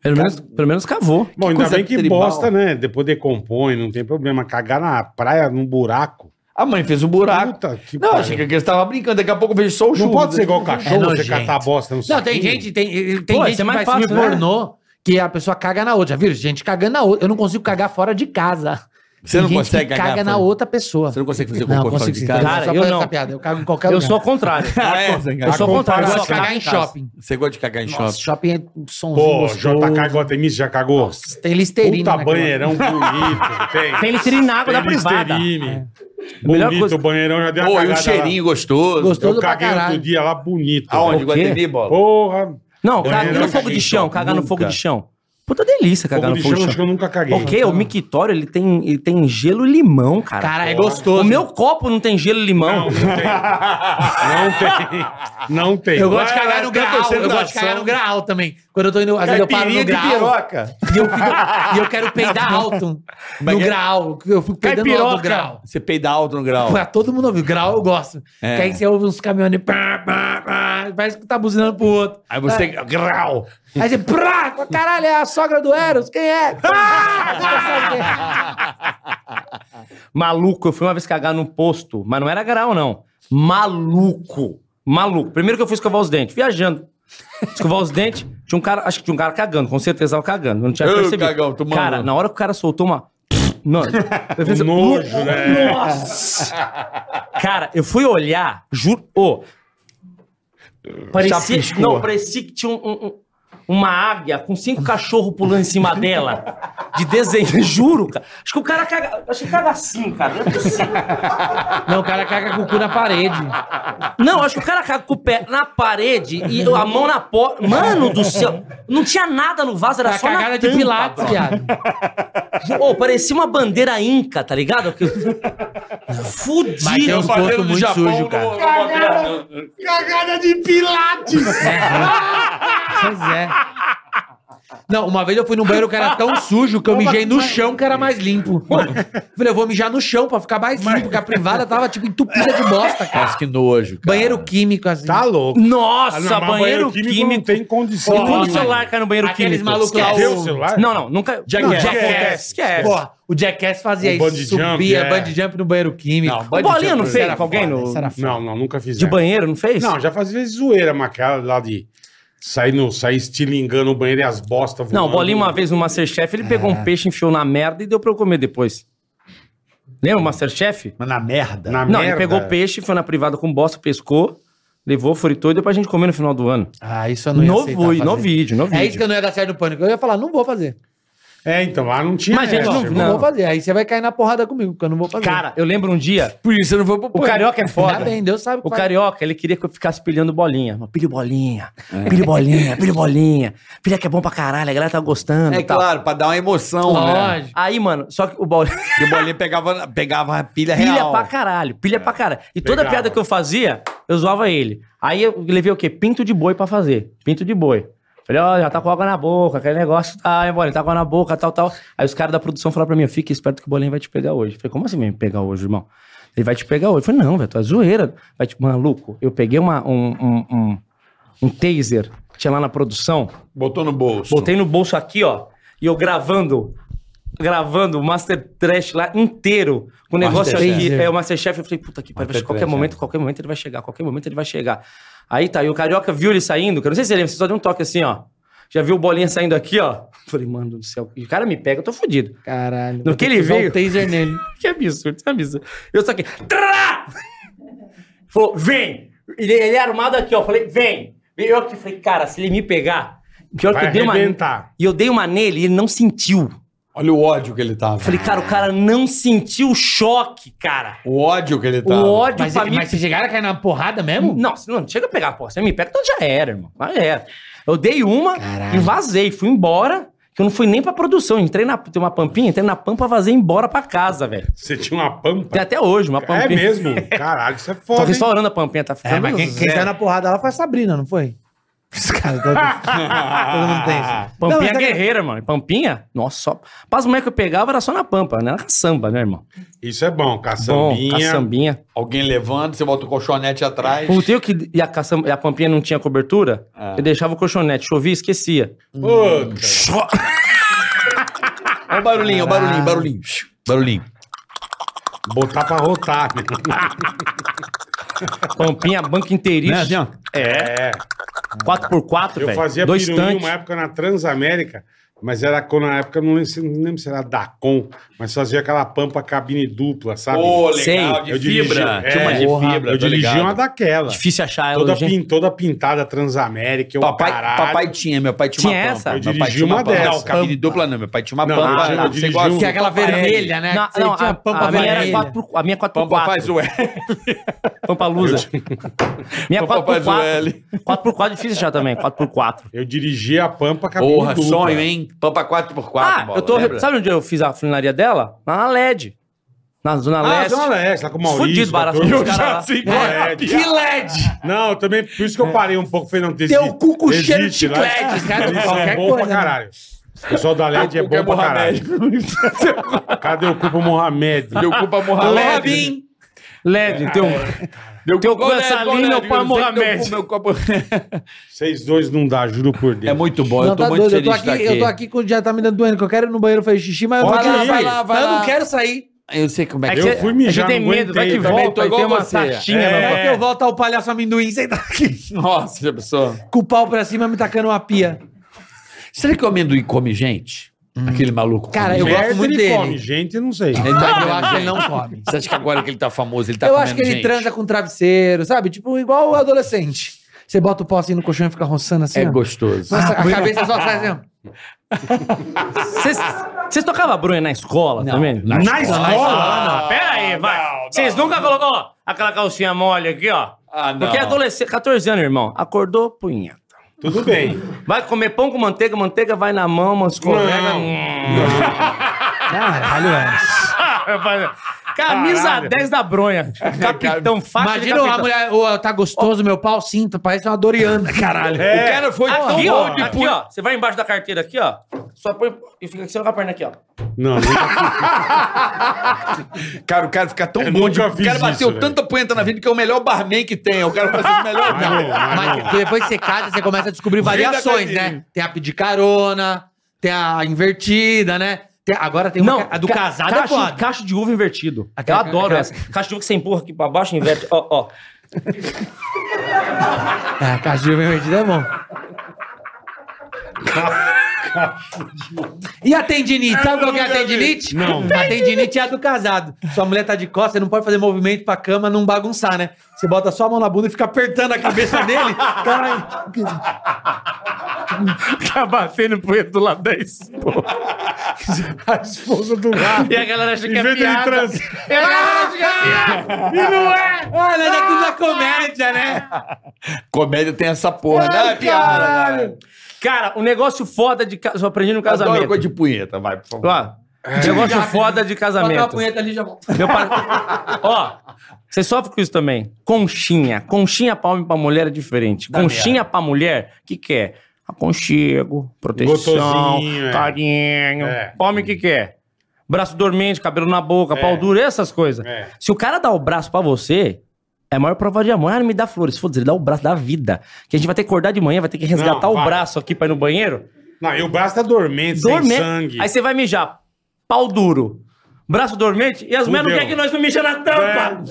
Speaker 5: Pelo menos, pelo menos cavou.
Speaker 2: Bom, ainda
Speaker 1: coisa
Speaker 2: bem que
Speaker 1: tribal.
Speaker 2: bosta, né? Depois decompõe, não tem problema. Cagar na praia, num buraco.
Speaker 1: A mãe fez um buraco.
Speaker 2: Puta que
Speaker 1: Não, né?
Speaker 2: pariu.
Speaker 1: achei que a criança tava brincando, daqui a pouco eu vejo só o
Speaker 2: Não
Speaker 1: churro.
Speaker 2: pode ser igual cachorro, você
Speaker 4: nojento.
Speaker 2: catar a bosta no
Speaker 4: Não, tem
Speaker 2: saquinho.
Speaker 4: gente, tem, eh, tem
Speaker 5: Pô,
Speaker 4: gente
Speaker 5: isso
Speaker 4: que
Speaker 5: é mais
Speaker 4: vai
Speaker 5: fácil,
Speaker 4: filme
Speaker 5: né?
Speaker 4: pornô que a pessoa caga na outra. Já viram? Gente cagando na outra. Eu não consigo cagar fora de casa.
Speaker 1: Você não
Speaker 4: gente
Speaker 1: consegue
Speaker 4: que
Speaker 1: cagar
Speaker 4: caga na
Speaker 1: fora-
Speaker 4: outra pessoa.
Speaker 1: Você não consegue fazer
Speaker 4: Não,
Speaker 1: cocô fora
Speaker 4: consigo
Speaker 1: de
Speaker 4: sim.
Speaker 1: casa?
Speaker 4: Cara,
Speaker 5: Cara,
Speaker 4: só
Speaker 5: eu
Speaker 4: eu essa
Speaker 5: não.
Speaker 4: piada. Eu cago em qualquer
Speaker 5: Eu
Speaker 4: lugar.
Speaker 5: sou ao contrário.
Speaker 2: (laughs)
Speaker 1: Ah, é?
Speaker 5: Eu sou ao contrário.
Speaker 4: Eu gosto
Speaker 5: eu só
Speaker 4: de cagar
Speaker 2: é
Speaker 4: em
Speaker 5: em casa.
Speaker 4: shopping.
Speaker 1: Você gosta de cagar em
Speaker 4: Nossa,
Speaker 1: shopping?
Speaker 4: shopping é um somzinho
Speaker 2: Pô,
Speaker 4: gostoso.
Speaker 2: JK Guatemista já cagou?
Speaker 4: Tem listerina.
Speaker 2: Puta
Speaker 4: naquela-
Speaker 2: banheirão bonito. Tem.
Speaker 5: Tem listerine na água da privada.
Speaker 2: listerine.
Speaker 5: Melhor
Speaker 2: Bonito,
Speaker 5: coisa-
Speaker 2: o banheirão já deu
Speaker 1: Pô, e
Speaker 2: uma
Speaker 1: o
Speaker 2: cagada
Speaker 1: cheirinho gostoso.
Speaker 4: Gostoso.
Speaker 2: lá. Eu
Speaker 4: pra
Speaker 2: caguei outro
Speaker 4: caralho.
Speaker 2: dia lá bonito. velho.
Speaker 1: Aonde?
Speaker 5: O quê?
Speaker 1: Guatemi, bola?
Speaker 2: Porra.
Speaker 5: Não,
Speaker 2: Eu
Speaker 5: cagar
Speaker 2: nunca
Speaker 5: no fogo
Speaker 2: caguei em
Speaker 5: de chão.
Speaker 2: chão,
Speaker 5: Cagar no
Speaker 1: nunca.
Speaker 5: fogo de chão. Puta delícia cagar
Speaker 2: Fogo
Speaker 5: no
Speaker 2: de
Speaker 5: fogo
Speaker 2: chão,
Speaker 5: de
Speaker 2: acho que
Speaker 5: chão.
Speaker 2: eu nunca caguei.
Speaker 5: Porque o mictório, ele tem, ele tem gelo e limão, cara.
Speaker 4: Cara, é
Speaker 5: o
Speaker 4: gostoso.
Speaker 5: meu copo não tem gelo e limão.
Speaker 2: Não, não tem. Não tem. Não tem.
Speaker 4: Eu gosto de
Speaker 1: Vai,
Speaker 4: cagar
Speaker 1: vai,
Speaker 4: no
Speaker 1: tem a
Speaker 4: graal. Eu
Speaker 1: concentração.
Speaker 4: gosto de cagar no graal também. Quando eu tô indo, às vezes eu paro
Speaker 1: Caipirinha
Speaker 4: no
Speaker 1: de
Speaker 4: graal.
Speaker 1: piroca.
Speaker 4: E eu, fico, e eu quero peidar alto no graal. Eu fico peidando alto no
Speaker 5: Caipiroca.
Speaker 4: graal.
Speaker 1: Você peida alto no grau.
Speaker 4: Pra todo mundo ouvir. Grau eu gosto.
Speaker 1: É.
Speaker 4: Que aí você ouve uns caminhões. Pá, pá, pá, parece que tá buzinando pro outro.
Speaker 1: Aí você. Grau!
Speaker 4: Aí você. Prá, caralho, é a sogra do Eros. Quem
Speaker 1: (laughs)
Speaker 4: é? Ah!
Speaker 5: (laughs) Maluco, eu fui uma vez cagar num posto, mas não era grau, não. Maluco. Maluco. Primeiro que eu fui escovar os dentes, viajando. Escovar os dentes, tinha um cara, acho que tinha um cara cagando, com certeza tava cagando. eu Não tinha
Speaker 1: Ô,
Speaker 5: percebido.
Speaker 1: cagão, tu mandou.
Speaker 5: cara, na hora que o cara soltou uma.
Speaker 4: (laughs)
Speaker 5: Mano, eu
Speaker 4: Um
Speaker 5: fiz- assim,
Speaker 2: Nojo, né?
Speaker 5: Nossa! Cara, eu fui olhar, juro. ô, parecia.
Speaker 1: Chapiscou.
Speaker 5: Não, parecia que tinha um- um- um- uma águia com cinco cachorros pulando em cima dela. De desenho, (laughs) juro, cara. Acho que o cara caga. Acho que caga assim, cara. Não é possível.
Speaker 4: Não, o cara caga com o cu na parede.
Speaker 5: Não, acho que o cara caga com o pé na parede e a mão na porta. Mano do céu! Não tinha nada no vaso, era
Speaker 4: Tá
Speaker 5: só na
Speaker 4: cagada de
Speaker 5: tampa,
Speaker 4: pilates,
Speaker 5: bro.
Speaker 4: viado.
Speaker 5: Ô, parecia uma bandeira inca, tá
Speaker 4: (laughs)
Speaker 5: ligado? Que-
Speaker 4: Mas tem
Speaker 5: Fudido.
Speaker 4: uns postos muito sujos, cara.
Speaker 2: Cagada de pilates.
Speaker 4: Pois é. Não, uma vez eu fui num banheiro que era tão sujo que eu mijei no chão que era mais limpo. Falei, eu vou mijar no chão pra ficar mais limpo, porque a privada tava, tipo, entupida de bosta, cara.
Speaker 1: Nossa, que nojo. Cara.
Speaker 4: Banheiro químico, assim.
Speaker 2: Tá louco.
Speaker 5: Nossa,
Speaker 2: Não,
Speaker 4: Tá,
Speaker 2: mas
Speaker 5: banheiro, químico.
Speaker 2: não tem condição.
Speaker 5: E todo
Speaker 2: nenhuma. É
Speaker 5: celular cai no banheiro
Speaker 4: Aqueles
Speaker 5: químico.
Speaker 4: malucos lá,
Speaker 5: Esquece.
Speaker 2: Teu celular?
Speaker 5: Não, não, nunca.
Speaker 1: Jackass.
Speaker 4: é.
Speaker 5: Não, Jackass.
Speaker 2: Jackass.
Speaker 5: Esquece.
Speaker 4: Porra, o Jackass fazia
Speaker 2: O
Speaker 4: isso.
Speaker 2: bungee Um jump,
Speaker 4: subia,
Speaker 2: é.
Speaker 4: bungee jump no banheiro químico.
Speaker 1: Não,
Speaker 5: O Bolinha não fez
Speaker 4: Era
Speaker 5: com alguém
Speaker 4: foda,
Speaker 5: no...
Speaker 4: isso era
Speaker 2: Não, não, nunca fiz.
Speaker 5: de banheiro, não fez?
Speaker 2: Não, já fazia zoeira, mas aquela lá de sair, no, sair estilingando o banheiro e as bostas voando.
Speaker 5: Não, o Bolinha uma vez no Masterchef, ele pegou
Speaker 4: É.
Speaker 5: um peixe, enfiou na merda e deu pra eu comer depois. Lembra o Masterchef?
Speaker 1: Mas na merda.
Speaker 2: Na
Speaker 5: Não,
Speaker 2: merda.
Speaker 5: ele pegou o peixe, foi na privada com bosta, pescou, levou, fritou e deu pra gente comer no final do ano.
Speaker 4: Ah, isso eu não ia
Speaker 5: No,
Speaker 4: aceitar
Speaker 5: vi-
Speaker 4: fazer.
Speaker 5: no vídeo, no vídeo.
Speaker 4: É isso que eu não ia dar certo no pânico. Eu ia falar, não vou fazer.
Speaker 2: É, então, lá não tinha
Speaker 5: Mas, gente,
Speaker 2: essa,
Speaker 5: não-
Speaker 2: irmão.
Speaker 4: Não, vou fazer. Aí você vai cair na porrada comigo, porque eu não vou fazer.
Speaker 5: Cara, eu lembro um dia,
Speaker 1: Por isso você não foi pro
Speaker 5: o Carioca é
Speaker 4: foda.
Speaker 5: foda.
Speaker 4: bem, Deus sabe é.
Speaker 5: O
Speaker 4: faz.
Speaker 5: carioca, ele queria que eu ficasse pilhando bolinha. Mas Pilho bolinha, pilho bolinha, pilho bolinha. Pilha que é bom pra caralho, a galera tá gostando.
Speaker 1: É
Speaker 5: e tal.
Speaker 1: claro, pra dar uma
Speaker 5: é
Speaker 1: emoção, né?
Speaker 4: Lógico.
Speaker 5: Aí, mano, só que o bolinha.
Speaker 1: Porque o bolinha pegava, pegava a pilha
Speaker 5: Pilha
Speaker 1: real.
Speaker 5: pra caralho, pilha pra caralho. E toda
Speaker 2: Pegava.
Speaker 5: piada que eu fazia, eu zoava ele. Aí eu levei o quê? Pinto de boi pra fazer. Pinto de boi. Falei, ó, já tá com água na boca, aquele negócio tá, hein, bolinha, tá com água na boca, tal, tal. Aí os caras da produção falaram pra mim, fica esperto que o bolinha vai te pegar hoje. Eu falei, como assim vai me pegar hoje, irmão? Ele vai te pegar hoje. Eu falei, não, velho, tu é zoeira. Vai te, maluco, eu peguei uma, um, um, um, um taser, que tinha lá na produção,
Speaker 1: Botou no bolso.
Speaker 5: Botei no bolso aqui, ó. E eu gravando. Gravando o Master Trash lá inteiro. Com o negócio
Speaker 1: Masterchef.
Speaker 5: aqui. É, o Masterchef. Eu falei, puta que pariu. vai chegar
Speaker 2: é.
Speaker 5: Qualquer momento, qualquer momento ele vai chegar. Qualquer momento ele vai chegar. Aí tá. E o Carioca viu ele saindo. Que eu não sei se ele lembra. Você só deu um toque assim, ó. Já viu o bolinha saindo aqui, ó. Falei, mano do céu. E o cara me pega, eu tô fudido. (laughs)
Speaker 4: Caralho.
Speaker 5: No que ele
Speaker 4: Vou usar
Speaker 5: veio.
Speaker 4: o taser nele.
Speaker 5: Que absurdo, que absurdo. Eu só que. Trá! (laughs) Falou, vem! Ele, ele é armado aqui, ó. Falei, vem! Eu aqui falei, cara, se ele me pegar. Pior
Speaker 2: Vai
Speaker 5: que eu dei uma.
Speaker 2: arrebentar.
Speaker 5: E eu dei uma nele e ele não sentiu.
Speaker 8: Olha o ódio que ele tava.
Speaker 5: Falei, cara, o cara não sentiu o choque, cara.
Speaker 8: O ódio que ele
Speaker 5: O
Speaker 8: tava.
Speaker 4: Tá.
Speaker 5: ódio
Speaker 4: Mas,
Speaker 5: pra mim. um
Speaker 4: mas vocês chegaram a cair na porrada mesmo?
Speaker 5: Tipo, Não, você não chega a pegar a porra. Você me pega, então já era, irmão. Já era. Eu dei uma e vazei. Fui embora, que eu não fui nem pra produção. Entrei na. Tem uma pampinha, entrei na pampa, vazei embora pra casa, velho.
Speaker 2: Você tinha uma pampa?
Speaker 5: Tem até hoje uma
Speaker 2: É
Speaker 5: pampinha.
Speaker 2: mesmo? Caralho, isso é
Speaker 5: Tô
Speaker 2: foda. hein?
Speaker 5: restaurando a pampinha, tá ficando.
Speaker 4: É, mas quem, quem
Speaker 2: zero.
Speaker 4: saiu na porrada lá foi a Sabrina, não foi? Os caras, todo, (laughs) todo mundo tem isso. Não,
Speaker 5: Pampinha
Speaker 4: mas é que-
Speaker 5: guerreira, mano. E Pampinha? Nossa, só. As mulheres que eu pegava era só na pampa, né? Era caçamba, né, irmão?
Speaker 2: Isso é bom,
Speaker 5: Bom,
Speaker 2: caçambinha.
Speaker 5: caçambinha.
Speaker 8: Alguém levanta, você bota o colchonete atrás.
Speaker 5: Puta, eu que e a, caça, e a pampinha não tinha cobertura,
Speaker 8: Ah.
Speaker 5: eu deixava o colchonete, chovia e esquecia.
Speaker 2: Puta.
Speaker 1: Olha o barulhinho, olha o barulhinho, barulhinho. Barulhinho.
Speaker 2: Botar pra rotar. né?
Speaker 5: Pampinha, banco
Speaker 1: Né,
Speaker 5: inteiriço,
Speaker 1: assim,
Speaker 2: É.
Speaker 5: 4x4,
Speaker 2: Eu
Speaker 5: velho.
Speaker 2: fazia
Speaker 5: Dois
Speaker 2: piruí
Speaker 5: tanques.
Speaker 2: uma época na Transamérica, mas era quando na época, eu não lembro, se- não lembro se era Dacom, mas fazia aquela pampa cabine dupla, sabe?
Speaker 1: Pô,
Speaker 5: Sei.
Speaker 1: legal, de
Speaker 2: Eu dirigi-
Speaker 1: fibra.
Speaker 2: é,
Speaker 1: Tinha uma de
Speaker 4: porra,
Speaker 1: fibra,
Speaker 2: eu
Speaker 1: tô
Speaker 2: dirigia
Speaker 1: ligado.
Speaker 2: uma daquela.
Speaker 5: Difícil achar ela
Speaker 2: Toda,
Speaker 5: hoje, hein?
Speaker 2: pin- toda pintada Transamérica. Eu,
Speaker 1: Papai,
Speaker 2: caralho.
Speaker 1: papai tinha, meu pai tinha,
Speaker 5: Tinha
Speaker 1: uma
Speaker 5: essa?
Speaker 1: pampa.
Speaker 2: Eu
Speaker 1: Meu pai
Speaker 2: dirigi
Speaker 1: tinha
Speaker 2: uma
Speaker 1: pampa.
Speaker 2: dessa.
Speaker 1: Não, cabine dupla não, meu pai tinha uma
Speaker 2: Não,
Speaker 1: pampa.
Speaker 2: eu
Speaker 1: Não,
Speaker 2: dirigi
Speaker 1: você igual
Speaker 2: um-
Speaker 4: Que é aquela vermelha, né?
Speaker 5: Não,
Speaker 4: que você
Speaker 5: não,
Speaker 4: tinha
Speaker 5: a,
Speaker 4: pampa um
Speaker 5: a minha era
Speaker 4: vermelha.
Speaker 5: 4 a minha é 4x4.
Speaker 1: Pampa faz um- o L.
Speaker 5: Pampa lusa. (laughs) minha é
Speaker 1: Pampa faz o
Speaker 5: 4x4.
Speaker 1: L.
Speaker 5: 4x4 difícil achar também, 4x4.
Speaker 2: eu dirigia a pampa cabine
Speaker 1: Porra,
Speaker 2: dupla.
Speaker 1: sonho, hein? Pampa 4x4.
Speaker 5: Ah,
Speaker 1: bola,
Speaker 5: eu tô.
Speaker 1: lembra?
Speaker 5: Sabe onde eu fiz a funilaria dela? Lá na LED. Na Zona
Speaker 2: Ah,
Speaker 5: Leste.
Speaker 2: Zona Leste, lá com o Maurício.
Speaker 5: Fudido,
Speaker 2: com a
Speaker 5: barato.
Speaker 2: turma.
Speaker 5: Os caras lá.
Speaker 2: É, de-
Speaker 4: Que LED!
Speaker 2: Não, eu também, por isso que eu parei um pouco, falei, não, desiste.
Speaker 4: É. Teu cu com cheiro de
Speaker 2: Desiste lá.
Speaker 4: chiclete, os caras
Speaker 2: Isso é
Speaker 4: qualquer
Speaker 2: bom
Speaker 4: coisa. né?
Speaker 2: pra caralho. O pessoal da LED é
Speaker 1: Qualquer
Speaker 2: bom pra caralho.
Speaker 1: Mohamed.
Speaker 2: Cadê o Cupo Mohamed?
Speaker 1: Deu culpa a Mohamed.
Speaker 5: Robin. LED, um- teu.
Speaker 1: Deu né?
Speaker 5: Teu
Speaker 1: culpa
Speaker 5: cu é salino,
Speaker 1: Mohamed.
Speaker 5: pá,
Speaker 1: Meu
Speaker 5: Mohamed.
Speaker 1: cu, meu copo-
Speaker 2: Vocês dois não dá, juro por Deus.
Speaker 1: É muito bom,
Speaker 4: Não,
Speaker 1: eu tô
Speaker 4: tá
Speaker 1: muito
Speaker 4: doido,
Speaker 1: feliz
Speaker 4: eu tô
Speaker 1: de
Speaker 4: aqui,
Speaker 1: estar
Speaker 4: eu tô aqui com já tá me dando doendo, que eu quero ir no banheiro fazer xixi, mas eu
Speaker 2: Pode
Speaker 4: não quero
Speaker 2: ir.
Speaker 4: sair.
Speaker 1: Vai lá, vai
Speaker 4: Mas eu não
Speaker 1: lá.
Speaker 4: quero sair.
Speaker 1: Eu sei como é
Speaker 2: Eu
Speaker 1: que
Speaker 5: que-
Speaker 1: é.
Speaker 2: fui
Speaker 5: é que
Speaker 2: mijar,
Speaker 5: tem
Speaker 2: não
Speaker 5: medo, vai que
Speaker 2: aguentei, também.
Speaker 5: volta,
Speaker 1: tô
Speaker 5: aí
Speaker 1: igual
Speaker 5: tem uma
Speaker 1: você.
Speaker 5: taxinha.
Speaker 2: É.
Speaker 5: mano.
Speaker 4: Porque eu volto ao palhaço amendoim sentado aqui,
Speaker 1: Nossa, pessoa.
Speaker 4: com o pau pra cima me tacando uma pia.
Speaker 1: Será que o amendoim come gente? Aquele maluco.
Speaker 4: Hum. Cara,
Speaker 1: come
Speaker 4: eu
Speaker 1: gente?
Speaker 4: gosto
Speaker 2: Merda,
Speaker 4: muito
Speaker 2: ele
Speaker 4: dele.
Speaker 2: come gente, eu não sei.
Speaker 1: Ele tá
Speaker 4: (laughs) Eu acho que ele
Speaker 1: não.
Speaker 4: não come.
Speaker 1: Você acha que agora que ele tá famoso, ele tá
Speaker 4: eu
Speaker 1: comendo
Speaker 4: acho que ele
Speaker 1: gente?
Speaker 4: transa com travesseiro, sabe? Tipo, igual o adolescente. Você bota o pau assim no colchão e fica roçando assim.
Speaker 1: É
Speaker 4: ó.
Speaker 1: gostoso.
Speaker 4: Nossa, a cabeça só sai assim. ó.
Speaker 5: Vocês- Vocês tocavam Bruna na escola também?
Speaker 1: na
Speaker 5: escola? Ah, pera aí, vai. Vocês nunca colocou ó, aquela calcinha mole aqui, ó.
Speaker 1: Ah, não.
Speaker 5: Porque é adolescente, 14 anos, irmão. Acordou, punheta.
Speaker 2: Tudo bem.
Speaker 5: Vai comer pão com manteiga, manteiga vai na mão, mas escorrega. Hum.
Speaker 4: Caralho, é.
Speaker 5: (laughs) Camisa
Speaker 2: Caralho.
Speaker 5: 10 da bronha. Capitão, faixa
Speaker 4: Imagina
Speaker 5: de
Speaker 4: a
Speaker 5: capitão.
Speaker 4: mulher, ô, tá gostoso, meu pau, sinto, parece uma Doriana, caralho.
Speaker 2: É.
Speaker 1: O cara foi
Speaker 5: Aqui,
Speaker 1: tão
Speaker 5: ó,
Speaker 1: bom de
Speaker 5: aqui, ó. Você vai embaixo da carteira aqui, ó. Só põe e fica aqui com a perna aqui, ó.
Speaker 2: Não, nunca-
Speaker 1: Cara, o cara fica tão
Speaker 2: Eu
Speaker 1: bom de...
Speaker 2: nunca
Speaker 1: O
Speaker 2: fiz
Speaker 1: cara bateu
Speaker 2: isso,
Speaker 1: tanta punheta na vida que é o melhor barman que tem. é O cara faz o melhor.
Speaker 2: mas não, mas não.
Speaker 4: (laughs) Mas depois que você casa, você começa a descobrir variações, né? Tem a pedir carona, tem a invertida, né? Tem- agora tem uma, ca- a do
Speaker 5: ca-
Speaker 4: casado é
Speaker 5: cacho,
Speaker 4: foda.
Speaker 5: cacho de uva invertido.
Speaker 4: Aquela-
Speaker 5: Eu adoro
Speaker 4: aquela-
Speaker 5: essa. (laughs) Cacho de uva que você empurra aqui pra baixo e inverte. Ó, ó.
Speaker 4: É, a caixa de uva invertida é bom. E a tendinite? Sabe qual que é a tendinite? Não. A tendinite é a do casado. Sua mulher tá de costas, você não pode fazer movimento pra cama não bagunçar, né? Você bota só a mão na bunda e fica apertando a cabeça
Speaker 1: (laughs)
Speaker 4: dele. Caralho.
Speaker 5: Tá batendo punheta do lado da esposa.
Speaker 2: A esposa do Rafa.
Speaker 5: E a galera acha que é
Speaker 2: vez dele
Speaker 5: piada.
Speaker 2: trans-
Speaker 5: E a galera acha que é piada.
Speaker 4: Ah, nós é tudo na comédia, né?
Speaker 1: Comédia tem essa porra, né? É piada. cara.
Speaker 5: Cara, o negócio foda de... Ca... Só aprendi no
Speaker 1: Adoro coisa
Speaker 5: casamento.
Speaker 1: de punheta, vai, por favor.
Speaker 5: Ó, negócio foda de
Speaker 4: Bota uma
Speaker 5: casamento.
Speaker 4: punheta ali e já volta.
Speaker 5: Meu par... Ó, você sofre com isso também. Conchinha. Conchinha pra homem e pra mulher é diferente. Conchinha pra mulher, o que que é? Aconchego, proteção,
Speaker 2: Gostosinho, é.
Speaker 5: carinho.
Speaker 2: É.
Speaker 5: Pra Homem, o que que é? Braço dormente, cabelo na boca,
Speaker 2: É.
Speaker 5: pau duro, essas coisas.
Speaker 2: É.
Speaker 5: Se o cara dá o braço pra você... É a maior prova de amor. Ah, ele me dá flores. Foda-se, ele dá o braço da vida. Que a gente vai ter que acordar de manhã, vai ter que resgatar
Speaker 2: Não,
Speaker 5: o
Speaker 2: vai.
Speaker 5: braço aqui pra ir no banheiro.
Speaker 2: Não, e o braço tá dormente,
Speaker 5: Dorme...
Speaker 2: sem sangue.
Speaker 5: Aí você vai mijar. Pau duro. Braço dormente. E as mulheres não
Speaker 2: Fudeu.
Speaker 5: querem que nós não mijamos na
Speaker 2: É.
Speaker 5: tampa.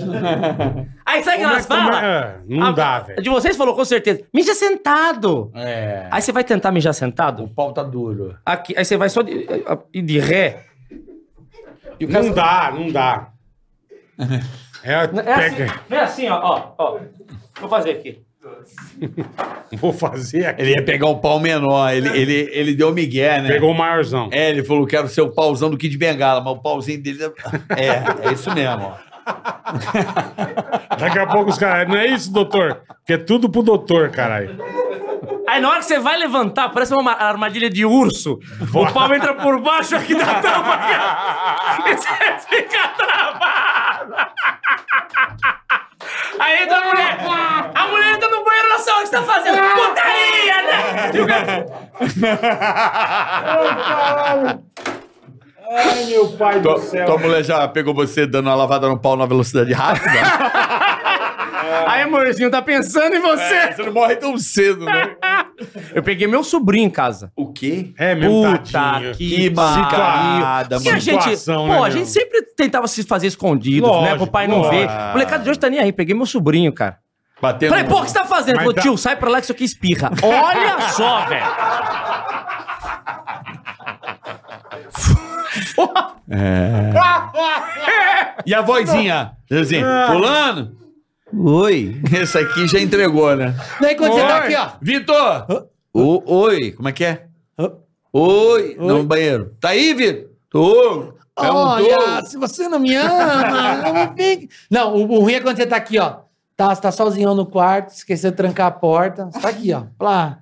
Speaker 5: Aí sabe o que
Speaker 2: Como é
Speaker 5: elas
Speaker 2: que- como
Speaker 5: falam?
Speaker 2: é? Não
Speaker 5: A-
Speaker 2: dá, velho.
Speaker 5: De vocês falou com certeza. Mija sentado.
Speaker 1: É.
Speaker 5: Aí você vai tentar mijar sentado.
Speaker 1: O pau tá duro.
Speaker 5: Aqui, aí você vai só de, eh, e de ré.
Speaker 1: Hum.
Speaker 2: Não dá, não dá. É,
Speaker 5: É assim,
Speaker 2: pega.
Speaker 5: vem assim, ó, ó, ó. Vou fazer aqui.
Speaker 2: (laughs) Vou fazer aqui.
Speaker 1: Ele é ia pegar o pau menor, ele, ele, ele deu migué, né?
Speaker 2: Pegou o maiorzão.
Speaker 1: É, ele falou, quero ser o pauzão do Kid Bengala, mas o pauzinho dele... É, é, é isso mesmo, ó.
Speaker 2: Daqui a pouco os caras. Não é isso, doutor? Que é tudo pro doutor, caralho.
Speaker 5: Aí na hora que você vai levantar, parece uma armadilha de urso. O pau entra por baixo aqui da
Speaker 2: (laughs)
Speaker 5: tampa. cara. E você fica travado. Aí entra a mulher. A mulher entra no banheiro na sala. O que você tá fazendo? Putaria, né?
Speaker 2: (laughs)
Speaker 5: E o cara-
Speaker 2: Ai, meu pai do
Speaker 1: Tua,
Speaker 2: céu.
Speaker 1: tua mulher já pegou você dando uma lavada no pau na velocidade né? rápida?
Speaker 5: Aí, amorzinho, tá pensando em você.
Speaker 1: É, você não morre tão cedo, né?
Speaker 5: Eu peguei meu sobrinho em casa.
Speaker 1: O quê?
Speaker 2: É, meu
Speaker 5: Puta
Speaker 2: tadinho.
Speaker 1: Que
Speaker 5: que
Speaker 1: mancada,
Speaker 5: E a
Speaker 1: mano.
Speaker 5: gente,
Speaker 2: situação, né,
Speaker 5: pô, a
Speaker 2: meu?
Speaker 5: gente sempre tentava se fazer escondido,
Speaker 2: Lógico,
Speaker 5: né? Pro pai não
Speaker 2: lógico.
Speaker 5: ver. O molecado de hoje tá nem aí. Peguei meu sobrinho, cara.
Speaker 1: Batendo...
Speaker 5: Falei, pô, o que você tá fazendo?
Speaker 2: Mas
Speaker 5: Falou,
Speaker 2: dá-
Speaker 5: tio, sai pra lá que isso
Speaker 2: (laughs)
Speaker 5: aqui espirra. Olha só, velho.
Speaker 1: E a vozinha? Assim, fulano? Oi. Esse aqui já entregou, né?
Speaker 4: Daí quando você tá aqui, ó.
Speaker 1: Vitor! O- oi, como é que é? Oi. No banheiro. Tá aí, Vitor? Tô.
Speaker 2: É
Speaker 1: É
Speaker 2: um
Speaker 1: um
Speaker 4: Olha,
Speaker 1: Perguntou.
Speaker 4: se você não
Speaker 2: (laughs)
Speaker 4: me ama, eu vou ver. Não, o, o ruim é quando você tá aqui, ó. Tá, você tá sozinho no quarto, esqueceu de trancar a porta. Você tá aqui, ó. Lá.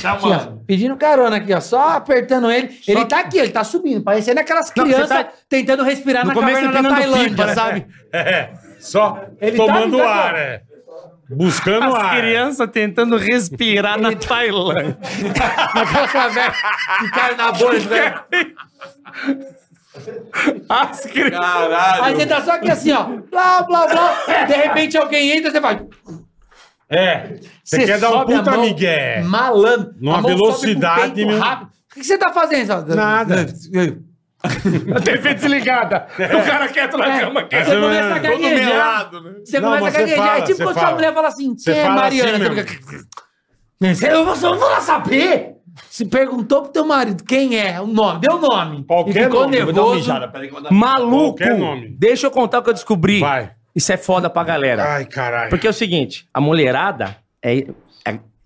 Speaker 5: Tá
Speaker 4: Aqui, ó, pedindo carona aqui, ó. Só apertando ele. Ele tá aqui, ele tá subindo. Parecendo aquelas
Speaker 5: Não,
Speaker 4: crianças
Speaker 5: você tá-
Speaker 4: tentando respirar
Speaker 5: No
Speaker 4: na
Speaker 5: começo
Speaker 4: caverna
Speaker 2: tá
Speaker 4: da
Speaker 5: empinando
Speaker 4: Tailândia,
Speaker 5: pipa, né?
Speaker 4: sabe?
Speaker 2: É, Só
Speaker 4: Ele
Speaker 2: tomando
Speaker 4: tá- ele tá
Speaker 2: ar,
Speaker 4: bom.
Speaker 2: é. Buscando
Speaker 5: As
Speaker 2: ar.
Speaker 5: crianças tentando respirar na Tailândia.
Speaker 4: Naquela caverna
Speaker 1: um
Speaker 4: que cai na bolha. né?
Speaker 5: As crianças.
Speaker 4: Aí você tá só aqui assim, ó. Blá, blá, blá. De repente alguém entra, você vai.
Speaker 2: É. Você
Speaker 4: Cê
Speaker 2: quer dar um
Speaker 4: sobe a
Speaker 2: puta
Speaker 4: mão,
Speaker 2: migué.
Speaker 4: Malandro.
Speaker 2: Numa
Speaker 4: A mão sobe com o
Speaker 2: velocidade,
Speaker 4: peito
Speaker 2: meu.
Speaker 4: rápido. O que que você tá fazendo? só?
Speaker 2: Nada. (laughs)
Speaker 5: A TV desligada. O
Speaker 2: Tá
Speaker 5: cara quieto na cama.
Speaker 4: Você
Speaker 2: Essa
Speaker 4: começa
Speaker 2: é-
Speaker 4: a gaguejar. Você
Speaker 2: Não,
Speaker 4: começa a
Speaker 2: mas você
Speaker 4: gaguejar.
Speaker 2: fala,
Speaker 4: é tipo
Speaker 2: você
Speaker 4: quando
Speaker 2: fala.
Speaker 4: sua mulher fala assim:
Speaker 2: Você
Speaker 4: quem é
Speaker 2: fala
Speaker 4: Mariana?
Speaker 2: assim
Speaker 4: Você fica- Você- eu, vou- eu vou lá saber. Se perguntou pro teu marido quem é, o nome, deu o nome.
Speaker 2: Qualquer
Speaker 4: e ficou
Speaker 2: nome, eu vou dar uma
Speaker 4: nervoso.
Speaker 5: Maluco.
Speaker 2: Qualquer nome.
Speaker 5: Deixa eu contar o que eu descobri.
Speaker 2: Vai.
Speaker 5: Isso é foda pra galera.
Speaker 2: Ai, caralho.
Speaker 5: Porque é o seguinte, a mulherada é,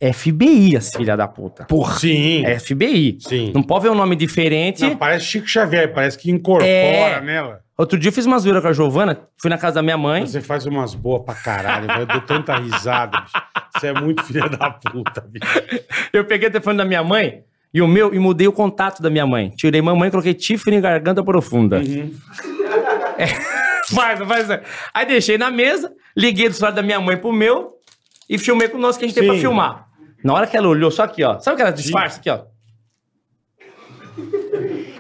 Speaker 5: é FBI, as filha da puta.
Speaker 2: Porra. Sim.
Speaker 5: É FBI.
Speaker 2: Sim.
Speaker 5: Não pode ver um nome diferente.
Speaker 2: Não, parece Chico Xavier, parece que incorpora
Speaker 5: É.
Speaker 2: nela.
Speaker 5: Outro dia eu fiz uma zoeira com a Giovana, fui na casa da minha mãe.
Speaker 2: Você faz umas boas pra caralho, velho. Eu dou tanta risada, bicho. Você é muito filha da puta, bicho.
Speaker 5: (laughs) Eu peguei o telefone da minha mãe e o meu e mudei o contato da minha mãe. Tirei mamãe, coloquei Tiffany Garganta Profunda. (laughs) É, faz, faz. Aí deixei na mesa, liguei do celular da minha mãe pro meu e filmei com o nosso que a gente tem pra
Speaker 2: Sim.
Speaker 5: filmar. Na hora que ela olhou, só aqui, ó. Sabe aquela disfarce aqui, ó?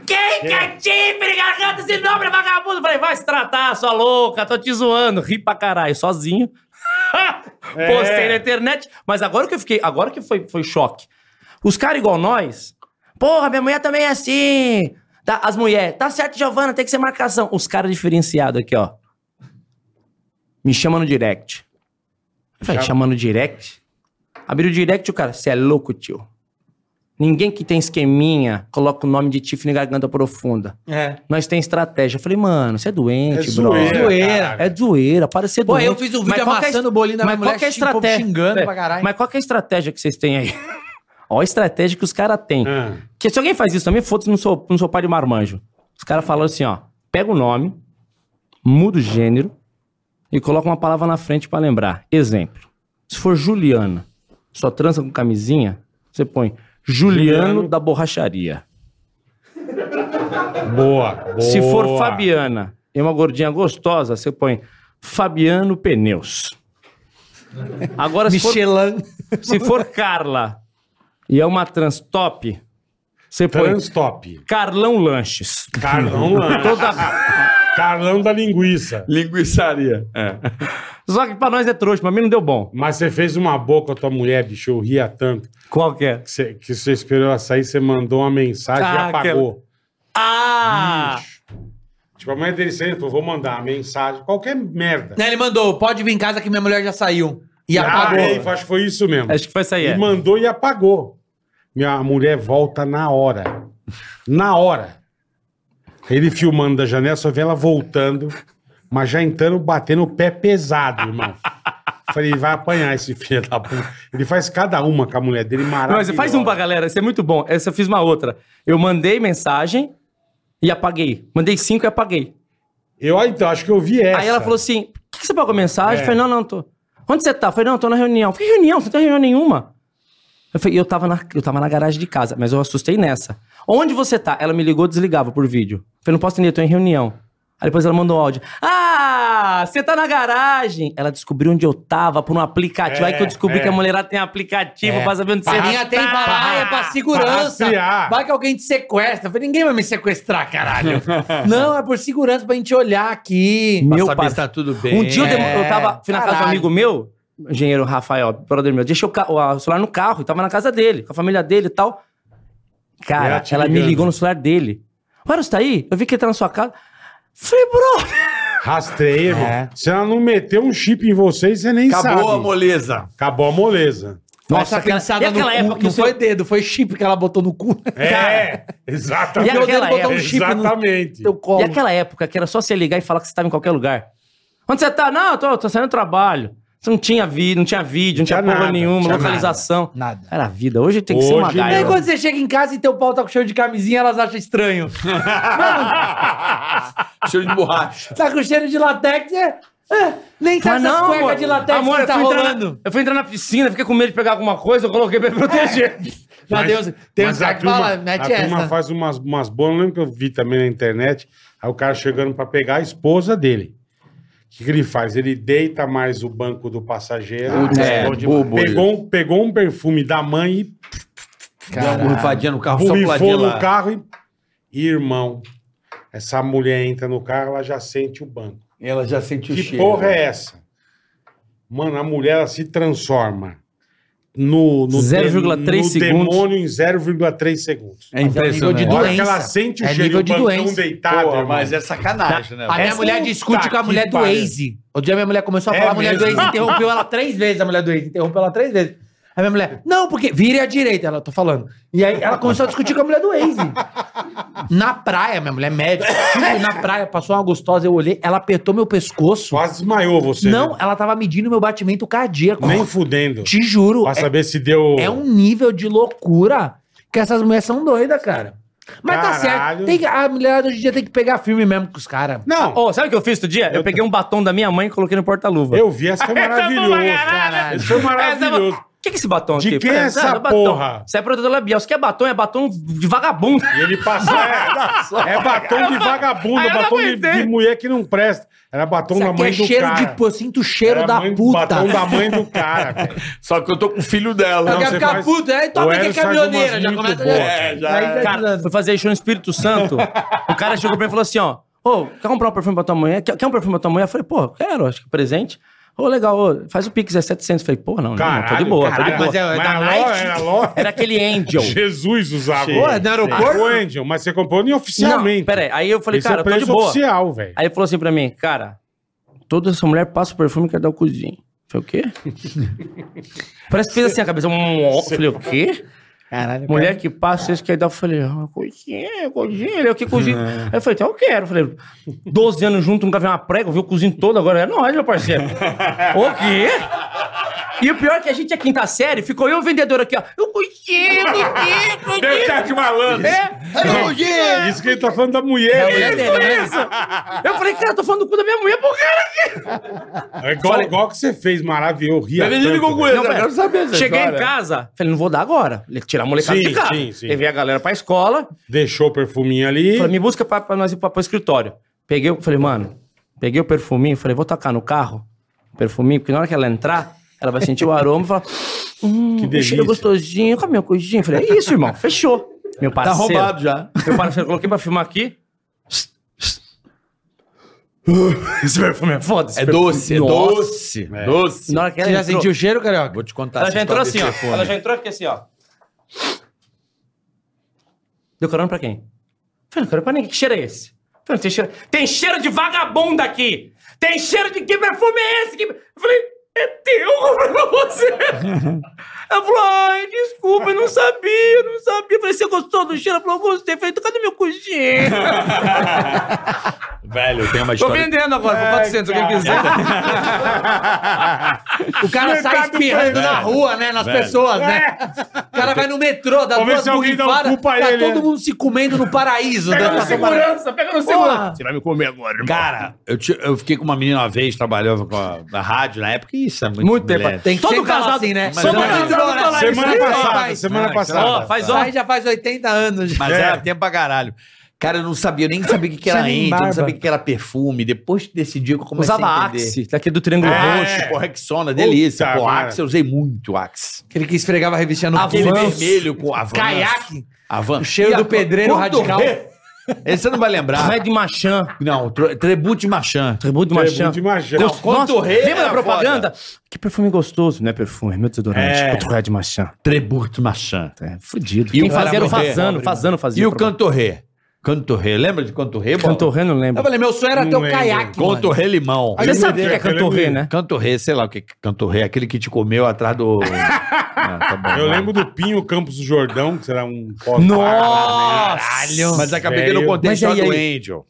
Speaker 5: Quem que é Tiffany Garganta esse nome, é vagabundo? Falei, vai se tratar, sua louca, tô te zoando. Ri pra caralho, sozinho. Postei na internet. Mas agora que eu fiquei. Agora que foi, foi choque. Os caras igual nós. Porra, minha mulher também é assim. Tá, as mulheres. Tá certo, Giovana, tem que ser marcação. Os caras diferenciados aqui, ó. Me chama no direct. Eu falei, chama no direct? Abriu o direct, o cara. Você é louco, tio. Ninguém que tem esqueminha coloca o nome de Tiffany Garganta Profunda.
Speaker 4: É.
Speaker 5: Nós tem estratégia. Eu falei, mano, você é doente, bro.
Speaker 4: Zoeira.
Speaker 2: caralho.
Speaker 5: É zoeira, para de ser
Speaker 4: Pô,
Speaker 5: doente.
Speaker 4: eu fiz um vídeo
Speaker 5: Mas qual que é a
Speaker 4: amassando o bolinho da
Speaker 5: mas
Speaker 4: minha mulher,
Speaker 5: qual que é a
Speaker 4: xing- povo
Speaker 5: estratégia?
Speaker 4: xingando
Speaker 5: É,
Speaker 4: pra caralho.
Speaker 5: Mas qual que é a estratégia que vocês têm aí? (laughs) Olha a estratégia que os caras têm.
Speaker 2: Ah.
Speaker 5: Que se alguém faz isso também, foda-se, não sou, não sou pai de marmanjo. Os caras falam assim, ó. Pega o nome, muda o gênero e coloca uma palavra na frente pra lembrar. Exemplo. Se for Juliana, só trança com camisinha, você põe Juliano,
Speaker 2: Juliano.
Speaker 5: da borracharia.
Speaker 2: Boa, boa.
Speaker 5: Se for Fabiana e uma gordinha gostosa, você põe Fabiano Pneus. Agora, se for,
Speaker 4: Michelin.
Speaker 5: se for Carla e é uma trans top, você põe
Speaker 2: Transtop.
Speaker 5: Carlão Lanches.
Speaker 2: Carlão Lanche. Carlão da linguiça.
Speaker 1: Linguiçaria.
Speaker 5: Só que pra nós é trouxa, pra mim não deu bom.
Speaker 2: Mas você fez uma boa com a tua mulher, bicho. Eu ria tanto.
Speaker 5: Qual que é?
Speaker 2: Que você, que você esperou ela sair, você mandou uma mensagem
Speaker 5: Ah,
Speaker 2: e apagou.
Speaker 5: Ah!
Speaker 2: Tipo, a mulher dele saiu, falou, vou mandar uma mensagem. Qualquer merda.
Speaker 4: Né, ele mandou: pode vir em casa que minha mulher já saiu. E apagou.
Speaker 2: Ah, é, acho que foi isso mesmo.
Speaker 5: Acho que foi isso aí.
Speaker 2: E
Speaker 5: é.
Speaker 2: mandou e apagou. Minha mulher volta na hora. Na hora. Ele filmando da janela, só vê ela voltando, mas já entrando, batendo o pé pesado, irmão. Falei, vai apanhar esse filho da puta. Ele faz cada uma com a mulher dele
Speaker 5: Não,
Speaker 2: maravilhosa.
Speaker 5: você faz um pra galera, isso é muito bom. Essa eu fiz uma outra. Eu mandei mensagem e apaguei. Mandei cinco e apaguei.
Speaker 2: Eu, ah, então, acho que eu vi essa.
Speaker 5: Aí ela falou assim: por que, que você pagou mensagem?
Speaker 2: É.
Speaker 5: Eu falei, não, não, tô. Onde você tá? Eu falei, não, tô na reunião. Eu falei, reunião? Você não tem reunião nenhuma? Eu falei, eu tava, na, eu tava na garagem de casa, mas eu assustei nessa. Onde você tá? Ela me ligou, desligava por vídeo. Eu falei, não posso entender, eu tô em reunião. Aí depois ela mandou um áudio. Ah, você tá na garagem. Ela descobriu onde eu tava por um aplicativo.
Speaker 2: É,
Speaker 5: Aí que eu descobri
Speaker 2: é.
Speaker 5: que a mulherada tem aplicativo pra saber onde você tá.
Speaker 4: Você vinha até em
Speaker 5: é
Speaker 4: balaia pra segurança.
Speaker 2: rastrear.
Speaker 4: Vai que alguém te sequestra. Eu falei, ninguém vai me sequestrar, caralho. Não, é por segurança pra gente olhar aqui.
Speaker 1: Pra
Speaker 5: Meu
Speaker 1: saber
Speaker 5: pai-
Speaker 1: se tá tudo bem.
Speaker 5: Um dia eu, demo-
Speaker 4: É,
Speaker 5: eu tava, fui na casa de um
Speaker 4: caralho.
Speaker 5: amigo meu, engenheiro Rafael, brother meu, deixei o, ca- o celular no carro, e tava na casa dele, com a família dele e tal.
Speaker 2: E ela
Speaker 5: Cara,
Speaker 2: te
Speaker 5: ela me
Speaker 2: ligando.
Speaker 5: ligou no celular dele. Ué, você tá aí? Eu vi que ele tá na sua casa. Falei, bro,
Speaker 2: Rastreia, irmão. Se ela não meter um chip em vocês, você nem sabe.
Speaker 1: Acabou a moleza.
Speaker 2: Acabou a moleza.
Speaker 4: Nossa,
Speaker 5: Essa criançada
Speaker 4: e aquela
Speaker 5: no cu,
Speaker 4: época que
Speaker 5: não
Speaker 4: não foi dedo, foi chip que ela botou no cu.
Speaker 2: É, (laughs) exatamente.
Speaker 5: E aquela
Speaker 4: Botou um
Speaker 5: época?
Speaker 4: chip no
Speaker 2: exatamente. (laughs)
Speaker 4: teu colo.
Speaker 5: E aquela época que era só você ligar e falar que você tava em qualquer lugar. Onde você tá? Não, eu tô, tô saindo do trabalho. Você não tinha, vi, não tinha vídeo, não tinha,
Speaker 2: Tinha
Speaker 5: porra
Speaker 2: nada,
Speaker 5: nenhuma,
Speaker 2: tinha
Speaker 5: localização.
Speaker 4: Nada.
Speaker 5: Era a vida. Hoje tem que ser uma
Speaker 2: Hoje não.
Speaker 4: E aí,
Speaker 5: gaia.
Speaker 4: quando você chega em casa e teu pau tá com cheiro de camisinha, elas acham estranho.
Speaker 1: Cheiro de borracha.
Speaker 4: Tá com cheiro de latex, é... é, nem tá
Speaker 5: Mas
Speaker 4: essas
Speaker 5: não,
Speaker 4: cuecas
Speaker 5: amor.
Speaker 4: de latex
Speaker 5: Amor,
Speaker 4: que
Speaker 5: eu
Speaker 4: tá
Speaker 5: fui entrar na-
Speaker 4: rolando.
Speaker 5: eu fui entrar na piscina, fiquei com medo de pegar alguma coisa, eu coloquei pra me proteger.
Speaker 4: (laughs) Meu Deus, tem uns
Speaker 2: Mas a
Speaker 4: caras que
Speaker 2: turma-
Speaker 4: falam, mete
Speaker 2: a turma
Speaker 4: essa.
Speaker 2: faz umas, umas boas, eu lembro que eu vi também na internet, aí o cara chegando pra pegar a esposa dele. O que, que ele faz? Ele deita mais o banco do passageiro. né?
Speaker 1: é,
Speaker 2: Pegou de-
Speaker 1: bobo
Speaker 2: pegou, um, pegou um perfume da mãe e
Speaker 1: Deu uma rufadinha no carro, só
Speaker 2: borrifou
Speaker 1: puladinha
Speaker 2: no
Speaker 1: lá.
Speaker 2: carro e... Irmão, essa mulher entra no carro, ela já sente o banco.
Speaker 1: Ela já sentiu
Speaker 2: Que
Speaker 1: o cheiro.
Speaker 2: porra é essa? Mano, a mulher ela se transforma no, no,
Speaker 5: 0,3
Speaker 2: no
Speaker 5: segundos.
Speaker 2: demônio em 0,3 segundos.
Speaker 1: É
Speaker 2: A
Speaker 4: impressionante.
Speaker 1: impressionante.
Speaker 2: hora que
Speaker 4: Doença.
Speaker 2: ela sente o
Speaker 4: É
Speaker 2: cheiro
Speaker 4: nível
Speaker 2: do
Speaker 4: de
Speaker 2: bancão
Speaker 4: doença.
Speaker 2: deitado, irmão.
Speaker 1: mas é sacanagem, né?
Speaker 4: A minha mulher discute
Speaker 2: Puta
Speaker 4: com a mulher
Speaker 2: que
Speaker 4: do
Speaker 2: pariu.
Speaker 4: Waze. Outro dia minha mulher começou a
Speaker 2: É
Speaker 4: falar, a mulher do
Speaker 2: mesmo?
Speaker 4: Waze interrompeu ela três vezes, a mulher do Waze interrompeu ela três vezes. Aí minha mulher, não, porque vire à direita, ela, tô falando. E aí ela começou a discutir com a mulher do Waze. Na praia, minha mulher é médica, tipo, na praia, passou uma gostosa, eu olhei, ela apertou meu pescoço.
Speaker 2: Quase desmaiou você.
Speaker 4: Não,
Speaker 2: né?
Speaker 4: ela tava medindo meu batimento cardíaco.
Speaker 2: Nem fudendo.
Speaker 4: Te juro.
Speaker 2: Pra
Speaker 4: é-
Speaker 2: saber se deu...
Speaker 4: é um nível de loucura que essas mulheres são doidas, cara. Mas tá
Speaker 2: Caralho.
Speaker 4: certo. Tem que- a mulherada hoje em dia tem que pegar filme mesmo com os caras.
Speaker 2: Não,
Speaker 5: Ô, sabe o que eu fiz outro dia? Eu, peguei um batom da minha mãe e coloquei no porta-luva.
Speaker 2: eu vi, essa foi
Speaker 5: Essa é
Speaker 2: maravilhoso.
Speaker 5: boa, caralho.
Speaker 2: Caralho.
Speaker 5: (laughs)
Speaker 2: Esse foi
Speaker 5: O
Speaker 2: maravilhoso.
Speaker 5: que, que é esse batom
Speaker 2: De
Speaker 5: aqui?
Speaker 2: quem é
Speaker 5: Falei,
Speaker 2: essa
Speaker 5: "Ah, é batom.
Speaker 2: porra?"
Speaker 5: Isso é protetor labial. Isso que é batom, é batom
Speaker 2: (laughs)
Speaker 5: de vagabundo.
Speaker 2: E ele passou...
Speaker 4: (laughs)
Speaker 2: É, é batom de vagabundo,
Speaker 5: Aí eu não
Speaker 2: batom de, de
Speaker 5: aguentei.
Speaker 2: mulher que não presta. Era batom
Speaker 4: Isso
Speaker 2: da
Speaker 4: aqui
Speaker 2: mãe
Speaker 4: é
Speaker 2: do
Speaker 4: cheiro
Speaker 2: cara.
Speaker 4: de. pô, Eu sinto o cheiro
Speaker 2: Era
Speaker 4: da
Speaker 2: mãe-
Speaker 4: puta.
Speaker 2: Batom da mãe do cara, velho.
Speaker 1: Só que eu tô com o filho dela.
Speaker 4: Eu
Speaker 2: Não,
Speaker 4: quero
Speaker 2: você
Speaker 4: ficar
Speaker 2: faz-
Speaker 4: puta. Aí
Speaker 2: O
Speaker 4: toma aqui
Speaker 2: Eros faz
Speaker 4: caminhoneira.
Speaker 2: umas
Speaker 4: Já
Speaker 2: muito
Speaker 4: começa.
Speaker 2: boas.
Speaker 4: É, já. Aí já
Speaker 5: Cara, fui fazer show no Espírito Santo. o cara chegou pra mim e falou assim, ó. Ô, quer comprar um perfume pra tua mulher? Quer, quer um perfume pra tua mulher? Eu falei, pô, quero, acho que presente. Ô, legal, ô, faz o Pix, é 700. Eu falei, pô, não, não, tô de boa, tô de
Speaker 2: caralho.
Speaker 5: boa.
Speaker 4: mas é- é
Speaker 2: Mas
Speaker 4: da
Speaker 2: era
Speaker 4: Nike?
Speaker 2: Ló- era Ló-
Speaker 5: Era aquele Angel.
Speaker 2: Jesus usava.
Speaker 4: Pô, é do aeroporto?
Speaker 2: O Angel, mas você comprou nem oficialmente.
Speaker 5: Não, peraí. Aí eu falei,
Speaker 2: Esse é
Speaker 5: cara, eu tô de
Speaker 2: preço
Speaker 5: boa.
Speaker 2: oficial, velho.
Speaker 5: Aí ele falou assim pra mim, cara, toda essa mulher passa o perfume que é da cozinha. Eu Falei, o quê? Parece que fez assim a cabeça. Um, ó. Eu Falei, o quê?
Speaker 4: Caralho.
Speaker 5: Mulher que passa isso que é da. Eu Falei, ah, cozinha, cozinha. Ele, o que cozinha? Aí eu falei, então eu quero. Eu Falei, 12 anos junto, nunca vi uma prega, eu vi o cozinho todo agora. É nóis, meu parceiro. o quê? E o pior é que a gente é quinta série, ficou eu e o vendedor aqui, ó. Eu cozinho, cozinho, cozinho.
Speaker 2: de malandro. Isso que ele tá falando da mulher.
Speaker 5: É
Speaker 2: né?
Speaker 5: dele, né? Eu falei, cara, eu tô falando do cu da minha mulher pro cara aqui.
Speaker 2: É igual, igual que você fez, maravilhoso. Eu ria tanto, velho.
Speaker 5: Não, pera.
Speaker 1: saber essa
Speaker 5: Cheguei em
Speaker 1: história.
Speaker 5: casa, falei, não vou dar agora. Ele Tirar a molecada
Speaker 2: Sim,
Speaker 5: de casa.
Speaker 2: sim, sim.
Speaker 5: Levei a galera pra escola.
Speaker 2: Deixou o perfuminho ali.
Speaker 5: Falei, me busca pra, pra nós ir pra, pro escritório. Peguei, o- falei, mano, peguei o perfuminho, falei, vou tacar no carro, perfuminho, porque na hora que ela entrar, ela vai sentir o aroma e falar, hum,
Speaker 2: Que
Speaker 5: que
Speaker 2: delícia.
Speaker 5: cheiro gostosinho, com a minha coisinha. Falei, é isso, irmão, fechou. Meu
Speaker 1: Tá
Speaker 5: parceiro.
Speaker 1: roubado já.
Speaker 5: Meu parceiro, coloquei pra filmar aqui. Esse perfume é foda. esse
Speaker 1: É
Speaker 5: perfume.
Speaker 1: doce, é
Speaker 5: Nossa.
Speaker 1: doce. Doce.
Speaker 5: Na hora que ela
Speaker 4: Você já
Speaker 5: entrou-
Speaker 4: sentiu o cheiro, carioca?
Speaker 1: Vou te contar.
Speaker 5: Ela
Speaker 1: essa
Speaker 5: já entrou assim,
Speaker 1: história
Speaker 5: ó.
Speaker 1: desse
Speaker 5: Ela
Speaker 1: telefone.
Speaker 5: já entrou aqui assim, ó. Deu carona pra quem? Falei, não carona pra ninguém. Que cheiro é esse? Falei, não tem cheiro. Tem cheiro de vagabunda aqui! Tem cheiro de que perfume é esse? Que... Eu falei, é teu, eu comprei pra você! Ela falou, ai, desculpa, eu não sabia, eu não "Então sabia. Eu falei, você gostou do cheiro? Ela falou, gostei. Eu falei, cadê meu cozinho?
Speaker 1: Velho, tem uma
Speaker 5: Tô
Speaker 1: história.
Speaker 5: vendendo agora, por 400, quem quiser.
Speaker 4: O cara sai
Speaker 2: Mercado
Speaker 4: espirrando
Speaker 2: Velho.
Speaker 4: na rua, né? Nas
Speaker 2: É,
Speaker 4: pessoas, né? O cara vai no metrô, dá
Speaker 2: Vamos ver
Speaker 4: duas
Speaker 2: se alguém dá um
Speaker 4: borrifadas,
Speaker 2: cu pra
Speaker 4: tá
Speaker 2: ele,
Speaker 4: todo
Speaker 2: né?
Speaker 4: mundo se comendo no paraíso.
Speaker 5: Pega
Speaker 4: né?
Speaker 5: no segurança, pega no segurança.
Speaker 8: Você vai me comer agora, irmão.
Speaker 1: Cara, eu, ti- eu fiquei com uma menina uma vez, trabalhava com a, na rádio na época, e isso é muito
Speaker 5: Muito tempo.
Speaker 1: moleque.
Speaker 4: Tem que
Speaker 5: Todo
Speaker 4: Todo casado,
Speaker 5: casado-
Speaker 4: assim, né?
Speaker 1: Mas Todo eu- casado
Speaker 4: Embora.
Speaker 2: Semana
Speaker 4: Sai,
Speaker 2: passada,
Speaker 4: vai.
Speaker 2: semana
Speaker 1: Ah,
Speaker 2: passada.
Speaker 5: Ó, faz ó.
Speaker 4: Sai já faz 80 anos.
Speaker 1: Mas
Speaker 2: É.
Speaker 1: era tempo pra caralho. Cara, eu não sabia, eu nem sabia o que, que era
Speaker 4: Tinha nem
Speaker 1: ente, eu não
Speaker 4: barba.
Speaker 1: sabia o que, que era perfume. Depois que decidi, que eu comecei
Speaker 5: Usava
Speaker 1: a entender.
Speaker 5: Axe, daqui do Triângulo
Speaker 2: É.
Speaker 5: Roxo.
Speaker 1: Axe, Correxona, delícia.
Speaker 2: Puta,
Speaker 1: Pô,
Speaker 2: cara.
Speaker 1: Axe, eu usei muito Axe.
Speaker 4: Aquele que esfregava a revistinha no
Speaker 1: Aquele
Speaker 4: pulso.
Speaker 1: vermelho com avanço.
Speaker 4: Caiaque.
Speaker 1: Avan.
Speaker 4: O cheiro do pedreiro radical.
Speaker 1: Esse você não vai lembrar.
Speaker 5: Red Machan.
Speaker 1: Não, tro- Tribute Machan.
Speaker 5: Tributo
Speaker 2: Tem
Speaker 5: Machan.
Speaker 2: muito de Machan.
Speaker 5: Gosto-
Speaker 1: Quanto
Speaker 5: Nossa,
Speaker 1: rei é
Speaker 5: Lembra da
Speaker 1: era
Speaker 5: propaganda? Que perfume gostoso. Não é perfume, é meu desodorante.
Speaker 2: É.
Speaker 5: É. Outro Red Machan.
Speaker 1: Tribute Machan.
Speaker 5: É fudido.
Speaker 1: E
Speaker 5: Quem
Speaker 1: o
Speaker 5: fazia era o
Speaker 1: Cantorré.
Speaker 5: Fazano. Fazano fazia.
Speaker 1: E o Cantorré? Cantorré, lembra de Cantorré? Bola?
Speaker 5: Cantorré, não lembro.
Speaker 4: Eu falei, meu sonho era ter
Speaker 2: Não
Speaker 4: um
Speaker 2: lembro.
Speaker 4: caiaque. mano.
Speaker 1: Cantorré Limão.
Speaker 5: Você sabe o que é Cantorré, né?
Speaker 1: Cantorré, sei lá o que é Cantorré, aquele que te comeu atrás
Speaker 5: (laughs)
Speaker 1: do... Ah, tá bom,
Speaker 2: Eu
Speaker 1: vai.
Speaker 2: lembro do Pinho Campos do Jordão, que será um
Speaker 1: Caralho. Mas acabei que eu não
Speaker 2: Velho.
Speaker 1: contei a
Speaker 5: Mas
Speaker 1: história
Speaker 5: aí,
Speaker 1: do Angel.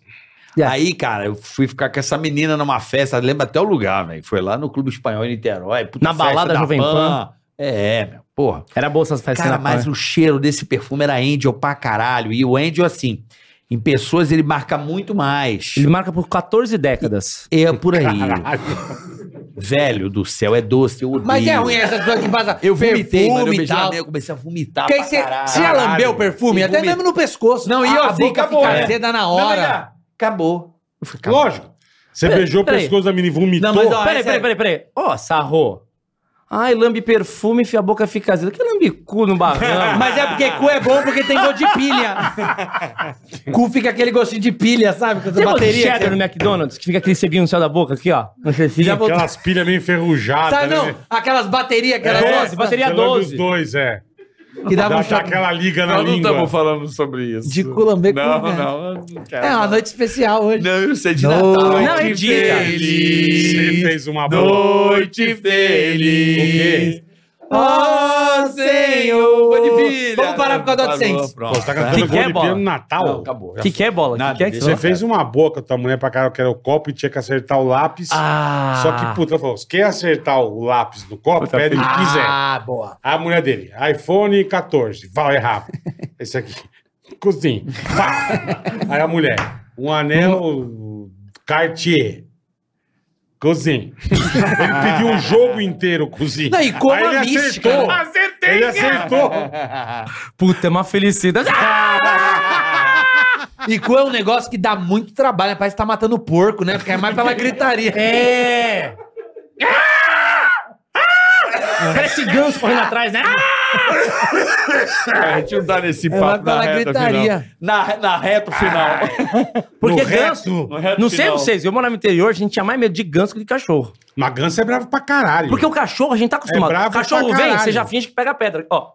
Speaker 1: Aí, cara, eu fui ficar com essa menina numa festa, lembra até o lugar, velho. Foi lá no Clube Espanhol em Niterói. puta
Speaker 5: Na
Speaker 1: festa
Speaker 5: balada
Speaker 1: da
Speaker 5: Jovem Pan.
Speaker 1: É, é, meu, porra.
Speaker 5: Era bolsas faz
Speaker 1: Cara, mas o cheiro desse perfume era Angel pra caralho. E o Angel, assim, em pessoas ele marca muito mais.
Speaker 5: Ele marca por 14 décadas.
Speaker 1: É por aí. Velho do céu, é doce, eu odeio.
Speaker 4: Mas é ruim essas pessoas que passam
Speaker 1: Eu vomitei, mano, eu
Speaker 4: perfume e
Speaker 1: beijei a
Speaker 4: tal.
Speaker 1: minha, eu comecei a vomitar
Speaker 4: Porque aí
Speaker 1: pra
Speaker 4: você
Speaker 1: caralho.
Speaker 4: você já lambeu o perfume,
Speaker 1: E
Speaker 4: até
Speaker 1: vomita.
Speaker 4: mesmo no pescoço.
Speaker 1: Não, e eu
Speaker 4: a, a
Speaker 1: assim,
Speaker 4: boca
Speaker 1: acabou,
Speaker 4: fica
Speaker 1: né?
Speaker 4: azeda na
Speaker 1: Não,
Speaker 4: hora.
Speaker 1: olha, Acabou. Eu falei, acabou.
Speaker 2: Lógico. Você
Speaker 5: Peraí,
Speaker 2: beijou o
Speaker 5: peraí.
Speaker 2: pescoço da menina e vomitou.
Speaker 1: Não, mas ó,
Speaker 5: Peraí, peraí, peraí, peraí. Ó, sarro. Ai, lambe perfume, enfia a boca fica azeda. Que lambe cu
Speaker 1: (laughs)
Speaker 5: no barrão.
Speaker 4: Mas é porque cu é bom porque tem gosto de (laughs) pilha. cu fica aquele gostinho de pilha, sabe? Com essa
Speaker 5: Tem gosto de
Speaker 4: bateria.
Speaker 5: cheddar no McDonald's? Que fica aquele cebinho no céu da boca aqui, ó. Não sei se
Speaker 4: Já voltou.
Speaker 2: Aquelas pilhas meio enferrujadas.
Speaker 5: Tá,
Speaker 4: Sabe,
Speaker 2: né?
Speaker 4: Tá, não? Aquelas baterias que elas
Speaker 2: É,
Speaker 4: gostam,
Speaker 5: bateria
Speaker 2: Você lambe
Speaker 5: 12.
Speaker 2: os dois, é.
Speaker 4: que
Speaker 2: Dá,
Speaker 4: davam um
Speaker 2: dá
Speaker 4: choque.
Speaker 2: aquela liga na língua.
Speaker 8: falando sobre isso.
Speaker 4: De cu lamber cu.
Speaker 8: Não,
Speaker 4: né?
Speaker 8: não, não quero.
Speaker 4: É uma noite especial hoje.
Speaker 1: Não, eu sei de Natal.
Speaker 5: Não, é dia.
Speaker 2: Você fez uma boa.
Speaker 8: Noite feliz.
Speaker 4: Ó Senhor! Vamos
Speaker 1: né?
Speaker 4: parar por causa do AdSense.
Speaker 2: Pô, você tá cantando
Speaker 5: Que que é,
Speaker 2: gol de
Speaker 5: bola?
Speaker 2: piano no Natal.
Speaker 1: Não, acabou.
Speaker 5: O que, que é bola? O
Speaker 1: Nada,
Speaker 5: que, que é que
Speaker 1: deixa
Speaker 2: Você
Speaker 5: você
Speaker 1: eu-
Speaker 5: fala?
Speaker 2: fez uma boa com a tua mulher pra caralho, que era o copo e tinha que acertar o lápis.
Speaker 5: Ah.
Speaker 2: Só que, puta, ela falou: se quer acertar o lápis no copo, pede o que quiser.
Speaker 4: Ah, boa.
Speaker 2: A mulher dele, iPhone 14, vai errar.
Speaker 4: (laughs)
Speaker 2: Esse aqui, cozinha. Pá. Aí a mulher, um anel Cartier. Cozinha. Ele pediu um jogo inteiro, cozinha.
Speaker 4: Não, e como
Speaker 2: Aí
Speaker 4: a
Speaker 2: ele
Speaker 4: mística,
Speaker 2: acertou.
Speaker 4: né?
Speaker 5: Acertei!
Speaker 2: Ele acertou.
Speaker 5: Puta, é
Speaker 1: (laughs)
Speaker 5: uma felicidade.
Speaker 4: E cu é um negócio que dá muito trabalho, né? Parece que tá matando porco, né? Porque é mais pela gritaria. É!
Speaker 5: Parece ganso correndo atrás, né?
Speaker 8: Deixa eu dar nesse
Speaker 4: É mais
Speaker 8: papo na
Speaker 4: pela
Speaker 8: reta final.
Speaker 4: gritaria. Ah.
Speaker 1: Na, na reta final.
Speaker 5: Porque
Speaker 2: No
Speaker 5: ganso.
Speaker 2: reto.
Speaker 5: Não sei
Speaker 8: final.
Speaker 5: vocês, eu morava no interior, a gente tinha mais medo de ganso que de cachorro.
Speaker 2: Mas ganso é bravo pra caralho.
Speaker 5: Porque o cachorro, a gente tá acostumado.
Speaker 2: É bravo
Speaker 5: cachorro
Speaker 2: pra
Speaker 5: vem,
Speaker 2: caralho.
Speaker 5: você já finge que pega a pedra. Ó.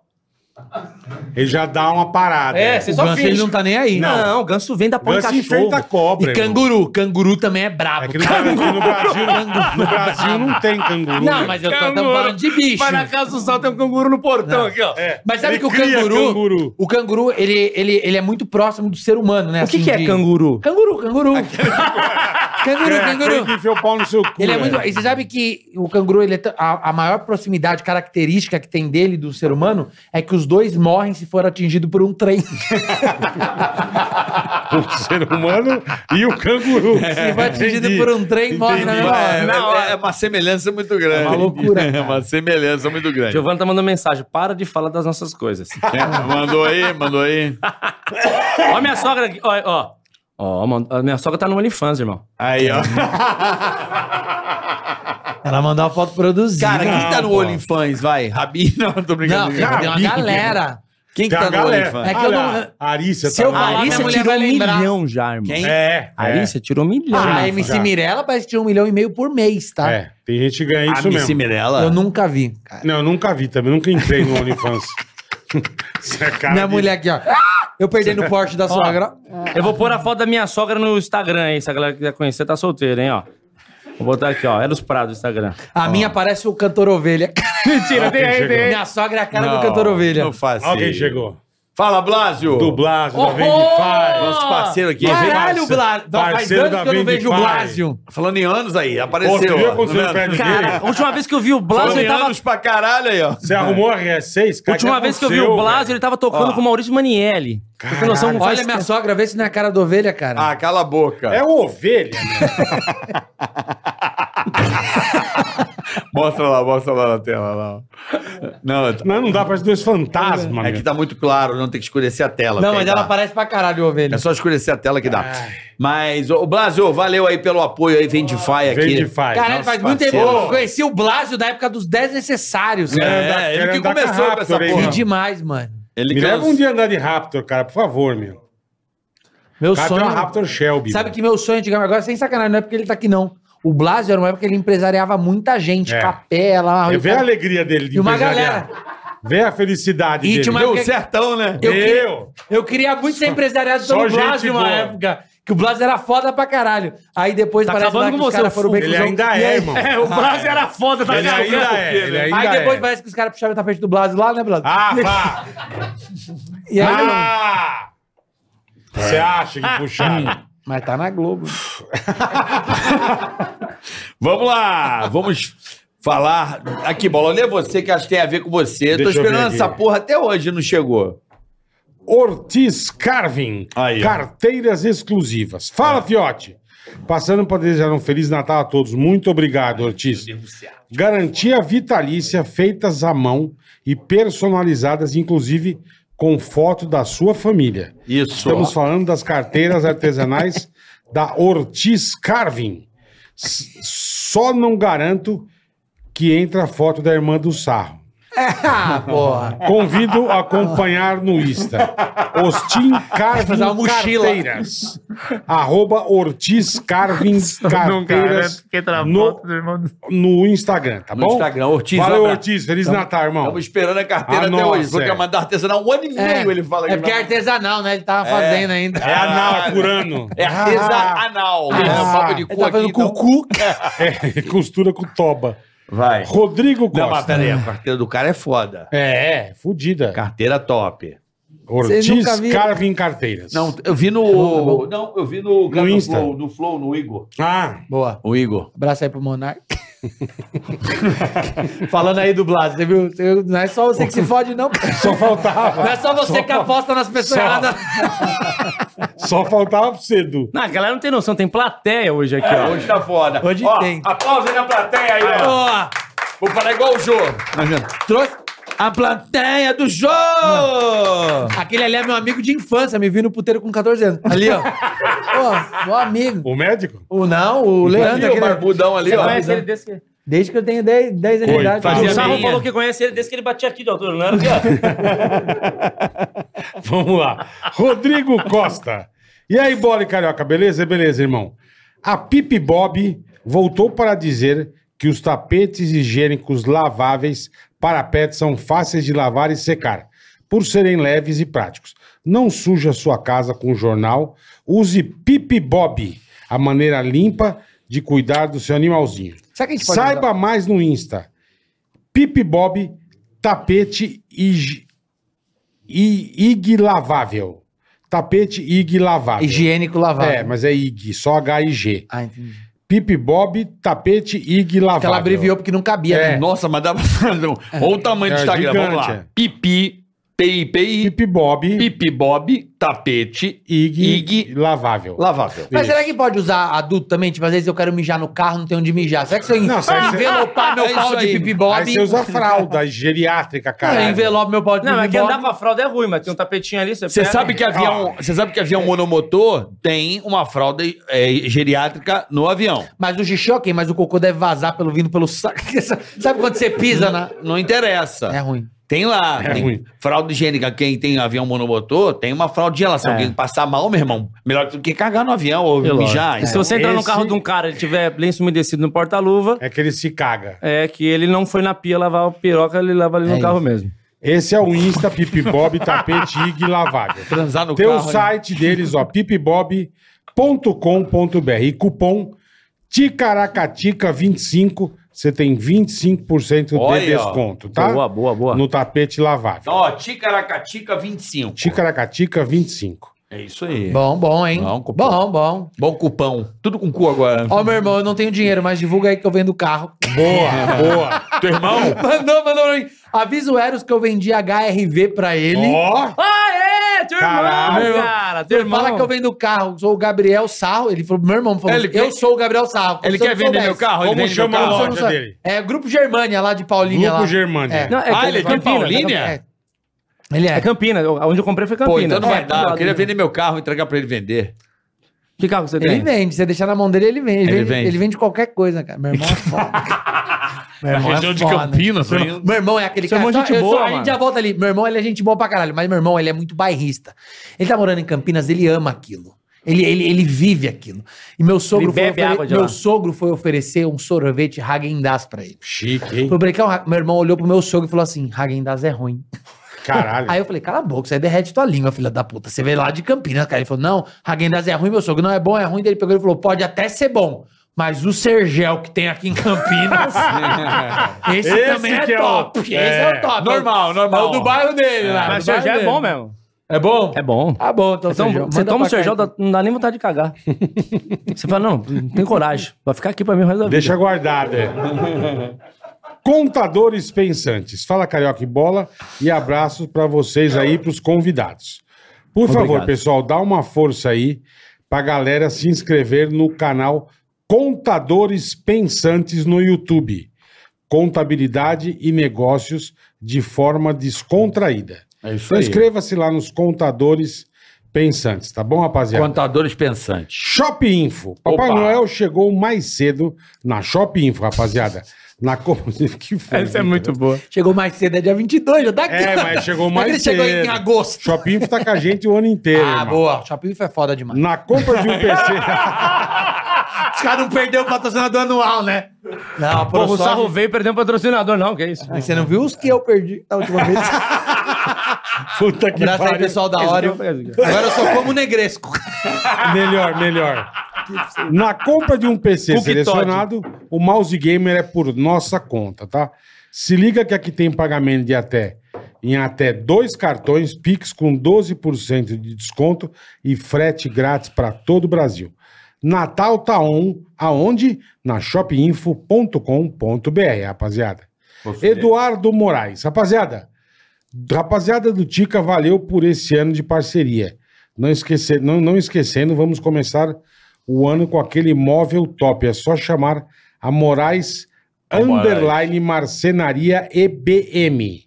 Speaker 2: Ele já dá uma parada.
Speaker 5: É, você
Speaker 4: O
Speaker 5: só
Speaker 4: ganso ele
Speaker 5: finge.
Speaker 4: não tá nem aí.
Speaker 5: Não, o ganso vem da pão em
Speaker 2: Ganso
Speaker 5: cachorro.
Speaker 2: enfrenta a cobra.
Speaker 4: E
Speaker 2: irmão.
Speaker 4: canguru. Canguru também é brabo.
Speaker 2: É que no Brasil, no Brasil, no Brasil não tem canguru. né?
Speaker 4: Não, mas eu tô tamo
Speaker 5: Canguru.
Speaker 4: falando de bicho.
Speaker 5: Vai na casa do sol, tem um canguru no portão aqui, ó.
Speaker 2: É,
Speaker 4: Mas sabe
Speaker 2: ele
Speaker 4: que o
Speaker 2: cria
Speaker 4: canguru, O canguru, ele, ele, ele é muito próximo do ser humano, né?
Speaker 5: O que,
Speaker 4: Assim,
Speaker 5: que é
Speaker 4: de-
Speaker 5: canguru?
Speaker 4: Canguru, canguru. (laughs) canguru,
Speaker 2: É, aquele
Speaker 4: canguru.
Speaker 2: que enfia o pau no seu cu.
Speaker 4: Ele é muito.
Speaker 2: velho.
Speaker 4: E você sabe que o canguru, ele é t- a, a maior proximidade característica que tem dele do ser humano é que os dois morrem se for atingido por um trem. (laughs) se
Speaker 2: O ser humano e o canguru.
Speaker 4: for atingido por um trem, morre né? na mesma hora.
Speaker 1: É, é- é uma semelhança muito grande.
Speaker 4: (laughs) É uma loucura,
Speaker 1: É
Speaker 4: cara.
Speaker 1: uma semelhança muito
Speaker 2: É.
Speaker 1: grande.
Speaker 5: Giovanna tá mandando mensagem. Para de falar das nossas coisas.
Speaker 4: (laughs)
Speaker 1: mandou aí, mandou aí.
Speaker 5: ó, minha sogra aqui, ó. Ó, ó mano, a minha sogra tá no OnlyFans, irmão.
Speaker 1: Aí, ó.
Speaker 4: Ela mandou uma foto
Speaker 1: (laughs)
Speaker 4: produzida.
Speaker 1: Cara, quem tá no OnlyFans, vai? Rabi, não, tô
Speaker 4: (laughs) Não,
Speaker 1: brincando.
Speaker 4: cara, tem uma
Speaker 2: Gabi.
Speaker 4: galera.
Speaker 1: quem que
Speaker 2: Tem
Speaker 1: tá
Speaker 2: a
Speaker 1: no
Speaker 2: galera.
Speaker 1: OnlyFans?
Speaker 4: É que eu não-
Speaker 2: Olha, a Arícia tá
Speaker 4: Se eu
Speaker 2: lá.
Speaker 4: falar, minha
Speaker 5: Arícia
Speaker 4: mulher
Speaker 5: tirou
Speaker 4: Ah, vai
Speaker 5: um
Speaker 4: lembrar.
Speaker 5: milhão já, irmão.
Speaker 1: Quem?
Speaker 2: É,
Speaker 5: Arícia tirou um milhão.
Speaker 4: Ah,
Speaker 5: irmão.
Speaker 4: a MC
Speaker 2: já.
Speaker 4: Mirella parece que tinha um milhão e meio por mês,
Speaker 2: é,
Speaker 4: tá?
Speaker 2: é. Tem gente que ganha
Speaker 1: A
Speaker 2: isso
Speaker 1: Missy
Speaker 2: mesmo.
Speaker 1: Mirella?
Speaker 4: Eu nunca vi, cara.
Speaker 2: Não, eu nunca vi também, nunca entrei no OnlyFans. (laughs) Isso é cara
Speaker 4: Minha
Speaker 2: de-
Speaker 4: mulher aqui, ó. Eu perdi no porte da sogra.
Speaker 5: Eu vou pôr a foto da minha sogra no Instagram aí. Se a galera quiser conhecer, tá solteira, hein, ó. Vou botar aqui, ó. Era os Prados do Instagram.
Speaker 4: A minha parece o cantor ovelha. (laughs)
Speaker 5: Mentira,
Speaker 2: tem aí, tem aí.
Speaker 4: Minha sogra é a cara
Speaker 1: Não,
Speaker 4: do cantor ovelha.
Speaker 1: Não faço.
Speaker 2: Olha quem chegou.
Speaker 1: Fala, Blásio.
Speaker 2: Do Blasio, da
Speaker 4: Oh!
Speaker 2: Vende Faz.
Speaker 1: Nosso parceiro aqui.
Speaker 4: Caralho,
Speaker 2: Parceiro-
Speaker 4: Blasio. Faz
Speaker 2: parceiro
Speaker 4: anos
Speaker 2: da
Speaker 4: que eu não
Speaker 2: Vende
Speaker 4: vejo o
Speaker 2: Fire.
Speaker 4: Blasio.
Speaker 1: Falando em anos aí,
Speaker 2: Você
Speaker 1: apareceu.
Speaker 2: viu
Speaker 1: ó,
Speaker 2: quando
Speaker 1: tá
Speaker 2: você
Speaker 1: vendo?
Speaker 2: perde
Speaker 5: Cara, um a
Speaker 2: dele?
Speaker 5: última vez que eu vi o Blas,
Speaker 1: Falando
Speaker 5: ele
Speaker 1: em
Speaker 5: tava.
Speaker 1: anos pra caralho aí, ó.
Speaker 2: Você arrumou a RS6? Cara,
Speaker 5: última vez que eu vi o Blas, ele tava tocando com o Maurício Manielli. Pra ter noção,
Speaker 4: Olha
Speaker 5: faz-
Speaker 4: minha sogra, vê se não é a cara da ovelha, cara.
Speaker 1: Ah, cala a boca.
Speaker 2: É o ovelha. né?
Speaker 1: (laughs) Mostra lá, mostra lá na tela. Lá. ó. Não, tá-
Speaker 2: Não, não dá, parece dois fantasmas.
Speaker 1: é que tá muito claro, não tem que escurecer a tela.
Speaker 4: Não,
Speaker 1: porque aí
Speaker 4: mas ela
Speaker 1: dá.
Speaker 4: parece pra caralho, ovelha.
Speaker 1: É só escurecer a tela que dá. Mas, ô, Blasio, valeu aí pelo apoio aí, Vendify aqui.
Speaker 2: Vende Faz.
Speaker 4: Caralho,
Speaker 1: nosso
Speaker 4: faz muito tempo.
Speaker 1: parceiro.
Speaker 4: Eu conheci o Blasio da época dos 10 necessários, cara.
Speaker 2: Quero andar-
Speaker 1: É, ele
Speaker 2: quero
Speaker 1: que
Speaker 2: andar
Speaker 1: começou
Speaker 2: com
Speaker 1: com essa
Speaker 2: Raptor aí,
Speaker 1: porra.
Speaker 4: Que
Speaker 2: mano.
Speaker 4: demais, mano.
Speaker 1: Ele
Speaker 2: Me
Speaker 1: que é
Speaker 2: leva um dia andar de Raptor, cara, por favor, meu.
Speaker 4: Meu
Speaker 2: O cara tem
Speaker 4: sonho.
Speaker 2: uma Raptor Shelby.
Speaker 4: Sabe
Speaker 2: mano.
Speaker 4: que meu sonho antigamente, agora sem sacanagem, não é porque ele tá aqui, não. O Blasio era uma época que ele empresariava muita gente,
Speaker 2: É.
Speaker 4: capela,
Speaker 2: É, Vê a alegria dele de
Speaker 4: E uma
Speaker 2: empresariar. Vê a felicidade
Speaker 4: E
Speaker 2: dele.
Speaker 4: tinha uma-
Speaker 1: Deu certão, né?
Speaker 4: Eu queria,
Speaker 2: Meu!
Speaker 4: eu queria muito ser empresariado
Speaker 2: só
Speaker 4: pelo
Speaker 2: gente
Speaker 4: Blas numa
Speaker 2: boa.
Speaker 4: época. Que o Blas era foda pra caralho. Aí depois
Speaker 5: Tá
Speaker 4: parece
Speaker 5: acabando
Speaker 4: lá
Speaker 5: com
Speaker 4: que os
Speaker 5: você,
Speaker 4: caras foram bem
Speaker 2: Ele
Speaker 4: cuzão.
Speaker 2: ainda
Speaker 4: E
Speaker 2: é,
Speaker 4: aí- (laughs)
Speaker 2: irmão.
Speaker 5: É, o Blas era foda, tá
Speaker 2: Ele
Speaker 5: ligado?
Speaker 2: ainda é, ele ainda
Speaker 4: Aí depois
Speaker 2: é.
Speaker 4: parece que os caras puxaram na frente do Blas lá, né, Blas?
Speaker 2: Ah, pá!
Speaker 4: e aí, mano,
Speaker 2: Ah! Você acha que puxaram?
Speaker 4: Mas tá na
Speaker 5: (laughs)
Speaker 4: Globo.
Speaker 1: Vamos lá, vamos falar. Aqui, Bola, lê você que acho que tem a ver com você.
Speaker 2: Deixa
Speaker 1: Tô
Speaker 2: eu ver
Speaker 1: esperando
Speaker 2: aqui.
Speaker 1: essa porra até hoje, não chegou.
Speaker 2: Ortiz Carving.
Speaker 1: Aí, ó. É.
Speaker 2: carteiras exclusivas. Fala, Fiote. Passando para desejar um Feliz Natal a todos. Muito obrigado, Ortiz. Garantia vitalícia feitas à mão e personalizadas, inclusive com foto da sua família.
Speaker 1: Isso.
Speaker 2: Estamos falando das
Speaker 1: (laughs)
Speaker 2: carteiras artesanais da Ortiz Carving. S- Só não garanto que entra a foto da irmã do Sarro.
Speaker 4: Ah, porra.
Speaker 2: Convido a acompanhar no Insta. Ostin Carving
Speaker 4: Fazer uma mochila.
Speaker 2: Carteiras. Arroba Ortiz Carving
Speaker 1: um né?
Speaker 2: Carteiras no, no Instagram, tá
Speaker 1: no
Speaker 2: bom?
Speaker 1: Instagram, Ortiz.
Speaker 2: Valeu,
Speaker 1: um abraço.
Speaker 2: Ortiz. Feliz Natal, irmão.
Speaker 1: Estamos esperando a carteira
Speaker 2: Ah,
Speaker 1: até
Speaker 2: nossa,
Speaker 1: hoje. Falou que
Speaker 2: é.
Speaker 1: ia mandar artesanal um ano e meio, ele fala.
Speaker 4: é
Speaker 1: que
Speaker 4: porque é
Speaker 1: não.
Speaker 4: artesanal, né? Ele tava fazendo ainda.
Speaker 2: É anal, é curando.
Speaker 1: É artesanal.
Speaker 2: Ah.
Speaker 1: né? É um papo de
Speaker 4: Ele
Speaker 1: cu
Speaker 4: tá
Speaker 1: aqui,
Speaker 4: fazendo
Speaker 1: então-
Speaker 4: cucu.
Speaker 2: É, costura com toba.
Speaker 1: Vai.
Speaker 2: Rodrigo Costa.
Speaker 1: Não, mas pera aí, a carteira do cara é foda.
Speaker 2: É, é, fudida.
Speaker 1: Carteira top.
Speaker 2: Ortiz
Speaker 4: nunca viram?
Speaker 2: Carving Carteiras.
Speaker 1: Não, eu vi
Speaker 4: É
Speaker 1: no. Não, eu vi no. cara,
Speaker 2: Insta.
Speaker 1: Flow, no Flow, no Igor.
Speaker 2: Ah,
Speaker 4: Boa.
Speaker 1: O Igor.
Speaker 4: Abraço aí
Speaker 2: (laughs)
Speaker 4: pro Monark. Falando aí do Blas, você viu? Você viu? Não é só você que se fode, não.
Speaker 2: só
Speaker 4: Não é
Speaker 2: faltava.
Speaker 4: só você que aposta nas pessoas
Speaker 2: só.
Speaker 4: erradas.
Speaker 2: só faltava pro Cedu.
Speaker 5: Não, a galera não tem noção, tem plateia hoje aqui, ó.
Speaker 1: Hoje tá foda.
Speaker 4: Hoje tem.
Speaker 1: Aplausos aí na plateia aí, ó.
Speaker 4: Ó,
Speaker 1: Vou falar igual o Jô.
Speaker 4: trouxe.
Speaker 1: A plateia do Jô!
Speaker 4: Aquele ali é meu amigo de infância, me viu no puteiro com 14 anos. Ali, (laughs) ó. Pô, meu amigo.
Speaker 2: O médico?
Speaker 4: O não, o Leandro. né?
Speaker 1: Ali, o
Speaker 4: aquele-
Speaker 1: barbudão ali, ó.
Speaker 5: Conhece é ele desde que...
Speaker 4: Desde que eu tenho 10, 10 anos de
Speaker 2: Coitado.
Speaker 4: idade.
Speaker 2: Fazia
Speaker 5: O Sarro
Speaker 1: meinha.
Speaker 5: falou que conhece ele desde que ele batia aqui de altura, não era aqui,
Speaker 2: (laughs)
Speaker 5: ó.
Speaker 2: Vamos lá. Rodrigo Costa. E aí, bola e carioca, beleza? Beleza, irmão. A Pipi Bob voltou para dizer que os tapetes higiênicos laváveis para pets são fáceis de lavar e secar, por serem leves e práticos. Não suje a sua casa com jornal. Use Pipi Bob, a maneira limpa de cuidar do seu animalzinho.
Speaker 4: Será que a gente pode
Speaker 2: Saiba mais no Insta. Pipe Bob, tapete ig... i- IG lavável. Tapete IG lavável.
Speaker 4: Higiênico lavar.
Speaker 2: É, mas é IG, só H-I-G.
Speaker 4: Ah, entendi.
Speaker 2: Pipe Bob, tapete IG
Speaker 4: Porque ela
Speaker 2: lavável.
Speaker 4: abreviou porque não cabia.
Speaker 2: É.
Speaker 4: né?
Speaker 1: Nossa, mas dá pra fazer um. Olha o tamanho do
Speaker 2: É
Speaker 1: Instagram, vamos
Speaker 2: gigante,
Speaker 1: lá.
Speaker 2: é.
Speaker 1: Pipi, PIPI,
Speaker 2: Pipe Bob,
Speaker 1: Pipi Bob, tapete,
Speaker 2: IG,
Speaker 1: IG
Speaker 2: lavável.
Speaker 1: lavável.
Speaker 4: Mas será que pode usar adulto também? Tipo, às vezes eu quero mijar no carro, não tem onde mijar. Será que se eu
Speaker 2: Não, será que você-
Speaker 4: envelopar
Speaker 1: É
Speaker 4: meu
Speaker 1: isso
Speaker 4: pau de
Speaker 1: aí.
Speaker 4: pipi
Speaker 2: Aí
Speaker 4: bob? É,
Speaker 2: você usa
Speaker 4: (laughs)
Speaker 2: fralda geriátrica,
Speaker 4: Não,
Speaker 2: cara.
Speaker 4: eu envelopo meu pau de
Speaker 5: Não,
Speaker 4: pipi
Speaker 5: mas que
Speaker 4: bob.
Speaker 5: andar com a fralda é ruim, mas tem um tapetinho ali, você
Speaker 1: Você
Speaker 5: pega.
Speaker 1: sabe que avião, você sabe que avião monomotor tem uma fralda é, geriátrica no avião.
Speaker 4: Mas o xixi, ok, mas o cocô deve vazar pelo vindo pelo saco. (laughs) Sabe quando você pisa na.
Speaker 1: Não interessa.
Speaker 4: É ruim.
Speaker 1: Tem lá.
Speaker 2: É
Speaker 1: tem
Speaker 2: ruim.
Speaker 1: Fralda higiênica, quem tem avião monomotor, tem uma fralda de
Speaker 2: É.
Speaker 1: relação. Quem passar mal, meu irmão, melhor do que cagar no avião ou mijar.
Speaker 2: É.
Speaker 5: E se você entrar no
Speaker 2: Esse-
Speaker 5: carro de um cara e tiver lenço umedecido no porta-luva,
Speaker 2: É que ele se caga.
Speaker 5: é que ele não foi na pia lavar o piroca, ele lava ali no
Speaker 4: É
Speaker 5: carro
Speaker 4: isso.
Speaker 5: mesmo.
Speaker 2: Esse é o Insta Pipi Bob,
Speaker 4: (laughs)
Speaker 2: tapete IG lavável.
Speaker 1: transar no
Speaker 2: Tem o
Speaker 1: carro.
Speaker 2: site deles, ó, pipibob.com.br e cupom Ticaracatica25 você tem 25% de
Speaker 1: Olha, ó.
Speaker 2: desconto, tá?
Speaker 5: Boa, boa, boa.
Speaker 2: No tapete lavável.
Speaker 1: Ó, Ticaracatica 25.
Speaker 2: Ticaracatica 25.
Speaker 1: É isso aí.
Speaker 4: Bom, bom, hein?
Speaker 1: Bom,
Speaker 4: Bom,
Speaker 1: cupom.
Speaker 4: bom. bom.
Speaker 1: Bom cupão. Tudo com cu agora.
Speaker 4: Ó, meu irmão, eu não tenho dinheiro, mas divulga aí que eu vendo o carro. (laughs)
Speaker 2: Boa, boa.
Speaker 1: (laughs) Teu irmão?
Speaker 4: mandou, mandou pra mim. Avisa o Eros que eu vendi HRV pra ele.
Speaker 2: Ó,
Speaker 5: Aê, teu irmão,
Speaker 2: Caralho.
Speaker 5: cara. Teu irmão.
Speaker 4: Fala que eu vendo o carro. Sou o Gabriel Sarro. Ele falou, meu irmão falou,
Speaker 1: Ele
Speaker 4: eu
Speaker 1: quer-
Speaker 4: sou o Gabriel Sarro.
Speaker 1: Ele
Speaker 4: Como
Speaker 1: quer
Speaker 4: se eu não
Speaker 1: vender meu
Speaker 4: soubesse.
Speaker 1: carro?
Speaker 2: Como
Speaker 1: ele vende meu
Speaker 2: chama a
Speaker 1: carro?
Speaker 4: Como se
Speaker 2: loja
Speaker 4: eu não soubesse.
Speaker 2: dele?
Speaker 4: É, Grupo Germânia, lá de Paulinha.
Speaker 2: Grupo
Speaker 4: lá.
Speaker 2: Germânia.
Speaker 4: É.
Speaker 5: Não,
Speaker 1: Ah, ele é de
Speaker 5: Campinas,
Speaker 1: Paulínia?
Speaker 5: É, Campinas.
Speaker 4: Ele
Speaker 5: é
Speaker 4: é.
Speaker 5: Campinas. Onde eu comprei foi Campinas.
Speaker 1: Pô, então não vai
Speaker 5: É,
Speaker 1: dar. Eu queria
Speaker 5: Campinas.
Speaker 1: vender meu carro e entregar pra ele vender.
Speaker 5: Que carro que você
Speaker 4: Ele
Speaker 5: tem?
Speaker 4: vende. Você deixar na mão dele, ele vende. Ele,
Speaker 1: Ele
Speaker 4: vende,
Speaker 1: vende.
Speaker 4: ele vende qualquer coisa, cara. Meu irmão é
Speaker 5: (laughs)
Speaker 4: foda. meu irmão é foda.
Speaker 1: ainda.
Speaker 4: Meu irmão é aquele
Speaker 5: Seu
Speaker 4: cara.
Speaker 5: irmão né? é
Speaker 4: só-
Speaker 5: gente
Speaker 4: eu
Speaker 5: boa,
Speaker 4: só- a
Speaker 5: mano.
Speaker 4: gente já volta ali. Meu irmão, ele é gente boa pra caralho, mas meu irmão, ele é muito bairrista. Ele tá morando em Campinas, ele ama aquilo. Ele, ele, ele vive aquilo. E meu sogro,
Speaker 5: Ele
Speaker 4: foi,
Speaker 5: bebe água de
Speaker 4: meu
Speaker 5: lá.
Speaker 4: sogro foi oferecer um sorvete Hagendaz pra ele.
Speaker 2: Chique, hein?
Speaker 4: Falou, "Brecão, Ha-" meu irmão olhou pro meu sogro e falou assim: Hagendaz é ruim.
Speaker 2: Caralho.
Speaker 4: Aí eu falei, cala a boca, você derrete tua língua, filha da puta. Você veio lá de Campinas, cara. Ele falou, não, Hagendaz é ruim, meu sogro. Não é bom, é ruim. Daí Ele pegou e falou, pode até ser bom. Mas o Sergel que tem aqui em Campinas, esse,
Speaker 2: Esse
Speaker 4: também é
Speaker 2: que é o-
Speaker 4: top. Esse é
Speaker 2: é.
Speaker 4: o top.
Speaker 1: Normal, normal.
Speaker 4: É o do bairro dele lá.
Speaker 5: Mas o
Speaker 4: do bairro
Speaker 5: Sergio é
Speaker 4: dele.
Speaker 5: bom mesmo.
Speaker 4: É bom?
Speaker 5: É bom.
Speaker 4: Tá bom, então,
Speaker 5: Então,
Speaker 4: Sergel,
Speaker 5: você
Speaker 4: manda
Speaker 5: toma o
Speaker 4: pra cá,
Speaker 5: Sergio,
Speaker 4: então.
Speaker 5: dá- não dá nem vontade de cagar. você fala, não, não tem coragem. Vai ficar aqui pra mim o resto da vida.
Speaker 2: Deixa guardado, é. Contadores pensantes. Fala Carioca e Bola e abraços pra vocês aí, pros convidados. Por favor, pessoal, dá uma força aí pra galera se inscrever no canal Contadores Pensantes no YouTube. Contabilidade e negócios de forma descontraída.
Speaker 1: É isso
Speaker 2: Então
Speaker 1: aí.
Speaker 2: inscreva-se lá nos Contadores Pensantes, tá bom,
Speaker 4: então.
Speaker 2: rapaziada?
Speaker 1: Contadores pensantes.
Speaker 2: Shop Info. Papai
Speaker 1: Opa.
Speaker 2: Noel chegou mais cedo na Shop Info, rapaziada. Na comunidade (laughs) que foi.
Speaker 5: é
Speaker 2: Vitor?
Speaker 5: boa.
Speaker 4: Chegou mais cedo, é dia 22, já tá aqui.
Speaker 2: É, mas chegou
Speaker 4: Não é que
Speaker 2: mais
Speaker 4: (laughs) ele chegou em
Speaker 2: cedo.
Speaker 4: agosto.
Speaker 2: Shop Info tá com a gente o ano inteiro.
Speaker 4: Ah,
Speaker 2: irmão.
Speaker 4: boa. O Shopping foi foda demais.
Speaker 2: Na compra
Speaker 4: (laughs)
Speaker 2: de um PC.
Speaker 4: Os caras não perderam o patrocinador anual, né? Não, a
Speaker 5: Porra, o
Speaker 4: ProSoja-
Speaker 5: Sarro veio e perdeu um patrocinador, não,
Speaker 1: (laughs)
Speaker 5: que isso.
Speaker 4: Mas você não viu os que eu perdi na última vez?
Speaker 2: Puta que
Speaker 4: Abraço aí, pessoal da Oreo. Agora eu só como negresco.
Speaker 2: Melhor, melhor. Na compra de um PC
Speaker 5: Cookie
Speaker 2: selecionado, o mouse gamer é por nossa conta, tá? Se liga que aqui tem pagamento de até em até dois cartões Pix com 12% de desconto e frete grátis para todo o Brasil. Natal tá on, aonde? Na shopinfo.com.br, rapaziada. Eduardo Moraes. Rapaziada, rapaziada do Tica, valeu por esse ano de parceria. Não, esquecer, não, não esquecendo, vamos começar o ano com aquele móvel top. É só chamar a Moraes
Speaker 1: A Moraes.
Speaker 2: Underline Marcenaria EBM.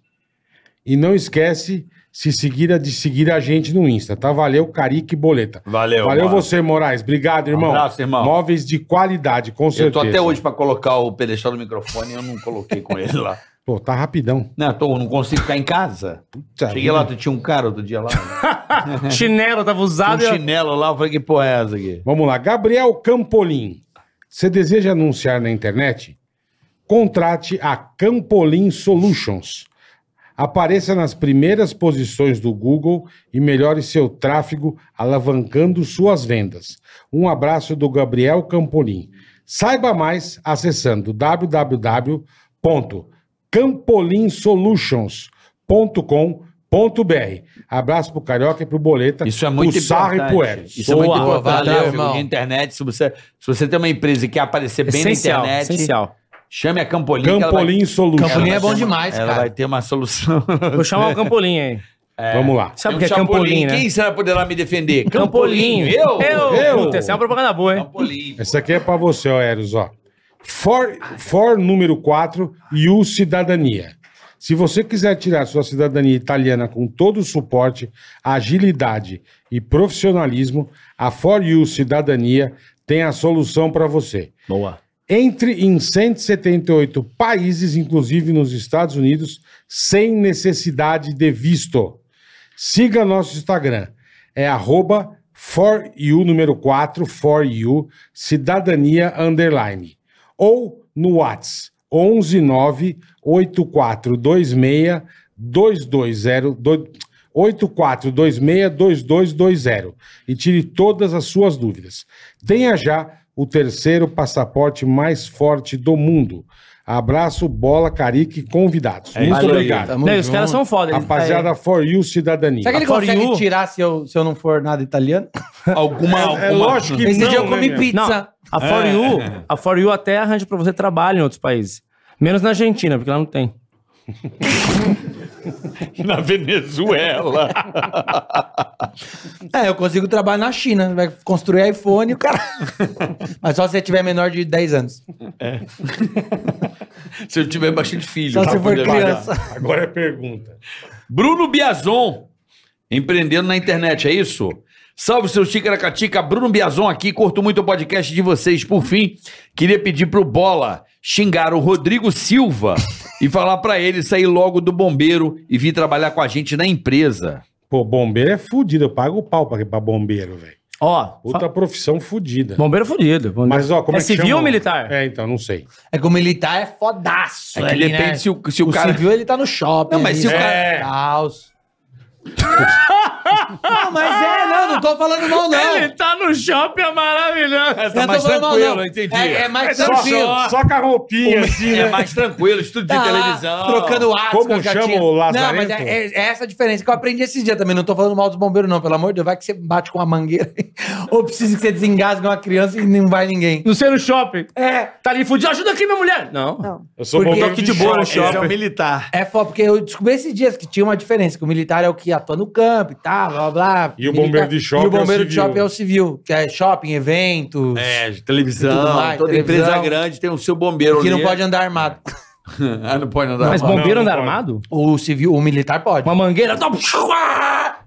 Speaker 2: E não esquece se seguir a, de seguir a gente no Insta, tá? Valeu, Carique Boleta.
Speaker 1: Valeu.
Speaker 2: valeu
Speaker 1: mano.
Speaker 2: você, Moraes. Obrigado, irmão.
Speaker 1: abraço, irmão.
Speaker 2: Móveis de qualidade, com
Speaker 1: Eu tô
Speaker 2: certeza.
Speaker 1: até hoje pra colocar o pedestal do microfone e eu não coloquei com ele lá.
Speaker 2: Pô, tá rapidão.
Speaker 1: (laughs) Não, eu tô, não consigo ficar em casa. Cheguei lá, tu tinha um cara outro dia lá.
Speaker 5: Chinelo tava
Speaker 1: Um
Speaker 5: usado. e é eu-
Speaker 1: chinelo lá, eu falei, que porra é essa aqui?
Speaker 2: Vamos lá, Gabriel Campolim. Você deseja anunciar na internet? Contrate a Campolim Solutions. Apareça nas primeiras posições do Google e melhore seu tráfego, alavancando suas vendas. Um abraço do Gabriel Campolim. Saiba mais acessando www.campolinsolutions.com.br. Abraço pro Carioca e pro Boleta.
Speaker 1: Isso é muito
Speaker 2: pro Sarra e pro Eros.
Speaker 1: Isso é muito
Speaker 4: Boa,
Speaker 1: importante.
Speaker 4: valeu,
Speaker 1: tráfego
Speaker 4: irmão.
Speaker 1: de internet, se você, se você tem uma empresa e quer aparecer bem
Speaker 5: Essencial,
Speaker 1: na internet,
Speaker 5: essencial.
Speaker 1: chame a Campolim. que ela vai-
Speaker 2: Campolim Solutions.
Speaker 4: Campolim é
Speaker 1: ter
Speaker 4: bom
Speaker 1: uma-
Speaker 4: demais,
Speaker 1: ela
Speaker 4: cara.
Speaker 1: vai ter uma solução.
Speaker 5: Vou chamar o Campolim aí.
Speaker 2: Vamos lá.
Speaker 5: Sabe
Speaker 1: Eu
Speaker 5: o que é
Speaker 1: chamo
Speaker 5: Campolim, né?
Speaker 1: um Quem será que poderá me defender?
Speaker 5: Eu?
Speaker 1: Eu?
Speaker 2: Eu?
Speaker 5: Puta, essa é uma propaganda boa, hein?
Speaker 1: Campolim.
Speaker 2: Essa aqui é pra você, ó, Eros, ó. For, for número 4, U Cidadania. Se você quiser tirar sua cidadania italiana com todo o suporte, agilidade e profissionalismo, a For You Cidadania tem a solução para você.
Speaker 5: Boa.
Speaker 2: Entre em 178 países, inclusive nos Estados Unidos, sem necessidade de visto. Siga nosso Instagram. É arroba for you, número 4, for you, cidadania underline. Ou no Whats 119 8426 220 8426-2220 e tire todas as suas dúvidas. Tenha já o terceiro passaporte mais forte do mundo. Abraço, bola, carique, convidados. Muito
Speaker 5: Valeu,
Speaker 2: obrigado.
Speaker 5: Não, e os caras são foda. eles-
Speaker 2: Rapaziada, for you, cidadania.
Speaker 4: Será que ele
Speaker 5: For
Speaker 4: consegue
Speaker 5: you.
Speaker 4: tirar se eu, se eu não for nada italiano?
Speaker 1: Alguma.
Speaker 2: É lógico que
Speaker 4: Esse
Speaker 2: não,
Speaker 4: dia eu
Speaker 2: né,
Speaker 4: comi
Speaker 2: meu?
Speaker 4: pizza.
Speaker 5: Não, a For You, a For You até arranja pra você trabalho em outros países. Menos na Argentina, porque lá não tem.
Speaker 8: Na Venezuela.
Speaker 4: É, eu consigo trabalhar na China. Vai construir iPhone, o (laughs) cara. Mas só se você tiver menor de 10 anos.
Speaker 1: Se eu tiver bastante filho.
Speaker 4: Só
Speaker 1: pra
Speaker 4: se for
Speaker 1: poder pagar.
Speaker 4: criança.
Speaker 2: Agora é pergunta.
Speaker 1: Bruno Biazon, empreendendo na internet, é isso? Salve seu Ticaracatica, Bruno Biazon aqui, curto muito o podcast de vocês. Por fim, queria pedir pro Bola xingar o Rodrigo
Speaker 5: (laughs)
Speaker 1: Silva e falar pra ele sair logo do bombeiro e vir trabalhar com a gente na empresa.
Speaker 2: Pô, bombeiro é fudido. Eu pago o pau pra, pra bombeiro, velho.
Speaker 5: Ó,
Speaker 2: Puta profissão fudida.
Speaker 5: bombeiro fudido. bombeiro.
Speaker 2: Mas, ó, como é,
Speaker 5: é
Speaker 2: que
Speaker 5: civil
Speaker 2: chama?
Speaker 5: ou militar?
Speaker 2: É, então, não sei.
Speaker 4: É que o militar é fodaço.
Speaker 1: É que
Speaker 4: ali,
Speaker 1: depende
Speaker 4: né?
Speaker 1: se o, se o
Speaker 4: O
Speaker 1: cara.
Speaker 4: civil ele tá no shopping.
Speaker 1: Não, mas se o
Speaker 4: ali,
Speaker 1: cara-
Speaker 4: né? Caos. não, mas é, não, não tô falando mal, não.
Speaker 5: Ele tá no shopping, é maravilhoso.
Speaker 4: Eu não tô
Speaker 1: mais
Speaker 4: falando mal,
Speaker 1: tranquilo,
Speaker 4: não.
Speaker 1: entendi.
Speaker 4: É, é mais
Speaker 2: Só,
Speaker 4: tranquilo.
Speaker 2: só com a roupinha, assim,
Speaker 1: É
Speaker 2: né?
Speaker 1: mais tranquilo, estudo de
Speaker 4: Tá lá,
Speaker 1: televisão.
Speaker 4: Trocando atos
Speaker 2: Como
Speaker 4: que eu já
Speaker 2: chama
Speaker 4: tinha.
Speaker 2: o
Speaker 4: Não,
Speaker 2: lazarento?
Speaker 4: mas é, é- é essa a diferença que eu aprendi esses dias também. Não tô falando mal dos bombeiros, não. Pelo amor de Deus, vai que você bate com uma mangueira (laughs) ou precisa que você desengasgue uma criança e não vai ninguém.
Speaker 5: No seu shopping. É. Tá ali fudido. Ajuda aqui, minha mulher. Não.
Speaker 2: Eu sou
Speaker 4: Porque
Speaker 2: bombeiro
Speaker 4: aqui
Speaker 2: de
Speaker 5: de boa
Speaker 2: boa
Speaker 5: no shopping.
Speaker 8: Esse é o militar.
Speaker 4: É foda, porque eu descobri esses dias que tinha uma diferença, que o militar é o que atua no campo e tal, blá, blá, blá.
Speaker 2: E o bombeiro de shopping
Speaker 4: E o bombeiro
Speaker 2: é o
Speaker 4: de
Speaker 2: civil.
Speaker 4: shopping é o civil, que é shopping, eventos,
Speaker 1: É,
Speaker 4: Tudo
Speaker 1: televisão.
Speaker 4: mais,
Speaker 1: toda
Speaker 4: televisão.
Speaker 1: empresa grande tem o seu bombeiro
Speaker 4: que não
Speaker 1: ali.
Speaker 4: pode andar armado.
Speaker 1: ah, não pode andar.
Speaker 5: Mas
Speaker 1: mal.
Speaker 5: bombeiro
Speaker 2: Não, não
Speaker 5: anda
Speaker 2: pode.
Speaker 5: armado?
Speaker 4: O civil, o militar pode.
Speaker 5: Uma mangueira. Tá...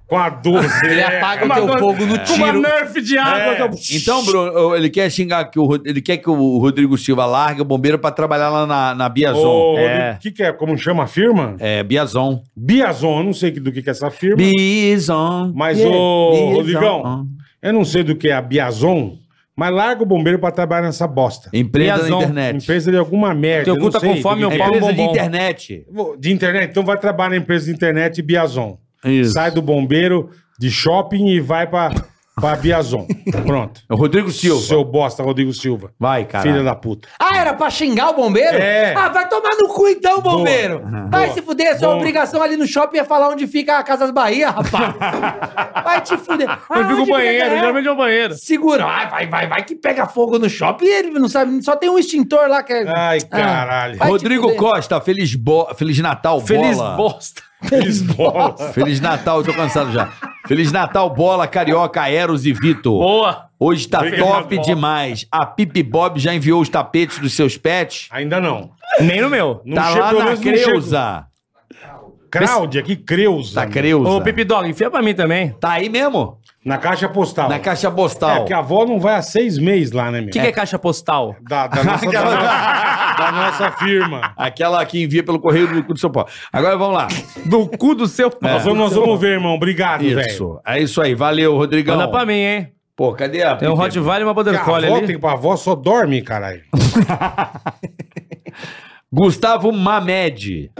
Speaker 2: com a é. 12.
Speaker 5: é
Speaker 4: Ele apaga o teu fogo no
Speaker 5: Com uma
Speaker 4: tiro.
Speaker 5: nerf de água.
Speaker 2: É.
Speaker 5: que eu-
Speaker 1: Então, Bruno, ele quer xingar que o, Rod- ele quer que o Rodrigo Silva largue o bombeiro pra trabalhar lá na, na Biazon.
Speaker 2: O
Speaker 5: É.
Speaker 2: que, que é? Como chama a firma?
Speaker 1: É, Biazon.
Speaker 2: Biazon, eu não sei do que, que é essa firma.
Speaker 1: Biazon.
Speaker 2: Mas,
Speaker 1: Yeah.
Speaker 2: ô,
Speaker 1: Biazon.
Speaker 2: Rodrigão. eu não sei do que é a Biazon, mas larga o bombeiro pra trabalhar nessa bosta.
Speaker 1: Empresa
Speaker 5: Biazon.
Speaker 1: na internet.
Speaker 2: Empresa de alguma merda.
Speaker 5: Teu
Speaker 2: eu
Speaker 5: cu
Speaker 2: não
Speaker 5: tá
Speaker 2: sei
Speaker 5: com fome,
Speaker 2: do
Speaker 1: É
Speaker 2: que
Speaker 5: meu
Speaker 2: que
Speaker 5: pau.
Speaker 2: é.
Speaker 1: Empresa de
Speaker 5: Bombom.
Speaker 1: internet.
Speaker 2: Vou- De internet, então vai trabalhar na empresa de internet Biazon.
Speaker 1: Isso.
Speaker 2: Sai do bombeiro de shopping e vai pra, pra
Speaker 5: (laughs)
Speaker 2: Biazon. Pronto.
Speaker 1: É o Rodrigo Silva.
Speaker 2: Seu bosta, Rodrigo Silva.
Speaker 1: Vai, cara.
Speaker 2: Filha da puta.
Speaker 4: Ah, era pra xingar o bombeiro?
Speaker 2: É.
Speaker 4: Ah, vai tomar no cu então, bombeiro. Vai se fuder, sua
Speaker 2: Boa.
Speaker 4: obrigação ali no shopping é falar onde fica a Casas Bahia,
Speaker 5: (laughs)
Speaker 4: rapaz. vai te fuder.
Speaker 5: Eu
Speaker 4: Ah,
Speaker 5: fico
Speaker 4: onde
Speaker 5: no
Speaker 4: fica-
Speaker 5: banheiro.
Speaker 4: é.
Speaker 5: Geralmente é o banheiro.
Speaker 4: Segura, vai, vai, vai, vai que pega fogo no shopping e ele não sabe, só tem um extintor lá que é...
Speaker 5: Ah,
Speaker 2: Ai, caralho.
Speaker 4: Vai te
Speaker 1: Rodrigo
Speaker 4: fuder.
Speaker 1: Costa, feliz, bo... feliz Natal,
Speaker 5: Feliz
Speaker 1: bola.
Speaker 2: (laughs)
Speaker 5: bosta.
Speaker 2: Bola.
Speaker 1: Feliz Natal, eu tô cansado já. Feliz Natal, bola, carioca, Eros e Vitor.
Speaker 5: Boa.
Speaker 1: Hoje tá
Speaker 2: Obrigado,
Speaker 1: top
Speaker 2: Bola.
Speaker 1: demais. A Pipi Bob já enviou os tapetes dos seus pets.
Speaker 2: Ainda não.
Speaker 5: Nem no meu.
Speaker 2: não
Speaker 1: tá
Speaker 2: chegou,
Speaker 1: lá
Speaker 2: pelo
Speaker 1: na
Speaker 2: menos não chegou.
Speaker 1: Creuza.
Speaker 2: Cláudia, que Creuza.
Speaker 1: Tá Creuza.
Speaker 5: Ô, Pipi Dog, enfia pra mim também.
Speaker 1: Tá aí mesmo?
Speaker 2: Na caixa postal.
Speaker 1: Na caixa
Speaker 2: É,
Speaker 1: postal. (laughs)
Speaker 2: porque a avó não vai há seis meses lá, né, meu?
Speaker 5: O que, que é caixa postal?
Speaker 2: Da, da nossa, da, (laughs) da nossa firma.
Speaker 1: Aquela que envia pelo correio do cu do São Paulo. Agora vamos lá.
Speaker 5: Do cu do seu pau.
Speaker 2: Nós, vamos, nós vamos ver, irmão. Obrigado, velho.
Speaker 1: Isso. É isso aí. Valeu, Rodrigão.
Speaker 5: Tá Manda pra mim, hein?
Speaker 1: Pô, cadê a.
Speaker 5: Tem um Hot Vale e uma
Speaker 2: Que A
Speaker 5: Border
Speaker 2: avó,
Speaker 5: Collie ali.
Speaker 2: tem, a avó só dorme, caralho.
Speaker 1: Gustavo Mamed.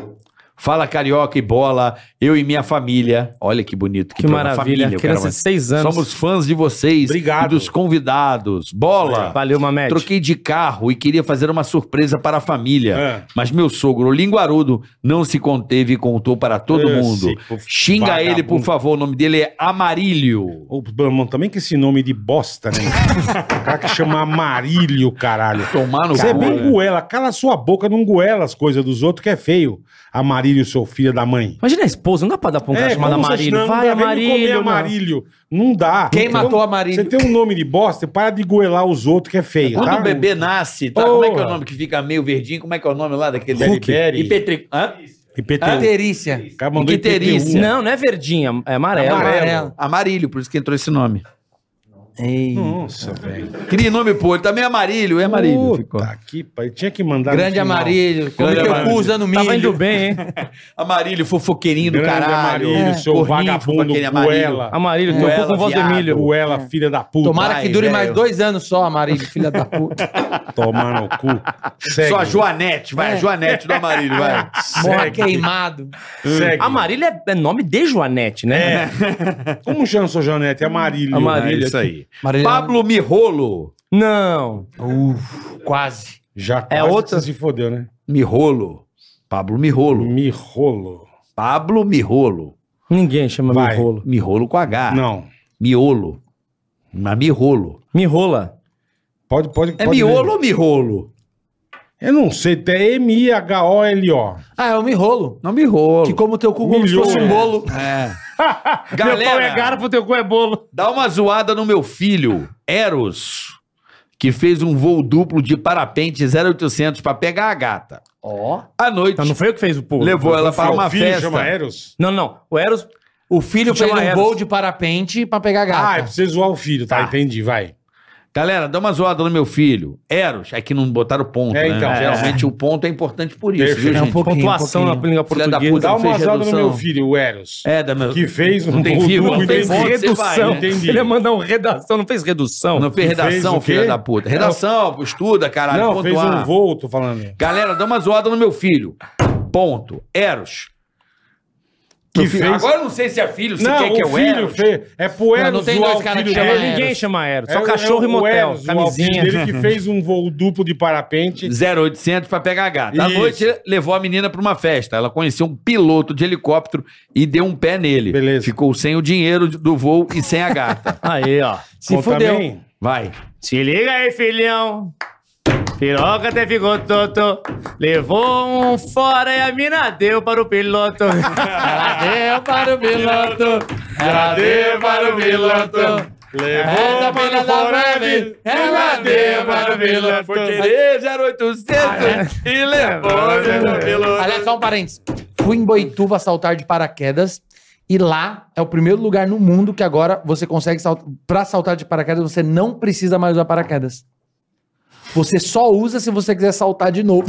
Speaker 1: Fala carioca e bola, eu e minha família. Olha que bonito.
Speaker 5: Que
Speaker 1: programa.
Speaker 5: maravilha.
Speaker 1: Família, eu
Speaker 5: Criança
Speaker 1: quero
Speaker 5: de seis
Speaker 1: mais.
Speaker 5: anos.
Speaker 1: Somos fãs de vocês
Speaker 2: Obrigado.
Speaker 1: e dos convidados. Bola.
Speaker 5: Valeu, Mamed.
Speaker 1: Troquei de carro e queria fazer uma surpresa para a família.
Speaker 2: É.
Speaker 1: Mas meu sogro, o Linguarudo, não se conteve e contou para todo
Speaker 2: Esse
Speaker 1: mundo.
Speaker 2: povo
Speaker 1: Xinga
Speaker 2: vagabundo.
Speaker 1: ele, por favor. O nome dele é Amarílio.
Speaker 2: Ô, irmão, também que esse nome de bosta, né? o cara que chama Amarílio, caralho.
Speaker 1: Tomar no
Speaker 2: Você é
Speaker 1: cu,
Speaker 2: bem
Speaker 1: né?
Speaker 2: goela. Cala sua boca, não goela as coisas dos outros, que é feio. Amarílio, seu filho da mãe. É,
Speaker 5: Imagina a esposa, não dá pra dar pra um cara chamado
Speaker 2: como você-
Speaker 5: Amarílio.
Speaker 2: não,
Speaker 5: Vai,
Speaker 2: não dá, né? vem me comer
Speaker 5: Amarílio. mano.
Speaker 2: Amarílio. Não dá.
Speaker 4: Quem
Speaker 2: Então,
Speaker 4: matou Amarílio?
Speaker 2: Você tem um nome de bosta, para de goelar os outros que é feio,
Speaker 1: Quando
Speaker 2: tá?
Speaker 1: o bebê nasce, tá? Como é que é o
Speaker 2: Porra.
Speaker 1: nome que fica meio verdinho? Como é que é o nome lá daquele?
Speaker 2: Hulk.
Speaker 1: Ipetri... Hã?
Speaker 2: E PT.
Speaker 14: Ah,
Speaker 4: Terícia.
Speaker 2: O cara mandou
Speaker 1: Icterícia.
Speaker 2: IPTU.
Speaker 5: Não, não é verdinha, é amarela.
Speaker 4: Amarelo.
Speaker 1: Amarílio, por isso que entrou esse nome.
Speaker 2: Nossa, velho.
Speaker 1: Cria nome pô, ele também é Amarílio, é Amarílio. ficou.
Speaker 2: Puta que pariu. Tinha que mandar no
Speaker 4: Grande
Speaker 2: final.
Speaker 4: Amarílio. Come
Speaker 1: Grande
Speaker 4: teu cu
Speaker 1: Amarílio.
Speaker 4: usando milho.
Speaker 5: Tava indo bem, hein?
Speaker 1: Amarílio, fofoqueirinho do
Speaker 2: Grande
Speaker 1: caralho.
Speaker 2: Amarílio, seu
Speaker 1: Corninho,
Speaker 2: vagabundo,
Speaker 1: aquele Amarílio.
Speaker 2: goela.
Speaker 5: Amarílio, teu
Speaker 1: Goela,
Speaker 5: cu com voz de
Speaker 1: viado.
Speaker 5: milho.
Speaker 2: Goela, filha da puta.
Speaker 4: Tomara
Speaker 1: Ai,
Speaker 4: que dure
Speaker 1: velho.
Speaker 4: mais dois anos só, Amarílio, filha da puta.
Speaker 2: Tomar no cu. Segue.
Speaker 1: Só a Joanete, vai, a Joanete do Amarílio, vai.
Speaker 5: tá.
Speaker 4: Morra
Speaker 2: Segue.
Speaker 4: queimado.
Speaker 2: Segue.
Speaker 5: Amarílio é é nome de Joanete, né?
Speaker 2: Como chama sua Janete? É Amarílio.
Speaker 5: Amarílio.
Speaker 1: aí.
Speaker 4: Amarílio,
Speaker 1: Pablo Mirolo.
Speaker 5: Não.
Speaker 4: Quase.
Speaker 2: Já
Speaker 5: É
Speaker 2: quase
Speaker 5: outra?
Speaker 1: é
Speaker 2: que você se fodeu, né?
Speaker 1: Mirrolo. Pablo Mirrolo.
Speaker 2: Me rolo.
Speaker 1: Pablo Mirrolo.
Speaker 5: Ninguém chama
Speaker 2: Vai.
Speaker 5: Mirrolo.
Speaker 1: Mirrolo com H.
Speaker 2: Não.
Speaker 1: Miolo. Mas Mirrolo.
Speaker 5: Mirrola.
Speaker 2: Pode, pode,
Speaker 1: É
Speaker 2: pode
Speaker 1: miolo
Speaker 2: ler.
Speaker 1: ou mirrolo?
Speaker 2: Eu não sei, é M-I-H-O-L-O.
Speaker 14: Ah, é o mirrolo.
Speaker 1: Não, mirrolo.
Speaker 14: Que como teu cu como se
Speaker 2: Milhou,
Speaker 14: fosse
Speaker 2: é.
Speaker 14: um bolo.
Speaker 15: Meu pau é
Speaker 1: Galera,
Speaker 15: garfo, teu cu é bolo.
Speaker 1: dá uma zoada no meu filho, Eros, que fez um voo duplo de parapente 0800 pra pegar a gata.
Speaker 14: Ó.
Speaker 1: À noite,
Speaker 2: Tá
Speaker 5: Então não foi eu que fez o pulo.
Speaker 1: levou ela para
Speaker 2: Seu
Speaker 1: uma
Speaker 2: tá filho
Speaker 1: festa.
Speaker 2: chama Eros?
Speaker 5: Não, não. O Eros.
Speaker 14: O filho
Speaker 5: Chama
Speaker 14: fez um
Speaker 5: Eros.
Speaker 14: voo de parapente pra pegar
Speaker 2: Ah, é
Speaker 14: gata.
Speaker 2: pra você zoar o filho, tá?
Speaker 1: Tá.
Speaker 2: Entendi, vai.
Speaker 1: Galera, dá uma zoada no meu filho. Eros, é que não botaram ponto,
Speaker 2: É,
Speaker 1: né?
Speaker 2: então.
Speaker 1: Geralmente o ponto é importante por isso,
Speaker 2: Perfeito.
Speaker 1: viu,
Speaker 14: É um
Speaker 1: gente?
Speaker 14: pouquinho,
Speaker 5: pontuação
Speaker 14: um
Speaker 5: na
Speaker 14: pouquinho.
Speaker 5: língua
Speaker 1: Filha da
Speaker 5: portuguesa.
Speaker 1: puta.
Speaker 2: Dá
Speaker 1: não
Speaker 2: uma
Speaker 1: fez
Speaker 2: zoada no
Speaker 1: redução.
Speaker 2: meu filho, o Eros.
Speaker 1: É, da meu...
Speaker 2: Que fez um
Speaker 1: Não tem vírgula,
Speaker 2: duplo,
Speaker 1: não tem
Speaker 2: entendi.
Speaker 1: ponto. Você vai,
Speaker 5: Redução.
Speaker 1: né?
Speaker 2: Entendi.
Speaker 5: Ele ia mandar um redação, não fez redução.
Speaker 1: Não fez
Speaker 2: Que fez o
Speaker 1: redação,
Speaker 2: quê?
Speaker 1: filha da puta. Redação, estuda, caralho.
Speaker 2: Não,
Speaker 1: ponto
Speaker 2: fez
Speaker 1: A.
Speaker 2: um voo, tô falando.
Speaker 1: Galera, dá uma zoada no meu filho. Ponto. Eros.
Speaker 2: Que
Speaker 1: Meu filho-
Speaker 2: fez...
Speaker 1: Agora eu não sei se é filho, se
Speaker 2: não,
Speaker 1: quer que eu
Speaker 2: o filho
Speaker 1: Eros.
Speaker 2: fez... É pro Eros
Speaker 14: Não, não tem
Speaker 2: zoar
Speaker 14: dois
Speaker 2: o
Speaker 14: caras que
Speaker 2: filho
Speaker 14: chamam
Speaker 2: dele.
Speaker 14: Eros.
Speaker 5: Ninguém chama Eros.
Speaker 2: É
Speaker 5: Só
Speaker 2: o-
Speaker 5: cachorro
Speaker 2: é
Speaker 5: e
Speaker 2: o
Speaker 5: motel.
Speaker 2: Eros, o
Speaker 5: camisinha.
Speaker 2: filho dele que fez um voo duplo de parapente.
Speaker 1: 0800 pra pegar a gata. À
Speaker 2: Isso.
Speaker 1: noite, levou a menina pra uma festa. Ela conheceu um piloto de helicóptero e deu um pé nele.
Speaker 2: Beleza.
Speaker 1: Ficou sem o dinheiro do voo e sem a gata.
Speaker 5: Aí, ó.
Speaker 14: Se
Speaker 2: Bom,
Speaker 14: fudeu.
Speaker 2: também,
Speaker 1: Vai.
Speaker 5: Se liga aí, filhão. Piroca até ficou toto. Levou um fora e a mina deu para o piloto.
Speaker 14: Deu para o (laughs) piloto.
Speaker 2: Ela deu para o piloto,
Speaker 14: Essa
Speaker 2: Levou
Speaker 14: filha da breve. Ela deu para o piloto. Ah, é?
Speaker 1: Foi querer 0800 e levou o piloto.
Speaker 14: Aliás, só um parênteses. Fui em Boituva saltar de paraquedas. E lá é o primeiro lugar no mundo que agora você consegue saltar. Pra saltar de paraquedas, você não precisa mais usar paraquedas. Você só usa se você quiser saltar de novo.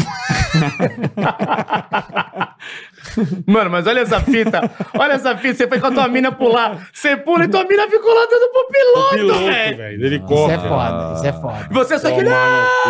Speaker 5: Mano, mas olha essa fita. Olha essa fita. Você foi com a tua mina pular. Você pula e tua mina ficou lá dando pro piloto,
Speaker 2: piloto,
Speaker 5: velho.
Speaker 2: velho, do
Speaker 14: Isso é
Speaker 2: helicóptero.
Speaker 14: foda, isso é foda.
Speaker 5: E Você só que.
Speaker 2: Toma no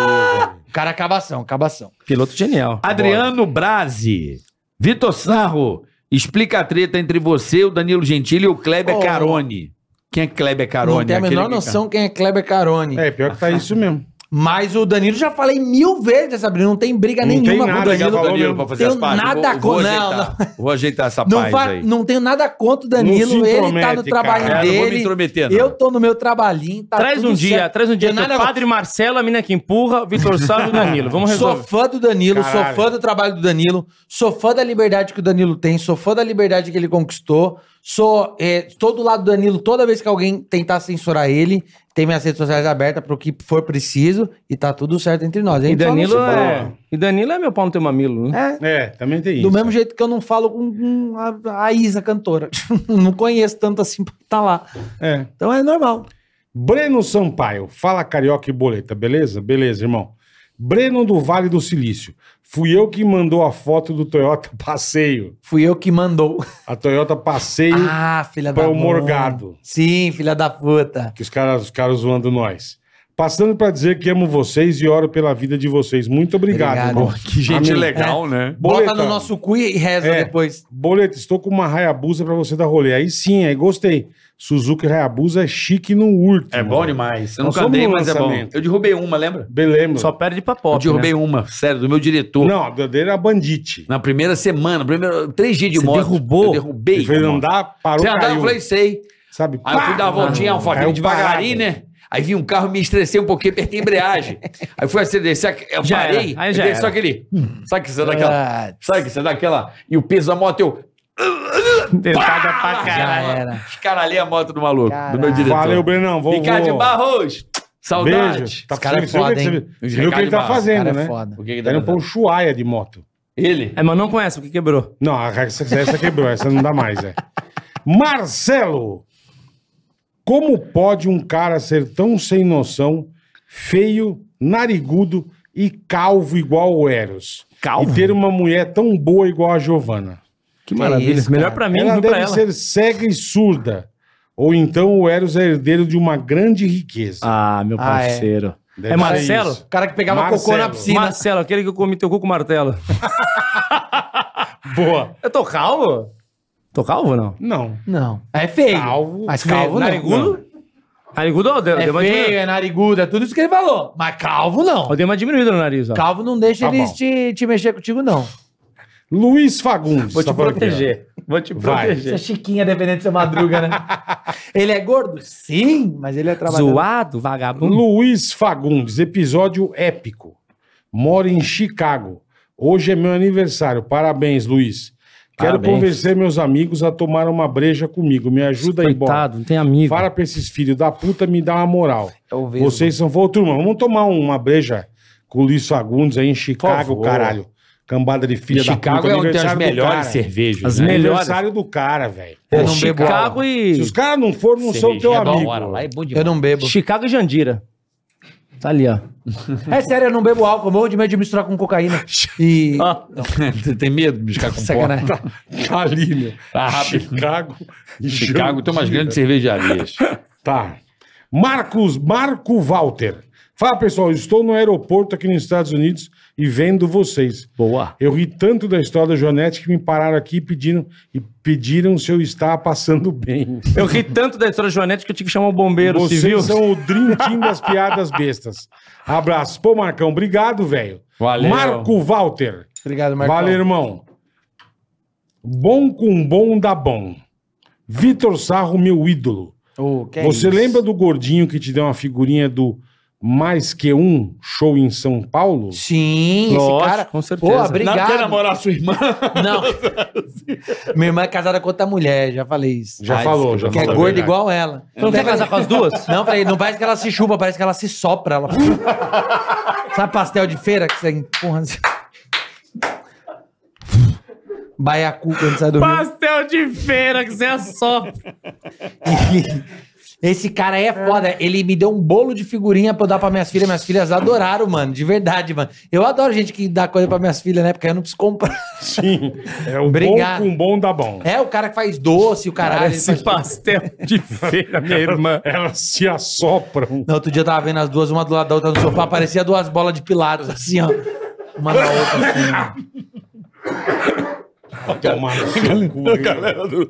Speaker 2: cu, velho.
Speaker 14: Cara, acabação, acabação.
Speaker 5: Piloto genial.
Speaker 1: Adriano Brasi. Vitor Sarro, explica a treta entre você, o Danilo Gentili e o Kleber
Speaker 14: Oh.
Speaker 1: Carone. Quem é Kleber Carone?
Speaker 14: não tem a
Speaker 1: Aquele
Speaker 14: menor
Speaker 1: que-
Speaker 14: noção quem é Kleber Carone.
Speaker 2: É, pior que tá isso mesmo.
Speaker 14: Mas o Danilo já falei mil vezes, Sabrina. Não tem briga
Speaker 2: Não
Speaker 14: nenhuma
Speaker 2: tem
Speaker 14: com
Speaker 2: nada,
Speaker 14: o
Speaker 1: Vou ligar
Speaker 14: Danilo.
Speaker 1: pro Danilo
Speaker 2: mesmo.
Speaker 1: pra fazer
Speaker 14: Tenho
Speaker 1: as pazes.
Speaker 14: nada
Speaker 1: vou, vou
Speaker 14: com- não,
Speaker 1: ajeitar. Vou ajeitar essa
Speaker 14: Não,
Speaker 1: paz
Speaker 14: fa-
Speaker 1: aí.
Speaker 14: não tenho nada contra o Danilo.
Speaker 2: Não se
Speaker 14: Ele tá no
Speaker 2: intromete,
Speaker 14: trabalho
Speaker 2: cara.
Speaker 1: É, não vou me
Speaker 14: dele.
Speaker 1: intrometer, não.
Speaker 14: Eu tô no meu trabalhinho. tá
Speaker 5: né? traz
Speaker 14: tudo
Speaker 5: um dia,
Speaker 14: certo.
Speaker 5: traz um dia.
Speaker 14: Tem
Speaker 5: Nada...
Speaker 14: nada-
Speaker 5: Padre Marcelo, a mina que empurra, Vitor Sá e o Danilo. Vamos
Speaker 14: Sou
Speaker 5: resolver.
Speaker 14: fã do Danilo,
Speaker 2: Caralho.
Speaker 14: sou fã do trabalho do Danilo, sou fã da liberdade que o Danilo tem, sou fã da liberdade que ele conquistou, sou é, todo lado do Danilo, toda vez que alguém tentar censurar ele, tem minhas redes sociais abertas pro que for preciso e tá tudo certo entre nós.
Speaker 5: E
Speaker 14: hein?
Speaker 5: Danilo
Speaker 14: Fala-
Speaker 5: é. E Danilo é meu pau no teu mamilo. né?
Speaker 2: É, também tem isso.
Speaker 14: Do mesmo jeito que eu não falo com, com a, a Isa, cantora. (laughs) não conheço tanto assim pra tá lá.
Speaker 2: É.
Speaker 14: Então é normal.
Speaker 2: Breno Sampaio, fala carioca e boleta, beleza? Beleza, irmão. Breno do Vale do Silício. Fui eu que mandou a foto do Toyota (laughs) Passeio.
Speaker 14: Fui eu que mandou.
Speaker 2: A Toyota Passeio,
Speaker 14: Ah, filha
Speaker 2: Pra
Speaker 14: da
Speaker 2: o
Speaker 14: mãe.
Speaker 2: Morgado.
Speaker 14: Sim, filha da puta.
Speaker 2: que os caras, os caras zoando nós. Passando pra dizer que amo vocês e oro pela vida de vocês. Muito obrigado,
Speaker 14: Obrigado.
Speaker 2: irmão.
Speaker 1: Que gente
Speaker 2: Amém.
Speaker 14: é.
Speaker 1: legal, né?
Speaker 2: Boleta,
Speaker 14: Bota no nosso cu e reza
Speaker 2: É.
Speaker 14: depois.
Speaker 2: Boleto, estou com uma Hayabusa pra você dar rolê. Aí sim, aí gostei. Suzuki Hayabusa é chique no último.
Speaker 1: É bom
Speaker 2: velho.
Speaker 1: demais. Eu
Speaker 2: Nós
Speaker 1: nunca
Speaker 2: somos
Speaker 1: dei,
Speaker 2: um
Speaker 1: mas é bom.
Speaker 2: lançamento.
Speaker 1: Eu derrubei uma, lembra?
Speaker 2: Beleza.
Speaker 5: Só perde pra
Speaker 1: Eu
Speaker 5: pop. né?
Speaker 14: né?
Speaker 1: derrubei uma, sério, do meu diretor.
Speaker 2: Não, a dele era bandite.
Speaker 1: Na primeira semana, primeiro, três dias de
Speaker 5: Você
Speaker 1: moto.
Speaker 5: derrubou?
Speaker 1: Eu derrubei.
Speaker 2: Ele fez
Speaker 1: irmão.
Speaker 2: andar, parou,
Speaker 1: Você andava,
Speaker 2: caiu.
Speaker 1: eu falei, sei.
Speaker 2: Sabe?
Speaker 1: Aí eu fui dar uma voltinha, um
Speaker 2: Caiu
Speaker 1: fotinho devagarinho, né? Aí vi um carro, me estressei um pouquinho, apertei a embreagem. Aí fui acender, sabe? eu
Speaker 5: Já era,
Speaker 1: parei,
Speaker 5: aí
Speaker 1: eu
Speaker 5: já
Speaker 1: dei
Speaker 5: era.
Speaker 1: só aquele... Sabe que você dá aquela...
Speaker 14: Ah,
Speaker 1: Sabe que você dá aquela... E o peso da moto, eu...
Speaker 5: Dentada pra
Speaker 14: já
Speaker 5: caralho.
Speaker 14: era.
Speaker 1: Escaralhei a moto do maluco, do meu
Speaker 14: Caralho.
Speaker 1: diretor.
Speaker 2: Valeu, Brenão. Vou,
Speaker 1: Ricardo
Speaker 2: vou.
Speaker 1: Barros, saudade.
Speaker 2: Beijo. Tá,
Speaker 14: Esse cara é
Speaker 2: você viu-
Speaker 14: foda,
Speaker 2: você
Speaker 14: hein?
Speaker 2: viu- Você viu o que ele tá
Speaker 1: Ricardo
Speaker 14: Esse
Speaker 2: fazendo,
Speaker 14: cara é
Speaker 2: né?
Speaker 14: foda.
Speaker 1: O que que
Speaker 2: Tá
Speaker 1: tá
Speaker 2: indo pra um
Speaker 1: fazendo?
Speaker 2: chuaia de moto.
Speaker 1: Ele?
Speaker 5: É, mas não conhece o que quebrou.
Speaker 2: Não, a- essa, essa quebrou, essa não dá mais, é. Marcelo! Como pode um cara ser tão sem noção, feio, narigudo e calvo igual o Eros? E ter uma mulher tão boa igual a Giovana?
Speaker 5: Que maravilha.
Speaker 14: isso,
Speaker 5: Melhor
Speaker 14: cara.
Speaker 5: pra mim
Speaker 2: ela
Speaker 5: do que pra
Speaker 2: deve
Speaker 5: ela.
Speaker 2: ser cega e surda. Ou então o Eros é herdeiro de uma grande riqueza.
Speaker 5: Ah, meu
Speaker 14: Ah, é.
Speaker 5: parceiro.
Speaker 2: Deve
Speaker 5: é
Speaker 2: ser
Speaker 5: Marcelo?
Speaker 2: isso.
Speaker 14: O cara que pegava
Speaker 2: Marcelo.
Speaker 14: cocô na piscina.
Speaker 5: Marcelo, aquele que eu comi teu cu com martelo.
Speaker 2: Boa.
Speaker 5: Eu tô calvo? Tô calvo ou não?
Speaker 2: Não.
Speaker 14: Não. É feio.
Speaker 2: Calvo.
Speaker 14: Mas
Speaker 2: Feio,
Speaker 14: calvo não.
Speaker 2: narigudo?
Speaker 5: Narigudo, eu dei, eu
Speaker 14: É
Speaker 5: dei uma
Speaker 14: feio,
Speaker 5: diminuída.
Speaker 14: é narigudo, é tudo isso que ele falou. Mas calvo não.
Speaker 4: é
Speaker 5: Eu dei uma diminuída no nariz, ó.
Speaker 14: Calvo não deixa
Speaker 2: Tá
Speaker 14: eles
Speaker 2: bom.
Speaker 14: te, te mexer contigo, não.
Speaker 2: Luiz Fagundes.
Speaker 5: Vou te
Speaker 2: tá falando aqui, ó.
Speaker 5: proteger. Vou te
Speaker 2: Vai.
Speaker 14: Você é
Speaker 5: proteger.
Speaker 14: chiquinha, dependendo do seu madruga, né? (laughs) ele é gordo? Sim, mas ele é trabalhador.
Speaker 5: Zoado,
Speaker 1: Hum.
Speaker 5: vagabundo.
Speaker 2: Luiz Fagundes, episódio épico. Moro em Chicago. Hoje é meu aniversário. Parabéns, Luiz. Quero
Speaker 5: Parabéns.
Speaker 2: convencer meus amigos a tomar uma breja comigo. Me ajuda aí, bola.
Speaker 5: Coitado, não tem amigo.
Speaker 2: Fala pra esses filhos da puta me dar uma moral.
Speaker 1: É
Speaker 14: Eu vejo.
Speaker 2: Vocês são. Vou, turma, vamos tomar uma breja com o Luiz Fagundes aí em Chicago,
Speaker 1: favor.
Speaker 2: caralho. Cambada de filha da
Speaker 1: Chicago
Speaker 2: puta.
Speaker 1: é onde tem as
Speaker 2: aniversário do
Speaker 1: melhores
Speaker 2: cara.
Speaker 1: cervejas.
Speaker 5: As
Speaker 1: né?
Speaker 5: melhores.
Speaker 2: Aniversário do cara, velho.
Speaker 14: Eu não bebo
Speaker 5: Chicago
Speaker 14: água.
Speaker 2: Se os
Speaker 5: e...
Speaker 2: caras não forem, não são teu
Speaker 1: Cervejinha da
Speaker 2: amigo.
Speaker 1: hora, lá é bom demais.
Speaker 14: Eu não bebo.
Speaker 5: Chicago e Jandira. Tá ali, ó.
Speaker 14: É sério, eu não bebo álcool. Eu morro de medo de misturar com cocaína. E.
Speaker 5: Ó,
Speaker 1: (laughs) Você tem medo de ficar com porra?
Speaker 14: Sacanagem.
Speaker 2: Tá ali, meu.
Speaker 1: Tá rápido.
Speaker 2: Chicago. e
Speaker 1: Chicago tem umas
Speaker 2: Jandira.
Speaker 1: grandes cervejarias.
Speaker 2: Tá. Marcos, Marco Walter. Fala, pessoal, estou no aeroporto aqui nos Estados Unidos e vendo vocês.
Speaker 1: Boa.
Speaker 2: Eu ri tanto da história da Joanete que me pararam aqui pedindo, e pediram se eu estava passando bem.
Speaker 5: eu ri tanto da história Joanete que eu tive que chamar o bombeiro
Speaker 2: Vocês
Speaker 5: civil.
Speaker 2: são o Dream Team das piadas bestas. Abraço. Pô, Marcão, obrigado, velho.
Speaker 1: Valeu.
Speaker 2: Marco Walter.
Speaker 14: Obrigado, Marcão.
Speaker 2: Valeu, irmão. Bom com bom dá bom. Vitor Sarro, meu ídolo.
Speaker 14: Ô, que é
Speaker 2: Você
Speaker 14: isso?
Speaker 2: lembra do gordinho que te deu uma figurinha do Mais Que Um show em São Paulo?
Speaker 14: Sim,
Speaker 5: Lógico,
Speaker 14: esse cara.
Speaker 5: com certeza.
Speaker 14: Pô, obrigado.
Speaker 1: sua irmã?
Speaker 14: Não. Minha irmã é casada com outra mulher, já falei isso.
Speaker 2: Já
Speaker 1: Ah,
Speaker 2: falou, já
Speaker 1: desculpa,
Speaker 14: Que é
Speaker 2: falou.
Speaker 14: gorda igual ela.
Speaker 5: Você não quer casar com as duas?
Speaker 14: Não, falei, não parece que ela se chupa, parece que ela se sopra. Ela... (laughs) Sabe pastel de feira que você empurra (laughs) assim? Baiacu quando sai do (laughs)
Speaker 5: Pastel de feira que você é só.
Speaker 14: Esse cara aí é foda. Ele me deu um bolo de figurinha pra eu dar pra minhas filhas. Minhas filhas adoraram, mano. De verdade, mano. Eu adoro gente que dá coisa pra minhas filhas, né? Porque eu não preciso comprar.
Speaker 2: (laughs) Sim. É o
Speaker 14: Obrigado.
Speaker 2: bom com bom dá bom.
Speaker 14: É, o cara que faz doce, o caralho. ele faz-
Speaker 5: Esse pastel de feira, minha irmã.
Speaker 2: Elas se um assopram.
Speaker 14: No outro dia eu tava vendo as duas, uma do lado da outra no sofá, parecia duas bolas de pilatos, assim, ó. Uma na outra, assim.
Speaker 2: Tomar no seu cu, viu?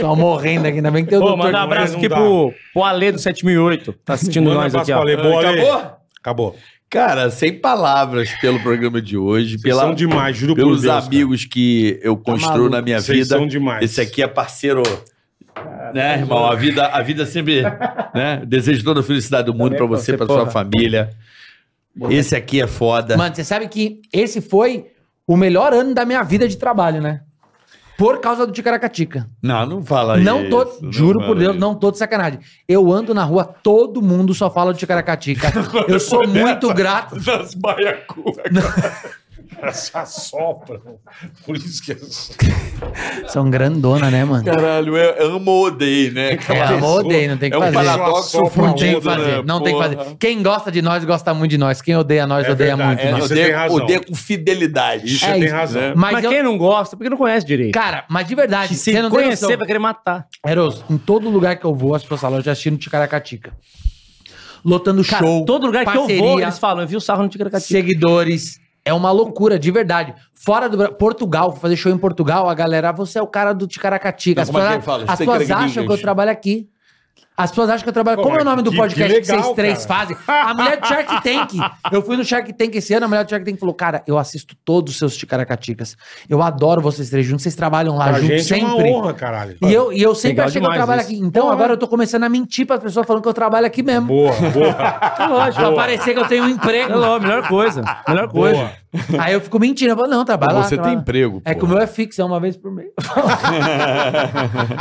Speaker 14: Só morrendo aqui, ainda bem que tem o
Speaker 5: Pô,
Speaker 14: doutor.
Speaker 5: manda um abraço
Speaker 2: não
Speaker 5: aqui
Speaker 2: dá.
Speaker 5: pro, pro Ale do 7008. Tá assistindo
Speaker 2: Manda um
Speaker 5: nós
Speaker 2: abraço
Speaker 5: aqui,
Speaker 2: pro
Speaker 5: ó.
Speaker 2: Ale. Boa, Ale.
Speaker 1: Acabou?
Speaker 2: Acabou.
Speaker 1: Cara, sem palavras pelo programa de hoje,
Speaker 2: Vocês
Speaker 1: pela,
Speaker 2: são demais, juro por
Speaker 1: pelos
Speaker 2: Deus. cara.
Speaker 1: amigos que eu
Speaker 14: Tá
Speaker 1: construo na minha
Speaker 2: Vocês
Speaker 1: vida.
Speaker 2: são demais.
Speaker 1: Esse aqui é parceiro.
Speaker 14: tá
Speaker 1: Né, irmão? A vida, a vida
Speaker 14: (laughs)
Speaker 1: sempre. Né? Desejo toda a felicidade do mundo pra você, pra sua família. Esse aqui é foda.
Speaker 14: Mano, você sabe que esse foi o melhor ano da minha vida de trabalho, né? Por causa do Ticaracatica.
Speaker 1: Não, não fala
Speaker 14: Não
Speaker 1: isso.
Speaker 14: tô, juro
Speaker 1: fala
Speaker 14: por Deus,
Speaker 1: isso.
Speaker 14: não tô de sacanagem. Eu ando na rua, todo mundo só fala de Ticaracatica. Eu sou muito grato.
Speaker 1: Das baiacu.
Speaker 2: Elas (laughs) se assopram. Por isso que é elas...
Speaker 14: São grandona, né, mano?
Speaker 1: Caralho, eu eu amo ou odeio, né?
Speaker 14: É,
Speaker 1: cara?
Speaker 14: amor, odeio, não tem que
Speaker 1: É um
Speaker 14: fazer.
Speaker 1: paradoxo
Speaker 2: Não
Speaker 14: Não tem
Speaker 1: fudido,
Speaker 14: que fazer,
Speaker 1: né?
Speaker 14: não tem que
Speaker 1: Porra.
Speaker 14: fazer. Quem gosta de nós, gosta muito de nós. Quem odeia nós,
Speaker 2: É
Speaker 14: odeia
Speaker 2: verdade,
Speaker 14: muito
Speaker 1: É,
Speaker 14: nós.
Speaker 2: Você tem
Speaker 1: odeio,
Speaker 2: razão.
Speaker 1: odeio com fidelidade.
Speaker 2: Isso
Speaker 14: É
Speaker 2: você tem
Speaker 14: isso,
Speaker 2: razão.
Speaker 1: né?
Speaker 14: Mas,
Speaker 5: Mas
Speaker 14: eu-
Speaker 5: quem não gosta, porque não conhece direito.
Speaker 14: cara, mas de verdade,
Speaker 5: se
Speaker 14: você não tem
Speaker 5: conhecer,
Speaker 14: noção.
Speaker 5: vai querer matar.
Speaker 14: Eros, em todo lugar que eu vou, as pessoas falam, eu já assisti no Ticaracatica. Lotando
Speaker 5: Cara,
Speaker 14: show,
Speaker 5: todo lugar que eu vou,
Speaker 14: parceria.
Speaker 5: eles falam, eu vi o sarro no Ticaracatica.
Speaker 14: seguidores. É uma loucura, de verdade. Fora do Bra- Portugal, vou fazer show em Portugal, a galera, "Ah, você é o cara do Ticaracatica.
Speaker 1: Não,
Speaker 14: As
Speaker 1: como é que
Speaker 14: pessoas,
Speaker 1: ele fala?
Speaker 14: as pessoas acham que eu
Speaker 1: Ticaracatica.
Speaker 14: trabalho aqui. As pessoas acham que eu trabalho.
Speaker 2: Pô,
Speaker 14: Como é
Speaker 2: mas
Speaker 14: o nome do
Speaker 2: que-
Speaker 14: podcast
Speaker 2: que
Speaker 14: que,
Speaker 2: legal,
Speaker 14: vocês três
Speaker 2: cara.
Speaker 14: fazem? A mulher do Shark Tank. Eu fui no Shark Tank esse ano, a mulher do Shark Tank falou: Cara, eu assisto todos os seus Ticaracaticas. Eu adoro vocês três juntos, vocês trabalham lá
Speaker 2: Pra
Speaker 14: juntos
Speaker 2: gente é uma
Speaker 14: Tá sempre.
Speaker 2: honra, caralho.
Speaker 14: E eu, e eu sempre
Speaker 5: Legal
Speaker 14: achei que eu
Speaker 5: demais
Speaker 14: trabalho
Speaker 5: isso.
Speaker 14: aqui. Então
Speaker 2: Porra.
Speaker 14: agora eu tô começando a mentir pras pessoas falando que eu trabalho aqui mesmo.
Speaker 2: Boa, boa.
Speaker 14: Pra parecer que eu tenho um emprego.
Speaker 5: É lá, melhor (laughs) coisa. Melhor coisa.
Speaker 2: boa.
Speaker 14: Aí eu fico mentindo. Eu falo, não, trabalho lá.
Speaker 1: Você tem
Speaker 14: trabalho lá.
Speaker 1: emprego.
Speaker 14: É que o meu é fixo, é uma vez por mês.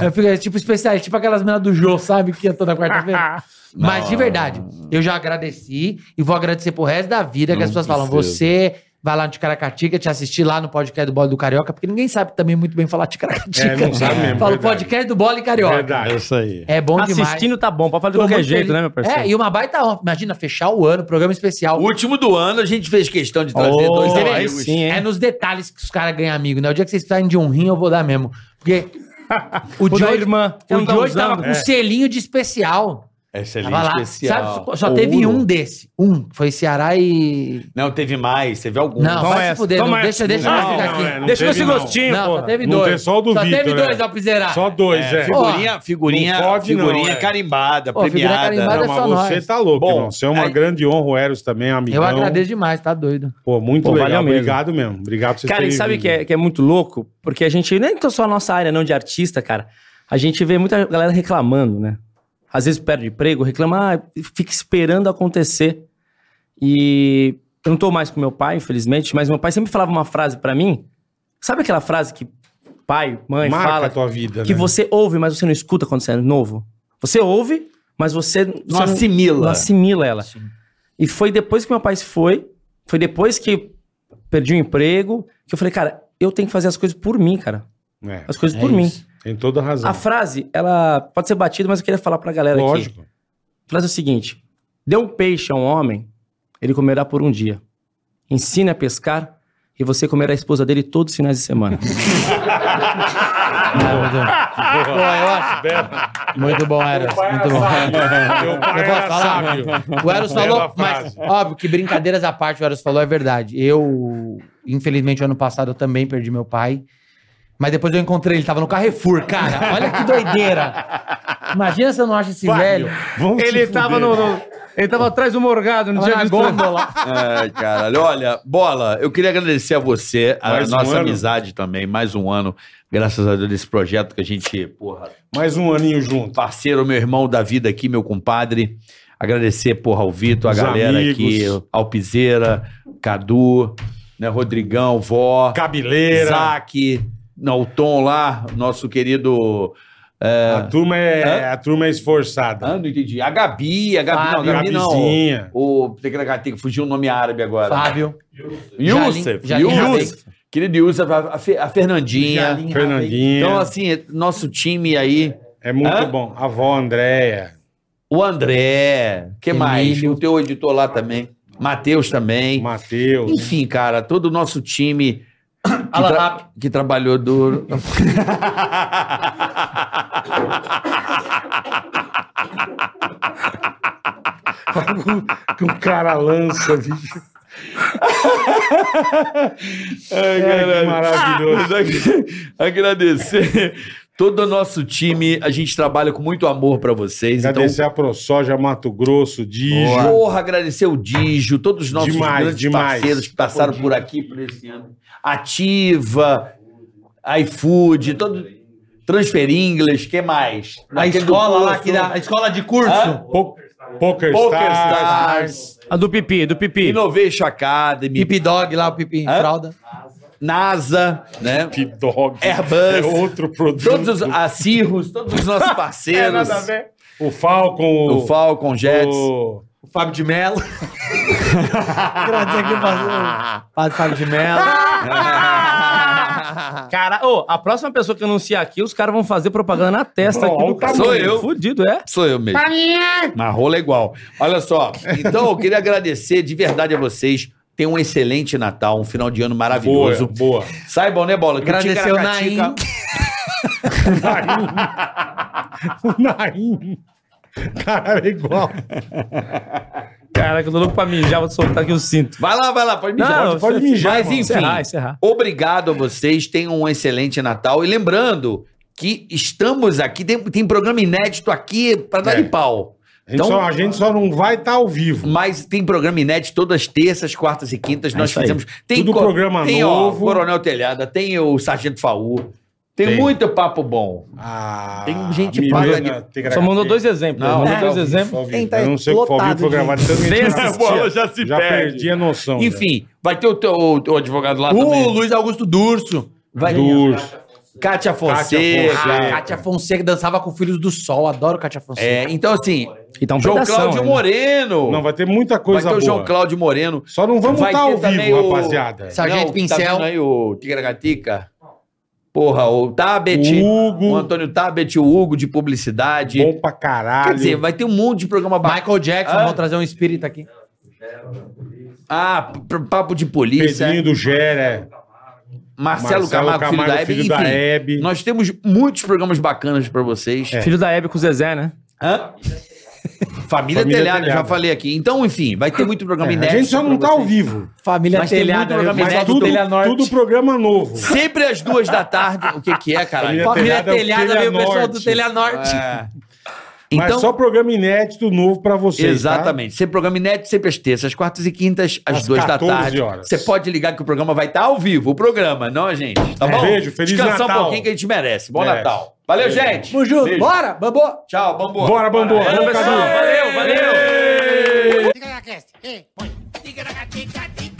Speaker 14: eu fico é tipo especial, é tipo aquelas meninas do Jô, sabe? Que é toda quarta-feira. Mas de verdade, eu já agradeci e vou agradecer pro resto da vida é que as pessoas falam,
Speaker 1: precisa.
Speaker 14: você vai lá no Ticaracatica, te assistir lá no podcast do Bola do Carioca, porque ninguém sabe também muito bem falar Ticaracatica.
Speaker 2: É, não sabe mesmo,
Speaker 14: Fala
Speaker 2: verdade.
Speaker 14: o podcast do Bola (laughs) e Carioca.
Speaker 2: Verdade.
Speaker 1: isso aí.
Speaker 14: É bom demais.
Speaker 5: Assistindo tá bom, pode falar de
Speaker 14: Tô
Speaker 5: qualquer
Speaker 14: muito
Speaker 5: jeito,
Speaker 14: feliz.
Speaker 5: né, meu parceiro?
Speaker 14: É, e uma baita honra. Imagina, fechar o ano, programa especial.
Speaker 1: O último do ano a gente fez questão de trazer
Speaker 5: Oh,
Speaker 1: dois
Speaker 5: aí
Speaker 1: amigos.
Speaker 5: sim, hein?
Speaker 14: É nos detalhes que os caras ganham amigo, né? O dia que vocês precisarem de um rim, eu vou dar mesmo. Porque o
Speaker 5: O
Speaker 14: de
Speaker 5: da
Speaker 14: hoje,
Speaker 5: irmã.
Speaker 4: um
Speaker 14: o de hoje tava com um selinho de especial.
Speaker 1: Excelente
Speaker 4: Tava lá.
Speaker 1: especial.
Speaker 4: Sabe, só
Speaker 1: O
Speaker 4: teve
Speaker 1: Uro.
Speaker 4: um desse. Um. Foi Ceará e.
Speaker 1: Não, teve mais, teve algum.
Speaker 4: Não, vai
Speaker 8: essa,
Speaker 4: se fuder.
Speaker 8: toma
Speaker 4: Não, deixa,
Speaker 8: essa.
Speaker 4: deixa eu
Speaker 2: Não,
Speaker 4: ficar
Speaker 2: não,
Speaker 4: aqui.
Speaker 2: é, não
Speaker 8: Deixou
Speaker 2: teve,
Speaker 8: esse
Speaker 2: não.
Speaker 8: gostinho,
Speaker 4: Não,
Speaker 8: porra.
Speaker 4: só teve
Speaker 2: Não
Speaker 4: dois.
Speaker 2: tem só o do
Speaker 4: só
Speaker 2: Vitor,
Speaker 4: teve dois,
Speaker 2: né?
Speaker 4: ó, pra zerar.
Speaker 2: Só dois, é.
Speaker 4: fica-
Speaker 1: Figurinha, figurinha,
Speaker 2: Não fode, não,
Speaker 1: figurinha
Speaker 2: é.
Speaker 1: carimbada,
Speaker 4: Pô, figurinha
Speaker 1: premiada.
Speaker 4: carimbada
Speaker 2: Não,
Speaker 4: é
Speaker 2: mas
Speaker 4: só
Speaker 2: você
Speaker 4: nós.
Speaker 2: tá louco,
Speaker 1: Bom,
Speaker 2: irmão. Você é uma
Speaker 1: aí-
Speaker 2: grande honra, o Eros também é um amigão.
Speaker 4: Eu agradeço demais, tá doido.
Speaker 2: Pô, muito
Speaker 5: Pô,
Speaker 2: legal.
Speaker 5: valeu mesmo.
Speaker 2: Obrigado mesmo. Obrigado por vocês
Speaker 5: Cara, e
Speaker 2: terem
Speaker 5: sabe
Speaker 2: vindo.
Speaker 5: que é, que é muito louco? Porque a gente, nem tô só a nossa área não de artista, cara. A gente vê muita galera reclamando, né? Às vezes perde emprego, reclama, ah, fica esperando acontecer. E eu não tô mais com meu pai, infelizmente, mas meu pai sempre falava uma frase pra mim. Sabe aquela frase que pai, mãe
Speaker 2: Marca
Speaker 5: fala
Speaker 2: a tua vida,
Speaker 5: que
Speaker 2: né?
Speaker 5: você ouve, mas você não escuta quando você é novo? Você ouve, mas você você
Speaker 1: Não assimila.
Speaker 5: não assimila ela. E foi depois que meu pai se foi, foi depois que perdi o emprego, que eu falei, cara, eu tenho que fazer as coisas por mim, cara.
Speaker 2: É,
Speaker 5: As coisas por mim.
Speaker 2: tem toda a razão.
Speaker 5: A frase, ela pode ser batida, mas eu queria falar pra galera aqui.
Speaker 2: Lógico.
Speaker 5: A frase é o seguinte: dê um peixe a um homem, ele comerá por um dia. Ensine a pescar e você comerá a esposa dele todos os finais de semana.
Speaker 4: Pô, eu acho. Muito
Speaker 14: É,
Speaker 4: bom, Eros. Muito bom.
Speaker 2: Meu pai
Speaker 4: Eu vou
Speaker 2: era
Speaker 4: falar.
Speaker 2: sábio.
Speaker 4: O Eros
Speaker 2: Bela
Speaker 4: falou, mas
Speaker 2: frase.
Speaker 4: óbvio que brincadeiras à parte, o Eros falou é verdade. Eu, infelizmente, ano passado eu também perdi meu pai. Mas depois eu encontrei ele, tava no Carrefour, cara. Olha que doideira. Imagina se eu não acho esse velho.
Speaker 2: Vamos
Speaker 8: Ele
Speaker 2: se
Speaker 8: tava
Speaker 2: fuder.
Speaker 8: no, no- Ele tava atrás do Morgado, não
Speaker 4: Tava
Speaker 8: tinha
Speaker 4: na
Speaker 8: visto.
Speaker 4: gôndola.
Speaker 1: (laughs) Ai, caralho. Olha, Bola, eu queria agradecer a você, a
Speaker 2: Mais um
Speaker 1: nossa
Speaker 2: ano.
Speaker 1: amizade também, mais um ano, graças a Deus, desse projeto que a gente, porra,
Speaker 2: Mais um aninho junto.
Speaker 1: parceiro, meu irmão da vida aqui, meu compadre. Agradecer, porra, ao Vitor, a
Speaker 2: Os
Speaker 1: galera
Speaker 2: amigos.
Speaker 1: aqui, Alpizeira, Cadu, né, Rodrigão, Vó,
Speaker 2: Cabeleira.
Speaker 1: Isaac, não, o Tom lá, nosso querido.
Speaker 2: A turma é, a turma é esforçada.
Speaker 1: Ah, não entendi. A Gabi, a Gabi, não, a Gabi não.
Speaker 2: Gabizinha.
Speaker 1: O, tem que- tem que fugir o nome árabe agora.
Speaker 4: Fábio.
Speaker 1: Youssef,
Speaker 4: Jalim- Jalim
Speaker 1: Youssef, querido Youssef, a, a Fe- a Fernandinha.
Speaker 2: Fernandinha.
Speaker 1: Então, assim, nosso time aí,
Speaker 2: é muito
Speaker 1: Hã?
Speaker 2: bom. A avó Andréia.
Speaker 1: o André, que mais?
Speaker 4: Emílio.
Speaker 1: O teu editor lá também, Matheus também.
Speaker 2: Matheus.
Speaker 1: Enfim, cara, todo o nosso time que, tra- que trabalhou duro.
Speaker 2: que o cara lança, (laughs) bicho. Ai, É, Ah, que maravilhoso.
Speaker 1: Mas ag- (laughs) Agradecer todo o nosso time. A gente trabalha com muito amor pra vocês. Então,
Speaker 2: Agradecer a ProSoja, Mato Grosso, Dijo.
Speaker 1: Porra, agradecer o Dijo, todos os nossos
Speaker 2: Demais,
Speaker 1: grandes
Speaker 2: demais.
Speaker 1: parceiros que passaram por aqui por esse ano. Ativa, iFood, todo Transfer English, que mais?
Speaker 4: A escola lá, que dá- a escola de curso.
Speaker 1: Hã?
Speaker 2: Po Poker,
Speaker 1: Poker
Speaker 2: Stars.
Speaker 1: Stars,
Speaker 5: a do Pipi, do Pipi.
Speaker 1: Innovation Academy,
Speaker 4: Pipi Dog lá, o Pipi em
Speaker 1: Hã?
Speaker 4: fralda.
Speaker 1: NASA, né?
Speaker 2: Pip Dog.
Speaker 1: Airbus.
Speaker 2: É outro produto.
Speaker 1: Todos os a Cirrus, todos os
Speaker 2: (laughs) É,
Speaker 1: nossos parceiros,
Speaker 2: O Falcon.
Speaker 1: o Falcon Jets.
Speaker 2: o-
Speaker 4: O Fábio de Mello. Agradecer aqui o Fábio- Fábio- Fábio de Mello.
Speaker 5: Cara, ô, a próxima pessoa que anunciar aqui, os caras vão fazer propaganda na testa
Speaker 2: Ó,
Speaker 5: aqui
Speaker 2: o
Speaker 5: do cara.
Speaker 1: Sou eu.
Speaker 5: Fudido, é?
Speaker 1: Sou eu mesmo. Na rola é igual. Olha só. Então, eu queria agradecer de verdade a vocês. Tenham um excelente Natal, um final de ano
Speaker 2: Boa,
Speaker 1: maravilhoso.
Speaker 2: boa. (laughs)
Speaker 1: Saibam, né, Bola? que o
Speaker 4: Agradecer o Naim.
Speaker 1: Ticaracatica-
Speaker 2: O Naim. Cara, é igual.
Speaker 5: Caraca, eu tô louco pra mijar, vou soltar aqui o cinto.
Speaker 1: Vai lá, vai lá, pode me
Speaker 5: Não,
Speaker 1: chamar.
Speaker 2: Pode, pode mijar. é
Speaker 1: Mas
Speaker 2: mano.
Speaker 1: enfim,
Speaker 5: Encerrar, encerrar.
Speaker 1: obrigado a vocês. Tenham um excelente Natal. E lembrando que estamos aqui, tem, tem programa inédito aqui pra dar
Speaker 2: É.
Speaker 1: de pau.
Speaker 2: A gente, só, a gente só não vai estar ao vivo.
Speaker 1: Mas tem programa inédito todas terças, quartas e quintas. nós
Speaker 5: isso aí.
Speaker 1: fizemos. Tem
Speaker 2: É Tudo programa
Speaker 1: tem,
Speaker 2: novo.
Speaker 1: Ó, Coronel Telhada, tem o Sargento Faú. Tem,
Speaker 2: Tem.
Speaker 1: muito papo bom.
Speaker 2: Ah,
Speaker 1: Tem gente
Speaker 2: Milena
Speaker 1: paga
Speaker 2: Tegra-
Speaker 5: Só mandou dois exemplos.
Speaker 1: Não,
Speaker 5: mandou
Speaker 2: Ao
Speaker 5: dois
Speaker 2: vivo,
Speaker 5: exemplos.
Speaker 2: ao vivo.
Speaker 6: Quem tá
Speaker 2: Eu não sei o que foi ao vivo, foi
Speaker 6: lotado,
Speaker 2: gravado tanto que a gente
Speaker 5: Pensa,
Speaker 2: não
Speaker 5: a
Speaker 2: assistia.
Speaker 8: bola já se
Speaker 2: Já
Speaker 8: perde.
Speaker 2: perdi a noção.
Speaker 1: Enfim, vai ter o teu o, teu advogado lá
Speaker 4: O
Speaker 1: também.
Speaker 4: Luiz Augusto Durso.
Speaker 1: Vai,
Speaker 2: velho. do urso.
Speaker 1: Cátia
Speaker 2: Cátia
Speaker 1: Fonseca.
Speaker 2: Fonseca.
Speaker 4: A Cátia Fonseca dançava com Filhos do Sol. Adoro Cátia Fonseca.
Speaker 1: É, então, assim,
Speaker 5: E tá um
Speaker 1: João
Speaker 5: pedação
Speaker 1: Cláudio
Speaker 5: ainda.
Speaker 1: Moreno.
Speaker 2: né? Não, vai ter muita
Speaker 1: vai
Speaker 2: coisa
Speaker 1: ter o João
Speaker 2: boa.
Speaker 1: Cláudio Moreno.
Speaker 2: Só não vamos
Speaker 1: Vai
Speaker 2: estar ao
Speaker 1: ter também
Speaker 2: vivo,
Speaker 1: o-
Speaker 2: rapaziada.
Speaker 4: Sargento
Speaker 1: Não, Tá
Speaker 4: Pincel.
Speaker 1: vindo aí o Tigragatica. Porra, o Tabet.
Speaker 2: O
Speaker 1: O
Speaker 2: Hugo,
Speaker 1: Antônio Tabet, o Hugo de publicidade.
Speaker 2: bom pra
Speaker 1: Quer
Speaker 2: caralho.
Speaker 1: dizer, vai ter um monte de programa bacana.
Speaker 4: Michael Jackson,
Speaker 1: Ah.
Speaker 4: vão trazer um espírito aqui.
Speaker 1: Ah, pr- papo de polícia.
Speaker 2: Pedrinho do Gera,
Speaker 1: é Marcelo, Camargo, filho da Hebe.
Speaker 2: filho da
Speaker 1: enfim,
Speaker 2: Hebe. É,
Speaker 1: nós temos muitos programas bacanas pra vocês.
Speaker 5: Filho da Hebe com o Zezé, né?
Speaker 1: Hã? Família,
Speaker 2: Família
Speaker 1: Telhada,
Speaker 2: Telhada.
Speaker 1: já falei aqui. Então, enfim, vai ter muito
Speaker 4: É,
Speaker 1: programa
Speaker 2: A
Speaker 1: inédito.
Speaker 2: gente só não
Speaker 1: pra
Speaker 2: tá ao
Speaker 1: vocês.
Speaker 2: vivo.
Speaker 4: Família
Speaker 1: Mas tem muito
Speaker 4: Telhada, eu
Speaker 1: programa
Speaker 4: vi
Speaker 2: Mas tá
Speaker 4: Neto
Speaker 2: tudo,
Speaker 4: Telha Norte.
Speaker 2: tudo programa novo.
Speaker 1: Sempre às duas da tarde. O que que é, caralho?
Speaker 4: Família
Speaker 2: Telhada é o
Speaker 4: Telhada,
Speaker 2: Telha
Speaker 4: veio o pessoal
Speaker 2: Norte.
Speaker 4: do Telha Norte.
Speaker 1: É.
Speaker 2: Mas
Speaker 1: Então,
Speaker 2: só programa inédito novo pra vocês. tá?
Speaker 1: Exatamente. Sempre programa inédito, sempre às terças, quartas e quintas, às
Speaker 2: Às
Speaker 1: duas da
Speaker 2: 14
Speaker 1: tarde.
Speaker 2: horas.
Speaker 1: Você pode ligar que o programa vai estar ao vivo, o programa, não, gente? Tá
Speaker 2: É.
Speaker 1: bom?
Speaker 2: Beijo, Feliz
Speaker 1: Descansar
Speaker 2: Natal.
Speaker 1: um pouquinho que a gente merece. Bom
Speaker 2: Merece.
Speaker 1: Natal. Valeu, gente.
Speaker 4: Vamos junto, bora, bambô.
Speaker 1: Tchau, bambu.
Speaker 2: Bora, Bambu. Valeu,
Speaker 5: Valeu,
Speaker 2: Cadu.
Speaker 5: pessoal. Valeu, valeu.
Speaker 6: Tica na cast. Ei, põe. Tica na tica, tica.